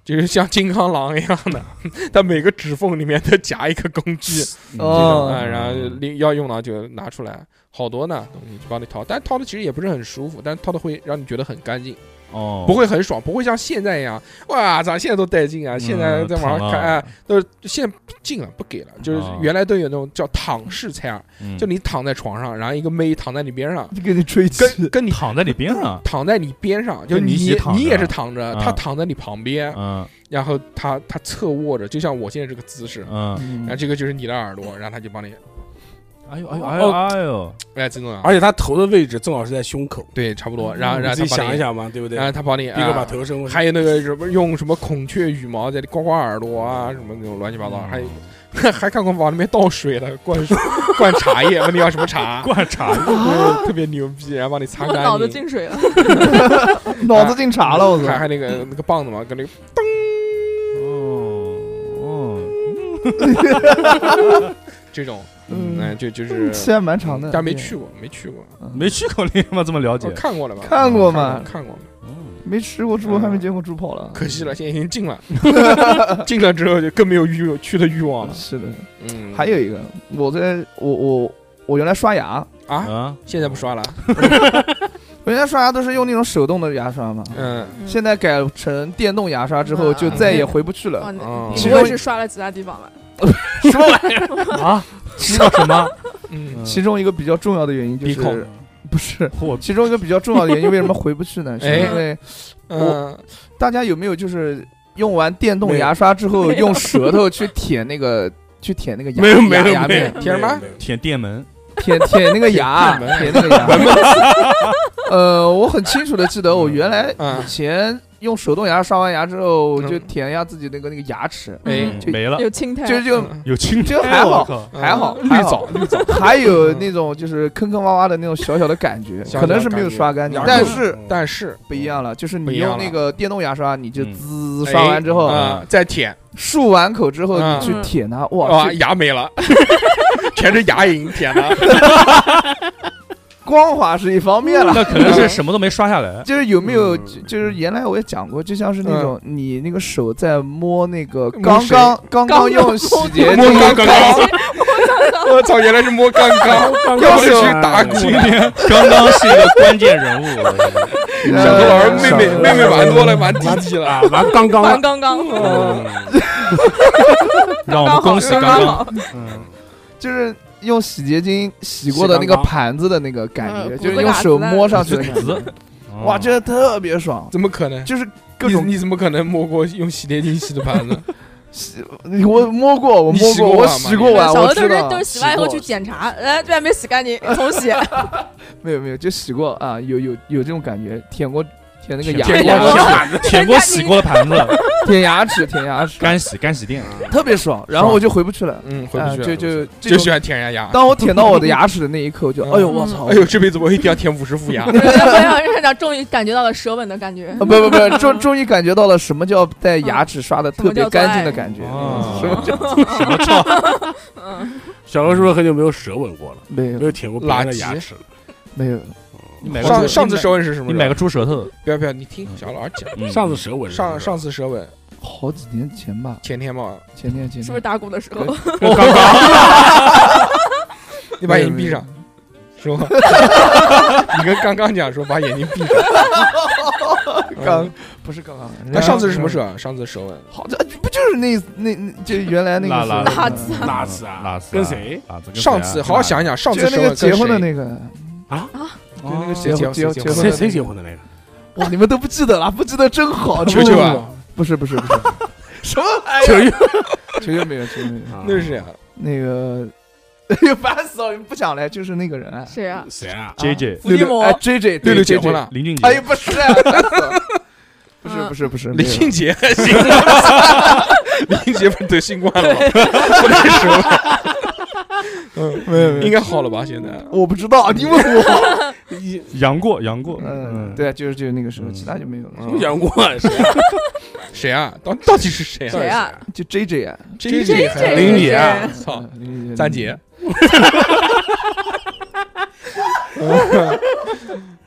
[SPEAKER 1] 就是像金刚狼一样的， 他每个指缝里面都夹一个工具，这
[SPEAKER 2] 嗯
[SPEAKER 1] 种
[SPEAKER 3] 哦
[SPEAKER 1] 啊，然后就拎要用了就拿出来。好多呢东西就帮你掏，但掏的其实也不是很舒服，但掏的会让你觉得很干净，
[SPEAKER 2] 哦，
[SPEAKER 1] 不会很爽，不会像现在一样，哇，咱现在都带劲啊！
[SPEAKER 2] 嗯
[SPEAKER 1] 现在在网上看，
[SPEAKER 2] 躺
[SPEAKER 1] 哎
[SPEAKER 2] 了
[SPEAKER 1] 都是现在禁了，不给了，就是
[SPEAKER 2] 啊
[SPEAKER 1] 原来都有那种叫躺式菜饵，
[SPEAKER 2] 嗯
[SPEAKER 1] 就你躺在床上，然后一个妹躺在你 边上，
[SPEAKER 3] 就给你吹气，
[SPEAKER 1] 跟跟你
[SPEAKER 2] 躺在你边上，
[SPEAKER 1] 躺在你边上，就
[SPEAKER 2] 就你一起
[SPEAKER 1] 你
[SPEAKER 2] 躺着
[SPEAKER 1] 你也是躺着，
[SPEAKER 2] 啊
[SPEAKER 1] 她躺在你旁边，
[SPEAKER 2] 嗯
[SPEAKER 1] 然后她她侧卧着，就像我现在这个姿势，
[SPEAKER 2] 嗯，
[SPEAKER 3] 嗯
[SPEAKER 1] 然后这个就是你的耳朵，然后她就帮你，
[SPEAKER 2] 哎呦哎呦哎
[SPEAKER 4] 哦
[SPEAKER 2] 呦哎呦，
[SPEAKER 1] 哎，曾总啊，
[SPEAKER 4] 而且他头的位置正好是在胸口，
[SPEAKER 1] 对，差不多，啊然后
[SPEAKER 4] 你
[SPEAKER 1] 然后
[SPEAKER 4] 自己
[SPEAKER 1] 她帮
[SPEAKER 4] 想
[SPEAKER 1] 你
[SPEAKER 4] 一，想嘛，对不对
[SPEAKER 1] 然？后她帮你，
[SPEAKER 4] 逼哥
[SPEAKER 1] 啊
[SPEAKER 4] 把头伸过去，
[SPEAKER 1] 还有那个什么用什么孔雀羽毛在里刮刮耳朵啊，什么那种乱七八糟，
[SPEAKER 2] 嗯
[SPEAKER 1] 还有还 看过往里面倒水的，灌水灌茶叶，问你要什么茶，
[SPEAKER 2] 灌茶，
[SPEAKER 1] 对特别牛逼，然后帮你擦
[SPEAKER 5] 我
[SPEAKER 1] 干
[SPEAKER 5] 脑子
[SPEAKER 1] 净。
[SPEAKER 5] 进水了，
[SPEAKER 2] 嗯
[SPEAKER 3] 脑子进茶了，我
[SPEAKER 1] 还
[SPEAKER 3] 操！
[SPEAKER 1] 还那个那个棒子嘛，跟那个
[SPEAKER 2] 哦哦，
[SPEAKER 1] 这种，
[SPEAKER 3] 嗯啊
[SPEAKER 1] 嗯，就就是，
[SPEAKER 3] 期间蛮长的，
[SPEAKER 1] 但没去过，没去过，
[SPEAKER 3] 嗯，
[SPEAKER 2] 没去过你他妈这么了解
[SPEAKER 1] 我，看过了吧？
[SPEAKER 3] 看过嘛，
[SPEAKER 1] 看过了，
[SPEAKER 2] 嗯
[SPEAKER 3] 没吃过猪，还没见过猪跑了。
[SPEAKER 1] 可惜了，现在已经进了，进了之后就更没有欲去的欲望了。
[SPEAKER 3] 是的，
[SPEAKER 1] 嗯，
[SPEAKER 3] 还有一个，我在我我我原来刷牙，
[SPEAKER 1] 啊，
[SPEAKER 2] 啊，
[SPEAKER 1] 现在不刷了，
[SPEAKER 3] 我原来刷牙都是用那种手动的牙刷嘛，
[SPEAKER 1] 嗯，
[SPEAKER 5] 嗯
[SPEAKER 3] 现在改成电动牙刷之后，
[SPEAKER 5] 嗯
[SPEAKER 3] 就再也回不去了
[SPEAKER 5] 哦，。那
[SPEAKER 1] 哦
[SPEAKER 5] 你不会是刷了其他地方吧？
[SPEAKER 3] 什么玩意？
[SPEAKER 2] 啊，知道什么？
[SPEAKER 1] 嗯，
[SPEAKER 3] 其中一个比较重要的原因就
[SPEAKER 1] 鼻孔
[SPEAKER 3] 是，不是，
[SPEAKER 2] 我
[SPEAKER 3] 其中一个比较重要的原因为什么回不去呢？是
[SPEAKER 1] 哎
[SPEAKER 3] 因为
[SPEAKER 1] 嗯，
[SPEAKER 3] 哦大家有没有就是用完电动
[SPEAKER 4] 没有
[SPEAKER 3] 牙刷之后，
[SPEAKER 5] 没有
[SPEAKER 3] 用舌头去舔那个去舔那个牙
[SPEAKER 4] 没有没有
[SPEAKER 3] 牙
[SPEAKER 4] 没有
[SPEAKER 3] 牙
[SPEAKER 4] 没
[SPEAKER 3] 面，
[SPEAKER 4] 有
[SPEAKER 1] 贴什么
[SPEAKER 4] 没有
[SPEAKER 2] 舔电门，
[SPEAKER 3] 舔舔那个牙，
[SPEAKER 1] 门
[SPEAKER 3] 舔那个牙。呃，我很清楚的记得，我原来
[SPEAKER 1] 嗯
[SPEAKER 3] 以前用手动牙刷完牙之后，我就
[SPEAKER 1] 嗯
[SPEAKER 3] 舔一下自己那个那个牙齿，
[SPEAKER 1] 哎
[SPEAKER 2] 嗯
[SPEAKER 3] 就
[SPEAKER 2] 没了，
[SPEAKER 5] 有青苔，
[SPEAKER 3] 就就
[SPEAKER 1] 嗯
[SPEAKER 2] 有青哎
[SPEAKER 3] 这还好
[SPEAKER 2] 我靠
[SPEAKER 3] 还好
[SPEAKER 1] 嗯绿
[SPEAKER 3] 还好
[SPEAKER 1] 藻，绿藻，
[SPEAKER 3] 还有那种就是坑坑洼洼的那种小小的感觉，
[SPEAKER 1] 小小
[SPEAKER 3] 可
[SPEAKER 1] 的
[SPEAKER 3] 能是没有刷干净
[SPEAKER 1] 感，觉
[SPEAKER 3] 但是
[SPEAKER 4] 嗯
[SPEAKER 1] 但是
[SPEAKER 3] 不一样了，就是
[SPEAKER 1] 不
[SPEAKER 3] 你
[SPEAKER 1] 一样
[SPEAKER 3] 用
[SPEAKER 1] 了
[SPEAKER 3] 那个电动牙刷，你就
[SPEAKER 2] 嗯
[SPEAKER 3] 滋刷完之后
[SPEAKER 2] 哎，
[SPEAKER 1] 啊，再舔，
[SPEAKER 3] 漱完口之后
[SPEAKER 1] 嗯
[SPEAKER 3] 你去舔它，哇，
[SPEAKER 1] 哇，
[SPEAKER 3] 这
[SPEAKER 1] 牙没了， 全是牙龈舔的，
[SPEAKER 3] 光滑是一方面了。
[SPEAKER 2] 那可能是什么都没刷下来，
[SPEAKER 3] 就是有没有，
[SPEAKER 4] 嗯
[SPEAKER 3] 就就是原来我也讲过，就像是那种你那个手在摸那个
[SPEAKER 1] 摸
[SPEAKER 3] 刚
[SPEAKER 1] 谁
[SPEAKER 3] 刚刚刚用洗洁
[SPEAKER 1] 摸
[SPEAKER 3] 精
[SPEAKER 1] 刚刚，我操，原来是摸刚刚，要是去打鼓
[SPEAKER 2] 今
[SPEAKER 1] 了。
[SPEAKER 2] 天刚刚是一个关键人物，哎
[SPEAKER 1] 小何老师
[SPEAKER 3] 呃
[SPEAKER 1] 妹妹
[SPEAKER 3] 小
[SPEAKER 1] 妹妹玩多了， 玩
[SPEAKER 3] 嗯
[SPEAKER 1] 弟弟了
[SPEAKER 4] 啊，。完刚刚
[SPEAKER 5] 刚
[SPEAKER 4] 了，
[SPEAKER 5] 刚刚
[SPEAKER 1] 嗯
[SPEAKER 2] 让我们
[SPEAKER 5] 刚好
[SPEAKER 2] 恭喜
[SPEAKER 5] 刚
[SPEAKER 2] 刚
[SPEAKER 5] 好，
[SPEAKER 2] 嗯
[SPEAKER 3] 就是用洗洁精洗过的那
[SPEAKER 4] 洗
[SPEAKER 3] 个
[SPEAKER 4] 刚刚
[SPEAKER 3] 盘子的那个感觉，
[SPEAKER 5] 嗯
[SPEAKER 3] 就是用手摸上去的感觉，
[SPEAKER 2] 子，嗯
[SPEAKER 3] 哇，这特别爽，
[SPEAKER 1] 怎么可能？
[SPEAKER 3] 就是各种
[SPEAKER 1] 你你怎么可能摸过用洗洁精洗的盘子？
[SPEAKER 3] 洗，我摸过，我
[SPEAKER 1] 你
[SPEAKER 3] 摸
[SPEAKER 1] 洗
[SPEAKER 3] 过，
[SPEAKER 1] 过
[SPEAKER 3] 我
[SPEAKER 1] 碗吗
[SPEAKER 3] 洗过碗，啊
[SPEAKER 5] 小
[SPEAKER 3] 我
[SPEAKER 5] 的都
[SPEAKER 3] 知
[SPEAKER 5] 是
[SPEAKER 3] 道
[SPEAKER 5] 都是，洗完以后去检查，哎，这还没洗干净，重洗。
[SPEAKER 3] 没有没有，就洗过啊，有有有这种感觉，舔过舔那个
[SPEAKER 2] 舔
[SPEAKER 3] 牙，
[SPEAKER 2] 舔
[SPEAKER 3] 牙
[SPEAKER 2] 过
[SPEAKER 3] 齿
[SPEAKER 2] 舔过洗过的盘子，
[SPEAKER 3] 舔牙齿，舔牙齿，
[SPEAKER 2] 干洗干洗店，啊
[SPEAKER 3] 特别爽，然后我就回不去了，
[SPEAKER 1] 嗯，回
[SPEAKER 3] 啊，
[SPEAKER 1] 不去
[SPEAKER 3] 就
[SPEAKER 1] 了。
[SPEAKER 3] 就
[SPEAKER 1] 就
[SPEAKER 3] 就
[SPEAKER 1] 喜欢舔人家牙。
[SPEAKER 3] 当我舔到我的牙齿的那一刻，我就
[SPEAKER 1] 嗯
[SPEAKER 3] 哎呦我操！
[SPEAKER 1] 哎呦，这辈子我一定要舔五十副
[SPEAKER 3] 嗯
[SPEAKER 1] 牙。
[SPEAKER 5] 没有，院长终于感觉到了舌吻的感觉
[SPEAKER 3] 啊。不不不，终终于感觉到了什么叫带
[SPEAKER 5] 嗯
[SPEAKER 3] 牙齿刷的特别干净的感觉，
[SPEAKER 2] 嗯
[SPEAKER 3] 什
[SPEAKER 2] 什
[SPEAKER 1] 哦
[SPEAKER 3] 么
[SPEAKER 2] 么
[SPEAKER 3] 叫
[SPEAKER 2] 什么操，
[SPEAKER 5] 嗯，
[SPEAKER 4] 小何是不是很久没有舌吻过了？
[SPEAKER 3] 没有
[SPEAKER 4] 没有舔过别人的牙齿了，
[SPEAKER 3] 没有
[SPEAKER 2] 你买
[SPEAKER 1] 上
[SPEAKER 2] 个
[SPEAKER 1] 上次舌吻是什么
[SPEAKER 2] 你
[SPEAKER 1] 时候？
[SPEAKER 2] 买个猪舌头，
[SPEAKER 1] 不要不要，你听小老师讲。
[SPEAKER 2] 嗯
[SPEAKER 4] 上次舌吻是什么
[SPEAKER 1] 上上次舌吻，
[SPEAKER 3] 好几年前吧，
[SPEAKER 1] 前天嘛，
[SPEAKER 3] 前天前
[SPEAKER 5] 是不是
[SPEAKER 3] 天
[SPEAKER 5] 打鼓的时候？
[SPEAKER 1] 哦
[SPEAKER 2] 哦
[SPEAKER 4] 刚刚
[SPEAKER 1] 你把眼睛闭上，说，你跟刚刚讲说把眼睛闭上。 嗯
[SPEAKER 3] 刚不是刚刚，
[SPEAKER 1] 那上次是什么时？候？啊上次舌吻，
[SPEAKER 3] 好像不就是那那那就原来那个
[SPEAKER 2] 拉
[SPEAKER 3] 时候
[SPEAKER 5] 拉
[SPEAKER 3] 嗯
[SPEAKER 5] 子
[SPEAKER 4] 哪次啊？
[SPEAKER 2] 哪次啊
[SPEAKER 4] 跟谁？
[SPEAKER 2] 啊这跟谁啊
[SPEAKER 1] 上次好好想一想，上次
[SPEAKER 3] 就
[SPEAKER 1] 舌
[SPEAKER 3] 是那
[SPEAKER 1] 吻
[SPEAKER 3] 个结婚的
[SPEAKER 1] 跟谁
[SPEAKER 3] 那个，
[SPEAKER 2] 哦
[SPEAKER 3] 就那个
[SPEAKER 1] 谁
[SPEAKER 3] 结婚
[SPEAKER 1] 结婚
[SPEAKER 3] 结
[SPEAKER 1] 谁
[SPEAKER 3] 婚
[SPEAKER 4] 谁
[SPEAKER 3] 的
[SPEAKER 4] 谁结
[SPEAKER 3] 那个
[SPEAKER 4] 婚的那个？
[SPEAKER 3] 哇，你们都不记得了，不记得真好，
[SPEAKER 1] 球球啊，
[SPEAKER 3] 不是不是不 是，什么玩意
[SPEAKER 4] 九月
[SPEAKER 3] 儿？球球没有球球没有，
[SPEAKER 1] 那是谁 啊？
[SPEAKER 3] 那个，哎呦烦死了，你们不讲了，就是那个人啊，
[SPEAKER 5] 谁啊？
[SPEAKER 4] 谁啊？
[SPEAKER 2] J J
[SPEAKER 5] 伏地魔
[SPEAKER 3] 哎 J J
[SPEAKER 1] 六六结
[SPEAKER 3] 结
[SPEAKER 1] 婚，了，
[SPEAKER 2] 啊林俊杰
[SPEAKER 3] 哎，呦不是，烦死了 不是
[SPEAKER 5] 嗯
[SPEAKER 3] 不是不是，
[SPEAKER 1] 林
[SPEAKER 3] 没有
[SPEAKER 1] 俊 杰还行，林俊杰不是得新冠了 吗？不太熟了。嗯，
[SPEAKER 3] 没有没
[SPEAKER 1] 应
[SPEAKER 3] 有，
[SPEAKER 1] 该好了吧？现在
[SPEAKER 3] 我不知道，你问我，
[SPEAKER 2] 杨过杨过，
[SPEAKER 3] 嗯，，对啊，就是就是那个时候，其他就没有了，
[SPEAKER 4] 杨过啊谁啊？
[SPEAKER 1] 谁啊？到到底是谁啊
[SPEAKER 5] 谁啊？
[SPEAKER 3] 就 J J 啊，
[SPEAKER 1] ？J
[SPEAKER 5] 这
[SPEAKER 1] J
[SPEAKER 4] 林
[SPEAKER 5] 姐
[SPEAKER 4] 姐啊
[SPEAKER 1] 操，
[SPEAKER 3] 嗯
[SPEAKER 1] 哦三姐。
[SPEAKER 3] 哎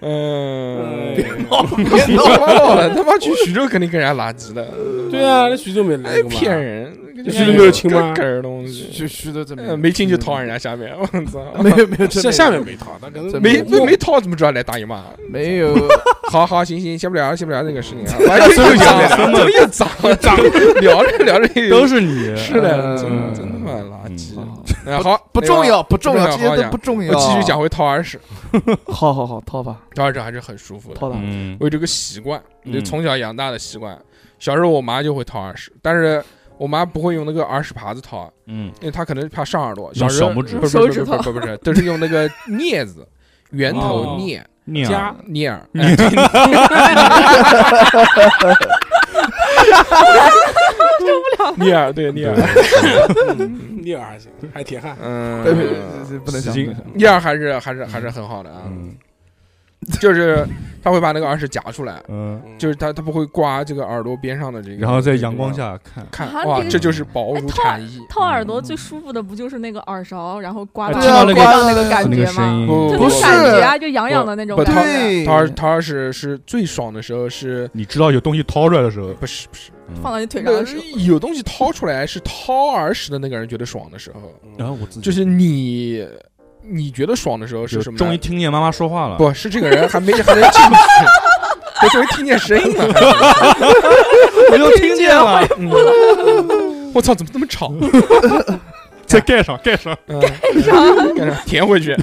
[SPEAKER 1] 嗯，
[SPEAKER 4] 别
[SPEAKER 1] 哦别闹了，他妈去徐州肯定跟人家垃圾的，
[SPEAKER 4] 对啊，那徐州没来
[SPEAKER 1] 哎
[SPEAKER 4] 过嘛
[SPEAKER 1] 骗人！
[SPEAKER 4] 是没有亲吗
[SPEAKER 1] 这梗儿东西，
[SPEAKER 3] 虚虚的怎么
[SPEAKER 1] 呃
[SPEAKER 3] 样？
[SPEAKER 1] 没亲就掏人家下面，我操！
[SPEAKER 3] 没有没有，真
[SPEAKER 4] 下下面没掏，他可能
[SPEAKER 1] 没
[SPEAKER 3] 没
[SPEAKER 1] 没没掏怎么知道来大姨妈？
[SPEAKER 3] 没有，
[SPEAKER 1] 好好行行，先不聊先不聊这个事情啊， 完又脏，怎么又脏 了？脏聊着聊着
[SPEAKER 2] 都
[SPEAKER 1] 是
[SPEAKER 2] 是你，
[SPEAKER 1] 是的，
[SPEAKER 3] 嗯
[SPEAKER 1] 真的真他妈垃圾
[SPEAKER 2] 嗯。
[SPEAKER 1] 哎好，
[SPEAKER 3] 不重要不重要，
[SPEAKER 1] 不
[SPEAKER 3] 这
[SPEAKER 1] 重要啊
[SPEAKER 3] 些都不重
[SPEAKER 1] 那
[SPEAKER 3] 要。
[SPEAKER 1] 个。我继续讲，回掏耳屎，
[SPEAKER 3] 好好好，掏吧
[SPEAKER 1] 掏耳屎还是很舒服的。
[SPEAKER 3] 掏吧。
[SPEAKER 2] 嗯
[SPEAKER 1] 我有这个习惯，
[SPEAKER 2] 嗯
[SPEAKER 1] 就从小养大的习惯。小时候我妈就会掏耳屎，但是我妈不会用那个耳屎耙子啊掏，
[SPEAKER 2] 嗯，
[SPEAKER 1] 因为她可能怕上耳朵。小
[SPEAKER 2] 用
[SPEAKER 1] 时
[SPEAKER 2] 小
[SPEAKER 1] 候
[SPEAKER 2] 拇
[SPEAKER 1] 不
[SPEAKER 2] 指
[SPEAKER 1] 不
[SPEAKER 5] 手指
[SPEAKER 1] 不不不不不是，都是用那个镊子，圆头
[SPEAKER 2] 哦
[SPEAKER 1] 镊
[SPEAKER 2] 念
[SPEAKER 5] 啊
[SPEAKER 1] 加镊 儿。哎镊儿对镊儿，
[SPEAKER 4] 聂耳还行，还铁汉，
[SPEAKER 1] 嗯，
[SPEAKER 3] 不能讲，
[SPEAKER 2] 使劲
[SPEAKER 3] 不能讲
[SPEAKER 1] 镊儿还是还是还是很好的啊，
[SPEAKER 2] 嗯
[SPEAKER 1] 就是她会把那个耳屎夹出来，
[SPEAKER 2] 嗯，
[SPEAKER 1] 就是她她不会刮这个耳朵边上的这个，
[SPEAKER 2] 然后在阳光下看，
[SPEAKER 1] 看
[SPEAKER 5] 啊
[SPEAKER 1] 哇
[SPEAKER 5] 这，个
[SPEAKER 1] 这就是薄
[SPEAKER 5] 哎
[SPEAKER 1] 如
[SPEAKER 5] 掏
[SPEAKER 1] 蝉翼。
[SPEAKER 5] 掏耳朵最舒服的不就是那个耳勺，然后刮
[SPEAKER 2] 哎
[SPEAKER 5] 到
[SPEAKER 2] 听到那
[SPEAKER 5] 刮
[SPEAKER 2] 个
[SPEAKER 5] 到那个感
[SPEAKER 2] 那
[SPEAKER 5] 觉
[SPEAKER 2] 个声
[SPEAKER 5] 吗？
[SPEAKER 2] 音，
[SPEAKER 1] 不
[SPEAKER 5] 就
[SPEAKER 1] 不
[SPEAKER 5] 那
[SPEAKER 1] 是
[SPEAKER 5] 感觉啊，就痒痒的那种
[SPEAKER 1] 不
[SPEAKER 5] 感
[SPEAKER 1] 掏
[SPEAKER 5] 觉。
[SPEAKER 3] 对
[SPEAKER 1] 掏耳掏耳屎是最爽的时候是，
[SPEAKER 2] 你知道有东西掏出来的时候，
[SPEAKER 1] 不是不是，
[SPEAKER 5] 放到你腿上
[SPEAKER 1] 那
[SPEAKER 5] 的
[SPEAKER 1] 是
[SPEAKER 5] 时候，
[SPEAKER 1] 有东西掏出来是掏耳屎的那个人觉得爽的时候，
[SPEAKER 2] 然后我自己
[SPEAKER 1] 就是你你觉得爽的时候是
[SPEAKER 2] 就
[SPEAKER 1] 什么呢？
[SPEAKER 2] 终于听见妈妈说话了，
[SPEAKER 1] 不是这个人还没还能进去，我终于听见声 音了，
[SPEAKER 2] 我又听见了，
[SPEAKER 1] 我操，怎么这么吵？
[SPEAKER 2] 嗯再盖上盖上，
[SPEAKER 1] 嗯，干啥？ 填回去，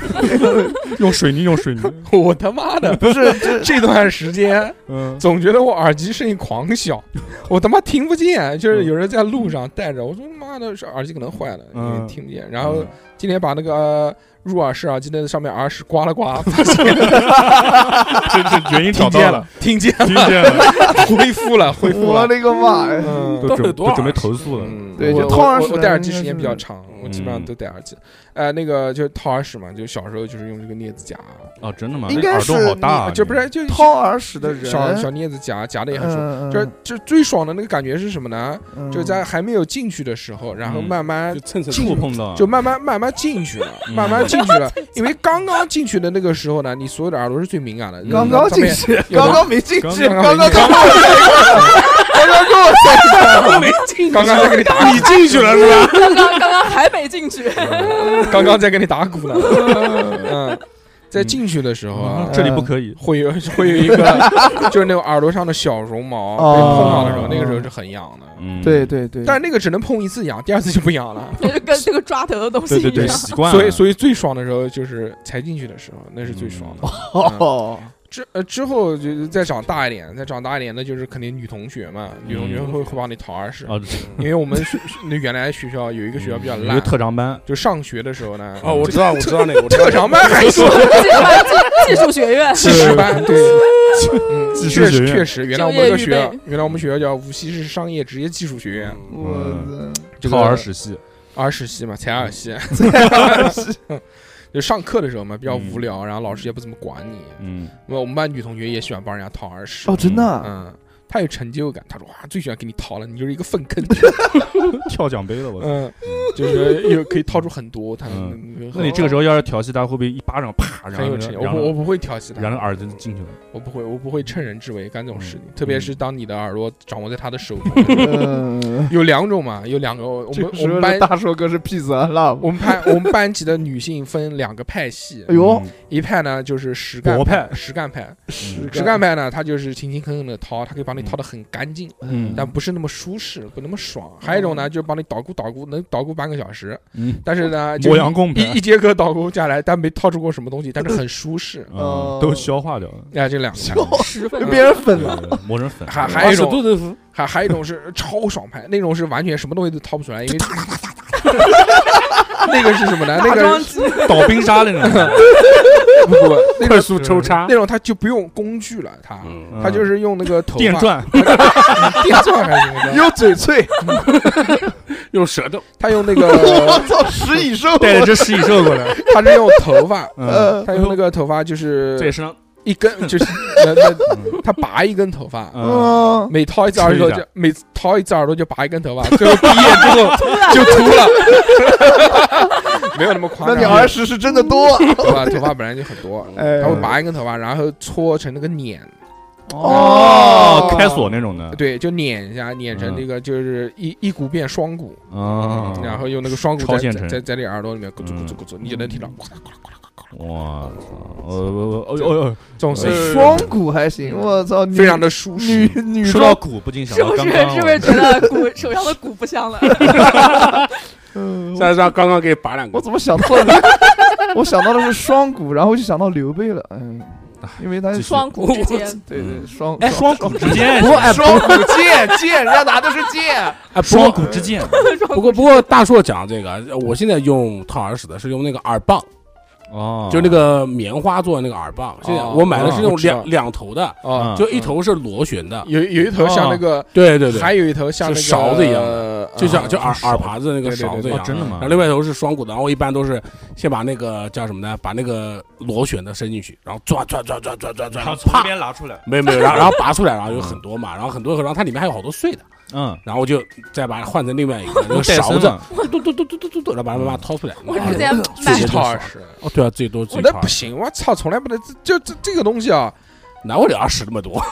[SPEAKER 2] 用水泥用水泥，
[SPEAKER 1] 我他妈的不是 这段时间。
[SPEAKER 2] 嗯，
[SPEAKER 1] 总觉得我耳机声音狂 小，我他妈听不见。就是有人在路上带着，我说妈的，是耳机可能坏了，
[SPEAKER 2] 嗯
[SPEAKER 1] 因为听不见。然后今天把那个呃入耳式耳机的上面耳屎刮了刮，发现
[SPEAKER 2] 这这原因
[SPEAKER 1] 听
[SPEAKER 2] 找到
[SPEAKER 1] 见
[SPEAKER 2] 了，，
[SPEAKER 1] 听见，
[SPEAKER 2] 听 见了，
[SPEAKER 1] 恢复了，恢复
[SPEAKER 3] 我
[SPEAKER 1] 了。
[SPEAKER 3] 勒个妈呀！
[SPEAKER 1] 嗯
[SPEAKER 2] 都
[SPEAKER 4] 到底
[SPEAKER 2] 准
[SPEAKER 4] 多少
[SPEAKER 2] 都准备投诉了，
[SPEAKER 1] 嗯
[SPEAKER 3] 对
[SPEAKER 1] 我
[SPEAKER 3] 就掏耳
[SPEAKER 1] 我
[SPEAKER 3] 屎
[SPEAKER 1] 我
[SPEAKER 3] 的
[SPEAKER 1] 戴耳
[SPEAKER 3] 人
[SPEAKER 1] 机
[SPEAKER 3] 应该
[SPEAKER 1] 时间
[SPEAKER 3] 是
[SPEAKER 1] 比较长，我基本上
[SPEAKER 2] 嗯
[SPEAKER 1] 都戴耳机。呃，那个就是掏耳屎嘛，就小时候就是用这个镊子夹，
[SPEAKER 2] 哦，真的吗？
[SPEAKER 3] 应
[SPEAKER 2] 那
[SPEAKER 3] 该
[SPEAKER 2] 耳
[SPEAKER 3] 是
[SPEAKER 2] 洞好大啊，
[SPEAKER 1] 就不是就
[SPEAKER 3] 掏耳屎的人，
[SPEAKER 1] 小小镊子夹夹的也很爽。
[SPEAKER 3] 嗯
[SPEAKER 1] 就是就最爽的那个感觉是什么呢？
[SPEAKER 3] 嗯
[SPEAKER 1] 就在还没有进去的时候，然后
[SPEAKER 2] 嗯
[SPEAKER 1] 慢慢
[SPEAKER 4] 就蹭蹭
[SPEAKER 2] 触碰到，
[SPEAKER 1] 就慢慢慢慢进去了，
[SPEAKER 2] 嗯
[SPEAKER 1] 慢慢进去 了。因为刚刚进去的那个时候呢，你所有的耳朵是最敏感的。
[SPEAKER 3] 刚刚进去，
[SPEAKER 1] 有的
[SPEAKER 3] 刚刚没进去，
[SPEAKER 1] 刚
[SPEAKER 3] 刚
[SPEAKER 1] 刚没
[SPEAKER 3] 刚跟我在一块儿，刚刚跟我在一块儿，
[SPEAKER 1] 没进，刚刚在给你打，你进去了是吧？
[SPEAKER 5] 刚刚刚刚还没进去，
[SPEAKER 1] 刚刚在给你打鼓呢。 嗯，在进去的时候啊
[SPEAKER 2] 嗯，这里不可以，
[SPEAKER 1] 会有 会有一个，就是那种耳朵上的小绒毛
[SPEAKER 3] 哦
[SPEAKER 1] 被碰到的时候，那个时候是很痒的。
[SPEAKER 2] 嗯，
[SPEAKER 3] 对对对，
[SPEAKER 1] 但是那个只能碰一次痒，第二次就不痒了。
[SPEAKER 5] 就是跟这个抓头的东西
[SPEAKER 2] 对
[SPEAKER 5] 一
[SPEAKER 2] 对对，
[SPEAKER 5] 样。
[SPEAKER 2] 习惯了，
[SPEAKER 1] 所以，所以最爽的时候就是才进去的时候，那是最爽的。
[SPEAKER 3] 哦，
[SPEAKER 1] 之呃之后就是再长大一点，再长大一点，那就是肯定女同学嘛，女同
[SPEAKER 2] 嗯
[SPEAKER 1] 学会会帮你掏耳屎，
[SPEAKER 2] 啊，
[SPEAKER 1] 因为我们学学那原来学校有一个学校比较
[SPEAKER 2] 嗯有一
[SPEAKER 1] 烂
[SPEAKER 2] 个，特长班，
[SPEAKER 1] 就上学的时候呢，
[SPEAKER 4] 哦，我知道，我知道那个，我啊知道
[SPEAKER 1] 特长班还说
[SPEAKER 5] 技术学 院，
[SPEAKER 1] 技术班，对，嗯
[SPEAKER 2] 技术
[SPEAKER 1] 确
[SPEAKER 2] 学
[SPEAKER 1] 实
[SPEAKER 2] 院
[SPEAKER 1] 确实，原来我们有个学校
[SPEAKER 5] 就业预，
[SPEAKER 1] 原来我们学校叫无锡市商业职业技术学院，
[SPEAKER 2] 嗯
[SPEAKER 3] 我
[SPEAKER 1] 这个
[SPEAKER 2] 掏耳屎系，
[SPEAKER 1] 耳屎系嘛，采耳系，
[SPEAKER 2] 嗯
[SPEAKER 1] 就上课的时候嘛比较无聊，然后老师也不怎么管你，
[SPEAKER 2] 嗯，
[SPEAKER 1] 我我们班女同学也喜欢帮人家掏耳屎
[SPEAKER 3] 操，哦，，真的啊，
[SPEAKER 1] 嗯，她有成就感，她说哇最喜欢给你掏了，你就是一个粪 坑。
[SPEAKER 2] 跳奖杯了我。
[SPEAKER 1] 嗯，就是有可以掏出很多，他
[SPEAKER 2] 嗯
[SPEAKER 1] 那
[SPEAKER 2] 那你这个时候要是调戏他，会不会一巴掌啪，然
[SPEAKER 1] 很
[SPEAKER 2] 后
[SPEAKER 1] 有
[SPEAKER 2] 那
[SPEAKER 1] 成
[SPEAKER 2] 个
[SPEAKER 1] 就，我
[SPEAKER 2] 然
[SPEAKER 1] 不我
[SPEAKER 2] 后
[SPEAKER 1] 不会调戏他，
[SPEAKER 2] 然后耳朵就进去了？
[SPEAKER 1] 我不会，我不会趁人之危干这种事情
[SPEAKER 2] 嗯，
[SPEAKER 1] 特别是当你的耳朵掌握在他的手 中，
[SPEAKER 3] 嗯，
[SPEAKER 1] 有两种嘛，有两个，我
[SPEAKER 3] 这
[SPEAKER 1] 们
[SPEAKER 3] 个
[SPEAKER 1] 我
[SPEAKER 3] 时
[SPEAKER 1] 们
[SPEAKER 3] 候
[SPEAKER 1] 班
[SPEAKER 3] 的大硕哥是啊 peace and love，
[SPEAKER 1] 我们班我们班级的女性分两个派 系
[SPEAKER 3] 哎，呦，
[SPEAKER 2] 嗯
[SPEAKER 1] 一派呢就是实干
[SPEAKER 2] 博派，嗯
[SPEAKER 1] 实干派，
[SPEAKER 2] 实
[SPEAKER 1] 实干派呢，他就是勤勤恳恳的掏，他可以帮你
[SPEAKER 2] 嗯
[SPEAKER 1] 掏的很干净，
[SPEAKER 2] 嗯
[SPEAKER 1] 但不是那么舒适，不那么爽。还有一种呢，就是帮你捣鼓捣鼓，能捣鼓半个小时，
[SPEAKER 2] 嗯，
[SPEAKER 1] 但是呢，就
[SPEAKER 2] 磨洋工。
[SPEAKER 1] 一一节课导购下来，但没掏出过什么东西，但是很舒适
[SPEAKER 2] 嗯都消化掉了，
[SPEAKER 1] 哎，这两个，
[SPEAKER 5] 十
[SPEAKER 3] 被
[SPEAKER 5] 分钟
[SPEAKER 3] 别人粉 了，
[SPEAKER 2] 对磨成粉，
[SPEAKER 1] 还还有
[SPEAKER 4] 耳
[SPEAKER 1] 一
[SPEAKER 4] 屎
[SPEAKER 1] 种，
[SPEAKER 4] 都能服，
[SPEAKER 1] 还还有一种是超爽派，那种是完全什么东西都掏不出来，因为 那个是什么呢？那
[SPEAKER 5] 打
[SPEAKER 1] 个
[SPEAKER 5] 桩
[SPEAKER 1] 是
[SPEAKER 5] 机，
[SPEAKER 2] 倒冰沙那种，
[SPEAKER 1] 不不，那
[SPEAKER 4] 快
[SPEAKER 1] 个
[SPEAKER 4] 速抽插，
[SPEAKER 1] 那种他就不用工具了，他
[SPEAKER 4] 嗯，
[SPEAKER 2] 啊嗯
[SPEAKER 1] 他就是用那个头发
[SPEAKER 2] 电，钻，
[SPEAKER 1] 电钻还是 什么？
[SPEAKER 3] 用嘴脆，
[SPEAKER 4] 用舌头，
[SPEAKER 1] 他用那
[SPEAKER 3] 我
[SPEAKER 1] 个，
[SPEAKER 3] 操，食蚁兽，
[SPEAKER 2] 带着这食蚁兽过来，
[SPEAKER 1] 他是用头发，
[SPEAKER 2] 嗯，
[SPEAKER 1] 呃他 用那个头发就是
[SPEAKER 2] 在身上，
[SPEAKER 1] 一 根，就是那那他拔一根头 发，
[SPEAKER 2] 嗯，
[SPEAKER 3] 嗯，
[SPEAKER 1] 每掏一次耳朵
[SPEAKER 2] 吹一
[SPEAKER 1] 就
[SPEAKER 2] 下
[SPEAKER 1] 每掏一次耳朵就拔一根头发， 最后毕业之后就秃了，没有那么夸
[SPEAKER 3] 那
[SPEAKER 1] 张。
[SPEAKER 3] 你儿时是真的多，
[SPEAKER 1] 头发头发本来就很多，
[SPEAKER 3] 哎
[SPEAKER 1] 他会拔一根头发，然后搓成那个捻，
[SPEAKER 2] 哦，开锁那种的，
[SPEAKER 1] 对，就碾一下，碾
[SPEAKER 2] 嗯
[SPEAKER 1] 成那个就是一一股变双股，
[SPEAKER 2] 啊，
[SPEAKER 4] 嗯
[SPEAKER 1] 然后用那个双股
[SPEAKER 2] 超
[SPEAKER 1] 在
[SPEAKER 2] 现
[SPEAKER 1] 在
[SPEAKER 2] 成
[SPEAKER 1] 在在你耳朵里面咕嘟咕嘟咕嘟，你就能听到呱啦呱啦呱啦呱啦呱啦
[SPEAKER 2] 我操，呃我我哦哦，
[SPEAKER 1] 这种声
[SPEAKER 2] 呃
[SPEAKER 1] 音，
[SPEAKER 3] 双股还
[SPEAKER 2] 嗯
[SPEAKER 3] 行，我操，女
[SPEAKER 1] 非常的舒适。
[SPEAKER 3] 女女
[SPEAKER 2] 说
[SPEAKER 3] 装
[SPEAKER 2] 到，鼓，不禁想
[SPEAKER 5] 是
[SPEAKER 2] 到
[SPEAKER 5] 不是
[SPEAKER 2] 刚刚
[SPEAKER 5] 是不是觉得鼓手上的鼓不香了？
[SPEAKER 3] 嗯
[SPEAKER 4] 再让刚刚给拔两
[SPEAKER 3] 我
[SPEAKER 4] 个，
[SPEAKER 3] 怎么想错 了？我想到的是双股，然后就想到刘备了，嗯，因为他
[SPEAKER 2] 继
[SPEAKER 3] 是
[SPEAKER 2] 续
[SPEAKER 5] 双股之间，
[SPEAKER 3] 对对双
[SPEAKER 2] 哎双股之间
[SPEAKER 3] 不过
[SPEAKER 1] 啊
[SPEAKER 3] 哎双股剑剑，人家拿的是 剑，
[SPEAKER 4] 哎，不
[SPEAKER 2] 双
[SPEAKER 4] 过
[SPEAKER 2] 股之剑，
[SPEAKER 4] 不过不过大硕讲这个，呃我现在用烫耳屎的是用那个耳棒，
[SPEAKER 2] 哦，
[SPEAKER 4] 就那个棉花做的那个耳棒。现在
[SPEAKER 1] 哦
[SPEAKER 4] 我买的是那
[SPEAKER 1] 哦
[SPEAKER 4] 种
[SPEAKER 1] 我知道嗯
[SPEAKER 4] 两两头的，
[SPEAKER 1] 啊，
[SPEAKER 2] 嗯
[SPEAKER 4] 就一头是螺旋的，
[SPEAKER 1] 有有一头像那个，
[SPEAKER 4] 对嗯哦对对，
[SPEAKER 1] 还有一头像那呃个
[SPEAKER 4] 是勺子一样
[SPEAKER 1] 的
[SPEAKER 4] 就像就耳
[SPEAKER 2] 是
[SPEAKER 4] 耳耙子那个
[SPEAKER 1] 对对
[SPEAKER 4] 勺子
[SPEAKER 1] 嗯对
[SPEAKER 4] 一
[SPEAKER 2] 哦
[SPEAKER 4] 样，。啊
[SPEAKER 2] 真的吗
[SPEAKER 4] 然后？另外一头是双股的，然后我一般都是先把那个叫什么呢？把那个螺旋的伸进去，然后转转转转转转
[SPEAKER 2] 然
[SPEAKER 4] 转，然
[SPEAKER 2] 后
[SPEAKER 4] 后
[SPEAKER 2] 从那
[SPEAKER 4] 啪，
[SPEAKER 2] 边拿出来，
[SPEAKER 4] 没有没有，然后然后拔出来，然后有很多嘛，然后很多，然后它里面还有好多碎的，
[SPEAKER 2] 嗯，
[SPEAKER 4] 然后我就再把它换成另外一个那个
[SPEAKER 2] 戴
[SPEAKER 4] 勺
[SPEAKER 2] 森
[SPEAKER 4] 子，
[SPEAKER 2] 嘛，
[SPEAKER 4] 嘟嘟嘟嘟嘟嘟嘟，然后把它把它掏出来。
[SPEAKER 5] 我
[SPEAKER 4] 然后
[SPEAKER 5] 之前
[SPEAKER 4] 自
[SPEAKER 5] 买
[SPEAKER 4] 己
[SPEAKER 1] 一
[SPEAKER 4] 就
[SPEAKER 1] 套
[SPEAKER 4] 爽
[SPEAKER 1] 耳屎，
[SPEAKER 4] 哦，对啊，最多
[SPEAKER 1] 我
[SPEAKER 4] 最
[SPEAKER 1] 那
[SPEAKER 4] 长
[SPEAKER 1] 不，行，我操，从来不能自就这这个东西啊，
[SPEAKER 4] 哪有两耳屎那么多？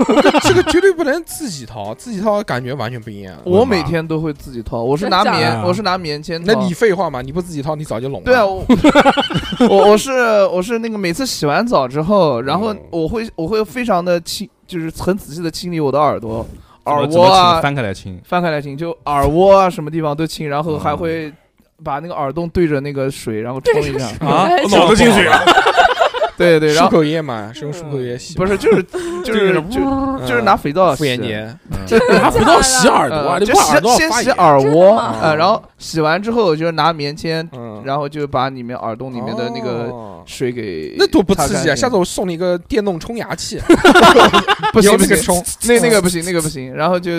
[SPEAKER 1] 这个绝对不能自己掏，自己掏感觉完全不一样。
[SPEAKER 3] 我每天都会自己掏，我是拿
[SPEAKER 5] 真假
[SPEAKER 3] 棉，
[SPEAKER 4] 的
[SPEAKER 3] 我是拿棉签
[SPEAKER 1] 那
[SPEAKER 3] 掏
[SPEAKER 1] 你废话嘛，你不自己掏，你早就聋了。
[SPEAKER 3] 哦对啊， 我我我是我是那个每次洗完澡之后，然后
[SPEAKER 4] 嗯
[SPEAKER 3] 我会我会非常的清，就是很仔细的清理我的耳朵、
[SPEAKER 2] 怎
[SPEAKER 3] 耳
[SPEAKER 2] 么怎
[SPEAKER 3] 蜗
[SPEAKER 2] 么请
[SPEAKER 3] 啊，
[SPEAKER 2] 翻开来 清，
[SPEAKER 3] 翻开来清，就耳蜗啊什么地方都清，然后还会把那个耳洞对着那个水，然后冲一下。
[SPEAKER 2] 啊
[SPEAKER 5] 哎
[SPEAKER 4] 脑子进水了，
[SPEAKER 3] 对对，
[SPEAKER 1] 漱
[SPEAKER 3] 然后嗯
[SPEAKER 1] 口液嘛， 是用漱口液洗嘛，
[SPEAKER 3] 不是就是就是就
[SPEAKER 1] 嗯
[SPEAKER 3] 就是拿肥皂
[SPEAKER 1] 妇炎
[SPEAKER 3] 洗
[SPEAKER 1] 洁，
[SPEAKER 4] 还不到洗耳朵啊，
[SPEAKER 3] 呃
[SPEAKER 4] 你
[SPEAKER 3] 就
[SPEAKER 4] 不耳
[SPEAKER 3] 先
[SPEAKER 4] 朵
[SPEAKER 3] 先
[SPEAKER 4] 发
[SPEAKER 3] 洗
[SPEAKER 4] 炎。
[SPEAKER 3] 耳蜗，
[SPEAKER 5] 真的吗
[SPEAKER 3] 呃，然后洗完之后就拿棉签，
[SPEAKER 1] 嗯，
[SPEAKER 3] 然后就把里面耳洞里面的那个
[SPEAKER 1] 哦
[SPEAKER 3] 水给
[SPEAKER 1] 那多不刺
[SPEAKER 3] 擦干
[SPEAKER 1] 激啊！
[SPEAKER 3] 净
[SPEAKER 1] 下次我送你一个电动冲牙器，
[SPEAKER 3] 不行
[SPEAKER 1] 用
[SPEAKER 3] 不
[SPEAKER 1] 那个
[SPEAKER 3] 行，
[SPEAKER 1] 冲，
[SPEAKER 3] 那那个不行，那个不行。然后就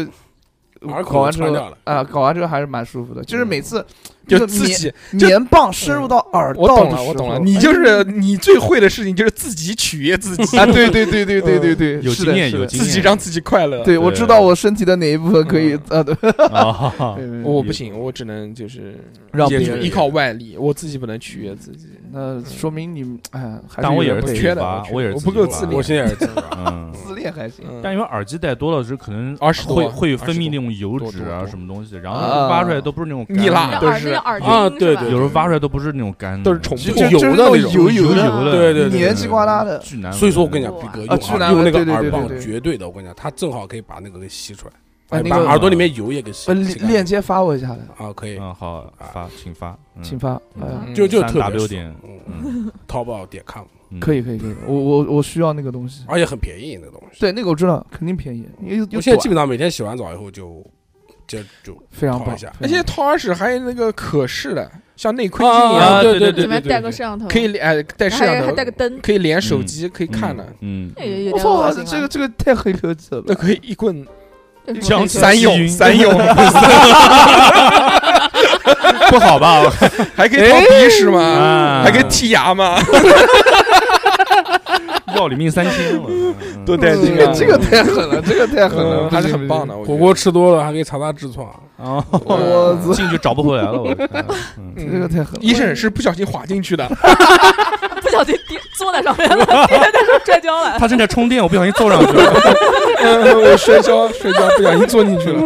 [SPEAKER 4] 耳孔
[SPEAKER 3] 搞完之后
[SPEAKER 4] 穿掉了
[SPEAKER 3] 啊，搞完之后还是蛮舒服的，就是每次这
[SPEAKER 1] 就
[SPEAKER 3] 个
[SPEAKER 1] 自
[SPEAKER 3] 棉
[SPEAKER 1] 己。就
[SPEAKER 3] 棉棒深入到耳
[SPEAKER 1] 我
[SPEAKER 3] 道
[SPEAKER 1] 懂
[SPEAKER 3] 的时
[SPEAKER 1] 了，
[SPEAKER 3] 候，
[SPEAKER 1] 我懂了。你就是你最会的事情就是自己取悦 自己，
[SPEAKER 3] 啊，对对对对对对对，
[SPEAKER 2] 有
[SPEAKER 3] 是
[SPEAKER 2] 经
[SPEAKER 3] 的
[SPEAKER 2] 验
[SPEAKER 3] 是
[SPEAKER 2] 有
[SPEAKER 3] 的
[SPEAKER 2] 经
[SPEAKER 1] 自己让自己快乐。
[SPEAKER 3] 对，我知道我身体的哪一部分可以
[SPEAKER 1] 嗯
[SPEAKER 3] 呃，对
[SPEAKER 2] 啊，
[SPEAKER 1] 我不行，我只能就是
[SPEAKER 3] 让
[SPEAKER 4] 也
[SPEAKER 3] 别
[SPEAKER 4] 是
[SPEAKER 3] 人。
[SPEAKER 1] 依靠外力，我自己不能取悦自己。
[SPEAKER 3] 那说明你哎，还
[SPEAKER 2] 但我也
[SPEAKER 3] 有
[SPEAKER 2] 是
[SPEAKER 3] 点
[SPEAKER 1] 自
[SPEAKER 2] 自己
[SPEAKER 1] 己
[SPEAKER 3] 缺
[SPEAKER 1] 的
[SPEAKER 2] 拔，
[SPEAKER 1] 我
[SPEAKER 2] 我也是
[SPEAKER 1] 我
[SPEAKER 2] 自
[SPEAKER 1] 不
[SPEAKER 2] 己
[SPEAKER 1] 够
[SPEAKER 2] 拔
[SPEAKER 1] 自律啊
[SPEAKER 4] 我现在也是 这样，
[SPEAKER 2] 嗯。
[SPEAKER 3] 自恋还行。
[SPEAKER 1] 嗯
[SPEAKER 2] 但因为耳机戴多了，是可能
[SPEAKER 1] 20多
[SPEAKER 2] 会会分
[SPEAKER 1] 20多
[SPEAKER 2] 泌那种油脂
[SPEAKER 1] 多多
[SPEAKER 2] 啊
[SPEAKER 1] 多
[SPEAKER 2] 什么东西，然后
[SPEAKER 3] 啊
[SPEAKER 2] 挖出来都不是那种干的
[SPEAKER 1] 蜜蜡
[SPEAKER 5] 让
[SPEAKER 1] 都
[SPEAKER 5] 耳
[SPEAKER 1] 是
[SPEAKER 5] 那个耳钉
[SPEAKER 4] 啊
[SPEAKER 5] 嗯是
[SPEAKER 4] 对
[SPEAKER 5] 吧
[SPEAKER 4] 对
[SPEAKER 2] 有时候挖出来都不是那种干的，
[SPEAKER 1] 都是重复
[SPEAKER 4] 就
[SPEAKER 3] 就
[SPEAKER 4] 油
[SPEAKER 3] 是
[SPEAKER 4] 的
[SPEAKER 3] 那种
[SPEAKER 4] 那种
[SPEAKER 3] 油
[SPEAKER 2] 油
[SPEAKER 3] 油
[SPEAKER 5] 的
[SPEAKER 2] 的，
[SPEAKER 4] 对对对
[SPEAKER 3] 黏气呱啦的。
[SPEAKER 2] 巨难闻。嗯
[SPEAKER 4] 所以说我跟你讲，逼哥
[SPEAKER 3] 啊去
[SPEAKER 4] 用
[SPEAKER 3] 哪
[SPEAKER 4] 耳
[SPEAKER 3] 个
[SPEAKER 4] 用那个
[SPEAKER 3] 对对
[SPEAKER 4] 耳
[SPEAKER 3] 对对
[SPEAKER 4] 棒
[SPEAKER 3] 对
[SPEAKER 4] 绝对的，我跟你讲，它正好可以把那个给吸出来，
[SPEAKER 3] 哎
[SPEAKER 4] 哎
[SPEAKER 3] 那
[SPEAKER 4] 把
[SPEAKER 3] 个
[SPEAKER 4] 耳朵里面油也给吸
[SPEAKER 3] 呃，
[SPEAKER 4] 吸干净。
[SPEAKER 3] 链接发我一下来，
[SPEAKER 4] 啊，可以，
[SPEAKER 2] 嗯，好发，请发，嗯
[SPEAKER 3] 请发。哎呀
[SPEAKER 1] 嗯
[SPEAKER 4] 就就特别
[SPEAKER 2] 3W
[SPEAKER 4] 爽
[SPEAKER 2] 点，
[SPEAKER 4] 嗯，
[SPEAKER 2] 嗯，
[SPEAKER 4] 淘宝点 com，
[SPEAKER 2] 嗯
[SPEAKER 3] 可以可以可以，我我我需要那个东西。
[SPEAKER 4] 而且很便宜那个东西。
[SPEAKER 3] 对，那个我知道，肯定便宜。又又
[SPEAKER 4] 我现在
[SPEAKER 3] 短
[SPEAKER 4] 基本上每天洗完澡以后就就就
[SPEAKER 3] 非常
[SPEAKER 4] 泡
[SPEAKER 3] 棒
[SPEAKER 4] 一下，
[SPEAKER 1] 而且掏耳屎还有那个可视的，像内窥镜一样，
[SPEAKER 2] 啊
[SPEAKER 4] 对对
[SPEAKER 5] 里面
[SPEAKER 4] 对
[SPEAKER 5] 带
[SPEAKER 4] 对
[SPEAKER 5] 个摄像头，
[SPEAKER 1] 可以哎带摄
[SPEAKER 5] 还有
[SPEAKER 1] 像
[SPEAKER 5] 还带
[SPEAKER 1] 头
[SPEAKER 5] 个，
[SPEAKER 4] 嗯
[SPEAKER 5] 灯，
[SPEAKER 1] 可以连手机，可以看的，
[SPEAKER 2] 嗯，
[SPEAKER 5] 那也有
[SPEAKER 3] 我
[SPEAKER 5] 点
[SPEAKER 3] 操
[SPEAKER 5] 恶，心
[SPEAKER 3] 啊这个
[SPEAKER 5] 了。
[SPEAKER 3] 这个太黑科技了
[SPEAKER 1] 那
[SPEAKER 3] 吧。
[SPEAKER 1] 可以一棍
[SPEAKER 5] 有什么
[SPEAKER 2] 江
[SPEAKER 5] 黑
[SPEAKER 2] 西
[SPEAKER 5] 科技
[SPEAKER 1] 三用
[SPEAKER 2] 晕
[SPEAKER 1] 三用，
[SPEAKER 2] 不好吧？
[SPEAKER 1] 还可以掏鼻屎吗？
[SPEAKER 2] 啊
[SPEAKER 1] 还可以剔牙吗？
[SPEAKER 2] 要你命三千，我嗯
[SPEAKER 1] 都带
[SPEAKER 3] 这
[SPEAKER 1] 这
[SPEAKER 3] 个
[SPEAKER 1] 个，
[SPEAKER 3] 哎这个太狠了，这个太狠了，
[SPEAKER 1] 嗯还是很棒的。我觉
[SPEAKER 4] 火
[SPEAKER 1] 得
[SPEAKER 4] 锅吃多了还可以查查痔疮，
[SPEAKER 2] 啊，
[SPEAKER 3] 我操，
[SPEAKER 2] 进去找不回来了，我看，嗯
[SPEAKER 1] 嗯
[SPEAKER 3] 这个太狠了。
[SPEAKER 1] 医生是不小心滑进去的，
[SPEAKER 5] 不小心跌坐在上面 了，跌在上摔跤了。
[SPEAKER 2] 他正在充电，我不小心坐上去了。
[SPEAKER 1] 嗯我摔跤摔跤不小心坐进去了，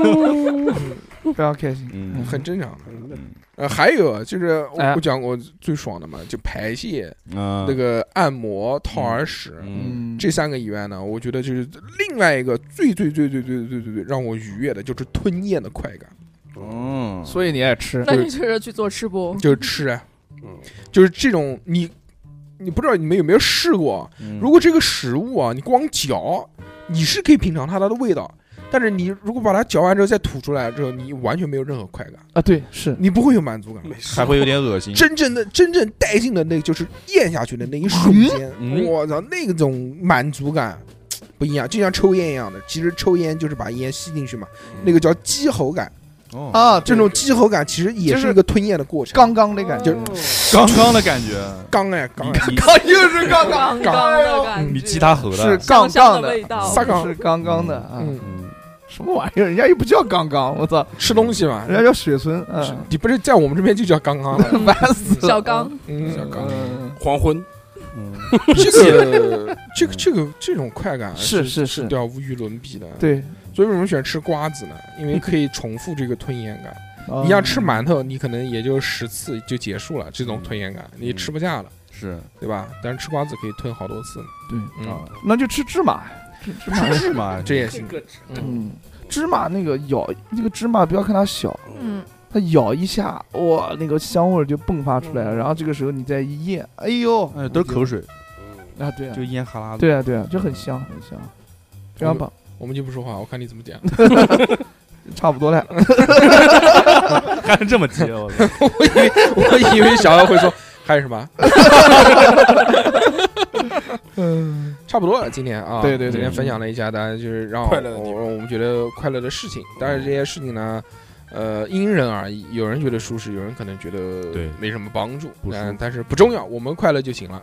[SPEAKER 3] 非常开心。
[SPEAKER 2] 嗯
[SPEAKER 1] 很正常。
[SPEAKER 2] 嗯
[SPEAKER 1] 呃，还有就是我
[SPEAKER 3] 哎
[SPEAKER 1] 我讲过最爽的嘛，就排泄、
[SPEAKER 2] 啊
[SPEAKER 1] 那个按摩、掏耳屎
[SPEAKER 2] 嗯
[SPEAKER 1] 这三个以外呢，我觉得就是另外一个最最最最最最最最让我愉悦的，就是吞咽的快感，
[SPEAKER 2] 嗯，
[SPEAKER 3] 所以你爱吃
[SPEAKER 5] 那你就是去做吃播，
[SPEAKER 1] 就是吃啊
[SPEAKER 4] 嗯，
[SPEAKER 1] 就是这种你你不知道你们有没有试过，嗯
[SPEAKER 2] 嗯
[SPEAKER 1] 如果这个食物啊，你光嚼，你是可以品尝它的味道。但是你如果把它嚼完之后再吐出来之后，你完全没有任何快感，
[SPEAKER 3] 啊？对，是
[SPEAKER 1] 你不会有满足感。
[SPEAKER 4] 没事
[SPEAKER 2] 还。会有点恶心，
[SPEAKER 1] 真正的真正带劲的那就是咽下去的那一瞬间，
[SPEAKER 2] 嗯
[SPEAKER 1] 我操，那种满足感不一样，就像抽烟一样的。其实抽烟就是把烟吸进去嘛，那个叫鸡喉感。
[SPEAKER 2] 哦
[SPEAKER 3] 啊，
[SPEAKER 1] 这种鸡喉感其实也
[SPEAKER 3] 就是
[SPEAKER 1] 是一个吞咽的过程。
[SPEAKER 3] 刚刚的感
[SPEAKER 1] 就
[SPEAKER 3] 觉，
[SPEAKER 2] 刚刚的感觉，
[SPEAKER 1] 刚哎刚哎，
[SPEAKER 2] 你
[SPEAKER 3] 刚又是刚
[SPEAKER 5] 杠
[SPEAKER 1] 杠
[SPEAKER 5] 杠的感觉，
[SPEAKER 2] 你击他喉的，
[SPEAKER 3] 是
[SPEAKER 5] 香
[SPEAKER 3] 杠
[SPEAKER 5] 香
[SPEAKER 3] 杠
[SPEAKER 5] 的味道，
[SPEAKER 1] 撒杠
[SPEAKER 3] 是刚刚的啊，
[SPEAKER 1] 嗯，
[SPEAKER 2] 嗯
[SPEAKER 3] 什么玩意儿？人家又不叫刚刚，我操，
[SPEAKER 1] 吃东西嘛
[SPEAKER 3] 人，家叫雪村，
[SPEAKER 1] 是
[SPEAKER 3] 嗯，
[SPEAKER 1] 你不是在我们这边就叫刚刚吗？
[SPEAKER 3] 烦死了，
[SPEAKER 5] 小刚，
[SPEAKER 1] 嗯，
[SPEAKER 4] 小刚
[SPEAKER 3] 嗯，
[SPEAKER 4] 黄昏，嗯，
[SPEAKER 1] 这个这个这个这种快感
[SPEAKER 3] 是
[SPEAKER 1] 是
[SPEAKER 3] 是是
[SPEAKER 1] 对啊，无与伦比的。，
[SPEAKER 3] 对，嗯
[SPEAKER 1] 所以为什么喜欢吃瓜子呢？因为可以重复这个吞咽感。
[SPEAKER 3] 啊
[SPEAKER 1] 你要吃馒头，你可能也就十次就结束了这种吞咽感，你
[SPEAKER 2] 嗯
[SPEAKER 1] 吃不下了，
[SPEAKER 2] 是啊
[SPEAKER 1] 对吧？但是吃瓜子可以吞好多次。
[SPEAKER 3] 对
[SPEAKER 1] 嗯，
[SPEAKER 3] 那就吃芝麻，芝芝麻，
[SPEAKER 2] 是吗？
[SPEAKER 1] 这也行。嗯，
[SPEAKER 3] 嗯，芝麻那个咬那个芝麻，不要看它小，
[SPEAKER 5] 嗯，
[SPEAKER 3] 它咬一下，哇，那个香味儿就迸发出来了。然后这个时候你再一咽，哎呦，
[SPEAKER 2] 哎，都是口水，
[SPEAKER 3] 啊，对啊
[SPEAKER 2] 就，哎烟哈喇子。
[SPEAKER 3] 对啊，对啊，就很香，很香，非常棒，
[SPEAKER 1] 我们就不说话，我看你怎么讲。
[SPEAKER 3] 差不多了。
[SPEAKER 2] 还 能这么接， 我操
[SPEAKER 1] 我以为我以为小姚会说还有什么，
[SPEAKER 3] 嗯，
[SPEAKER 1] 差不多了。今天啊，
[SPEAKER 3] 对对对
[SPEAKER 1] 今天分享了一下，大家就是让
[SPEAKER 4] 快乐的地
[SPEAKER 1] 我我们觉得快乐的事情，但是这些事情呢。呃，因人而异，有人觉得舒适，有人可能觉得
[SPEAKER 2] 对
[SPEAKER 1] 没什么帮助，
[SPEAKER 2] 不舒
[SPEAKER 1] 但
[SPEAKER 2] 服
[SPEAKER 1] 但是不重要，我们快乐就行 了。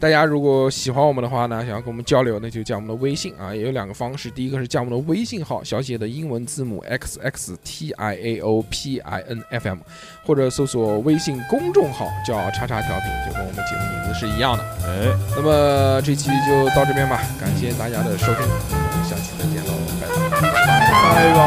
[SPEAKER 1] 大家如果喜欢我们的话呢，想要跟我们交流，那就加我们的微信啊，也有两个方式，第一个是加我们的微信号，小写的英文字母 x x t i a o p i n f m，或者搜索微信公众号叫“叉叉调频”，就跟我们节目名字是一样的。
[SPEAKER 2] 哎。
[SPEAKER 1] 那么这期就到这边吧，感谢大家的收听，我们下期再见喽，拜拜。
[SPEAKER 3] 拜拜。